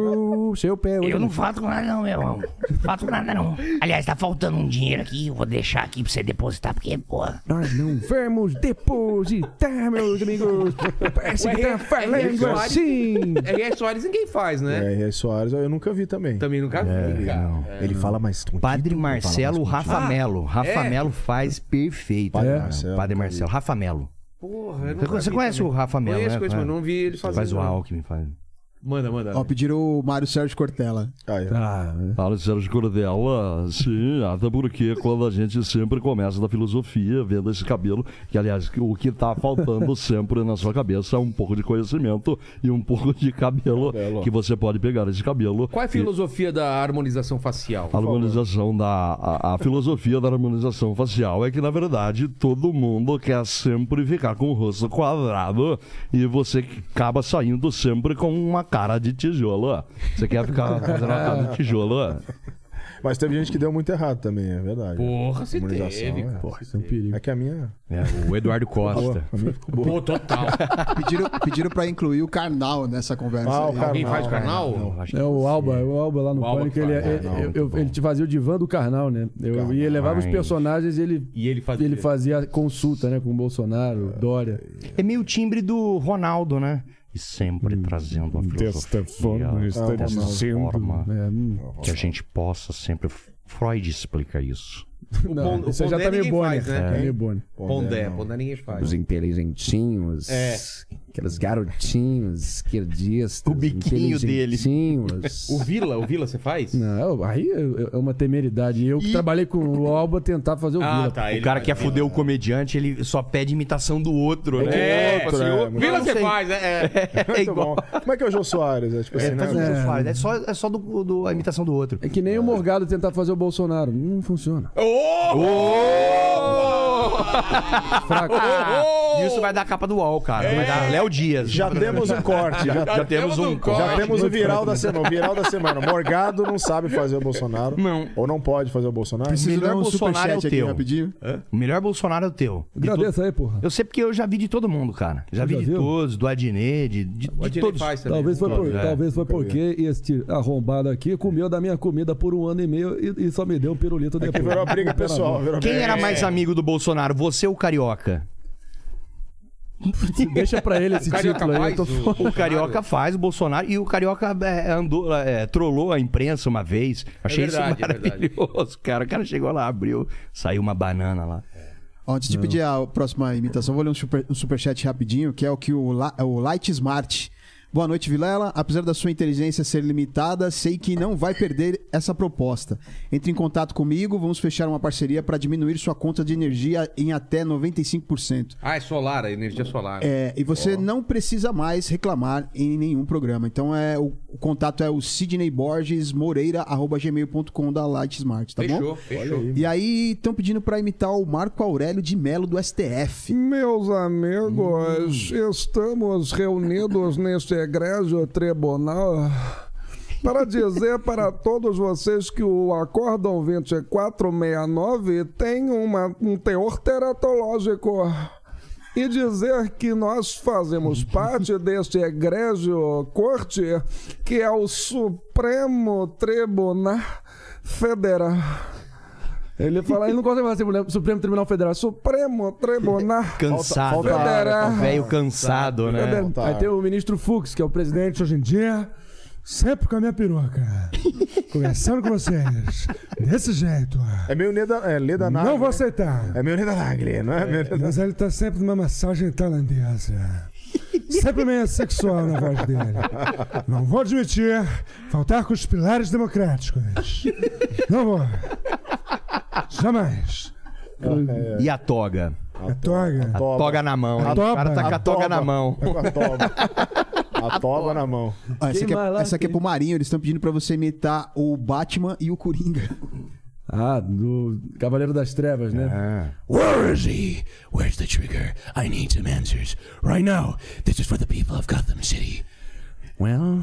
Speaker 6: seu pé.
Speaker 13: Eu não falto com nada, não, meu irmão. Não falto com nada, não. Aliás, tá faltando um dinheiro aqui, eu vou deixar aqui pra você depositar, porque, porra.
Speaker 6: Nós não vamos depositar, meus amigos. Parece que tá falando assim.
Speaker 2: R.R. é Soares ninguém faz, né?
Speaker 3: É, R.R. Soares eu nunca vi também.
Speaker 2: Também nunca vi, cara. É,
Speaker 3: Ele
Speaker 2: não.
Speaker 3: fala mais
Speaker 21: Padre Marcelo Rafa
Speaker 2: Ah,
Speaker 21: Melo. Rafa
Speaker 2: é?
Speaker 21: Melo faz perfeito.
Speaker 3: Padre
Speaker 1: É.
Speaker 21: cara.
Speaker 3: Marcelo.
Speaker 21: Padre Marcelo. Rafa Melo.
Speaker 2: Porra, eu
Speaker 21: Você-
Speaker 2: nunca
Speaker 21: você
Speaker 2: vi
Speaker 21: conhece
Speaker 2: também.
Speaker 21: o Rafa Melo,
Speaker 2: Conheço,
Speaker 21: né?
Speaker 2: conheço, mas não vi ele fazendo. né?
Speaker 21: Faz o
Speaker 2: não.
Speaker 21: Alckmin, faz.
Speaker 2: Manda, manda.
Speaker 4: Ó, pediram o Mário Sérgio Cortella.
Speaker 3: Ah,
Speaker 5: Tá, né?
Speaker 14: Fala, Sérgio Cortella. Sim, até porque quando a gente sempre começa da filosofia, vendo esse cabelo, que aliás, o que tá faltando sempre na sua cabeça é um pouco de conhecimento e um pouco de cabelo, que você pode pegar esse cabelo.
Speaker 2: Qual é a
Speaker 14: e-
Speaker 2: filosofia da harmonização facial?
Speaker 14: a harmonização da. A, a filosofia da harmonização facial é que, na verdade, todo mundo quer sempre ficar com o rosto quadrado e você acaba saindo sempre com uma cara de tijolo. Você quer ficar fazendo uma cara de tijolo?
Speaker 3: Mas teve gente que deu muito errado também, é verdade.
Speaker 2: Porra, se
Speaker 3: Harmonização,
Speaker 2: teve,
Speaker 3: é.
Speaker 2: porra,
Speaker 3: é um perigo. É que a minha.
Speaker 21: o Eduardo Costa.
Speaker 2: Pô, total.
Speaker 4: Pediram, pediram pra incluir o Karnal nessa conversa.
Speaker 3: Ah, o
Speaker 4: aí.
Speaker 3: Karnal, Alguém faz o
Speaker 7: Karnal?
Speaker 4: Não,
Speaker 7: É o Alba, é o Alba lá no
Speaker 4: O Alba
Speaker 7: Pânico.
Speaker 4: que
Speaker 7: Ele,
Speaker 4: faz,
Speaker 7: ele,
Speaker 4: é, não,
Speaker 7: eu- eu- ele te fazia o divã do Karnal, né? Eu ia levava os personagens e ele,
Speaker 2: e ele,
Speaker 7: fazia. a consulta, né? Com o Bolsonaro, Dória.
Speaker 21: É meio o timbre do Ronaldo, né? E sempre
Speaker 1: Hum.
Speaker 21: trazendo a filosofia.
Speaker 7: forma está
Speaker 21: dessa
Speaker 7: dizendo.
Speaker 1: né? Hum.
Speaker 21: forma, que a gente possa sempre... Freud explica isso.
Speaker 2: O
Speaker 7: Não,
Speaker 2: pon- o
Speaker 7: isso aí já
Speaker 2: Pondé
Speaker 7: tá meio
Speaker 2: ninguém
Speaker 7: Boni.
Speaker 2: faz, né?
Speaker 7: É. Tá meio Boni.
Speaker 2: Pondé, Pondé ninguém faz.
Speaker 12: Os inteligentinhos.
Speaker 2: É.
Speaker 12: Aqueles garotinhos esquerdistas. O
Speaker 7: biquinho dele.
Speaker 12: O
Speaker 2: Vila, o Vila você faz?
Speaker 7: Não, aí é é uma temeridade. Eu que trabalhei com o Alba tentar fazer o
Speaker 13: Ah,
Speaker 7: Vila.
Speaker 13: tá,
Speaker 1: o cara quer fuder o comediante, ele só pede imitação do outro, né?
Speaker 7: É,
Speaker 1: Tipo assim, ô,
Speaker 3: Vila
Speaker 1: não sei.
Speaker 3: É, igual. Como é que é o Jô Soares? É, tipo
Speaker 7: É,
Speaker 3: assim,
Speaker 7: faz
Speaker 3: né?
Speaker 7: o Jô É. Soares,
Speaker 23: É só, é só do, do- a imitação do outro.
Speaker 7: É que nem o Morgado tentar fazer o Bolsonaro. Não funciona.
Speaker 1: Fraco. E Isso vai dar a capa do UOL, cara. Vai dar Léo Dias.
Speaker 3: Já temos um corte. Já,
Speaker 1: temos um corte.
Speaker 3: Já temos o
Speaker 1: Muito
Speaker 3: viral
Speaker 1: fraco.
Speaker 3: da semana. O viral da semana. Morgado não sabe fazer o Bolsonaro. Não. Ou não pode fazer o Bolsonaro.
Speaker 1: o melhor Bolsonaro é o teu.
Speaker 3: Hã?
Speaker 1: O melhor Bolsonaro é o teu. De
Speaker 3: Agradeça
Speaker 1: to-
Speaker 3: aí, porra.
Speaker 1: Eu sei porque eu já vi de todo mundo, cara. Já
Speaker 7: Você
Speaker 1: vi
Speaker 7: já
Speaker 1: de
Speaker 7: viu?
Speaker 1: todos, do Adnet, de, de, de todos.
Speaker 7: Talvez foi, por-
Speaker 1: Todos, é.
Speaker 7: talvez foi porque este arrombado aqui comeu da minha comida por um ano e meio e, e só me deu um
Speaker 3: É
Speaker 7: pirulito depois. Pera, não.
Speaker 1: Quem era mais amigo do Bolsonaro, você ou o Carioca?
Speaker 7: Deixa pra ele esse
Speaker 1: O Carioca
Speaker 7: título aí, eu
Speaker 1: faz
Speaker 7: tô
Speaker 1: o-
Speaker 7: fora.
Speaker 1: O Carioca faz o Bolsonaro e o Carioca é, andou, é, trollou a imprensa uma vez. Achei
Speaker 12: verdade,
Speaker 1: isso
Speaker 12: é verdade.
Speaker 1: maravilhoso, cara. O cara chegou lá, abriu, saiu uma banana lá.
Speaker 4: Ó, antes de
Speaker 1: Não.
Speaker 4: pedir a próxima imitação, vou ler um, super, um superchat rapidinho, que é o que o, La- o Light Smart. Boa noite, Vilela. Apesar da sua inteligência ser limitada, sei que não vai perder essa proposta. Entre em contato comigo, vamos fechar uma parceria para diminuir sua conta de energia em até 95%.
Speaker 2: Ah, é solar, é energia solar.
Speaker 4: É, e você não precisa mais reclamar em nenhum programa. Então é o, o contato é o sidneyborgesmoreira@gmail.com da Light Smart, tá
Speaker 2: Fechou,
Speaker 4: bom?
Speaker 2: fechou. Olha aí,
Speaker 4: E aí estão pedindo pra imitar o Marco Aurélio de Melo do STF.
Speaker 3: Hum,
Speaker 19: Meus amigos,
Speaker 7: Hum.
Speaker 19: estamos reunidos neste egrégio tribunal para dizer para todos vocês que o é Acórdão 2469 tem uma, um teor teratológico. E dizer que nós fazemos parte deste egrégio corte, que é o Supremo Tribunal Federal. Ele fala, ele não consegue falar assim, Supremo Tribunal Federal, Supremo Tribunal
Speaker 1: Cansado.
Speaker 19: Federal.
Speaker 1: né? Velho cansado, né?
Speaker 19: Federal. Tá Aí tem o ministro Fux, que é o presidente hoje em dia, sempre com a minha peruca. Conversando com vocês, desse jeito.
Speaker 3: É meio Leda, é, Leda
Speaker 19: Não vou aceitar.
Speaker 3: É meio Leda Nagli, não é? meio Leda-
Speaker 19: Mas ele tá sempre numa massagem tailandesa. Sempre meio sexual na voz dele. Não vou admitir faltar com os pilares democráticos. Não vou. Jamais.
Speaker 6: É.
Speaker 1: E a toga?
Speaker 19: A toga.
Speaker 1: A toga na mão.
Speaker 19: A
Speaker 1: hein? O cara tá com a toga na mão.
Speaker 3: A toba na mão.
Speaker 4: Ó, essa, aqui é, essa aqui é pro Marinho, eles estão pedindo pra você imitar o Batman e o Coringa.
Speaker 7: Ah, do Cavaleiro das Trevas, né?
Speaker 3: É.
Speaker 24: Where is he? Where's the trigger? I need some answers. Right now, this is for the people of Gotham City.
Speaker 12: Well,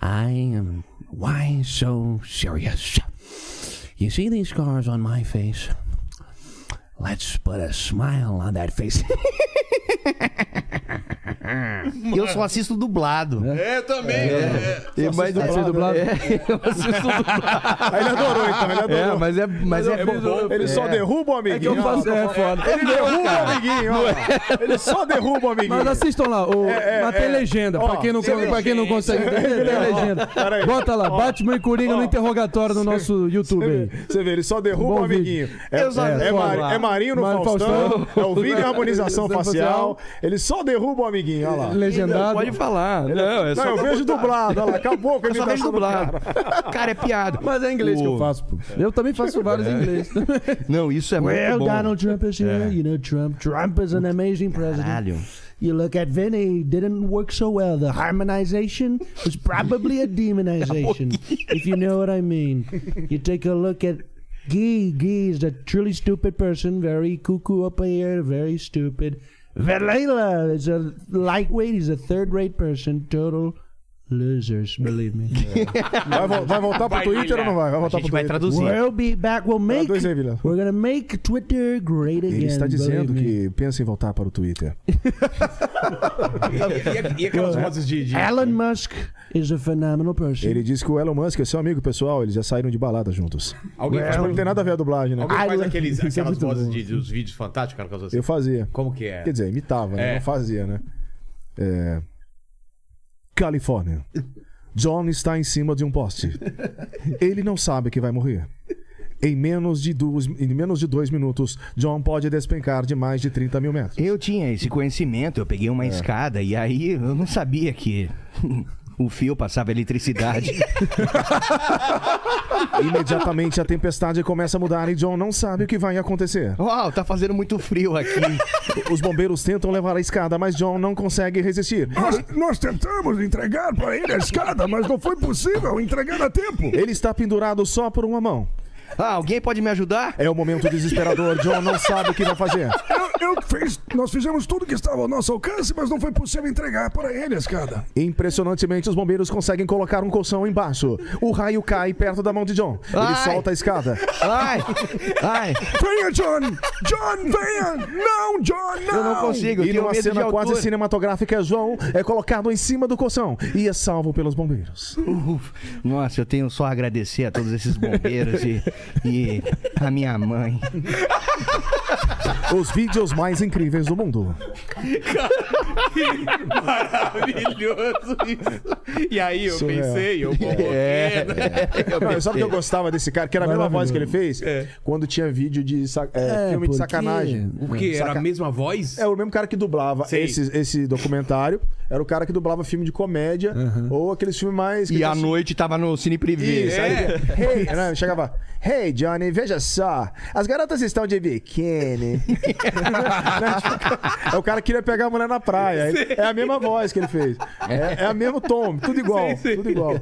Speaker 12: I am. Why so serious? You see these scars on my face? Let's put a smile on that face.
Speaker 1: E eu só assisto dublado.
Speaker 2: É, eu também.
Speaker 1: É.
Speaker 2: é.
Speaker 1: E mais dublado.
Speaker 2: dublado.
Speaker 1: É, eu assisto dublado.
Speaker 3: Ele adorou, então, ele adorou.
Speaker 1: É, mas é, mas é
Speaker 3: ele,
Speaker 1: bom.
Speaker 3: ele só
Speaker 1: É.
Speaker 3: derruba o amiguinho.
Speaker 1: É que eu faço- é foda.
Speaker 3: Ele derruba o amiguinho, ó. Ele só derruba o amiguinho.
Speaker 7: Mas assistam lá, o,
Speaker 3: É, é,
Speaker 7: mas tem
Speaker 3: é.
Speaker 7: legenda.
Speaker 3: Ó,
Speaker 7: pra, quem não,
Speaker 3: tem
Speaker 7: pra quem não consegue
Speaker 3: legenda.
Speaker 7: entender, tem
Speaker 3: Ó,
Speaker 7: legenda.
Speaker 3: peraí.
Speaker 7: Bota lá,
Speaker 3: Ó.
Speaker 7: Batman e Coringa no interrogatório no nosso YouTube aí.
Speaker 3: Você vê, ele só derruba
Speaker 7: Bom
Speaker 3: o amiguinho.
Speaker 7: vídeo.
Speaker 3: É,
Speaker 7: Eu só-
Speaker 3: é, é
Speaker 7: Vamos
Speaker 3: Mari-
Speaker 7: lá.
Speaker 3: é Marinho no
Speaker 7: Mário
Speaker 3: Faustão,
Speaker 7: Faustão.
Speaker 3: é o Vini na harmonização
Speaker 7: Harmonização
Speaker 3: facial.
Speaker 7: facial.
Speaker 3: Ele só derruba o amiguinho, olha lá.
Speaker 7: Legendado. Pode
Speaker 1: falar.
Speaker 3: Não, eu vejo dublado, olha lá, acabou com a
Speaker 1: Eu só vejo
Speaker 3: imitação do
Speaker 1: dublado. Cara. é piada.
Speaker 7: Mas é inglês que eu
Speaker 1: O-
Speaker 7: faço, pô. Eu também faço vários em inglês.
Speaker 1: Não, isso é muito
Speaker 25: well,
Speaker 1: bom.
Speaker 25: Donald Trump is here.
Speaker 1: É.
Speaker 25: You know Trump. Trump is an amazing president.
Speaker 1: Caralho.
Speaker 25: You look at Vinny, didn't work so well. The harmonization was probably a demonization, if you know what I mean. You take a look at Gee. Gee is a truly stupid person, very cuckoo up here, very stupid. Velela is a lightweight, he's a third rate person, total losers, believe me.
Speaker 3: Vai, vo- vai voltar pro Twitter ou não vai? Vai voltar pro Twitter.
Speaker 25: We'll be back. We'll make.
Speaker 3: Traduz aí, Vila.
Speaker 25: We're gonna make Twitter great again.
Speaker 3: Ele está dizendo
Speaker 25: believe me.
Speaker 3: que pensa em voltar para o Twitter. É.
Speaker 2: E, e aquelas vozes de. de...
Speaker 25: Elon Musk is a phenomenal person.
Speaker 3: Ele disse que o Elon Musk é seu amigo pessoal, eles já saíram de balada juntos.
Speaker 2: Alguém
Speaker 3: Tipo,
Speaker 2: faz-
Speaker 3: não tem nada a ver a dublagem, né?
Speaker 2: Alguém faz aqueles,
Speaker 3: Isso é
Speaker 2: aquelas
Speaker 3: muito
Speaker 2: vozes
Speaker 3: bom.
Speaker 2: de, dos vídeos fantásticos, cara, que elas-
Speaker 3: Eu fazia.
Speaker 2: assim. Como que é?
Speaker 3: Quer dizer, imitava, né?
Speaker 2: É.
Speaker 3: Não fazia, né? É... Califórnia. John está em cima de um poste. Ele não sabe que vai morrer. Em menos, de dois, em menos de dois minutos, John pode despencar de mais de 30 mil metros.
Speaker 1: Eu tinha esse conhecimento, eu peguei uma
Speaker 3: É.
Speaker 1: escada e aí eu não sabia que o fio passava eletricidade.
Speaker 3: Imediatamente a tempestade começa a mudar e John não sabe o que vai acontecer.
Speaker 1: Uau, tá fazendo muito frio aqui.
Speaker 3: Os bombeiros tentam levar a escada, mas John não consegue resistir.
Speaker 16: Nós, nós tentamos entregar para ele a escada, mas não foi possível entregar a tempo.
Speaker 3: Ele está pendurado só por uma mão.
Speaker 1: Ah, alguém pode me ajudar?
Speaker 3: É o momento desesperador. John não sabe o que vai fazer.
Speaker 16: Eu, eu fiz, nós fizemos tudo que estava ao nosso alcance, mas não foi possível entregar para ele a escada.
Speaker 3: Impressionantemente, os bombeiros conseguem colocar um colchão embaixo. O raio cai perto da mão de John. Ele
Speaker 16: Ai.
Speaker 3: solta a escada.
Speaker 1: Ai! Ai!
Speaker 16: Venha, John! John, venha! Não, John, não!
Speaker 3: Eu não consigo, E numa cena quase cinematográfica, João é colocado em cima do colchão e é salvo pelos bombeiros.
Speaker 1: Uf, nossa, eu tenho só a agradecer a todos esses bombeiros e, e a minha mãe.
Speaker 3: Os vídeos mais incríveis do mundo.
Speaker 2: Cara, que maravilhoso isso. E aí eu
Speaker 3: Surreal.
Speaker 2: pensei, eu coloquei.
Speaker 3: É.
Speaker 2: né? Eu
Speaker 3: Não, sabe o que eu gostava desse cara? Que era a mesma voz que ele fez
Speaker 2: É.
Speaker 3: quando tinha vídeo de sa- é,
Speaker 2: É,
Speaker 3: filme de
Speaker 2: porque-
Speaker 3: sacanagem.
Speaker 2: O quê? Era a mesma voz?
Speaker 3: É o mesmo cara que dublava
Speaker 2: Sei.
Speaker 3: esse, esse documentário. Era o cara que dublava filme de comédia ou aqueles filmes mais.
Speaker 21: E à noite tava no Cine Privé.
Speaker 3: Isso, aí
Speaker 2: É.
Speaker 3: ele- hey, não, ele chegava. Hey, Johnny, veja só. As garotas estão de biquíni. é o cara que queria pegar a mulher na praia. Ele- É a mesma voz que ele fez. É, é o mesmo tom, tudo igual. Tudo igual.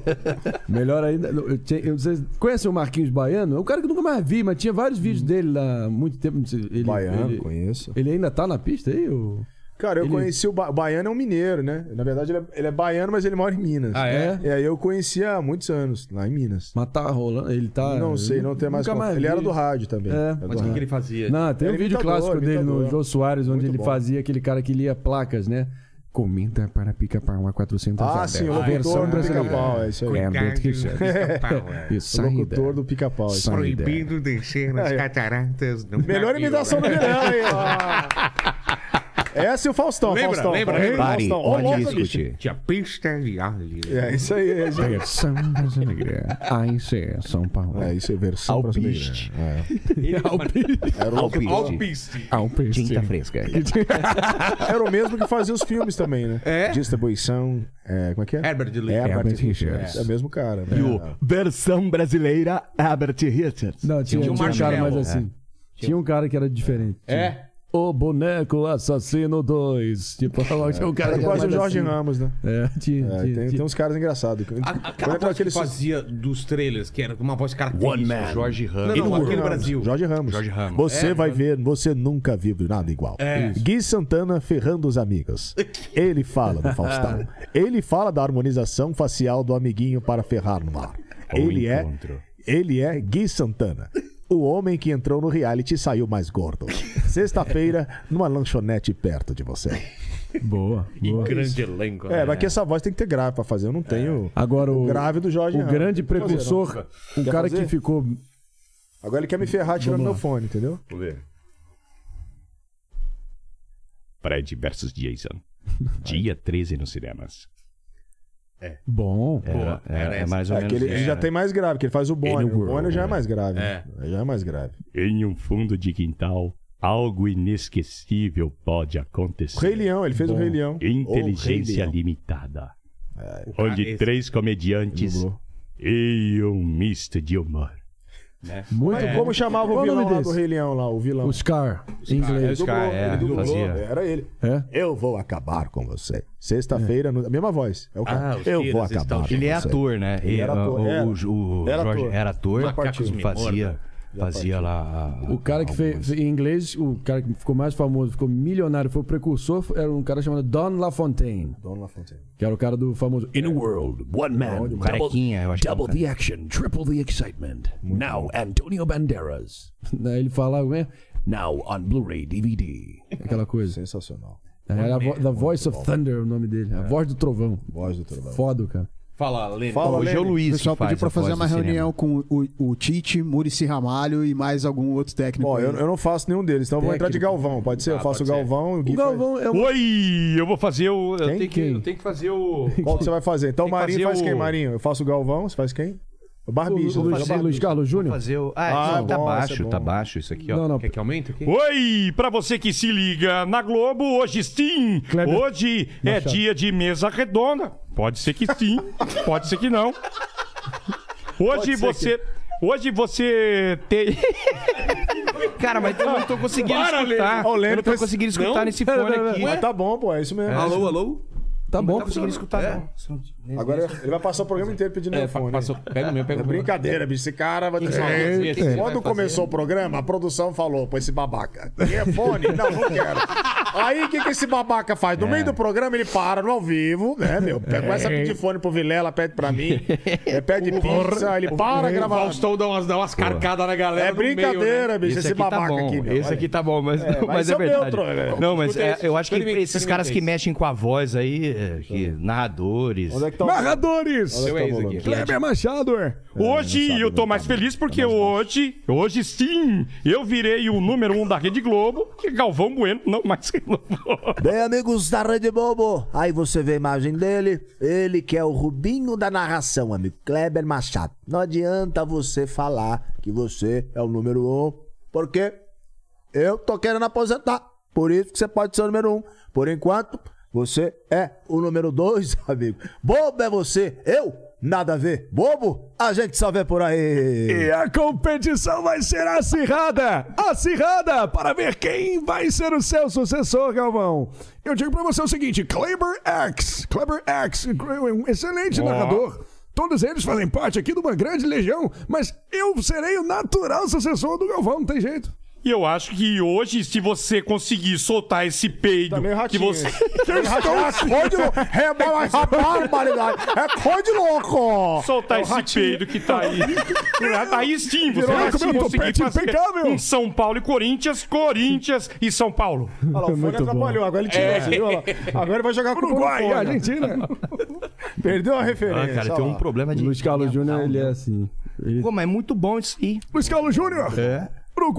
Speaker 7: Melhor ainda. Eu tinha- eu- vocês conhecem o Marquinhos Baiano? É um cara que eu nunca mais vi, mas tinha vários vídeos dele lá há muito tempo. não sei, Ele,
Speaker 3: Hum. Baiano,
Speaker 7: ele,
Speaker 3: conheço.
Speaker 7: Ele ainda tá na pista aí? Ou...
Speaker 3: Cara, eu
Speaker 7: Ele-
Speaker 3: conheci o ba- baiano, é um mineiro, né? Na verdade, ele é, ele é baiano, mas ele mora em Minas.
Speaker 7: Ah, é?
Speaker 3: E aí eu conheci há muitos anos, lá em Minas.
Speaker 7: Mas tá rolando, ele tá.
Speaker 3: Não sei, não tem mais
Speaker 7: Nunca
Speaker 3: contato.
Speaker 7: mais
Speaker 3: Ele
Speaker 7: vi.
Speaker 3: era do rádio também.
Speaker 7: É.
Speaker 3: Era do rádio.
Speaker 7: Não, tem um
Speaker 3: Era
Speaker 7: vídeo
Speaker 3: imitador,
Speaker 7: clássico dele no
Speaker 3: imitador.
Speaker 7: Jô Soares, onde
Speaker 3: Muito
Speaker 7: ele
Speaker 3: bom.
Speaker 7: fazia aquele cara que lia placas, né? Comenta para pica-pau a 400
Speaker 3: Ah,
Speaker 7: horas.
Speaker 3: sim, o
Speaker 7: A
Speaker 3: locutor
Speaker 7: Tá versão
Speaker 3: do
Speaker 7: brasileira.
Speaker 3: pica-pau, é isso aí.
Speaker 7: É, Beto Cristiano.
Speaker 2: é.
Speaker 7: E
Speaker 3: O
Speaker 7: saída.
Speaker 3: locutor do pica-pau. isso aí.
Speaker 2: Proibido descer nas
Speaker 3: Aí, ó.
Speaker 2: cataratas. do
Speaker 3: Melhor
Speaker 2: Brasil.
Speaker 3: imitação do Mirella aí, ó. Essa e o Faustão.
Speaker 2: Lembra,
Speaker 3: Faustão.
Speaker 2: lembra, lembra?
Speaker 3: Faustão. Ô, louco, bicho.
Speaker 2: Tinha pista de óleo.
Speaker 3: É isso aí, é isso aí.
Speaker 7: Versão brasileira. AIC, São Paulo.
Speaker 3: É isso aí, versão É.
Speaker 7: Alpiste.
Speaker 2: Ele-
Speaker 3: Era o
Speaker 2: Alpiste.
Speaker 3: locutor.
Speaker 2: Alpiste.
Speaker 7: Alpiste.
Speaker 1: Tinta fresca.
Speaker 3: Era o mesmo que fazia os filmes também, né? É? Distribuição. é, como é que é?
Speaker 2: Herbert Lee.
Speaker 3: Herbert
Speaker 2: Herbert
Speaker 3: Richards.
Speaker 2: Richards.
Speaker 3: É o mesmo cara. Né?
Speaker 21: E o versão brasileira Herbert Richards.
Speaker 7: Não,
Speaker 21: Tinha
Speaker 7: tinha,
Speaker 21: um
Speaker 7: tinha um cara
Speaker 21: marshmallow.
Speaker 7: mais assim.
Speaker 21: É.
Speaker 7: Tinha um cara que era diferente.
Speaker 21: É?
Speaker 7: O Boneco Assassino 2. Tipo,
Speaker 12: é
Speaker 7: tinha um cara
Speaker 3: Era
Speaker 7: que
Speaker 3: É. quase o
Speaker 7: mais
Speaker 3: Jorge
Speaker 7: assim.
Speaker 3: Ramos, né?
Speaker 7: É, tinha,
Speaker 3: É,
Speaker 7: tinha,
Speaker 3: tem,
Speaker 7: tinha.
Speaker 3: tem uns caras engraçados. é
Speaker 2: Aquela voz que fazia dos trailers, que era uma voz característica.
Speaker 3: One Man.
Speaker 2: Jorge
Speaker 3: Não,
Speaker 2: Ramos. Não,
Speaker 3: não,
Speaker 2: aqui no
Speaker 3: Ramos.
Speaker 2: Brasil.
Speaker 3: Jorge Ramos.
Speaker 2: Jorge Ramos.
Speaker 3: Você
Speaker 2: É,
Speaker 3: vai
Speaker 2: mas-
Speaker 3: ver, você nunca viu nada igual.
Speaker 2: É.
Speaker 3: Gui Santana ferrando os amigos. Ele fala do Faustão. Ele fala da harmonização facial do amiguinho para ferrar no ar.
Speaker 9: O
Speaker 3: Ele é,
Speaker 9: encontro.
Speaker 3: ele é Gui Santana. O homem que entrou no reality e saiu mais gordo. Sexta-feira, numa lanchonete perto de você.
Speaker 7: Boa. boa.
Speaker 2: Grande elenco.
Speaker 3: É, mas que essa voz tem que ter grave pra fazer. Eu não tenho.
Speaker 7: Agora o,
Speaker 3: grave do Jorge
Speaker 7: o
Speaker 3: Ramos.
Speaker 7: grande
Speaker 3: Quer fazer,
Speaker 7: precursor,
Speaker 3: não?
Speaker 7: o
Speaker 3: Quer
Speaker 7: cara
Speaker 3: fazer?
Speaker 7: que ficou
Speaker 3: Agora ele quer me ferrar tirando
Speaker 7: Vamos lá.
Speaker 3: meu fone, entendeu?
Speaker 9: Vou ver. Fred versus Jason. Dia 13 nos cinemas.
Speaker 7: bom.
Speaker 9: Boa, era- era é essa. mais ou
Speaker 3: É,
Speaker 9: menos
Speaker 3: que ele,
Speaker 9: isso.
Speaker 3: ele já tem mais grave, que ele faz o
Speaker 9: Any
Speaker 3: Bonnie. O Bonnie já é
Speaker 9: world,
Speaker 3: mais grave.
Speaker 9: é.
Speaker 3: né? Já é mais grave.
Speaker 9: Em um fundo de quintal, algo inesquecível pode acontecer.
Speaker 3: O Rei Leão, ele fez o Rei Leão.
Speaker 9: Inteligência
Speaker 3: O Rei Leão. É.
Speaker 9: limitada.
Speaker 3: cara,
Speaker 9: onde
Speaker 3: esse-
Speaker 9: três comediantes e um misto de humor. Né?
Speaker 3: Muito Mas como chamava o
Speaker 9: Qual
Speaker 3: vilão
Speaker 9: nome
Speaker 3: lá do
Speaker 9: desse?
Speaker 3: Rei Leão lá, o vilão?
Speaker 7: O Scar, em
Speaker 3: Ele
Speaker 7: inglês.
Speaker 3: dublou, ele dublou,
Speaker 9: fazia.
Speaker 3: Era ele.
Speaker 7: É?
Speaker 3: Eu vou acabar com você. Sexta-feira, no- a mesma voz. É o cara.
Speaker 21: Ah, os
Speaker 3: eu
Speaker 21: tiras
Speaker 3: vou
Speaker 21: estão
Speaker 3: acabar. com
Speaker 21: chegando. Ele é
Speaker 3: você."
Speaker 21: ator, né?
Speaker 3: Ele
Speaker 21: Ele-
Speaker 3: era ator.
Speaker 21: o-
Speaker 3: era.
Speaker 21: o- o
Speaker 3: Era
Speaker 21: Jorge
Speaker 3: ator.
Speaker 21: era ator,
Speaker 3: Macacos me
Speaker 21: fazia,
Speaker 3: mordam.
Speaker 21: fazia lá. a-
Speaker 7: O cara que fez, em inglês, o cara que ficou mais famoso, ficou milionário, foi o precursor, era um cara chamado Don LaFontaine.
Speaker 3: Don LaFontaine.
Speaker 7: Que era o cara do famoso In a World, One Man.
Speaker 1: O
Speaker 7: Double-
Speaker 1: carequinha, eu acho que é um
Speaker 7: double the action, triple the excitement. Now, Antonio Banderas. Daí ele falava, né? Now on Blu-ray DVD. Aquela coisa.
Speaker 3: Sensacional. É.
Speaker 7: Era a vo- The Voice of Thunder o nome dele. A Voz do Trovão.
Speaker 3: Voz do Trovão.
Speaker 7: Foda, cara.
Speaker 2: Fala, Lene.
Speaker 4: é O pessoal pediu pra fazer uma reunião com o, o Tite, Murici Ramalho e mais algum outro técnico.
Speaker 3: Ó,
Speaker 4: aí.
Speaker 3: eu, eu não faço nenhum deles, então eu vou entrar de Galvão. Pode ser? eu
Speaker 4: Ah,
Speaker 3: faço o
Speaker 4: pode ser.
Speaker 3: Galvão e o Gui.
Speaker 7: Galvão
Speaker 12: um-
Speaker 7: é
Speaker 9: Oi, eu vou fazer o. Eu
Speaker 3: Quem?
Speaker 9: tenho, que, eu tenho que fazer o.
Speaker 3: Qual que você vai fazer? Então o
Speaker 9: Tem que
Speaker 3: Marinho
Speaker 9: fazer
Speaker 3: faz quem,
Speaker 9: o-
Speaker 3: Marinho? Eu faço o Galvão, você faz quem? Barbixas.
Speaker 26: Vou fazer-
Speaker 12: Luiz Carlos
Speaker 26: vou
Speaker 12: Júnior?
Speaker 26: fazer o-
Speaker 12: Ah,
Speaker 26: Ah,
Speaker 12: é
Speaker 26: tá
Speaker 12: bom, esse
Speaker 26: baixo,
Speaker 12: é bom.
Speaker 26: tá baixo isso aqui, ó.
Speaker 12: Não, não.
Speaker 26: Quer que aumente aqui?
Speaker 9: Oi, pra você que se liga na Globo, hoje sim, hoje é
Speaker 26: Machado.
Speaker 9: dia de mesa redonda. Pode ser que sim, pode ser que não. Hoje
Speaker 26: Pode ser
Speaker 9: você, hoje você tem
Speaker 26: Cara, mas eu não tô conseguindo
Speaker 9: Para, Lê.
Speaker 26: escutar.
Speaker 9: Ó, o tá Lê
Speaker 26: eu não tô
Speaker 9: fez-
Speaker 26: conseguindo escutar
Speaker 9: Não?
Speaker 26: nesse
Speaker 9: Pera,
Speaker 26: fone
Speaker 9: pera,
Speaker 26: aqui.
Speaker 3: tá Mas tá bom, pô, é isso mesmo.
Speaker 26: É. Alô,
Speaker 2: alô?
Speaker 3: Tá
Speaker 26: Não bom, tá conseguindo escutar,
Speaker 3: É. Agora ele vai passar o programa inteiro pedindo meu fone.
Speaker 2: pega o meu, pega
Speaker 3: é brincadeira, bicho. Esse cara vai ter
Speaker 8: É,
Speaker 3: que salvar.
Speaker 8: é, é.
Speaker 3: Quando começou o programa, a produção falou pra esse babaca. Quer fone? Não, não quero. Aí o que, que esse babaca faz? No
Speaker 8: É.
Speaker 3: meio do programa ele para no ao vivo, né, meu? Pega- Começa a pedir fone pro Vilela, pede pra mim. é, pede pizza, ele para
Speaker 2: O
Speaker 3: gravar.
Speaker 2: Faustão dá umas, dá umas carcadas na galera.
Speaker 3: É
Speaker 2: no meio,
Speaker 3: brincadeira,
Speaker 2: né?
Speaker 3: bicho, esse babaca
Speaker 2: tá bom.
Speaker 3: aqui, meu,
Speaker 2: Esse
Speaker 3: olha.
Speaker 2: aqui
Speaker 26: tá bom, mas,
Speaker 2: É,
Speaker 26: não,
Speaker 2: mas
Speaker 26: mas
Speaker 2: esse é
Speaker 26: é
Speaker 2: o
Speaker 26: verdade.
Speaker 2: neutro, né?
Speaker 26: Não, mas
Speaker 2: Escuta
Speaker 26: é,
Speaker 2: esse,
Speaker 26: eu acho que
Speaker 2: experimenta,
Speaker 26: esses caras que
Speaker 2: experimenta
Speaker 26: mexem com a voz aí, é, que, narradores.
Speaker 9: Onde é que tá o-
Speaker 26: narradores!
Speaker 9: Onde é que tá o volume?
Speaker 26: Kleber
Speaker 9: Machado, é. Hoje eu tô mais
Speaker 26: Tá
Speaker 9: feliz porque hoje, hoje sim, eu virei o número um da Rede Globo, que Galvão Bueno não mais renovou.
Speaker 10: Bem, amigos da Rede Bobo, aí você vê a imagem dele, ele que é o Rubinho da narração, amigo, Kleber Machado. Não adianta você falar que você é o número um, porque eu tô querendo aposentar. Por isso que você pode ser o número um. Por enquanto, você é o número dois, amigo. Bobo é você, eu? Nada a ver. Bobo, a gente só vê por aí.
Speaker 6: E a competição vai ser acirrada! Acirrada! É, Para ver quem vai ser o seu sucessor, Galvão. Eu digo pra você o seguinte: Kleber X. Kleber X, um excelente
Speaker 19: Ó.
Speaker 6: narrador. Todos eles fazem parte aqui de uma grande legião, mas eu serei o natural sucessor do Galvão, não tem jeito.
Speaker 9: E eu acho que hoje, se você conseguir soltar esse
Speaker 3: Tá
Speaker 9: peido que você.
Speaker 8: Eu
Speaker 3: um
Speaker 8: estou- É barbaridade. É coisa de louco.
Speaker 9: Soltar
Speaker 3: um
Speaker 8: É o
Speaker 9: esse
Speaker 8: ratinho.
Speaker 9: peido que tá aí. Tá aí sim, você vai
Speaker 8: Virou com meu
Speaker 9: conseguir
Speaker 8: topete
Speaker 9: fazer
Speaker 8: impecável.
Speaker 9: um São Paulo e Corinthians, Corinthians e São Paulo. É.
Speaker 3: Olha lá, o fone atrapalhou. Agora ele tirou,
Speaker 6: É.
Speaker 3: você viu? Olha lá. Agora ele vai jogar com o fone. ó. Perdeu a referência.
Speaker 27: Ah, cara,
Speaker 3: olha
Speaker 27: tem um
Speaker 3: lá.
Speaker 27: problema de-
Speaker 12: Luiz Carlos Júnior, ele é assim. Ele...
Speaker 26: Pô, mas é muito bom isso aí.
Speaker 6: Luiz Carlos Júnior!
Speaker 12: É.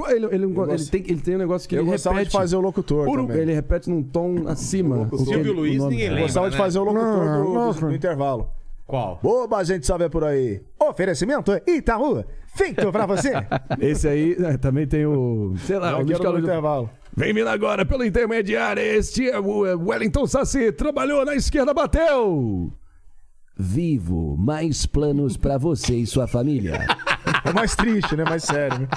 Speaker 12: Ele, ele, não gosta- ele, tem, ele tem um negócio que
Speaker 3: Eu
Speaker 12: ele
Speaker 3: gostava de
Speaker 12: repete.
Speaker 3: fazer o locutor
Speaker 12: Urugu-
Speaker 3: também.
Speaker 12: Ele repete num tom acima.
Speaker 3: O Silvio Luiz, ninguém lembra, Gostava de né? fazer o locutor do- do- do intervalo.
Speaker 2: Qual?
Speaker 10: Boba, a gente só vê por aí. Oferecimento Itaú, feito pra você.
Speaker 12: Esse aí é, também tem o. Sei lá,
Speaker 6: Não,
Speaker 12: o Luiz
Speaker 6: quero
Speaker 12: Carlos.
Speaker 6: no
Speaker 12: é intervalo.
Speaker 6: Vem vindo agora pela intermediária. Este é o é, Wellington Sassi. Trabalhou na esquerda, bateu.
Speaker 28: Vivo, mais planos pra você e sua família.
Speaker 3: É mais triste, né? Mais sério. Né?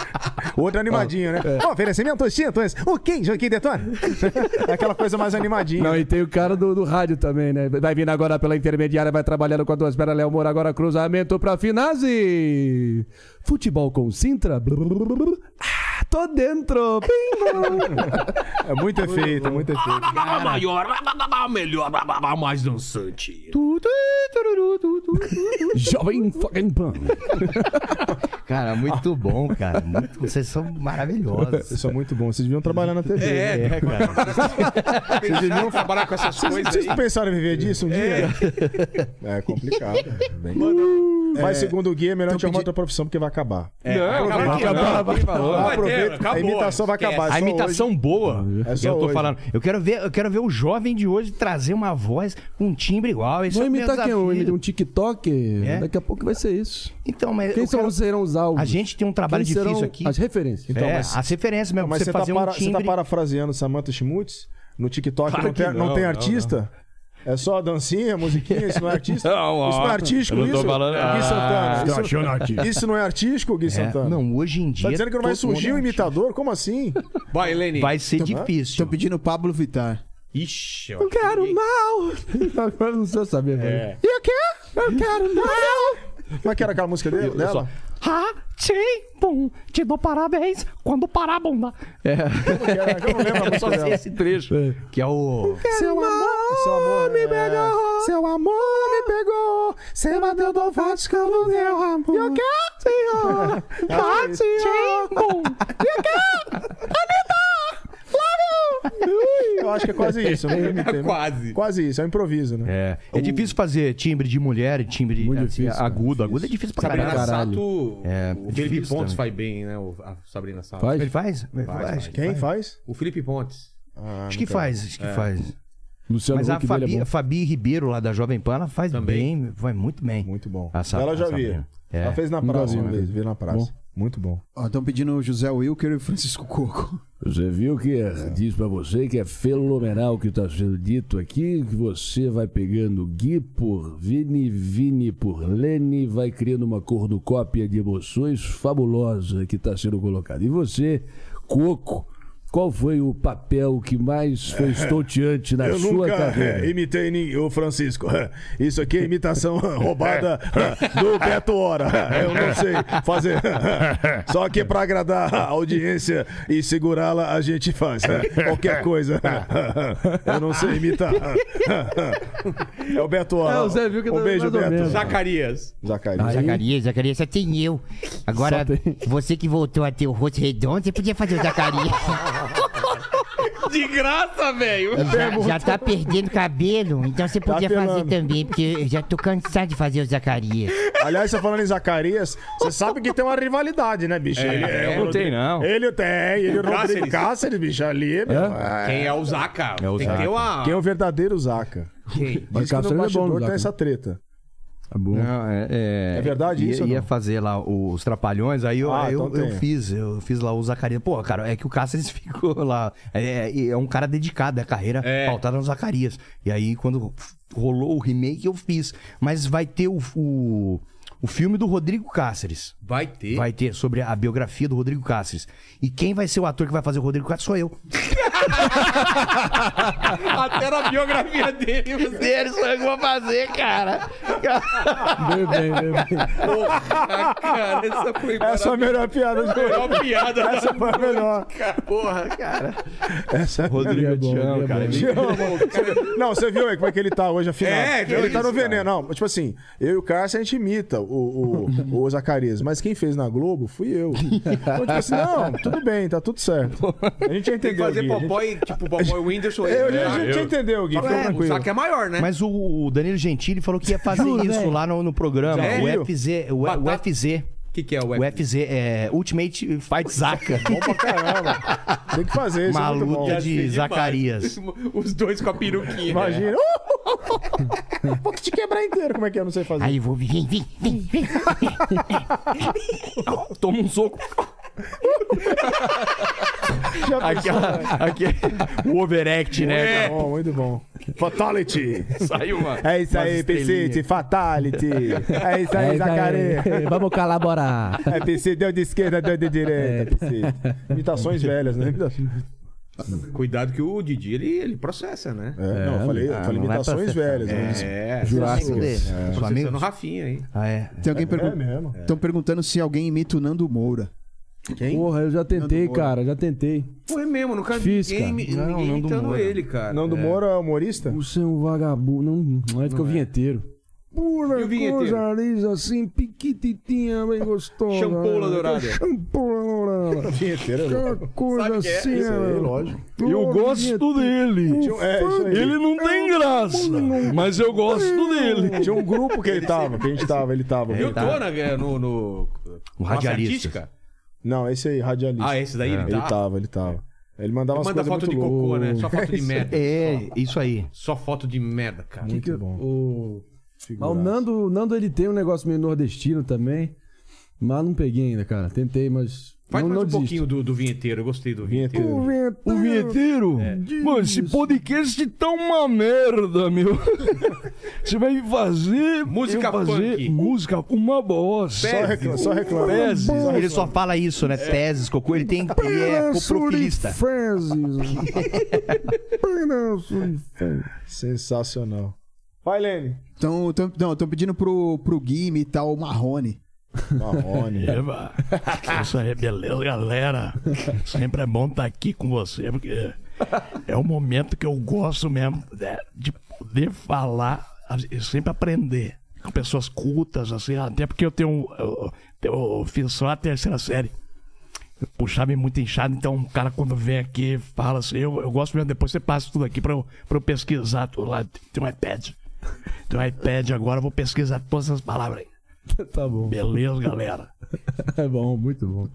Speaker 3: O outro é animadinho, né?
Speaker 10: É. Oferecimento Tintas, o queijo que detona.
Speaker 3: É aquela coisa mais animadinha.
Speaker 12: Não, e tem o cara do, do rádio também, né? Vai vindo agora pela intermediária, vai trabalhando com a duas pernas, Léo Moura, agora cruzamento pra Finazzi. Futebol com Sintra. Blá, blá, blá, blá, blá. Ah, tô dentro.
Speaker 3: É muito efeito, muito efeito.
Speaker 10: Cara.
Speaker 9: Maior, melhor, mais dançante.
Speaker 12: Jovem fucking pan.
Speaker 1: Cara, muito bom, cara. Muito- vocês são maravilhosos.
Speaker 3: Vocês são muito bons. Vocês deviam trabalhar na TV.
Speaker 1: É,
Speaker 3: né?
Speaker 1: cara.
Speaker 3: Vocês deviam
Speaker 2: trabalhar com essas
Speaker 3: Vocês-
Speaker 2: coisas
Speaker 3: Vocês
Speaker 2: aí.
Speaker 3: não pensaram em viver disso um dia? É, complicado. Mas
Speaker 8: É.
Speaker 3: segundo o Gui, é melhor tirar uma outra profissão porque vai acabar.
Speaker 8: É, Não, vai acabar, vai acabar, vai acabar. Não vai ter,
Speaker 3: Aproveita, a
Speaker 8: acabou,
Speaker 3: imitação vai
Speaker 8: esquece.
Speaker 3: acabar.
Speaker 1: A
Speaker 3: só
Speaker 1: imitação
Speaker 3: hoje.
Speaker 1: boa.
Speaker 3: É só
Speaker 1: eu tô
Speaker 3: hoje.
Speaker 1: falando. Eu quero, ver, eu quero ver o jovem de hoje trazer uma voz com um timbre igual. Esse
Speaker 12: Vão
Speaker 1: é o meu
Speaker 12: imitar quem? Um,
Speaker 1: desafio.
Speaker 12: um TikTok?
Speaker 1: É?
Speaker 12: Daqui a pouco vai ser isso.
Speaker 1: Então, mas
Speaker 12: Quem
Speaker 1: eu
Speaker 12: são-
Speaker 1: quero-
Speaker 12: serão os alvos?
Speaker 1: A gente tem um trabalho
Speaker 12: Quem
Speaker 1: difícil
Speaker 12: serão
Speaker 1: aqui.
Speaker 12: As referências.
Speaker 1: Então, É, mas- as referências mesmo,
Speaker 3: Mas
Speaker 1: você
Speaker 3: você tá,
Speaker 1: fazer um
Speaker 3: para- você tá
Speaker 1: timbre-
Speaker 3: parafraseando Samantha Schmutz? No TikTok
Speaker 8: Claro
Speaker 3: não, tem,
Speaker 8: que
Speaker 3: não
Speaker 8: não,
Speaker 3: tem
Speaker 8: não,
Speaker 3: artista? É só dancinha, musiquinha, isso não é artista?
Speaker 8: Não,
Speaker 3: isso não
Speaker 8: ó,
Speaker 3: é artístico,
Speaker 8: eu não tô
Speaker 3: isso?
Speaker 8: falando-
Speaker 3: Gui Santana.
Speaker 8: Ah, tô
Speaker 3: isso,
Speaker 8: achando artista.
Speaker 3: isso não é artístico, Gui
Speaker 8: É,
Speaker 3: Santana?
Speaker 1: não, hoje em
Speaker 3: Tá
Speaker 1: dia
Speaker 3: dizendo que não vai
Speaker 1: todo mundo
Speaker 3: surgir
Speaker 1: é
Speaker 3: um imitador? Como assim?
Speaker 2: Vai, Leni.
Speaker 3: Tá
Speaker 4: Estão pedindo o Pablo Vittar.
Speaker 2: Ixi, ó.
Speaker 12: Eu quero mal. Agora não sei saber, velho.
Speaker 4: E o quê? Eu quero mal.
Speaker 3: Como é que era aquela música dele, dela?
Speaker 29: Ah, tchim, bum, te dou parabéns quando parar a bunda.
Speaker 1: É.
Speaker 3: Eu não lembro a música
Speaker 1: Só sei
Speaker 3: dela.
Speaker 1: esse trecho. Que é o.
Speaker 4: Seu amor, me pegou. Seu amor me pegou. Você bateu do Vasco no meu amor. E o quê? Senhor.
Speaker 29: Ah,
Speaker 4: Ah,
Speaker 29: tchim, bum.
Speaker 3: Eu acho que é quase isso. Eu nunca imitei, né?
Speaker 2: quase.
Speaker 3: Quase isso, é um improviso, né?
Speaker 1: É. É difícil fazer timbre de mulher e timbre assim,
Speaker 3: difícil, cara,
Speaker 1: agudo. Agudo é difícil pra
Speaker 2: Sabrina
Speaker 1: caralho.
Speaker 2: Sato,
Speaker 1: É,
Speaker 2: o Felipe
Speaker 1: difícil
Speaker 2: Pontes
Speaker 1: também.
Speaker 2: faz bem, né? o- a Sabrina Sato.
Speaker 1: É. Faz? Ele faz? Ele faz. Quem
Speaker 2: O Felipe Pontes.
Speaker 30: Ah, então. É.
Speaker 1: Acho que faz, acho que faz.
Speaker 12: Luciano
Speaker 1: É. Mas a
Speaker 12: Huck dele é
Speaker 1: Fabi,
Speaker 12: bom.
Speaker 1: a Fabi Ribeiro, lá da Jovem Pan, ela faz bem, vai muito bem.
Speaker 3: Muito bom.
Speaker 1: Essa,
Speaker 3: Ela já
Speaker 1: essa
Speaker 3: vi.
Speaker 1: menina.
Speaker 2: É.
Speaker 3: Ela fez na
Speaker 1: Nunca
Speaker 3: praça
Speaker 1: vi,
Speaker 3: uma
Speaker 1: né?
Speaker 3: vez, vi na praça.
Speaker 1: Bom.
Speaker 3: Muito bom.
Speaker 4: Estão pedindo o José Wilker e o Francisco Coco.
Speaker 12: Você viu que é- diz pra você que é fenomenal o que tá sendo dito aqui, que você vai pegando Gui por Vini, Vini por Lene, vai criando uma cornucópia de emoções fabulosa que tá sendo colocada. E você, Coco, qual foi o papel que mais foi estonteante na
Speaker 30: eu
Speaker 12: sua
Speaker 30: nunca
Speaker 12: carreira?
Speaker 30: eh, imitei nin- o Francisco. Isso aqui é imitação roubada é, do Beto Hora. Eu não sei fazer. Só que pra agradar a audiência e segurá-la, a gente faz né? qualquer coisa. Eu não sei imitar. É o Beto Hora.
Speaker 12: É, o Zé viu que
Speaker 30: um
Speaker 12: tá
Speaker 30: beijo,
Speaker 12: mais ou
Speaker 30: Beto.
Speaker 12: menos.
Speaker 2: Zacarias.
Speaker 3: Zacarias.
Speaker 13: Zacarias, Zacarias só tem eu. Agora, você que voltou a ter o rosto redondo, você podia fazer o Zacarias.
Speaker 2: De graça, velho.
Speaker 13: já, já tá perdendo cabelo, então você
Speaker 3: Tá
Speaker 13: podia fazer
Speaker 3: apelando.
Speaker 13: também, porque eu já tô cansado de fazer o Zacarias.
Speaker 30: Aliás, você falando em Zacarias, você sabe que tem uma rivalidade, né, bicho?
Speaker 13: É,
Speaker 30: é
Speaker 13: não
Speaker 30: o
Speaker 13: tem,
Speaker 30: Rodrigo-
Speaker 13: não.
Speaker 30: Ele tem, ele e o Rodrigo
Speaker 2: Cáceres.
Speaker 30: Cáceres, bicho, ali, meu.
Speaker 2: Quem é o Zaca?
Speaker 30: É o
Speaker 2: Tem que
Speaker 30: Zaca.
Speaker 2: ter uma...
Speaker 3: Quem é o verdadeiro Zaca?
Speaker 2: Quem?
Speaker 3: Diz que
Speaker 1: Cáceres é
Speaker 3: no
Speaker 1: bom,
Speaker 3: bastidor
Speaker 1: Zaca.
Speaker 3: tem essa treta.
Speaker 1: Não, é,
Speaker 3: Tá É verdade
Speaker 1: ia,
Speaker 3: isso ou
Speaker 1: Ia
Speaker 3: não?
Speaker 1: fazer lá os trapalhões, aí eu,
Speaker 3: Ah,
Speaker 1: aí eu-
Speaker 3: então
Speaker 1: eu
Speaker 3: tem.
Speaker 1: fiz, eu fiz lá o Zacarias. Pô, cara, é que o Cáceres ficou lá. É, é- é um cara dedicado, é carreira pautada no Zacarias. E aí, quando rolou o remake, eu fiz. Mas vai ter o, o, o filme do Rodrigo Cáceres.
Speaker 2: Vai ter.
Speaker 1: Vai ter sobre a biografia do Rodrigo Cáceres. E quem vai ser o ator que vai fazer o Rodrigo Cáceres sou eu.
Speaker 13: Até na biografia dele, dele só eu que vou fazer, cara.
Speaker 12: Meu bem, meu
Speaker 13: Porra, cara, essa foi
Speaker 3: Essa é a melhor piada do
Speaker 13: Melhor piada da
Speaker 3: Essa foi a melhor.
Speaker 13: Porra, cara.
Speaker 3: Essa é
Speaker 1: Rodrigo, é eu te amo, cara.
Speaker 3: Te amo. Não, você viu aí como é que ele tá hoje, afinal.
Speaker 30: É, que
Speaker 3: é ele
Speaker 30: isso,
Speaker 3: tá no
Speaker 30: cara.
Speaker 3: veneno. Não, tipo assim, eu e o Cássio, a gente imita o, o, o Zacarias, mas quem fez na Globo fui eu. Então, tipo assim, não, tudo bem, tá tudo certo. A gente já
Speaker 2: Tem que
Speaker 3: entendeu.
Speaker 2: fazer
Speaker 3: Gui, a gente- É,
Speaker 2: popó e, tipo, popó e Whindersson.
Speaker 3: Eu-
Speaker 2: né?
Speaker 3: a gente
Speaker 2: Eu-
Speaker 3: entendeu, Gui,
Speaker 2: Só
Speaker 3: fica
Speaker 2: que O
Speaker 3: tranquilo.
Speaker 2: saco é maior, né?
Speaker 1: Mas o, o Danilo Gentili falou que ia fazer
Speaker 2: Juro,
Speaker 1: isso
Speaker 2: velho.
Speaker 1: lá no, no programa,
Speaker 2: Sério?
Speaker 1: o FZ. O,
Speaker 2: é, Batata-
Speaker 1: FZ.
Speaker 2: O que, que é o
Speaker 1: O FZ é Ultimate Fight Zaca.
Speaker 3: Bom pra caramba. Tem que fazer isso.
Speaker 1: Uma
Speaker 3: é muito bom.
Speaker 1: luta de Zacarias.
Speaker 2: Os dois com a peruquinha.
Speaker 3: Imagina. Vou te quebrar inteiro. Como é que eu não sei fazer?
Speaker 13: Aí vou vir, vem, vem, vem, vem.
Speaker 1: Toma um soco. Aquela, aquele, o overact,
Speaker 3: né?
Speaker 1: né?
Speaker 3: Muito bom, muito bom.
Speaker 30: Fatality.
Speaker 1: Saiu uma-
Speaker 3: É isso
Speaker 1: umas
Speaker 3: aí,
Speaker 1: estrelinhas.
Speaker 3: Piscite. Fatality. É isso
Speaker 1: É
Speaker 3: aí,
Speaker 1: isso
Speaker 3: Zacarias.
Speaker 1: aí.
Speaker 3: Vamos colaborar. É, Piscite, deu de esquerda, deu de direita, Piscite. Imitações velhas, né?
Speaker 2: Cuidado que o Didi, ele, ele processa, né?
Speaker 3: É, não, eu falei- eu
Speaker 2: Ah,
Speaker 3: falei
Speaker 2: não vai
Speaker 3: imitações
Speaker 2: processar.
Speaker 3: velhas, né?
Speaker 2: É.
Speaker 4: Jurássicas.
Speaker 2: Processando-
Speaker 4: É.
Speaker 2: Processando
Speaker 4: Flamengo?
Speaker 2: o tá Rafinha, hein?
Speaker 1: Ah, é.
Speaker 4: Tem alguém pergun-
Speaker 2: É mesmo.
Speaker 4: Tão perguntando se alguém imita o Nando Moura.
Speaker 12: Quem? Porra, eu já tentei, cara, já tentei.
Speaker 2: Foi mesmo, nunca
Speaker 12: Fiz,
Speaker 2: vi ninguém,
Speaker 12: cara. Não,
Speaker 2: ninguém
Speaker 12: Nando
Speaker 2: imitando
Speaker 12: Moura.
Speaker 2: ele, cara.
Speaker 12: Nando
Speaker 2: É.
Speaker 12: Moura
Speaker 3: é humorista?
Speaker 12: Você é um vagabundo. Não, não é que eu
Speaker 2: Não é.
Speaker 12: vinheteiro. Pura
Speaker 2: E o vinheteiro?
Speaker 12: coisa lisa assim, piquititinha, bem gostosa.
Speaker 2: Champola
Speaker 12: né?
Speaker 2: dourada.
Speaker 12: Champola dourada.
Speaker 3: Vinheteiro,
Speaker 12: Que
Speaker 1: né?
Speaker 12: coisa
Speaker 3: Sabe que é?
Speaker 12: assim,
Speaker 3: Isso aí,
Speaker 12: né?
Speaker 3: lógico.
Speaker 12: Pô,
Speaker 7: E eu gosto
Speaker 12: vinheteiro.
Speaker 7: dele.
Speaker 12: Um
Speaker 3: É, isso aí.
Speaker 7: Ele não tem graça, mas eu gosto dele.
Speaker 3: Tinha um grupo que ele tava, que a gente tava, ele tava.
Speaker 2: Eu tô
Speaker 3: é,
Speaker 2: na, no, no... Tá. Nossa
Speaker 3: radialista.
Speaker 2: Artística?
Speaker 3: Não, esse aí, radialista. É,
Speaker 2: Ah, esse daí ele
Speaker 3: Ele
Speaker 2: tá?
Speaker 3: tava, ele tava. Ele mandava umas
Speaker 2: Manda
Speaker 3: coisas
Speaker 2: foto de
Speaker 3: muito
Speaker 2: cocô,
Speaker 3: loucas.
Speaker 2: né? Só foto de merda.
Speaker 1: É, isso aí.
Speaker 2: Só foto de merda, cara.
Speaker 12: Que que
Speaker 3: bom.
Speaker 12: O... Mas o Nando, o Nando, ele tem um negócio meio nordestino também. Mas não peguei ainda, cara. Tentei, mas.
Speaker 2: Faz
Speaker 12: não,
Speaker 2: mais
Speaker 12: não
Speaker 2: um pouquinho do, do vinheteiro, eu gostei do vinheteiro.
Speaker 7: O vinheteiro?
Speaker 2: É.
Speaker 7: Mano, esse podcast tá uma merda, meu. Você vai fazer.
Speaker 2: Música
Speaker 7: eu fazer
Speaker 2: funk.
Speaker 7: Música uma bosta.
Speaker 3: Só reclama, só reclama. É.
Speaker 7: Teses.
Speaker 1: Ele só fala isso, né? Teses, cocô. Ele tem. Ele é coprofilista.
Speaker 3: É. Sensacional. Vai, Lene.
Speaker 4: Tão, tão, não, estão pedindo pro, pro Gui imitar o Marrone.
Speaker 3: Marrone.
Speaker 8: Eva, isso
Speaker 9: é
Speaker 8: aí, beleza, galera. Sempre é bom
Speaker 9: tá
Speaker 8: estar aqui com você, porque é um momento que eu gosto mesmo né, de poder falar e sempre aprender com pessoas cultas, assim, até porque eu tenho. Eu, eu fiz só a terceira série. Eu Puxava muito inchado, então o cara quando vem aqui fala assim, eu, eu gosto mesmo, depois você passa tudo aqui pra eu, pra eu pesquisar tudo lá. Tem um iPad. Tem um iPad agora, eu vou pesquisar todas essas palavras aí.
Speaker 12: Tá bom.
Speaker 8: Beleza, galera.
Speaker 12: É bom, muito bom.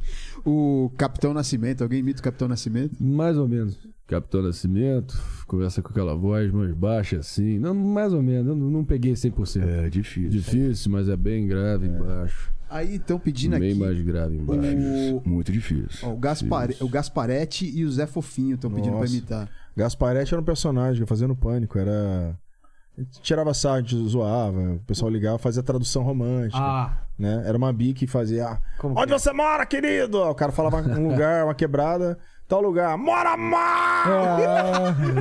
Speaker 4: O Capitão Nascimento, alguém imita o Capitão Nascimento?
Speaker 12: Mais ou menos.
Speaker 7: Capitão Nascimento, conversa com aquela voz mais baixa assim. Não, mais ou menos, eu não, não peguei 100%. É, difícil. Difícil, mas é bem grave embaixo.
Speaker 4: Aí estão pedindo
Speaker 7: bem
Speaker 4: aqui.
Speaker 7: mais grave embaixo. Muito difícil.
Speaker 4: Ó, o, Gaspare- o Gasparetti e o Zé Fofinho estão pedindo pra
Speaker 3: Nossa.
Speaker 4: imitar.
Speaker 3: Gasparetti era um personagem fazendo pânico, era. Tirava sarro, zoava, o pessoal ligava, fazia tradução romântica.
Speaker 2: Ah.
Speaker 3: Né? Era uma bi que fazia. ah, Onde
Speaker 2: que é?
Speaker 3: você mora, querido? O cara falava um lugar, uma quebrada, tal lugar. Mora mal!
Speaker 4: Ah,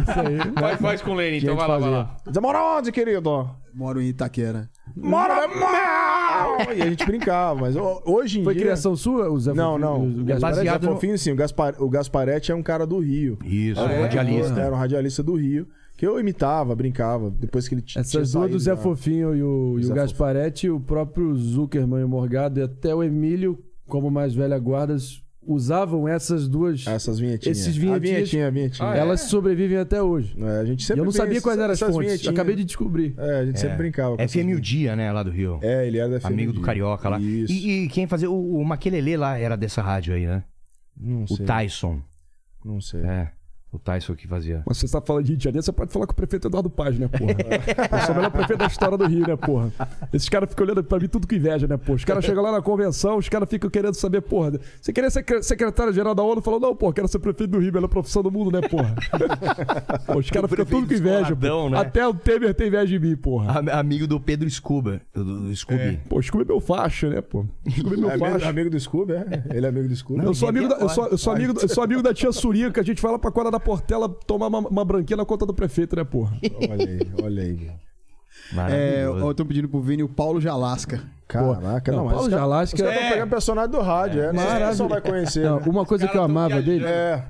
Speaker 4: isso aí.
Speaker 2: Vai, faz com o Lenny, então vai lá, vai lá.
Speaker 3: Você mora onde, querido?
Speaker 4: Moro em Itaquera.
Speaker 3: Mora mal! E a gente brincava, mas ho- hoje em
Speaker 7: Foi
Speaker 3: dia.
Speaker 7: criação sua, o Zé
Speaker 3: Não, não.
Speaker 7: Fofinho?
Speaker 3: O
Speaker 7: Zé
Speaker 3: Gasparetti,
Speaker 7: Fofinho?
Speaker 3: Zé Fofinho, sim. O, Gaspar, o Gasparetti é um cara do Rio.
Speaker 7: Isso,
Speaker 3: Era um
Speaker 7: radialista.
Speaker 3: Era um radialista do Rio. Que eu imitava, brincava, depois que ele t- tinha
Speaker 7: Essas duas do
Speaker 3: saído né?
Speaker 7: Zé
Speaker 3: da-
Speaker 7: Fofinho e o, e o
Speaker 3: Zé
Speaker 7: Gasparetti, o próprio Zuckerman e o Morgado e até o Emílio, como mais velha guardas, usavam essas duas.
Speaker 3: Essas vinhetinhas.
Speaker 7: Esses
Speaker 3: A
Speaker 7: vinhetinhas.
Speaker 3: vinhetinha, a vinhetinha. Ah, é?
Speaker 7: Elas sobrevivem até hoje.
Speaker 3: a gente sempre
Speaker 7: eu não
Speaker 3: vê
Speaker 7: sabia
Speaker 3: esses-
Speaker 7: quais eram as
Speaker 3: essas
Speaker 7: fontes.
Speaker 3: vinhetinhas.
Speaker 7: Eu acabei de descobrir.
Speaker 3: É, a gente sempre brincava com
Speaker 8: FM o Dia, né, lá do Rio.
Speaker 3: É, ele era da FM
Speaker 8: Amigo do
Speaker 3: Dia.
Speaker 8: Carioca lá.
Speaker 3: Isso.
Speaker 8: E, e quem fazia. O, o Maquelele lá era dessa rádio aí, né?
Speaker 3: Não
Speaker 8: o
Speaker 3: sei.
Speaker 8: Tyson.
Speaker 3: Não sei.
Speaker 8: É. O Tyson que fazia.
Speaker 19: Mas você está falando de Rio de Janeiro, você pode falar com o prefeito Eduardo Paz, né, porra? Eu sou o melhor prefeito da história do Rio, né, porra? Esses caras ficam olhando pra mim tudo com inveja, né, porra? Os
Speaker 7: É.
Speaker 19: caras chegam lá na convenção, os caras ficam querendo saber, porra. Você queria ser cre- secretário-geral da ONU? Falou, não, porra, quero ser prefeito do Rio, melhor profissão do mundo, né, porra? Pô, os caras ficam tudo com inveja,
Speaker 8: descoladão,
Speaker 19: porra.
Speaker 8: né?
Speaker 19: Até o Temer tem inveja de mim, porra.
Speaker 8: Am- amigo do Pedro Scuba. Do, do Scooby.
Speaker 19: Pô, o Scooby é meu faixa, né, pô? O Scooby é meu
Speaker 3: É
Speaker 19: faixa.
Speaker 3: amigo, amigo do Scooby, é? Ele é amigo do Scooby.
Speaker 19: eu, sou amigo da, eu, sou, eu sou amigo, da- eu sou amigo da tia Surinha, que a gente vai lá pra quadra da Portela tomar uma, uma branquinha na conta do prefeito, né, porra?
Speaker 3: Olha aí, olha aí.
Speaker 4: É, ó, estão pedindo pro Vini o Paulo Jalasca.
Speaker 3: Caraca, não, mas os caras- Os caras
Speaker 4: é.
Speaker 3: estão tá pegando personagem do rádio, é. Não sei se o pessoal vai conhecer.
Speaker 7: é- Não,
Speaker 3: né?
Speaker 7: uma coisa que eu amava dele.
Speaker 3: É.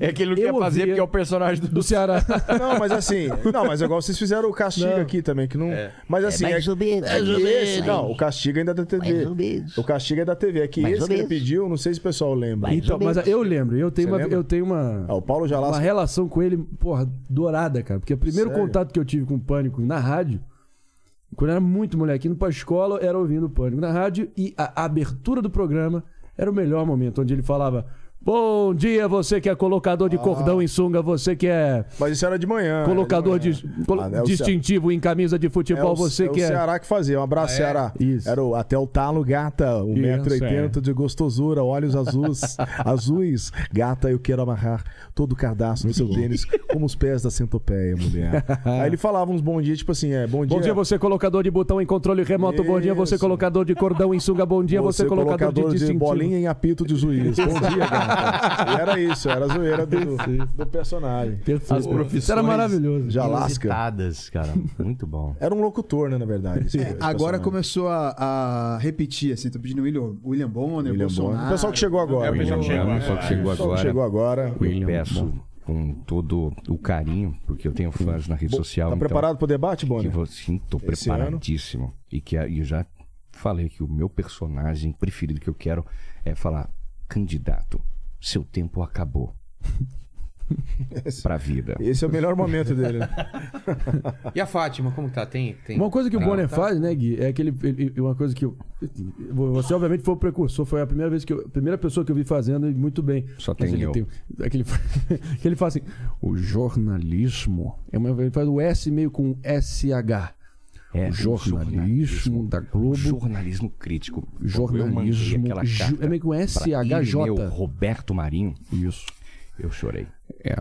Speaker 7: é que ele
Speaker 3: não quer fazer porque é o
Speaker 7: personagem do, Ceará. Então,
Speaker 3: Não, mas assim. Não, mas é igual vocês fizeram o castigo aqui também, que não. Mas assim.
Speaker 31: É mais ou menos,
Speaker 3: é
Speaker 31: mais ou
Speaker 3: que
Speaker 31: menos,
Speaker 3: esse-
Speaker 31: hein?
Speaker 3: Não, o castigo ainda é da TV.
Speaker 31: Mais ou
Speaker 3: O castigo é da TV. É que
Speaker 7: Mais
Speaker 3: esse
Speaker 7: ou
Speaker 3: que ele
Speaker 7: menos.
Speaker 3: pediu, não sei se o pessoal lembra.
Speaker 7: Então, mas eu lembro, eu tenho
Speaker 3: Você
Speaker 7: uma,
Speaker 3: lembra? Ah,
Speaker 7: eu tenho uma,
Speaker 3: o Paulo Jalasca.
Speaker 7: uma relação com ele, porra, dourada, cara. Porque o primeiro
Speaker 3: Sério?
Speaker 7: contato que eu tive com o Pânico na rádio, quando eu era muito molequinho, pra escola, era ouvindo o Pânico na rádio e a, a abertura do programa era o melhor momento, onde ele falava: Bom dia, você que é colocador
Speaker 3: Ah.
Speaker 7: de cordão em sunga, você que é.
Speaker 3: Mas isso era de manhã.
Speaker 7: Colocador
Speaker 3: de
Speaker 7: dis- colo-
Speaker 3: Ah, é o
Speaker 7: distintivo em camisa de
Speaker 3: é
Speaker 7: futebol,
Speaker 3: o,
Speaker 7: você
Speaker 3: é
Speaker 7: que
Speaker 3: o
Speaker 7: é.
Speaker 3: Ceará que fazia. Um
Speaker 12: Ah, é?
Speaker 3: abraço, Ceará. Era o Até o Talo Gata,
Speaker 7: Isso, é.
Speaker 3: 1,80m de gostosura, olhos azuis. azuis. Gata, eu quero amarrar todo o cardaço do seu tênis, como os pés da centopeia, mulher. Aí ele falava uns bom dia, tipo assim, é, bom dia.
Speaker 7: Bom dia, você colocador de botão em controle remoto. Bom dia, você colocador de cordão em sunga. Bom dia, você, colocador, de
Speaker 3: de,
Speaker 7: distintivo.
Speaker 3: bolinha em apito de juiz. Bom
Speaker 2: é
Speaker 3: dia, gata. E era isso, era a zoeira do, do personagem.
Speaker 7: As profissões Era maravilhoso.
Speaker 3: Jalasca.
Speaker 8: Inusitadas, cara. Muito bom.
Speaker 3: Era um locutor, né, na verdade. esse-
Speaker 4: É,
Speaker 3: esse
Speaker 4: agora
Speaker 3: personagem.
Speaker 4: começou a, a repetir, assim, tô pedindo William, William Bonner,
Speaker 3: William
Speaker 4: Bolsonaro.
Speaker 3: Bonner. O pessoal que chegou agora.
Speaker 4: É, o pessoal que
Speaker 3: William
Speaker 4: chegou.
Speaker 3: Bonner.
Speaker 4: É.
Speaker 3: Só
Speaker 1: Só que chegou
Speaker 3: Só que
Speaker 1: agora.
Speaker 3: chegou agora.
Speaker 1: Eu peço com todo o carinho, porque eu tenho fãs na rede
Speaker 3: Bo-
Speaker 1: social.
Speaker 3: tá
Speaker 1: então,
Speaker 3: preparado pro debate, Bonner?
Speaker 1: Que vou, sim, tô
Speaker 3: Esse
Speaker 1: preparadíssimo. E que a- e eu já falei que o meu personagem preferido que eu quero é falar: candidato, seu tempo acabou. pra vida.
Speaker 3: Esse é o melhor momento dele. né?
Speaker 2: E a Fátima, como que tá? Tem, tem...
Speaker 7: Uma coisa que o
Speaker 2: Ah,
Speaker 7: Bonner
Speaker 2: tá.
Speaker 7: faz, né, Gui, é aquele. ele- Uma coisa que. eu- assim, Você, obviamente, foi o precursor, foi a primeira vez que eu, a primeira pessoa que eu vi fazendo e muito bem.
Speaker 1: Só
Speaker 7: Mas
Speaker 1: tem
Speaker 7: ele
Speaker 1: eu.
Speaker 7: é que ele, fa- que ele fala assim: o jornalismo. É uma, ele faz o S meio com SH.
Speaker 1: É,
Speaker 7: o
Speaker 1: o
Speaker 7: jornalismo, da Globo.
Speaker 1: Jornalismo Um crítico. Eu mandei
Speaker 7: Jornalismo.
Speaker 1: aquela
Speaker 7: ju-
Speaker 1: carta
Speaker 7: é meio com
Speaker 1: pra
Speaker 7: SHJ.
Speaker 1: Irineu Roberto Marinho.
Speaker 7: Isso.
Speaker 1: Eu chorei.
Speaker 7: É.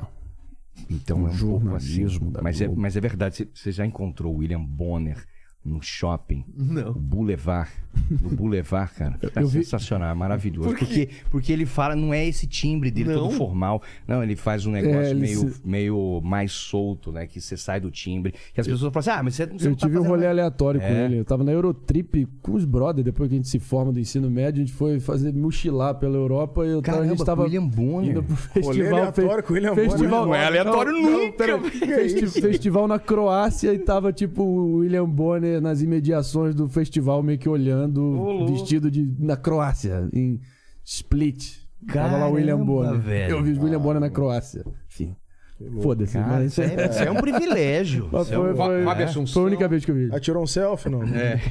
Speaker 1: Então é um pouco assim.
Speaker 7: jornalismo da
Speaker 1: Mas é,
Speaker 7: Globo.
Speaker 1: mas é verdade, você- você já encontrou o William Bonner no shopping,
Speaker 2: Não.
Speaker 1: no Boulevard. No Boulevard, cara. É
Speaker 8: Eu vi-
Speaker 1: sensacional, é maravilhoso.
Speaker 8: Por quê?
Speaker 1: porque, porque ele fala, não é esse timbre dele
Speaker 8: Não.
Speaker 1: todo formal. Não, ele faz um negócio
Speaker 7: É, ele
Speaker 1: meio,
Speaker 7: se-
Speaker 1: meio mais solto, né? Que você sai do timbre. Que as pessoas falam assim, ah, mas você, você
Speaker 7: eu
Speaker 1: não tá
Speaker 7: tive um
Speaker 1: fazendo
Speaker 7: rolê aleatório com
Speaker 1: É.
Speaker 7: ele. Eu tava na Eurotrip com os brothers, depois que a gente se forma do ensino médio, a gente foi fazer mochilar pela Europa e eu tava, a gente
Speaker 1: Caramba,
Speaker 7: tava
Speaker 1: com William Bonner.
Speaker 7: indo pro festival.
Speaker 1: Rolê aleatório
Speaker 7: fe-
Speaker 1: com William
Speaker 7: festival,
Speaker 1: Bonner. Não é aleatório nunca,
Speaker 7: peraí.
Speaker 1: velho. Que
Speaker 7: Festi-
Speaker 1: isso?
Speaker 7: festival na Croácia e tava tipo o William Bonner nas imediações do festival, meio que olhando,
Speaker 1: louco.
Speaker 7: vestido de. na Croácia, em Split. Tava lá o William
Speaker 1: Caramba,
Speaker 7: Bonner.
Speaker 1: velho. Ah.
Speaker 7: Eu vi o William Bonner na Croácia. Enfim. Foda-se.
Speaker 32: Cara,
Speaker 7: mas-
Speaker 32: isso é- isso é um privilégio.
Speaker 7: Mas
Speaker 32: Isso é
Speaker 7: foi,
Speaker 32: um-
Speaker 7: foi-
Speaker 32: Fábio
Speaker 7: é.
Speaker 32: Assunção.
Speaker 7: foi a única vez que eu vi.
Speaker 3: Aí tirou um selfie, não?
Speaker 7: É.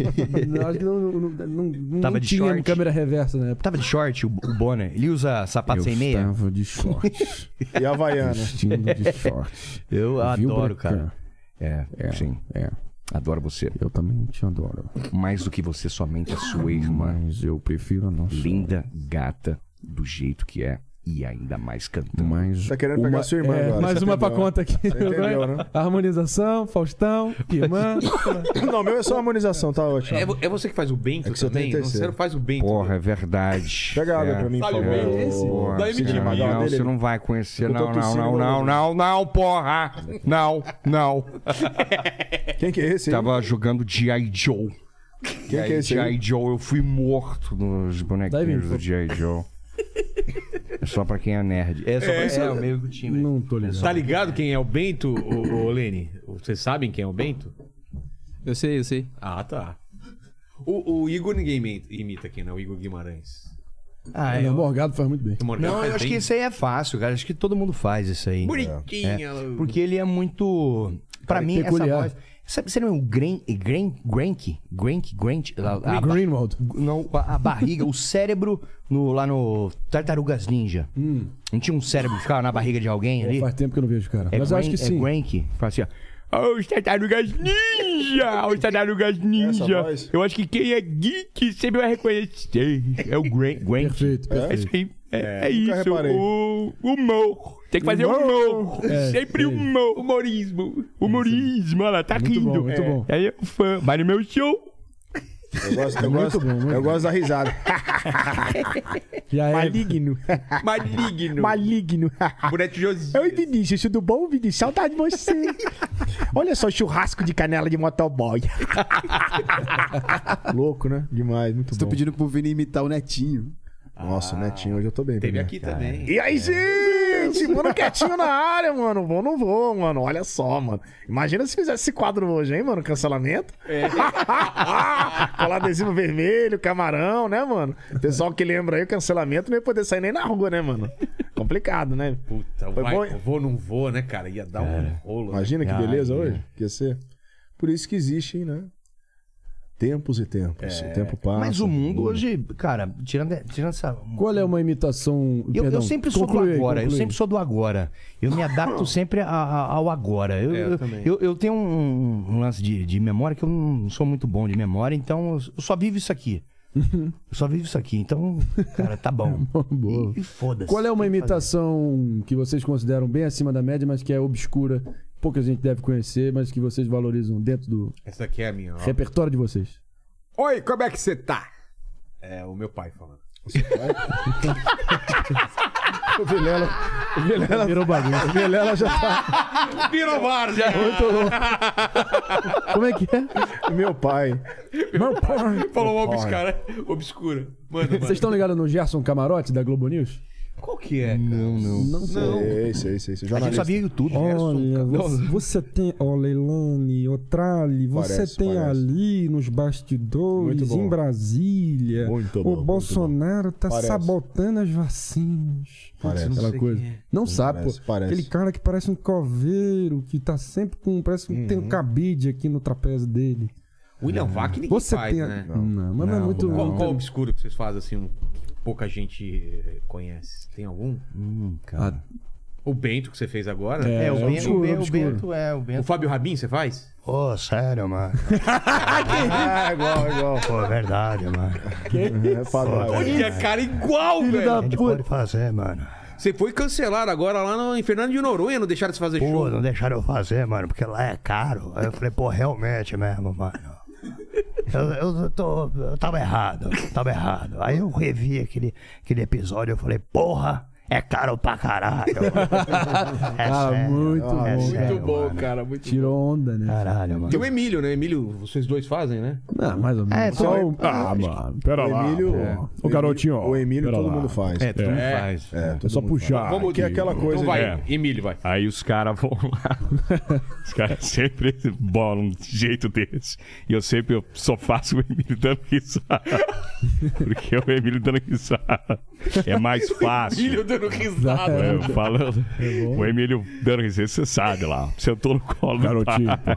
Speaker 7: Não, acho que não, não, não- não-
Speaker 1: Tava
Speaker 7: não
Speaker 1: de
Speaker 7: tinha
Speaker 1: short.
Speaker 7: câmera reversa na época.
Speaker 1: Tava de short o, o Bonner. Ele usa sapato
Speaker 7: Eu
Speaker 1: sem meia?
Speaker 7: estava de short.
Speaker 3: E a Havaiana.
Speaker 7: Vestindo de short.
Speaker 1: Eu
Speaker 7: Viu,
Speaker 1: adoro,
Speaker 7: Brecão?
Speaker 1: cara. É, sim.
Speaker 7: É.
Speaker 1: Adoro você.
Speaker 7: Eu também te adoro. Ah,
Speaker 1: Mais do que você, somente a sua irmã.
Speaker 7: Mas eu prefiro a nossa.
Speaker 1: Linda, gata, do jeito que é. E ainda mais cantando.
Speaker 7: Mas
Speaker 3: Tá querendo pegar sua irmã
Speaker 7: é,
Speaker 3: agora.
Speaker 7: mais
Speaker 3: você
Speaker 7: uma pra
Speaker 3: entendeu,
Speaker 7: conta
Speaker 3: né?
Speaker 7: aqui.
Speaker 3: Você entendeu, né?
Speaker 7: Harmonização, Faustão, irmã.
Speaker 3: Não, o meu é só harmonização, tá ótimo.
Speaker 2: É, vo- é você que faz o Bento
Speaker 3: É que você
Speaker 2: também?
Speaker 3: tem
Speaker 2: Não, Você
Speaker 3: terceiro.
Speaker 2: não faz o Bento. né?
Speaker 1: Porra, é verdade.
Speaker 3: Pega água
Speaker 1: é.
Speaker 3: pra mim, por
Speaker 1: Sabe
Speaker 3: favor.
Speaker 1: bem
Speaker 3: esse?
Speaker 1: Porra,
Speaker 3: Da MTV.
Speaker 1: não,
Speaker 3: Magal
Speaker 1: não,
Speaker 3: dele.
Speaker 1: você não vai conhecer.
Speaker 3: Eu tô
Speaker 1: Não, não,
Speaker 3: tossindo
Speaker 1: não,
Speaker 3: no
Speaker 1: não,
Speaker 3: ouvido.
Speaker 1: não, não, porra. Não, não.
Speaker 3: Quem que é esse? aí?
Speaker 1: Tava jogando G.I. Joe.
Speaker 3: que é esse aí?
Speaker 1: G.I. Joe, eu fui morto nos bonequinhos do G.I. Joe. É só pra quem é nerd. É só pra quem é o meio do time.
Speaker 7: Não tô ligado.
Speaker 2: Tá ligado quem é o Bento, ô, ô, Lene? Vocês sabem quem é o Bento?
Speaker 33: Eu sei, eu sei.
Speaker 2: Ah, tá. O, o Igor ninguém imi- imita aqui, né? O Igor Guimarães.
Speaker 7: Ah,
Speaker 32: eu-
Speaker 7: o Morgado faz muito bem.
Speaker 2: Morgado
Speaker 1: Não,
Speaker 2: faz
Speaker 1: eu acho
Speaker 2: bem.
Speaker 1: que isso aí é fácil, cara. Acho que todo mundo faz isso aí.
Speaker 2: Bonitinha,
Speaker 1: É.
Speaker 2: Lu.
Speaker 1: Porque ele é muito. Pra
Speaker 7: É
Speaker 32: Cara,
Speaker 1: mim,
Speaker 32: peculiar.
Speaker 1: essa voz. Sabe, você não é o Gren, Gren, Grank? Grank? Grant? A, a,
Speaker 7: Greenwald.
Speaker 1: Não, a, a barriga, o cérebro no, lá no Tartarugas Ninja. Não tinha um cérebro que ficava na barriga de alguém ali?
Speaker 7: Hum. É, Faz tempo que eu não vejo, cara.
Speaker 1: É
Speaker 7: Mas eu acho que
Speaker 1: Grank- é
Speaker 7: sim.
Speaker 1: Grank. Fala assim, ó. Ô,
Speaker 8: "Oh,
Speaker 1: Os
Speaker 8: tá
Speaker 1: tartarugas ninja! Os tartarugas ninja! Eu acho que quem é geek sempre vai reconhecer. É o Grant. Grant.
Speaker 7: Perfeito,
Speaker 1: É isso aí. É, é
Speaker 3: Nunca
Speaker 1: isso.
Speaker 3: reparei.
Speaker 1: O humor. Tem que fazer
Speaker 3: Humor.
Speaker 1: humor.
Speaker 3: É,
Speaker 1: sempre humor. Humorismo. Humorismo. Olha lá, tá
Speaker 3: Muito
Speaker 1: rindo.
Speaker 3: bom, muito
Speaker 1: É.
Speaker 3: bom.
Speaker 1: Aí é um fã. Vai no meu show.
Speaker 3: Eu
Speaker 7: É
Speaker 3: gosto, eu gosto, eu gosto da risada. Maligno.
Speaker 2: Maligno.
Speaker 8: Maligno.
Speaker 2: Bonete Josias.
Speaker 8: Oi, Vinícius, tudo bom, Vinícius? Saudade de você. Olha só, churrasco de canela de motoboy.
Speaker 3: Louco, né? Demais, muito
Speaker 34: Estou
Speaker 3: bom.
Speaker 34: pedindo pro Vini imitar o Netinho.
Speaker 3: Nossa, o Netinho, hoje eu tô bem.
Speaker 34: Teve
Speaker 3: Bruno.
Speaker 34: aqui
Speaker 3: Cara.
Speaker 34: também.
Speaker 8: E aí, gente? Mano, quietinho na área, mano. Vou, não vou, mano. Olha só, mano. Imagina se fizesse esse quadro hoje, hein, mano? Cancelamento.
Speaker 34: É.
Speaker 8: Colar adesivo vermelho, camarão, né, mano? Pessoal que lembra aí o cancelamento não ia poder sair nem na rua, né, mano? Complicado, né?
Speaker 2: Puta,
Speaker 8: Foi
Speaker 2: Então vai,
Speaker 8: bom,
Speaker 2: eu vou, não vou, né, cara? Ia dar um
Speaker 7: É.
Speaker 2: rolo.
Speaker 3: Imagina que
Speaker 2: né?
Speaker 3: beleza
Speaker 2: Ai,
Speaker 3: hoje. Que ia ser. Por isso que existem, né? Tempos e tempos. O tempo passa.
Speaker 1: Mas o mundo hoje, cara, tirando, tirando essa.
Speaker 7: Qual é uma imitação.
Speaker 1: Eu, eu
Speaker 7: Perdão,
Speaker 1: sempre sou
Speaker 7: conclui
Speaker 1: do
Speaker 7: aí,
Speaker 1: agora, eu
Speaker 7: conclui.
Speaker 1: sempre sou do agora. Eu me adapto sempre a- a- ao agora.
Speaker 7: É,
Speaker 1: Eu,
Speaker 7: eu
Speaker 1: eu,
Speaker 7: também.
Speaker 1: eu- eu tenho um, um lance de, de memória que eu não sou muito bom de memória, então eu só vivo isso aqui. eu só vivo isso aqui, então, cara, tá bom.
Speaker 7: Boa.
Speaker 1: E, e foda-se.
Speaker 7: Qual é uma
Speaker 1: Tem que
Speaker 7: imitação que vocês consideram bem acima da média, mas que é obscura, pouca gente deve conhecer, mas que vocês valorizam dentro do
Speaker 2: Essa aqui é a minha, ó.
Speaker 7: repertório de vocês?
Speaker 2: Oi, como é que você tá? É o meu pai falando.
Speaker 3: O Vilela. O Vilela.
Speaker 7: Virou bagunça.
Speaker 3: O Vilela já tá.
Speaker 2: Virou várzea.
Speaker 3: Muito
Speaker 7: Como é que é?
Speaker 3: Meu pai. Meu pai.
Speaker 2: Falou
Speaker 7: Meu
Speaker 2: obs,
Speaker 7: pai.
Speaker 2: cara. Obscura. Mano, mano.
Speaker 7: Vocês estão ligados no Gerson Camarote da Globo News?
Speaker 2: Qual que é? Não,
Speaker 7: não. Não sei.
Speaker 3: Sei, sei, sei. sei. Jornalista.
Speaker 1: YouTube.
Speaker 19: Olha, você,
Speaker 3: Não.
Speaker 19: você tem. Olha, Leilani, Otrali, você
Speaker 3: Parece,
Speaker 19: tem
Speaker 3: parece.
Speaker 19: ali nos
Speaker 3: Muito
Speaker 19: bastidores,
Speaker 3: bom.
Speaker 19: em Brasília.
Speaker 3: Muito bom,
Speaker 19: o
Speaker 3: muito
Speaker 19: Bolsonaro tá
Speaker 3: Parece.
Speaker 19: sabotando as vacinas.
Speaker 3: Parece.
Speaker 19: Putz, Aquela
Speaker 3: Sei
Speaker 19: coisa.
Speaker 3: quem é.
Speaker 19: Não sabe,
Speaker 3: Parece,
Speaker 19: pô.
Speaker 3: parece.
Speaker 19: Aquele cara que parece um coveiro, que tá sempre com. Parece que
Speaker 3: Uhum.
Speaker 19: tem um cabide aqui no trapézio dele.
Speaker 2: William Vac ninguém
Speaker 19: Você
Speaker 2: faz,
Speaker 19: tem a-
Speaker 2: né?
Speaker 19: Não, Não, mas não é não, muito- não.
Speaker 2: Qual, qual obscuro que vocês fazem, assim, um, que pouca gente eh, conhece? Tem algum? Hum,
Speaker 7: cara.
Speaker 2: O Bento que você fez agora?
Speaker 1: É,
Speaker 2: né?
Speaker 1: o, Ben- o, Ben- o Bento é o
Speaker 2: O
Speaker 1: Bento.
Speaker 2: Fábio Rabin você faz?
Speaker 1: Ô, sério, mano.
Speaker 3: ah, igual, igual.
Speaker 1: Pô, é verdade, mano.
Speaker 3: É,
Speaker 1: Foda-se.
Speaker 2: Olha, cara, igual, velho.
Speaker 1: A gente pode fazer, mano.
Speaker 2: Você foi cancelado agora lá no, em Fernando de Noronha, não deixaram de fazer
Speaker 1: Pô,
Speaker 2: show.
Speaker 1: não deixaram eu fazer, mano, porque lá é caro. Aí eu falei, pô, realmente mesmo, mano. Eu, eu, tô, eu tava errado, eu tava errado. Aí eu revi aquele, aquele episódio, eu falei, porra, é caro pra caralho. É
Speaker 7: ah,
Speaker 1: sério,
Speaker 7: muito
Speaker 1: é
Speaker 7: bom.
Speaker 1: sério, mano.
Speaker 2: cara, muito
Speaker 7: Tirou onda, né?
Speaker 1: Caralho, mano.
Speaker 2: Tem o Emílio, né? Emílio, vocês dois fazem, né?
Speaker 7: Ah, mais ou menos.
Speaker 1: É,
Speaker 7: Só
Speaker 1: foi-
Speaker 7: o- Ah, mano, pera
Speaker 3: O
Speaker 7: lá.
Speaker 3: Emílio-
Speaker 7: pô.
Speaker 3: é.
Speaker 7: O garotinho, ó.
Speaker 3: O Emílio
Speaker 7: pera
Speaker 3: todo
Speaker 7: lá.
Speaker 3: mundo faz.
Speaker 7: É, todo mundo faz.
Speaker 3: É, todo
Speaker 7: É só
Speaker 3: mundo faz.
Speaker 7: puxar.
Speaker 3: Vamos que é aquela coisa.
Speaker 2: Então vai,
Speaker 3: né?
Speaker 2: Emílio, vai.
Speaker 9: Aí os caras vão lá. Os caras sempre bolam de jeito desse. E eu sempre eu só faço o Emílio dando risada. Porque o Emílio dando risada é mais fácil.
Speaker 2: Emílio dando dando risada.
Speaker 9: É, eu falando. o Emílio dando risada, você sabe lá. Sentou no colo
Speaker 2: Garotinho,
Speaker 9: do pai.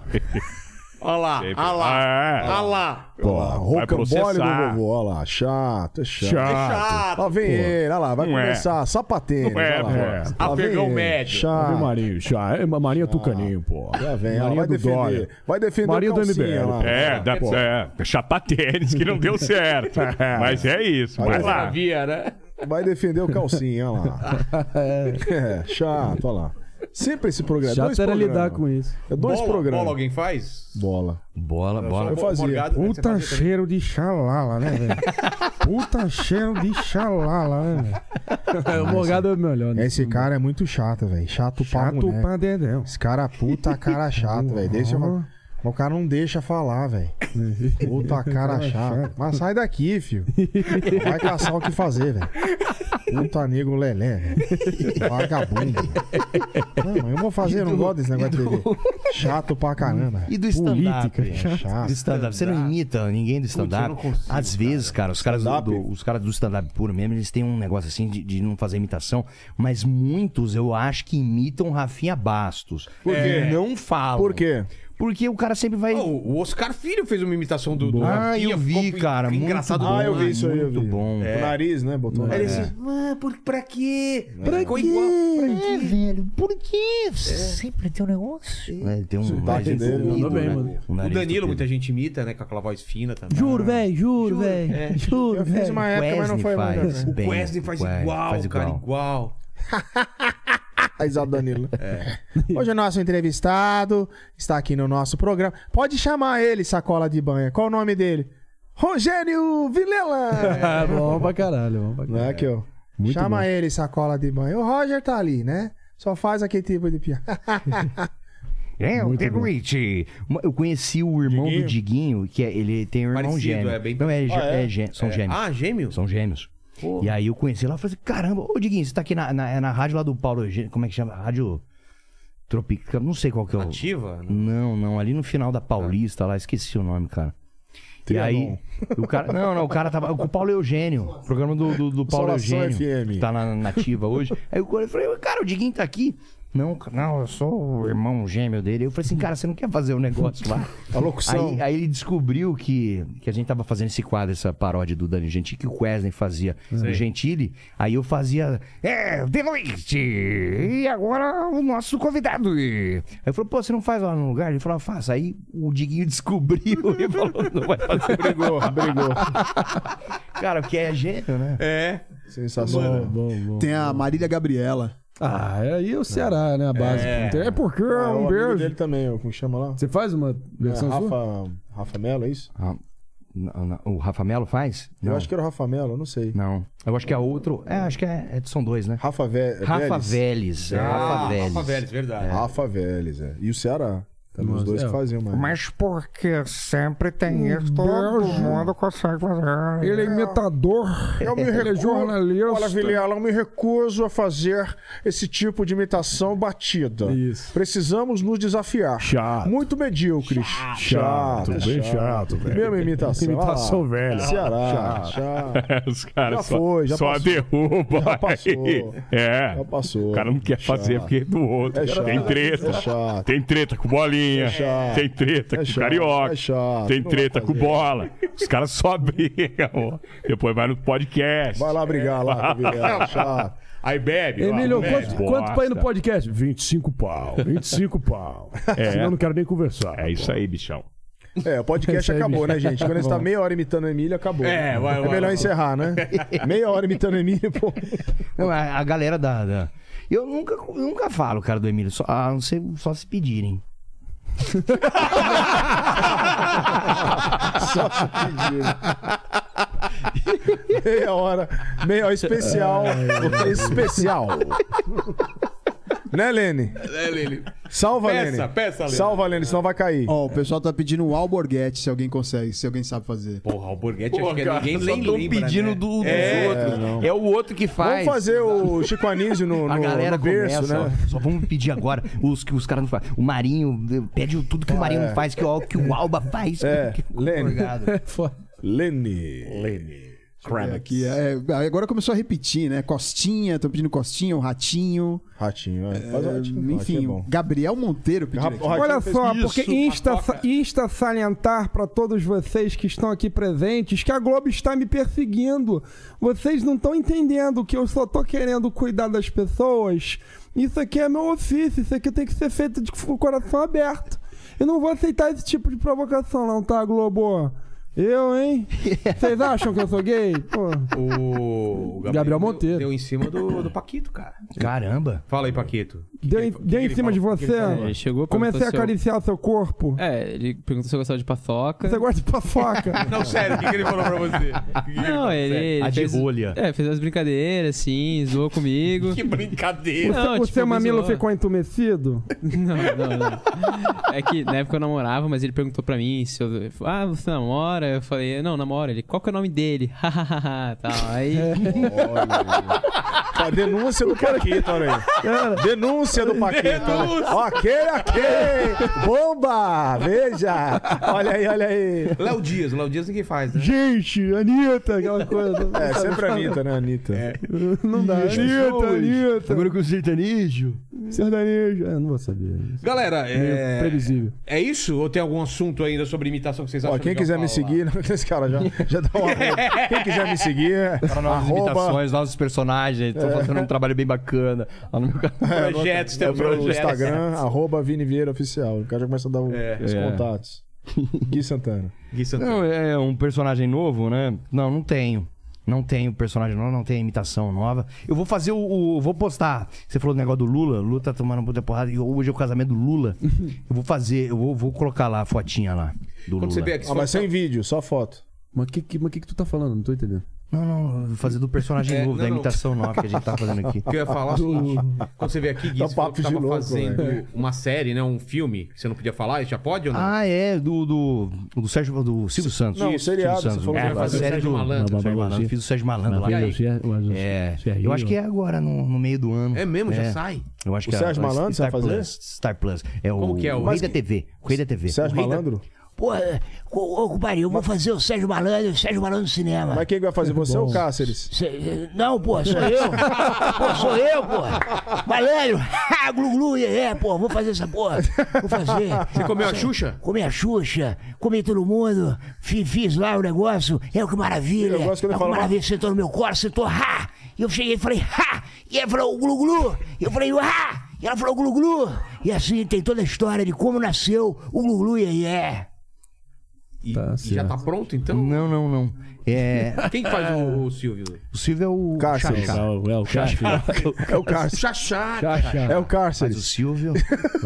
Speaker 2: Olha lá,
Speaker 9: Sempre.
Speaker 2: olha lá,
Speaker 9: É.
Speaker 2: olha lá.
Speaker 3: Pô,
Speaker 9: Vai
Speaker 3: rocambole do
Speaker 9: processar.
Speaker 3: vovô, olha lá, chato, é chato.
Speaker 9: Chato.
Speaker 3: É Lá vem
Speaker 9: Pô.
Speaker 3: ele, olha lá, vai
Speaker 9: Não é.
Speaker 3: começar, sapatênis.
Speaker 9: Não é,
Speaker 3: olha lá,
Speaker 9: pô.
Speaker 3: olha lá. Lá vem
Speaker 9: Afegão
Speaker 3: ele,
Speaker 9: médio.
Speaker 3: Chato. Ah,
Speaker 9: Ave
Speaker 25: Marinho, já. É Marinha Tucaninho, pô.
Speaker 3: Já vem, ó,
Speaker 25: Marinha
Speaker 3: É, vai
Speaker 25: do
Speaker 3: defender.
Speaker 25: Dória.
Speaker 3: Vai defender
Speaker 25: Marinha
Speaker 3: o
Speaker 25: do
Speaker 3: calcinha
Speaker 25: MBL.
Speaker 3: lá.
Speaker 9: É, dá,
Speaker 3: Pô.
Speaker 9: é, chapa tênis que não deu certo. Mas é isso,
Speaker 3: Olha
Speaker 9: vai
Speaker 3: aí.
Speaker 9: lá.
Speaker 2: né?
Speaker 3: Vai defender o calcinha, olha lá. É, chato, olha lá. Sempre esse programa.
Speaker 8: Chato
Speaker 3: dois
Speaker 8: era
Speaker 3: programas.
Speaker 8: lidar com isso.
Speaker 3: É dois
Speaker 2: bola,
Speaker 3: programas.
Speaker 2: bola alguém faz?
Speaker 3: Bola.
Speaker 6: Bola,
Speaker 2: bola.
Speaker 3: Eu fazia.
Speaker 2: Morgado, né, que você
Speaker 19: Puta
Speaker 2: fazia também.
Speaker 19: cheiro de xalala, né, velho? Puta cheiro de xalala, né, velho?
Speaker 8: O Morgado
Speaker 19: é melhor. Esse cara é muito chato, velho. Chato,
Speaker 8: Chato
Speaker 19: pra pra dedéu. Esse cara é puta cara chato, velho. Deixa eu... O cara não deixa falar, velho. Puta cara chata. Mas sai daqui, filho. Vai caçar o que fazer, velho. Puta nego lelé, velho. Vagabundo. Não, eu vou fazer, eu não gosto desse negócio de TV. Chato pra caramba.
Speaker 1: E do
Speaker 3: Um
Speaker 1: stand-up.
Speaker 19: Política,
Speaker 1: cara?
Speaker 19: chato.
Speaker 1: Do stand-up. Você não imita ninguém do stand-up. Às vezes, cara, os caras do, do- os caras do stand-up puro mesmo, eles têm um negócio assim de, de não fazer imitação. Mas muitos, eu acho que imitam Rafinha Bastos.
Speaker 2: Por quê?
Speaker 1: Não falam. Por quê? Porque o cara sempre vai.
Speaker 2: Pô, o Oscar Filho fez uma imitação do. do
Speaker 1: Ah, eu vi, cara. Muito
Speaker 2: engraçado.
Speaker 1: bom.
Speaker 3: Ah, eu vi isso aí, eu vi.
Speaker 1: Muito bom.
Speaker 3: O nariz, né? Botou o
Speaker 2: Ele
Speaker 3: nariz.
Speaker 2: assim, ah, por, pra quê?
Speaker 3: Pra
Speaker 2: Ficou
Speaker 3: quê?
Speaker 2: igual.
Speaker 35: É, velho, por que sempre tem um negócio?
Speaker 1: É, tem um
Speaker 3: Sotaque
Speaker 1: nariz
Speaker 3: dele,
Speaker 1: entupido,
Speaker 3: mandou bem,
Speaker 1: né?
Speaker 3: mano.
Speaker 1: Um
Speaker 2: tá O
Speaker 1: nariz
Speaker 2: Danilo,
Speaker 1: entupido.
Speaker 2: muita gente imita, né? Com aquela voz fina também.
Speaker 25: Juro, velho, juro, velho.
Speaker 2: É.
Speaker 25: Juro,
Speaker 2: Eu
Speaker 25: velho.
Speaker 2: fiz uma época, mas não foi
Speaker 3: mais,
Speaker 2: O
Speaker 3: Bem,
Speaker 2: Wesley faz
Speaker 3: Wesley
Speaker 2: igual,
Speaker 3: faz
Speaker 2: cara,
Speaker 3: igual.
Speaker 2: igual.
Speaker 3: Tá
Speaker 19: A Isabel Danilo.
Speaker 8: É.
Speaker 3: Hoje o nosso entrevistado está aqui no nosso programa.
Speaker 19: Pode chamar ele, sacola de banha. Qual o nome dele? Rogério Vilela!
Speaker 8: É, bom pra caralho, bom pra caralho.
Speaker 3: Não é que eu.
Speaker 8: Muito
Speaker 19: Chama
Speaker 8: bom.
Speaker 19: ele, sacola de banho. O Roger tá ali, né? Só faz aquele tipo de piada.
Speaker 1: É, o
Speaker 19: Muito
Speaker 1: The
Speaker 19: bom.
Speaker 1: Great. Uma- Eu conheci o irmão do Diguinho, que é, ele tem um irmão
Speaker 2: Parecido,
Speaker 1: gêmeo.
Speaker 2: é bem-
Speaker 1: Não, é, gê-
Speaker 2: Ah, é?
Speaker 1: é gê- são
Speaker 2: É.
Speaker 1: gêmeos.
Speaker 2: Ah, gêmeos?
Speaker 1: São gêmeos. E aí eu conheci lá e falei assim, caramba, ô Diguinho, você tá aqui na, na, na rádio lá do Paulo Eugênio, como é que chama? Rádio Tropical, não sei qual que é o...
Speaker 2: Ativa?
Speaker 1: Não, não, ali no final da
Speaker 2: Tá.
Speaker 1: Paulista lá, esqueci o nome, cara.
Speaker 3: Trianon.
Speaker 1: E aí, o cara. Não, não, o cara tava. Com o Paulo Eugênio. Programa do, do, do Paulo
Speaker 3: Solação
Speaker 1: Eugênio.
Speaker 3: FM.
Speaker 1: que Tá na nativa hoje. Aí eu olhei e falei, cara, o Diguinho tá aqui. Não, cara, não, eu sou o irmão gêmeo dele. Eu falei assim, cara, você não quer fazer o negócio lá?
Speaker 3: A locução.
Speaker 1: Aí, aí ele descobriu que, que a gente tava fazendo esse quadro, essa paródia do Dani Gentili, que o Wesley fazia do Gentili. Aí eu fazia. É, The Noite! E agora o nosso convidado. Aí eu falei, pô, você não faz lá no lugar? Ele falou, faça. Aí o Diguinho descobriu e falou, não vai fazer.
Speaker 3: Brigou, brigou.
Speaker 1: Cara, porque é gênio, né?
Speaker 2: É.
Speaker 3: Sensacional.
Speaker 4: Tem a Marília Gabriela.
Speaker 8: Ah,
Speaker 4: é
Speaker 8: aí o Ceará, né? A base.
Speaker 3: É.
Speaker 8: É, porque é
Speaker 3: o
Speaker 8: um
Speaker 3: amigo
Speaker 8: beijo.
Speaker 3: dele também, ó, como chama lá?
Speaker 8: Você faz uma
Speaker 3: É,
Speaker 8: versão
Speaker 3: Rafa,
Speaker 8: sua?
Speaker 3: Rafa Mello, é isso?
Speaker 1: Ah, na- na- o Rafa Melo faz?
Speaker 3: Eu acho que era o Rafa Mello, não sei.
Speaker 1: Não. Eu acho que é outro. É, acho que é, é- são dois, né?
Speaker 3: Rafa, Ve
Speaker 1: Rafa Vélez.
Speaker 2: Ah,
Speaker 1: é, Rafa Vélez.
Speaker 2: verdade.
Speaker 3: Rafa Vélez, é. E o Ceará. Também os
Speaker 1: Nossa,
Speaker 3: dois
Speaker 1: é.
Speaker 3: que faziam, mano.
Speaker 19: Mas porque sempre tem isso, todo mundo consegue
Speaker 3: um-
Speaker 19: fazer.
Speaker 25: Ele é imitador.
Speaker 19: Eu me
Speaker 25: Ele é
Speaker 19: recuso.
Speaker 25: jornalista.
Speaker 19: Olha, Vilela, eu me recuso a fazer esse tipo de imitação batida.
Speaker 8: Isso.
Speaker 19: Precisamos nos desafiar.
Speaker 8: Chato.
Speaker 19: Muito medíocres.
Speaker 8: Chato, bem chato, velho.
Speaker 19: Mesma imitação.
Speaker 3: Ah,
Speaker 8: Imitação
Speaker 19: olha lá.
Speaker 8: velha.
Speaker 19: Ceará.
Speaker 8: Chato.
Speaker 19: Chato.
Speaker 9: Os caras
Speaker 19: Já
Speaker 9: só,
Speaker 19: foi, já
Speaker 9: só
Speaker 19: passou.
Speaker 9: derruba.
Speaker 19: Já
Speaker 9: aí.
Speaker 19: passou.
Speaker 9: É.
Speaker 19: Já
Speaker 3: passou.
Speaker 9: O cara não quer fazer
Speaker 3: Chato.
Speaker 9: porque é do outro.
Speaker 3: É chato.
Speaker 9: tem treta.
Speaker 3: É chato.
Speaker 9: Tem treta com bolinha.
Speaker 3: É chato.
Speaker 9: Tem treta
Speaker 3: É
Speaker 9: com
Speaker 3: chato.
Speaker 9: carioca.
Speaker 3: É chato.
Speaker 9: Tem
Speaker 3: Não vai
Speaker 9: treta com
Speaker 3: fazer.
Speaker 9: bola. Os caras só brigam. Depois vai no podcast. É,
Speaker 3: Vai lá brigar lá, Gabriel. Chato.
Speaker 9: Aí bebe.
Speaker 8: Emílio,
Speaker 9: lá,
Speaker 8: quanto,
Speaker 9: bebe.
Speaker 8: quanto pra ir no
Speaker 9: é Bosta.
Speaker 8: podcast? 25 pau, 25 pau.
Speaker 9: É.
Speaker 8: Senão eu não quero nem conversar.
Speaker 9: É isso aí, bichão.
Speaker 3: É, o podcast
Speaker 8: Isso aí,
Speaker 3: acabou,
Speaker 8: bicho.
Speaker 3: né, gente? Quando a gente tá
Speaker 8: Bom.
Speaker 3: meia hora imitando o Emílio, acabou.
Speaker 1: É, vai, vai,
Speaker 3: melhor
Speaker 1: vai.
Speaker 3: encerrar, né? meia hora imitando o Emílio, pô.
Speaker 1: Não, a, a galera da. da- Eu nunca, eu nunca falo, cara, do Emílio, só, a não ser só se pedirem.
Speaker 3: Só se pedir. Meia hora. Meia hora especial.
Speaker 2: É.
Speaker 3: especial. Né, Lene?
Speaker 2: É, Lili.
Speaker 3: Salva,
Speaker 2: Peça,
Speaker 3: Lene.
Speaker 2: peça, Lene.
Speaker 3: Salva, Lene, senão vai cair.
Speaker 4: Ó, o pessoal tá pedindo um alborguete, se alguém consegue, se alguém sabe fazer.
Speaker 2: Porra, alborguete
Speaker 4: Pô,
Speaker 2: acho que é
Speaker 4: cara,
Speaker 2: ninguém
Speaker 4: só
Speaker 2: nem
Speaker 4: tão
Speaker 2: lembra,
Speaker 4: pedindo
Speaker 2: né?
Speaker 4: do- dos
Speaker 2: é,
Speaker 4: outros.
Speaker 2: não.
Speaker 1: É o outro que faz.
Speaker 3: Vamos fazer o Chico Anísio no, no,
Speaker 1: a galera
Speaker 3: no berço,
Speaker 1: começa,
Speaker 3: né?
Speaker 1: ó, só vamos pedir agora os que os caras não fazem. O Marinho eh, pede tudo que o
Speaker 3: Ah,
Speaker 1: Marinho
Speaker 3: é.
Speaker 1: faz, que o, que o Alba faz.
Speaker 3: É,
Speaker 1: que-
Speaker 3: Lene.
Speaker 1: Obrigado.
Speaker 3: Lene. Lene.
Speaker 4: Kravitz. Aqui. É, agora começou a repetir, né? Costinha, estão pedindo Costinha, o Ratinho.
Speaker 3: Ratinho, é. Faz o Ratinho,
Speaker 4: Enfim,
Speaker 3: Ratinho é bom.
Speaker 4: Gabriel Monteiro pediu aqui.
Speaker 19: Olha só, porque insta, insta salientar para todos vocês que estão aqui presentes que a Globo está me perseguindo. Vocês não estão entendendo que eu só tô querendo cuidar das pessoas. Isso aqui é meu ofício, isso aqui tem que ser feito de com o coração aberto. Eu não vou aceitar esse tipo de provocação, não, tá, Globo? Eu, hein? Vocês acham que eu sou gay? Pô.
Speaker 2: O Gabriel,
Speaker 19: Gabriel
Speaker 2: Monteiro. Deu, em cima do, do Paquito, cara.
Speaker 1: Caramba.
Speaker 2: Fala aí, Paquito.
Speaker 19: Deu em, deu em
Speaker 2: ele
Speaker 19: cima de
Speaker 2: falou? O que
Speaker 19: você?
Speaker 2: que ele falou?
Speaker 8: Ele É, chegou,
Speaker 19: Comecei a
Speaker 8: perguntou se
Speaker 19: acariciar seu corpo.
Speaker 8: É, ele perguntou se eu gostava de paçoca.
Speaker 19: Você gosta de paçoca?
Speaker 2: Não, sério, o que, que ele falou pra você? O que que
Speaker 8: Não,
Speaker 3: tá
Speaker 8: ele, ele
Speaker 2: A de
Speaker 8: fez,
Speaker 2: rolha.
Speaker 8: É, fez umas brincadeiras, assim, zoou comigo.
Speaker 2: Que brincadeira.
Speaker 8: Não,
Speaker 19: o
Speaker 8: tipo,
Speaker 3: é
Speaker 19: seu
Speaker 8: me
Speaker 19: mamilo
Speaker 8: zoou.
Speaker 19: ficou entumecido?
Speaker 8: Não, não, não. É que na época eu namorava, mas ele perguntou pra mim se eu. Ah, você namora? Eu falei, não, namora. Ele, qual que é o nome dele? Hahaha, tal. Aí.
Speaker 3: Ó, denúncia do Paquito, olha aí. Denúncia do Paquito.
Speaker 8: então.
Speaker 15: Denúncia.
Speaker 3: Ok, ok. Bomba! Veja! Olha aí, olha aí.
Speaker 2: Léo Dias, Léo Dias ninguém faz, né?
Speaker 19: Gente, Anitta, aquela coisa.
Speaker 3: É, sempre a Anitta, né, Anitta?
Speaker 8: É.
Speaker 19: Não dá. Anitta, Anitta.
Speaker 11: Agora com o sertanejo.
Speaker 19: Sertanejo. É, não vou saber.
Speaker 2: Galera, é...
Speaker 19: Previsível.
Speaker 2: É isso? Ou tem algum assunto ainda sobre imitação que vocês
Speaker 3: Ó,
Speaker 2: acham
Speaker 3: quem
Speaker 2: legal
Speaker 3: quiser me
Speaker 2: falar?
Speaker 3: seguir, né, esse cara já, já dá uma. Quem quiser me seguir, é
Speaker 8: Para novas
Speaker 3: arroba.
Speaker 8: imitações, novos personagens. Tô
Speaker 3: É.
Speaker 8: fazendo um trabalho bem bacana lá no meu canal.
Speaker 2: Projetos,
Speaker 3: É
Speaker 2: tem
Speaker 3: o meu
Speaker 2: projetos.
Speaker 3: Instagram, arroba Vini Vieira Oficial. O cara já começa a dar o- os
Speaker 9: É.
Speaker 3: contatos. Gui Santana.
Speaker 2: Gui
Speaker 9: Não, é um personagem novo, né?
Speaker 1: Não, não tenho. Não tenho personagem novo, não tenho imitação nova. Eu vou fazer o, o- Vou postar. Você falou do negócio do Lula. Lula tá tomando muita porrada. E hoje é o casamento do Lula. eu vou fazer. Eu vou, vou colocar lá a fotinha lá. Do Lula.
Speaker 3: ah, mas sem vídeo, só foto.
Speaker 7: Mas o que, que, mas que, que tu tá falando? Não tô entendendo.
Speaker 1: Não, não. Vou fazer do personagem
Speaker 2: É,
Speaker 1: novo,
Speaker 2: não,
Speaker 1: da
Speaker 2: não.
Speaker 1: imitação nova que a gente tá fazendo aqui.
Speaker 2: O que eu ia falar é o seguinte: quando você veio aqui, Gui,
Speaker 1: Dá
Speaker 2: você falou que
Speaker 1: papo de
Speaker 2: tava
Speaker 1: louco,
Speaker 2: fazendo
Speaker 1: velho.
Speaker 2: uma série, né? Um filme que você não podia falar, já pode ou não?
Speaker 1: Ah, é, do, do, do Sérgio do Silvio Santos.
Speaker 2: não, o
Speaker 1: Isso,
Speaker 2: seriado,
Speaker 1: Silvio
Speaker 2: você falou
Speaker 1: é,
Speaker 2: que ia fazer o
Speaker 1: série
Speaker 2: Sérgio
Speaker 1: do-
Speaker 2: Malandro.
Speaker 1: do Sérgio Malandro. Fiz o Sérgio Malandro lá. É, eu acho que é agora, no, no meio do ano.
Speaker 2: É mesmo? Já sai?
Speaker 1: Eu acho
Speaker 3: O
Speaker 1: que
Speaker 3: Sérgio
Speaker 1: é,
Speaker 3: Malandro, você
Speaker 1: Star
Speaker 3: vai fazer?
Speaker 1: Plus, Star Plus. É o,
Speaker 3: Como que é o-
Speaker 1: o rei
Speaker 3: Mas
Speaker 1: da
Speaker 3: que-
Speaker 1: TV. O rei da TV.
Speaker 3: Sérgio
Speaker 1: O rei da-
Speaker 3: Malandro?
Speaker 5: Pô, é, ô, ô compadre, eu vou fazer o Sérgio Malandro, o Sérgio Malandro no cinema.
Speaker 3: Mas quem vai
Speaker 2: É
Speaker 3: fazer? Você ou o Cáceres?
Speaker 5: Cê- Não, pô, sou eu. pô, sou eu, pô. Malandro, glu glu, é, pô, vou fazer essa porra. Vou fazer.
Speaker 2: Você comeu a Xuxa?
Speaker 5: Comi a Xuxa, comi todo mundo, fi- fiz, lá o negócio, é o que maravilha.
Speaker 3: Eu gosto quando
Speaker 5: é
Speaker 3: ele
Speaker 5: o que
Speaker 3: fala,
Speaker 5: maravilha, sentou no meu colo, sentou, ha! E eu cheguei e falei, ha! E ela falou, glu glu! E eu falei, ha! E ela falou, glu glu! E assim tem toda a história de como nasceu o glu glu, e é.
Speaker 2: E, e já tá pronto, então?
Speaker 1: Não, não, não. É,
Speaker 2: Quem que faz o, o Silvio?
Speaker 1: o Silvio é o
Speaker 3: Cáceres.
Speaker 1: Chachá.
Speaker 3: É o- é o Cáceres. É o Cáceres.
Speaker 2: Chachá.
Speaker 3: É o Cáceres.
Speaker 1: Mas o Silvio.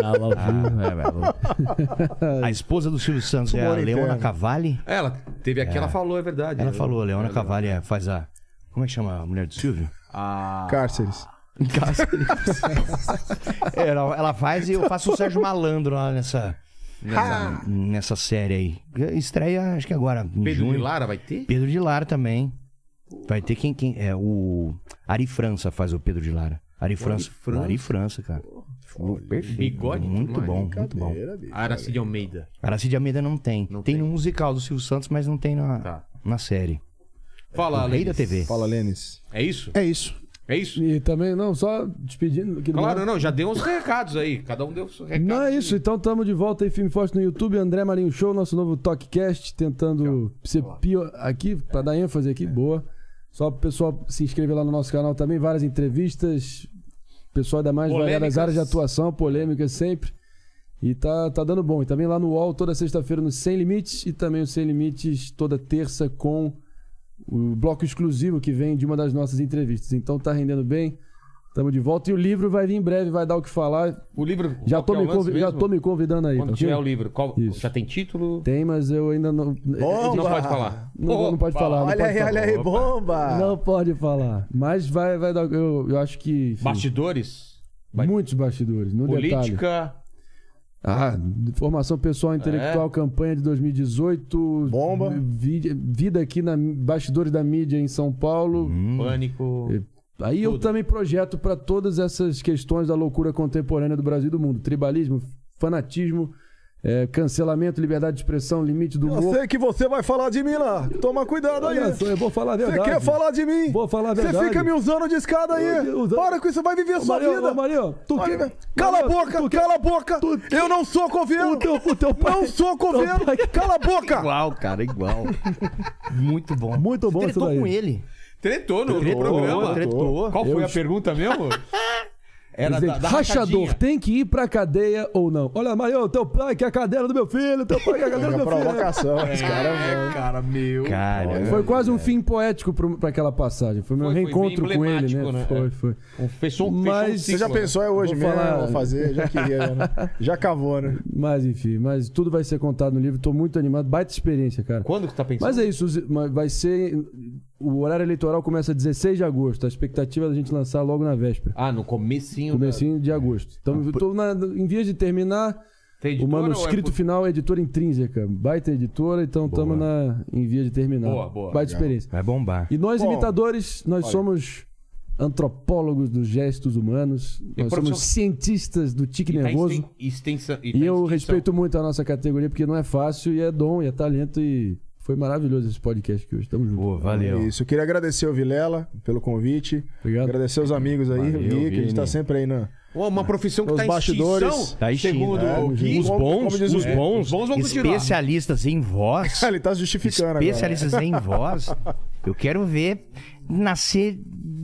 Speaker 1: Ah, é, A esposa do Silvio Santos é a
Speaker 2: Humor interno.
Speaker 1: Leona Cavalli.
Speaker 2: Ela teve aqui,
Speaker 1: É.
Speaker 2: ela falou, é verdade.
Speaker 1: Ela falou, a Leona
Speaker 2: É
Speaker 1: Cavalli é- faz a. Como é que chama a mulher do Silvio?
Speaker 2: A.
Speaker 3: Cáceres.
Speaker 1: É, ela, ela faz e eu faço o Sérgio Malandro lá nessa. Nessa, nessa série aí. Estreia, acho que agora. Em
Speaker 2: Pedro
Speaker 1: junho.
Speaker 2: de Lara vai ter?
Speaker 1: Pedro de Lara também. Vai ter quem, quem é o Ari França faz o Pedro de Lara. Ari França,
Speaker 2: França?
Speaker 1: O Ari França, cara. Perfeito.
Speaker 2: Bigode e tudo
Speaker 1: muito
Speaker 2: mais.
Speaker 1: bom, muito bom.
Speaker 2: A Aracide Almeida.
Speaker 1: Aracide Almeida não tem. tem, no musical do Silvio Santos, mas não tem na, na série.
Speaker 2: Fala,
Speaker 1: o rei da
Speaker 2: Lênis.
Speaker 1: TV.
Speaker 3: Fala, Lênis.
Speaker 2: É isso?
Speaker 4: É isso.
Speaker 2: É isso?
Speaker 7: E também, não, só despedindo. aqui do
Speaker 2: Claro,
Speaker 7: lado.
Speaker 2: não, já deu uns recados aí. Cada um deu o seu recado.
Speaker 7: Não é isso, então estamos de volta aí, Filme Forte no YouTube, André Marinho Show, nosso novo TalkCast, tentando ser pior aqui, pra dar ênfase aqui, boa. Só pro pessoal se inscrever lá no nosso canal também, várias entrevistas, pessoal da mais variadas
Speaker 25: Polêmicas.
Speaker 7: áreas de atuação, polêmicas sempre. E tá, tá dando bom. E também lá no UOL, toda sexta-feira no Sem Limites, e também o Sem Limites toda terça com o bloco exclusivo que vem de uma das nossas entrevistas. Então tá rendendo bem. Tamo de volta e o livro vai vir em breve, vai dar o que falar.
Speaker 2: O livro.
Speaker 7: Já
Speaker 2: qual
Speaker 7: tô,
Speaker 2: que é o
Speaker 7: me,
Speaker 2: lance
Speaker 7: convi- já
Speaker 2: mesmo?
Speaker 7: tô me convidando aí.
Speaker 2: Quando
Speaker 7: tá
Speaker 2: tiver
Speaker 7: ok?
Speaker 2: o livro, qual- já tem título?
Speaker 7: Tem, mas eu ainda não.
Speaker 2: Não pode falar.
Speaker 7: Não, vou- não pode
Speaker 2: Opa.
Speaker 7: falar. não
Speaker 2: Olha
Speaker 7: pode
Speaker 2: aí,
Speaker 7: falar.
Speaker 2: olha aí, bomba!
Speaker 7: Não pode falar. Mas vai, vai dar. Eu, eu acho que. enfim,
Speaker 2: Bastidores?
Speaker 7: Muitos bastidores. No Um detalhe.
Speaker 2: Política?
Speaker 7: Ah, formação pessoal intelectual,
Speaker 2: É.
Speaker 7: campanha de 2018. Bomba. Vida aqui na bastidores da mídia em São Paulo.
Speaker 2: Hum. Pânico.
Speaker 7: Aí eu também projeto para todas essas questões da loucura contemporânea do Brasil e do mundo: tribalismo, fanatismo, eh, É, cancelamento, liberdade de expressão, limite do
Speaker 3: Eu
Speaker 7: humor.
Speaker 3: sei que você vai falar de mim lá. Toma cuidado aí.
Speaker 7: Olha só, eu vou falar a verdade.
Speaker 3: Você quer falar de mim?
Speaker 7: Vou falar a
Speaker 3: Você
Speaker 7: verdade.
Speaker 3: fica me usando de escada aí.
Speaker 7: Eu- eu-
Speaker 3: Para com isso, vai viver
Speaker 7: Ô,
Speaker 3: sua
Speaker 7: Mario,
Speaker 3: vida.
Speaker 7: ô, Mario, tu
Speaker 3: Olha,
Speaker 7: quer-
Speaker 3: Cala a
Speaker 7: Mario,
Speaker 3: boca, cala a boca. Eu não sou coveiro. O teu,
Speaker 7: pai-
Speaker 3: Não sou coveiro.
Speaker 7: teu pai-
Speaker 3: Cala a boca.
Speaker 1: Igual, cara, igual.
Speaker 8: Muito bom.
Speaker 7: Muito bom
Speaker 8: Tretou
Speaker 7: isso daí.
Speaker 8: com ele.
Speaker 2: Tretou no, no
Speaker 8: Tretou,
Speaker 2: programa.
Speaker 8: tretou.
Speaker 2: Qual foi
Speaker 7: Eu-
Speaker 2: a pergunta mesmo? Era da,
Speaker 7: Presidente,
Speaker 2: da
Speaker 7: rachador
Speaker 2: rachadinha.
Speaker 7: tem que ir pra cadeia ou não? Olha, Mario, teu pai quer a cadeira do meu filho, teu pai quer a cadeira do meu filho.
Speaker 2: É, cara, meu.
Speaker 7: Olha, foi quase um fim poético pro- pra aquela passagem. Foi meu
Speaker 2: Foi, foi bem
Speaker 7: reencontro com ele, né?
Speaker 2: emblemático, né?
Speaker 7: Foi, foi.
Speaker 2: Fechou, fechou um
Speaker 7: Mas você
Speaker 2: ciclo,
Speaker 7: já
Speaker 2: né?
Speaker 7: pensou, é hoje
Speaker 2: Vou
Speaker 7: mesmo,
Speaker 2: falar-
Speaker 7: vou fazer, já queria, né?
Speaker 3: Já cavou, né?
Speaker 7: Mas enfim, mas tudo vai ser contado no livro. Tô muito animado, baita experiência, cara.
Speaker 2: Quando que tá pensando?
Speaker 7: Mas é isso, os- mas vai ser o horário eleitoral começa 16 de agosto. A expectativa é a gente lançar logo na véspera.
Speaker 2: Ah, no comecinho.
Speaker 7: Comecinho de agosto. Então,
Speaker 1: É.
Speaker 7: eu tô na- em vias de terminar. o
Speaker 2: editora
Speaker 7: manuscrito
Speaker 2: ou é por-
Speaker 7: final é editora intrínseca. Baita editora, então estamos em vias de terminar.
Speaker 1: Boa, boa.
Speaker 7: Baita
Speaker 1: Legal.
Speaker 7: experiência.
Speaker 1: Vai bombar.
Speaker 7: E nós,
Speaker 1: Bom,
Speaker 7: imitadores, nós
Speaker 1: olha.
Speaker 7: somos antropólogos dos gestos humanos.
Speaker 2: E
Speaker 7: nós
Speaker 2: profissão-
Speaker 7: somos cientistas do tique
Speaker 2: Tá
Speaker 7: nervoso.
Speaker 2: exten- extensa-
Speaker 7: E
Speaker 2: tá
Speaker 7: eu
Speaker 2: extensão.
Speaker 7: respeito muito a nossa categoria, porque não é fácil e é dom, e é talento, e foi maravilhoso esse podcast que hoje. Tamo junto.
Speaker 3: É Isso, eu queria agradecer o Vilela pelo convite. Obrigado. Agradecer os amigos aí, o Gui, que a gente tá
Speaker 1: Vini.
Speaker 3: sempre aí na.
Speaker 2: Ô, uma profissão que
Speaker 3: Os
Speaker 2: tá em
Speaker 3: bastidores.
Speaker 2: extinção,
Speaker 3: Tá em extinção,
Speaker 2: segundo
Speaker 3: é,
Speaker 2: o Gui.
Speaker 3: os bons,
Speaker 2: Como diz o
Speaker 3: os
Speaker 2: Gui.
Speaker 3: bons.
Speaker 2: Os bons vão continuar.
Speaker 8: Especialistas em voz.
Speaker 3: Ele tá justificando agora.
Speaker 8: Especialistas em voz. Eu quero ver nascer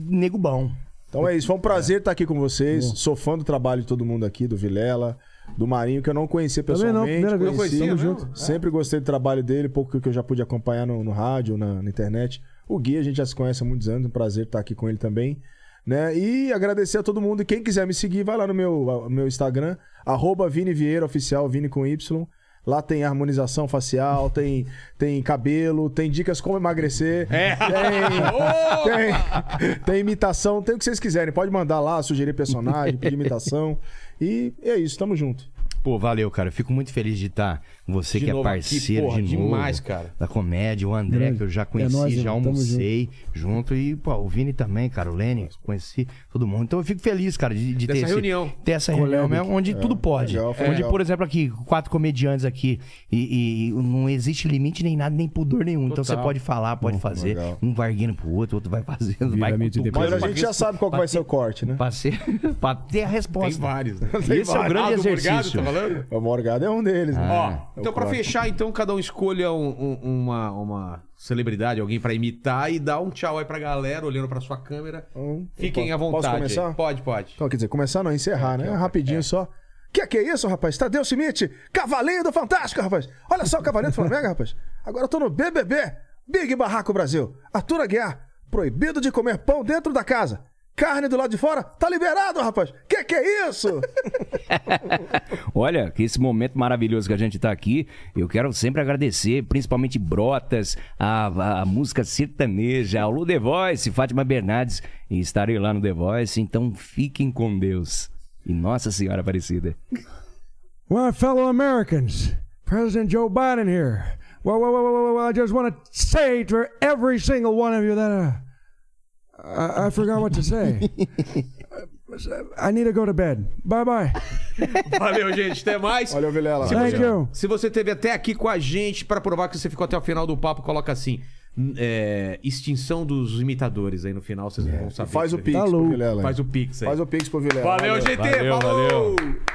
Speaker 8: nego bom.
Speaker 3: Então é isso, foi um prazer estar aqui com vocês. Sou fã do trabalho de todo mundo aqui, do Vilela, do Marinho, que eu não conhecia
Speaker 7: Também não,
Speaker 3: pessoalmente.
Speaker 7: primeira vez.
Speaker 3: conheci,
Speaker 7: Tamo
Speaker 3: junto.
Speaker 7: junto.
Speaker 3: Sempre gostei do trabalho dele, pouco que eu já pude acompanhar no, no rádio, na, na internet. O Gui, a gente já se conhece há muitos anos, um prazer estar aqui com ele também. Né? E agradecer a todo mundo. E quem quiser me seguir, vai lá no meu, a- meu Instagram, arroba Vini Vieira Oficial, Vini com Y. Lá tem harmonização facial, tem, tem cabelo, tem dicas como emagrecer.
Speaker 2: É.
Speaker 3: Tem, tem, tem imitação, tem o que vocês quiserem. Pode mandar lá, sugerir personagem, pedir imitação. E é isso, tamo junto.
Speaker 1: Pô, valeu, cara. Eu fico muito feliz de estar com você
Speaker 3: De
Speaker 1: que
Speaker 3: novo
Speaker 1: é
Speaker 3: aqui,
Speaker 1: parceiro
Speaker 3: porra,
Speaker 1: de novo.
Speaker 3: demais, cara.
Speaker 1: Da comédia, o André,
Speaker 3: Grande.
Speaker 1: que eu já
Speaker 3: É
Speaker 1: conheci,
Speaker 3: nóis,
Speaker 1: já
Speaker 3: irmão. Tamo
Speaker 1: almocei junto. E, pô, o Vini também, cara, o Lenny, conheci todo mundo. Então eu fico feliz, cara, de, de ter
Speaker 8: Dessa
Speaker 1: esse-
Speaker 8: reunião.
Speaker 1: ter essa reunião
Speaker 8: Collab.
Speaker 1: mesmo, onde
Speaker 8: É,
Speaker 1: tudo pode.
Speaker 8: legal, foi
Speaker 1: onde,
Speaker 8: legal.
Speaker 1: por exemplo, aqui, quatro comediantes aqui, e, e não existe limite nem nada, nem pudor nenhum. Então
Speaker 8: Total.
Speaker 1: você pode falar, pode fazer. Um vai guindo pro outro, outro vai fazendo, vai
Speaker 3: Mas
Speaker 1: cutucando,
Speaker 3: a gente já sabe qual que vai ser o corte, né?
Speaker 1: Pra, ser, pra ter a resposta.
Speaker 3: Tem vários,
Speaker 2: né?
Speaker 1: Esse
Speaker 2: Tem
Speaker 1: é o
Speaker 2: vários.
Speaker 1: grande
Speaker 2: Ah, do Morgado,
Speaker 1: exercício.
Speaker 2: tá falando?
Speaker 3: O Morgado é um deles, né?
Speaker 1: Ah.
Speaker 3: É o
Speaker 2: Então, pra
Speaker 3: corte.
Speaker 2: fechar, então, cada um escolha um- um- uma, uma celebridade, alguém pra imitar e dá um tchau aí pra galera, olhando pra sua câmera. Fiquem à
Speaker 3: Um, Posso
Speaker 2: vontade.
Speaker 3: começar?
Speaker 2: aí. Pode, pode.
Speaker 3: Então, quer dizer, começar não, encerrar, né? Rapidinho só. Que que é isso, rapaz? Tadeu Schmidt, cavaleiro do Fantástico, rapaz. Olha só o cavaleiro do Flamengo, rapaz. Agora eu tô no BBB, Big Barraco Brasil. Arthur Aguiar, proibido de comer pão dentro da casa. Carne do lado de fora, tá liberado, rapaz. Que que é isso?
Speaker 1: Olha, que esse momento maravilhoso que a gente tá aqui, eu quero sempre agradecer, principalmente Brotas, a, a música sertaneja, ao Lu The Voice, Fátima Bernardes, e estarei lá no The Voice, então fiquem com Deus. E Nossa Senhora Aparecida.
Speaker 6: Well, fellow Americans, President Joe Biden here. Well, well, well, well, well, well, I just want to say to every single one of you that uh, I, I forgot what to say. I need to go to bed. Bye bye.
Speaker 2: Valeu, gente. Até mais. Valeu,
Speaker 3: Vilela.
Speaker 2: Se
Speaker 6: Thank
Speaker 2: você,
Speaker 6: you.
Speaker 2: se você teve até aqui com a gente, pra provar que você ficou até o final do papo, coloca assim: n- é, extinção dos imitadores aí no final, vocês vão saber.
Speaker 3: É. Faz o
Speaker 6: Tá
Speaker 2: Isso aí.
Speaker 3: pix pro Vilela.
Speaker 2: Faz o pix aí.
Speaker 3: Faz o pix pro Vilela.
Speaker 2: Valeu, GT.
Speaker 3: Valeu,
Speaker 2: falou!
Speaker 3: valeu.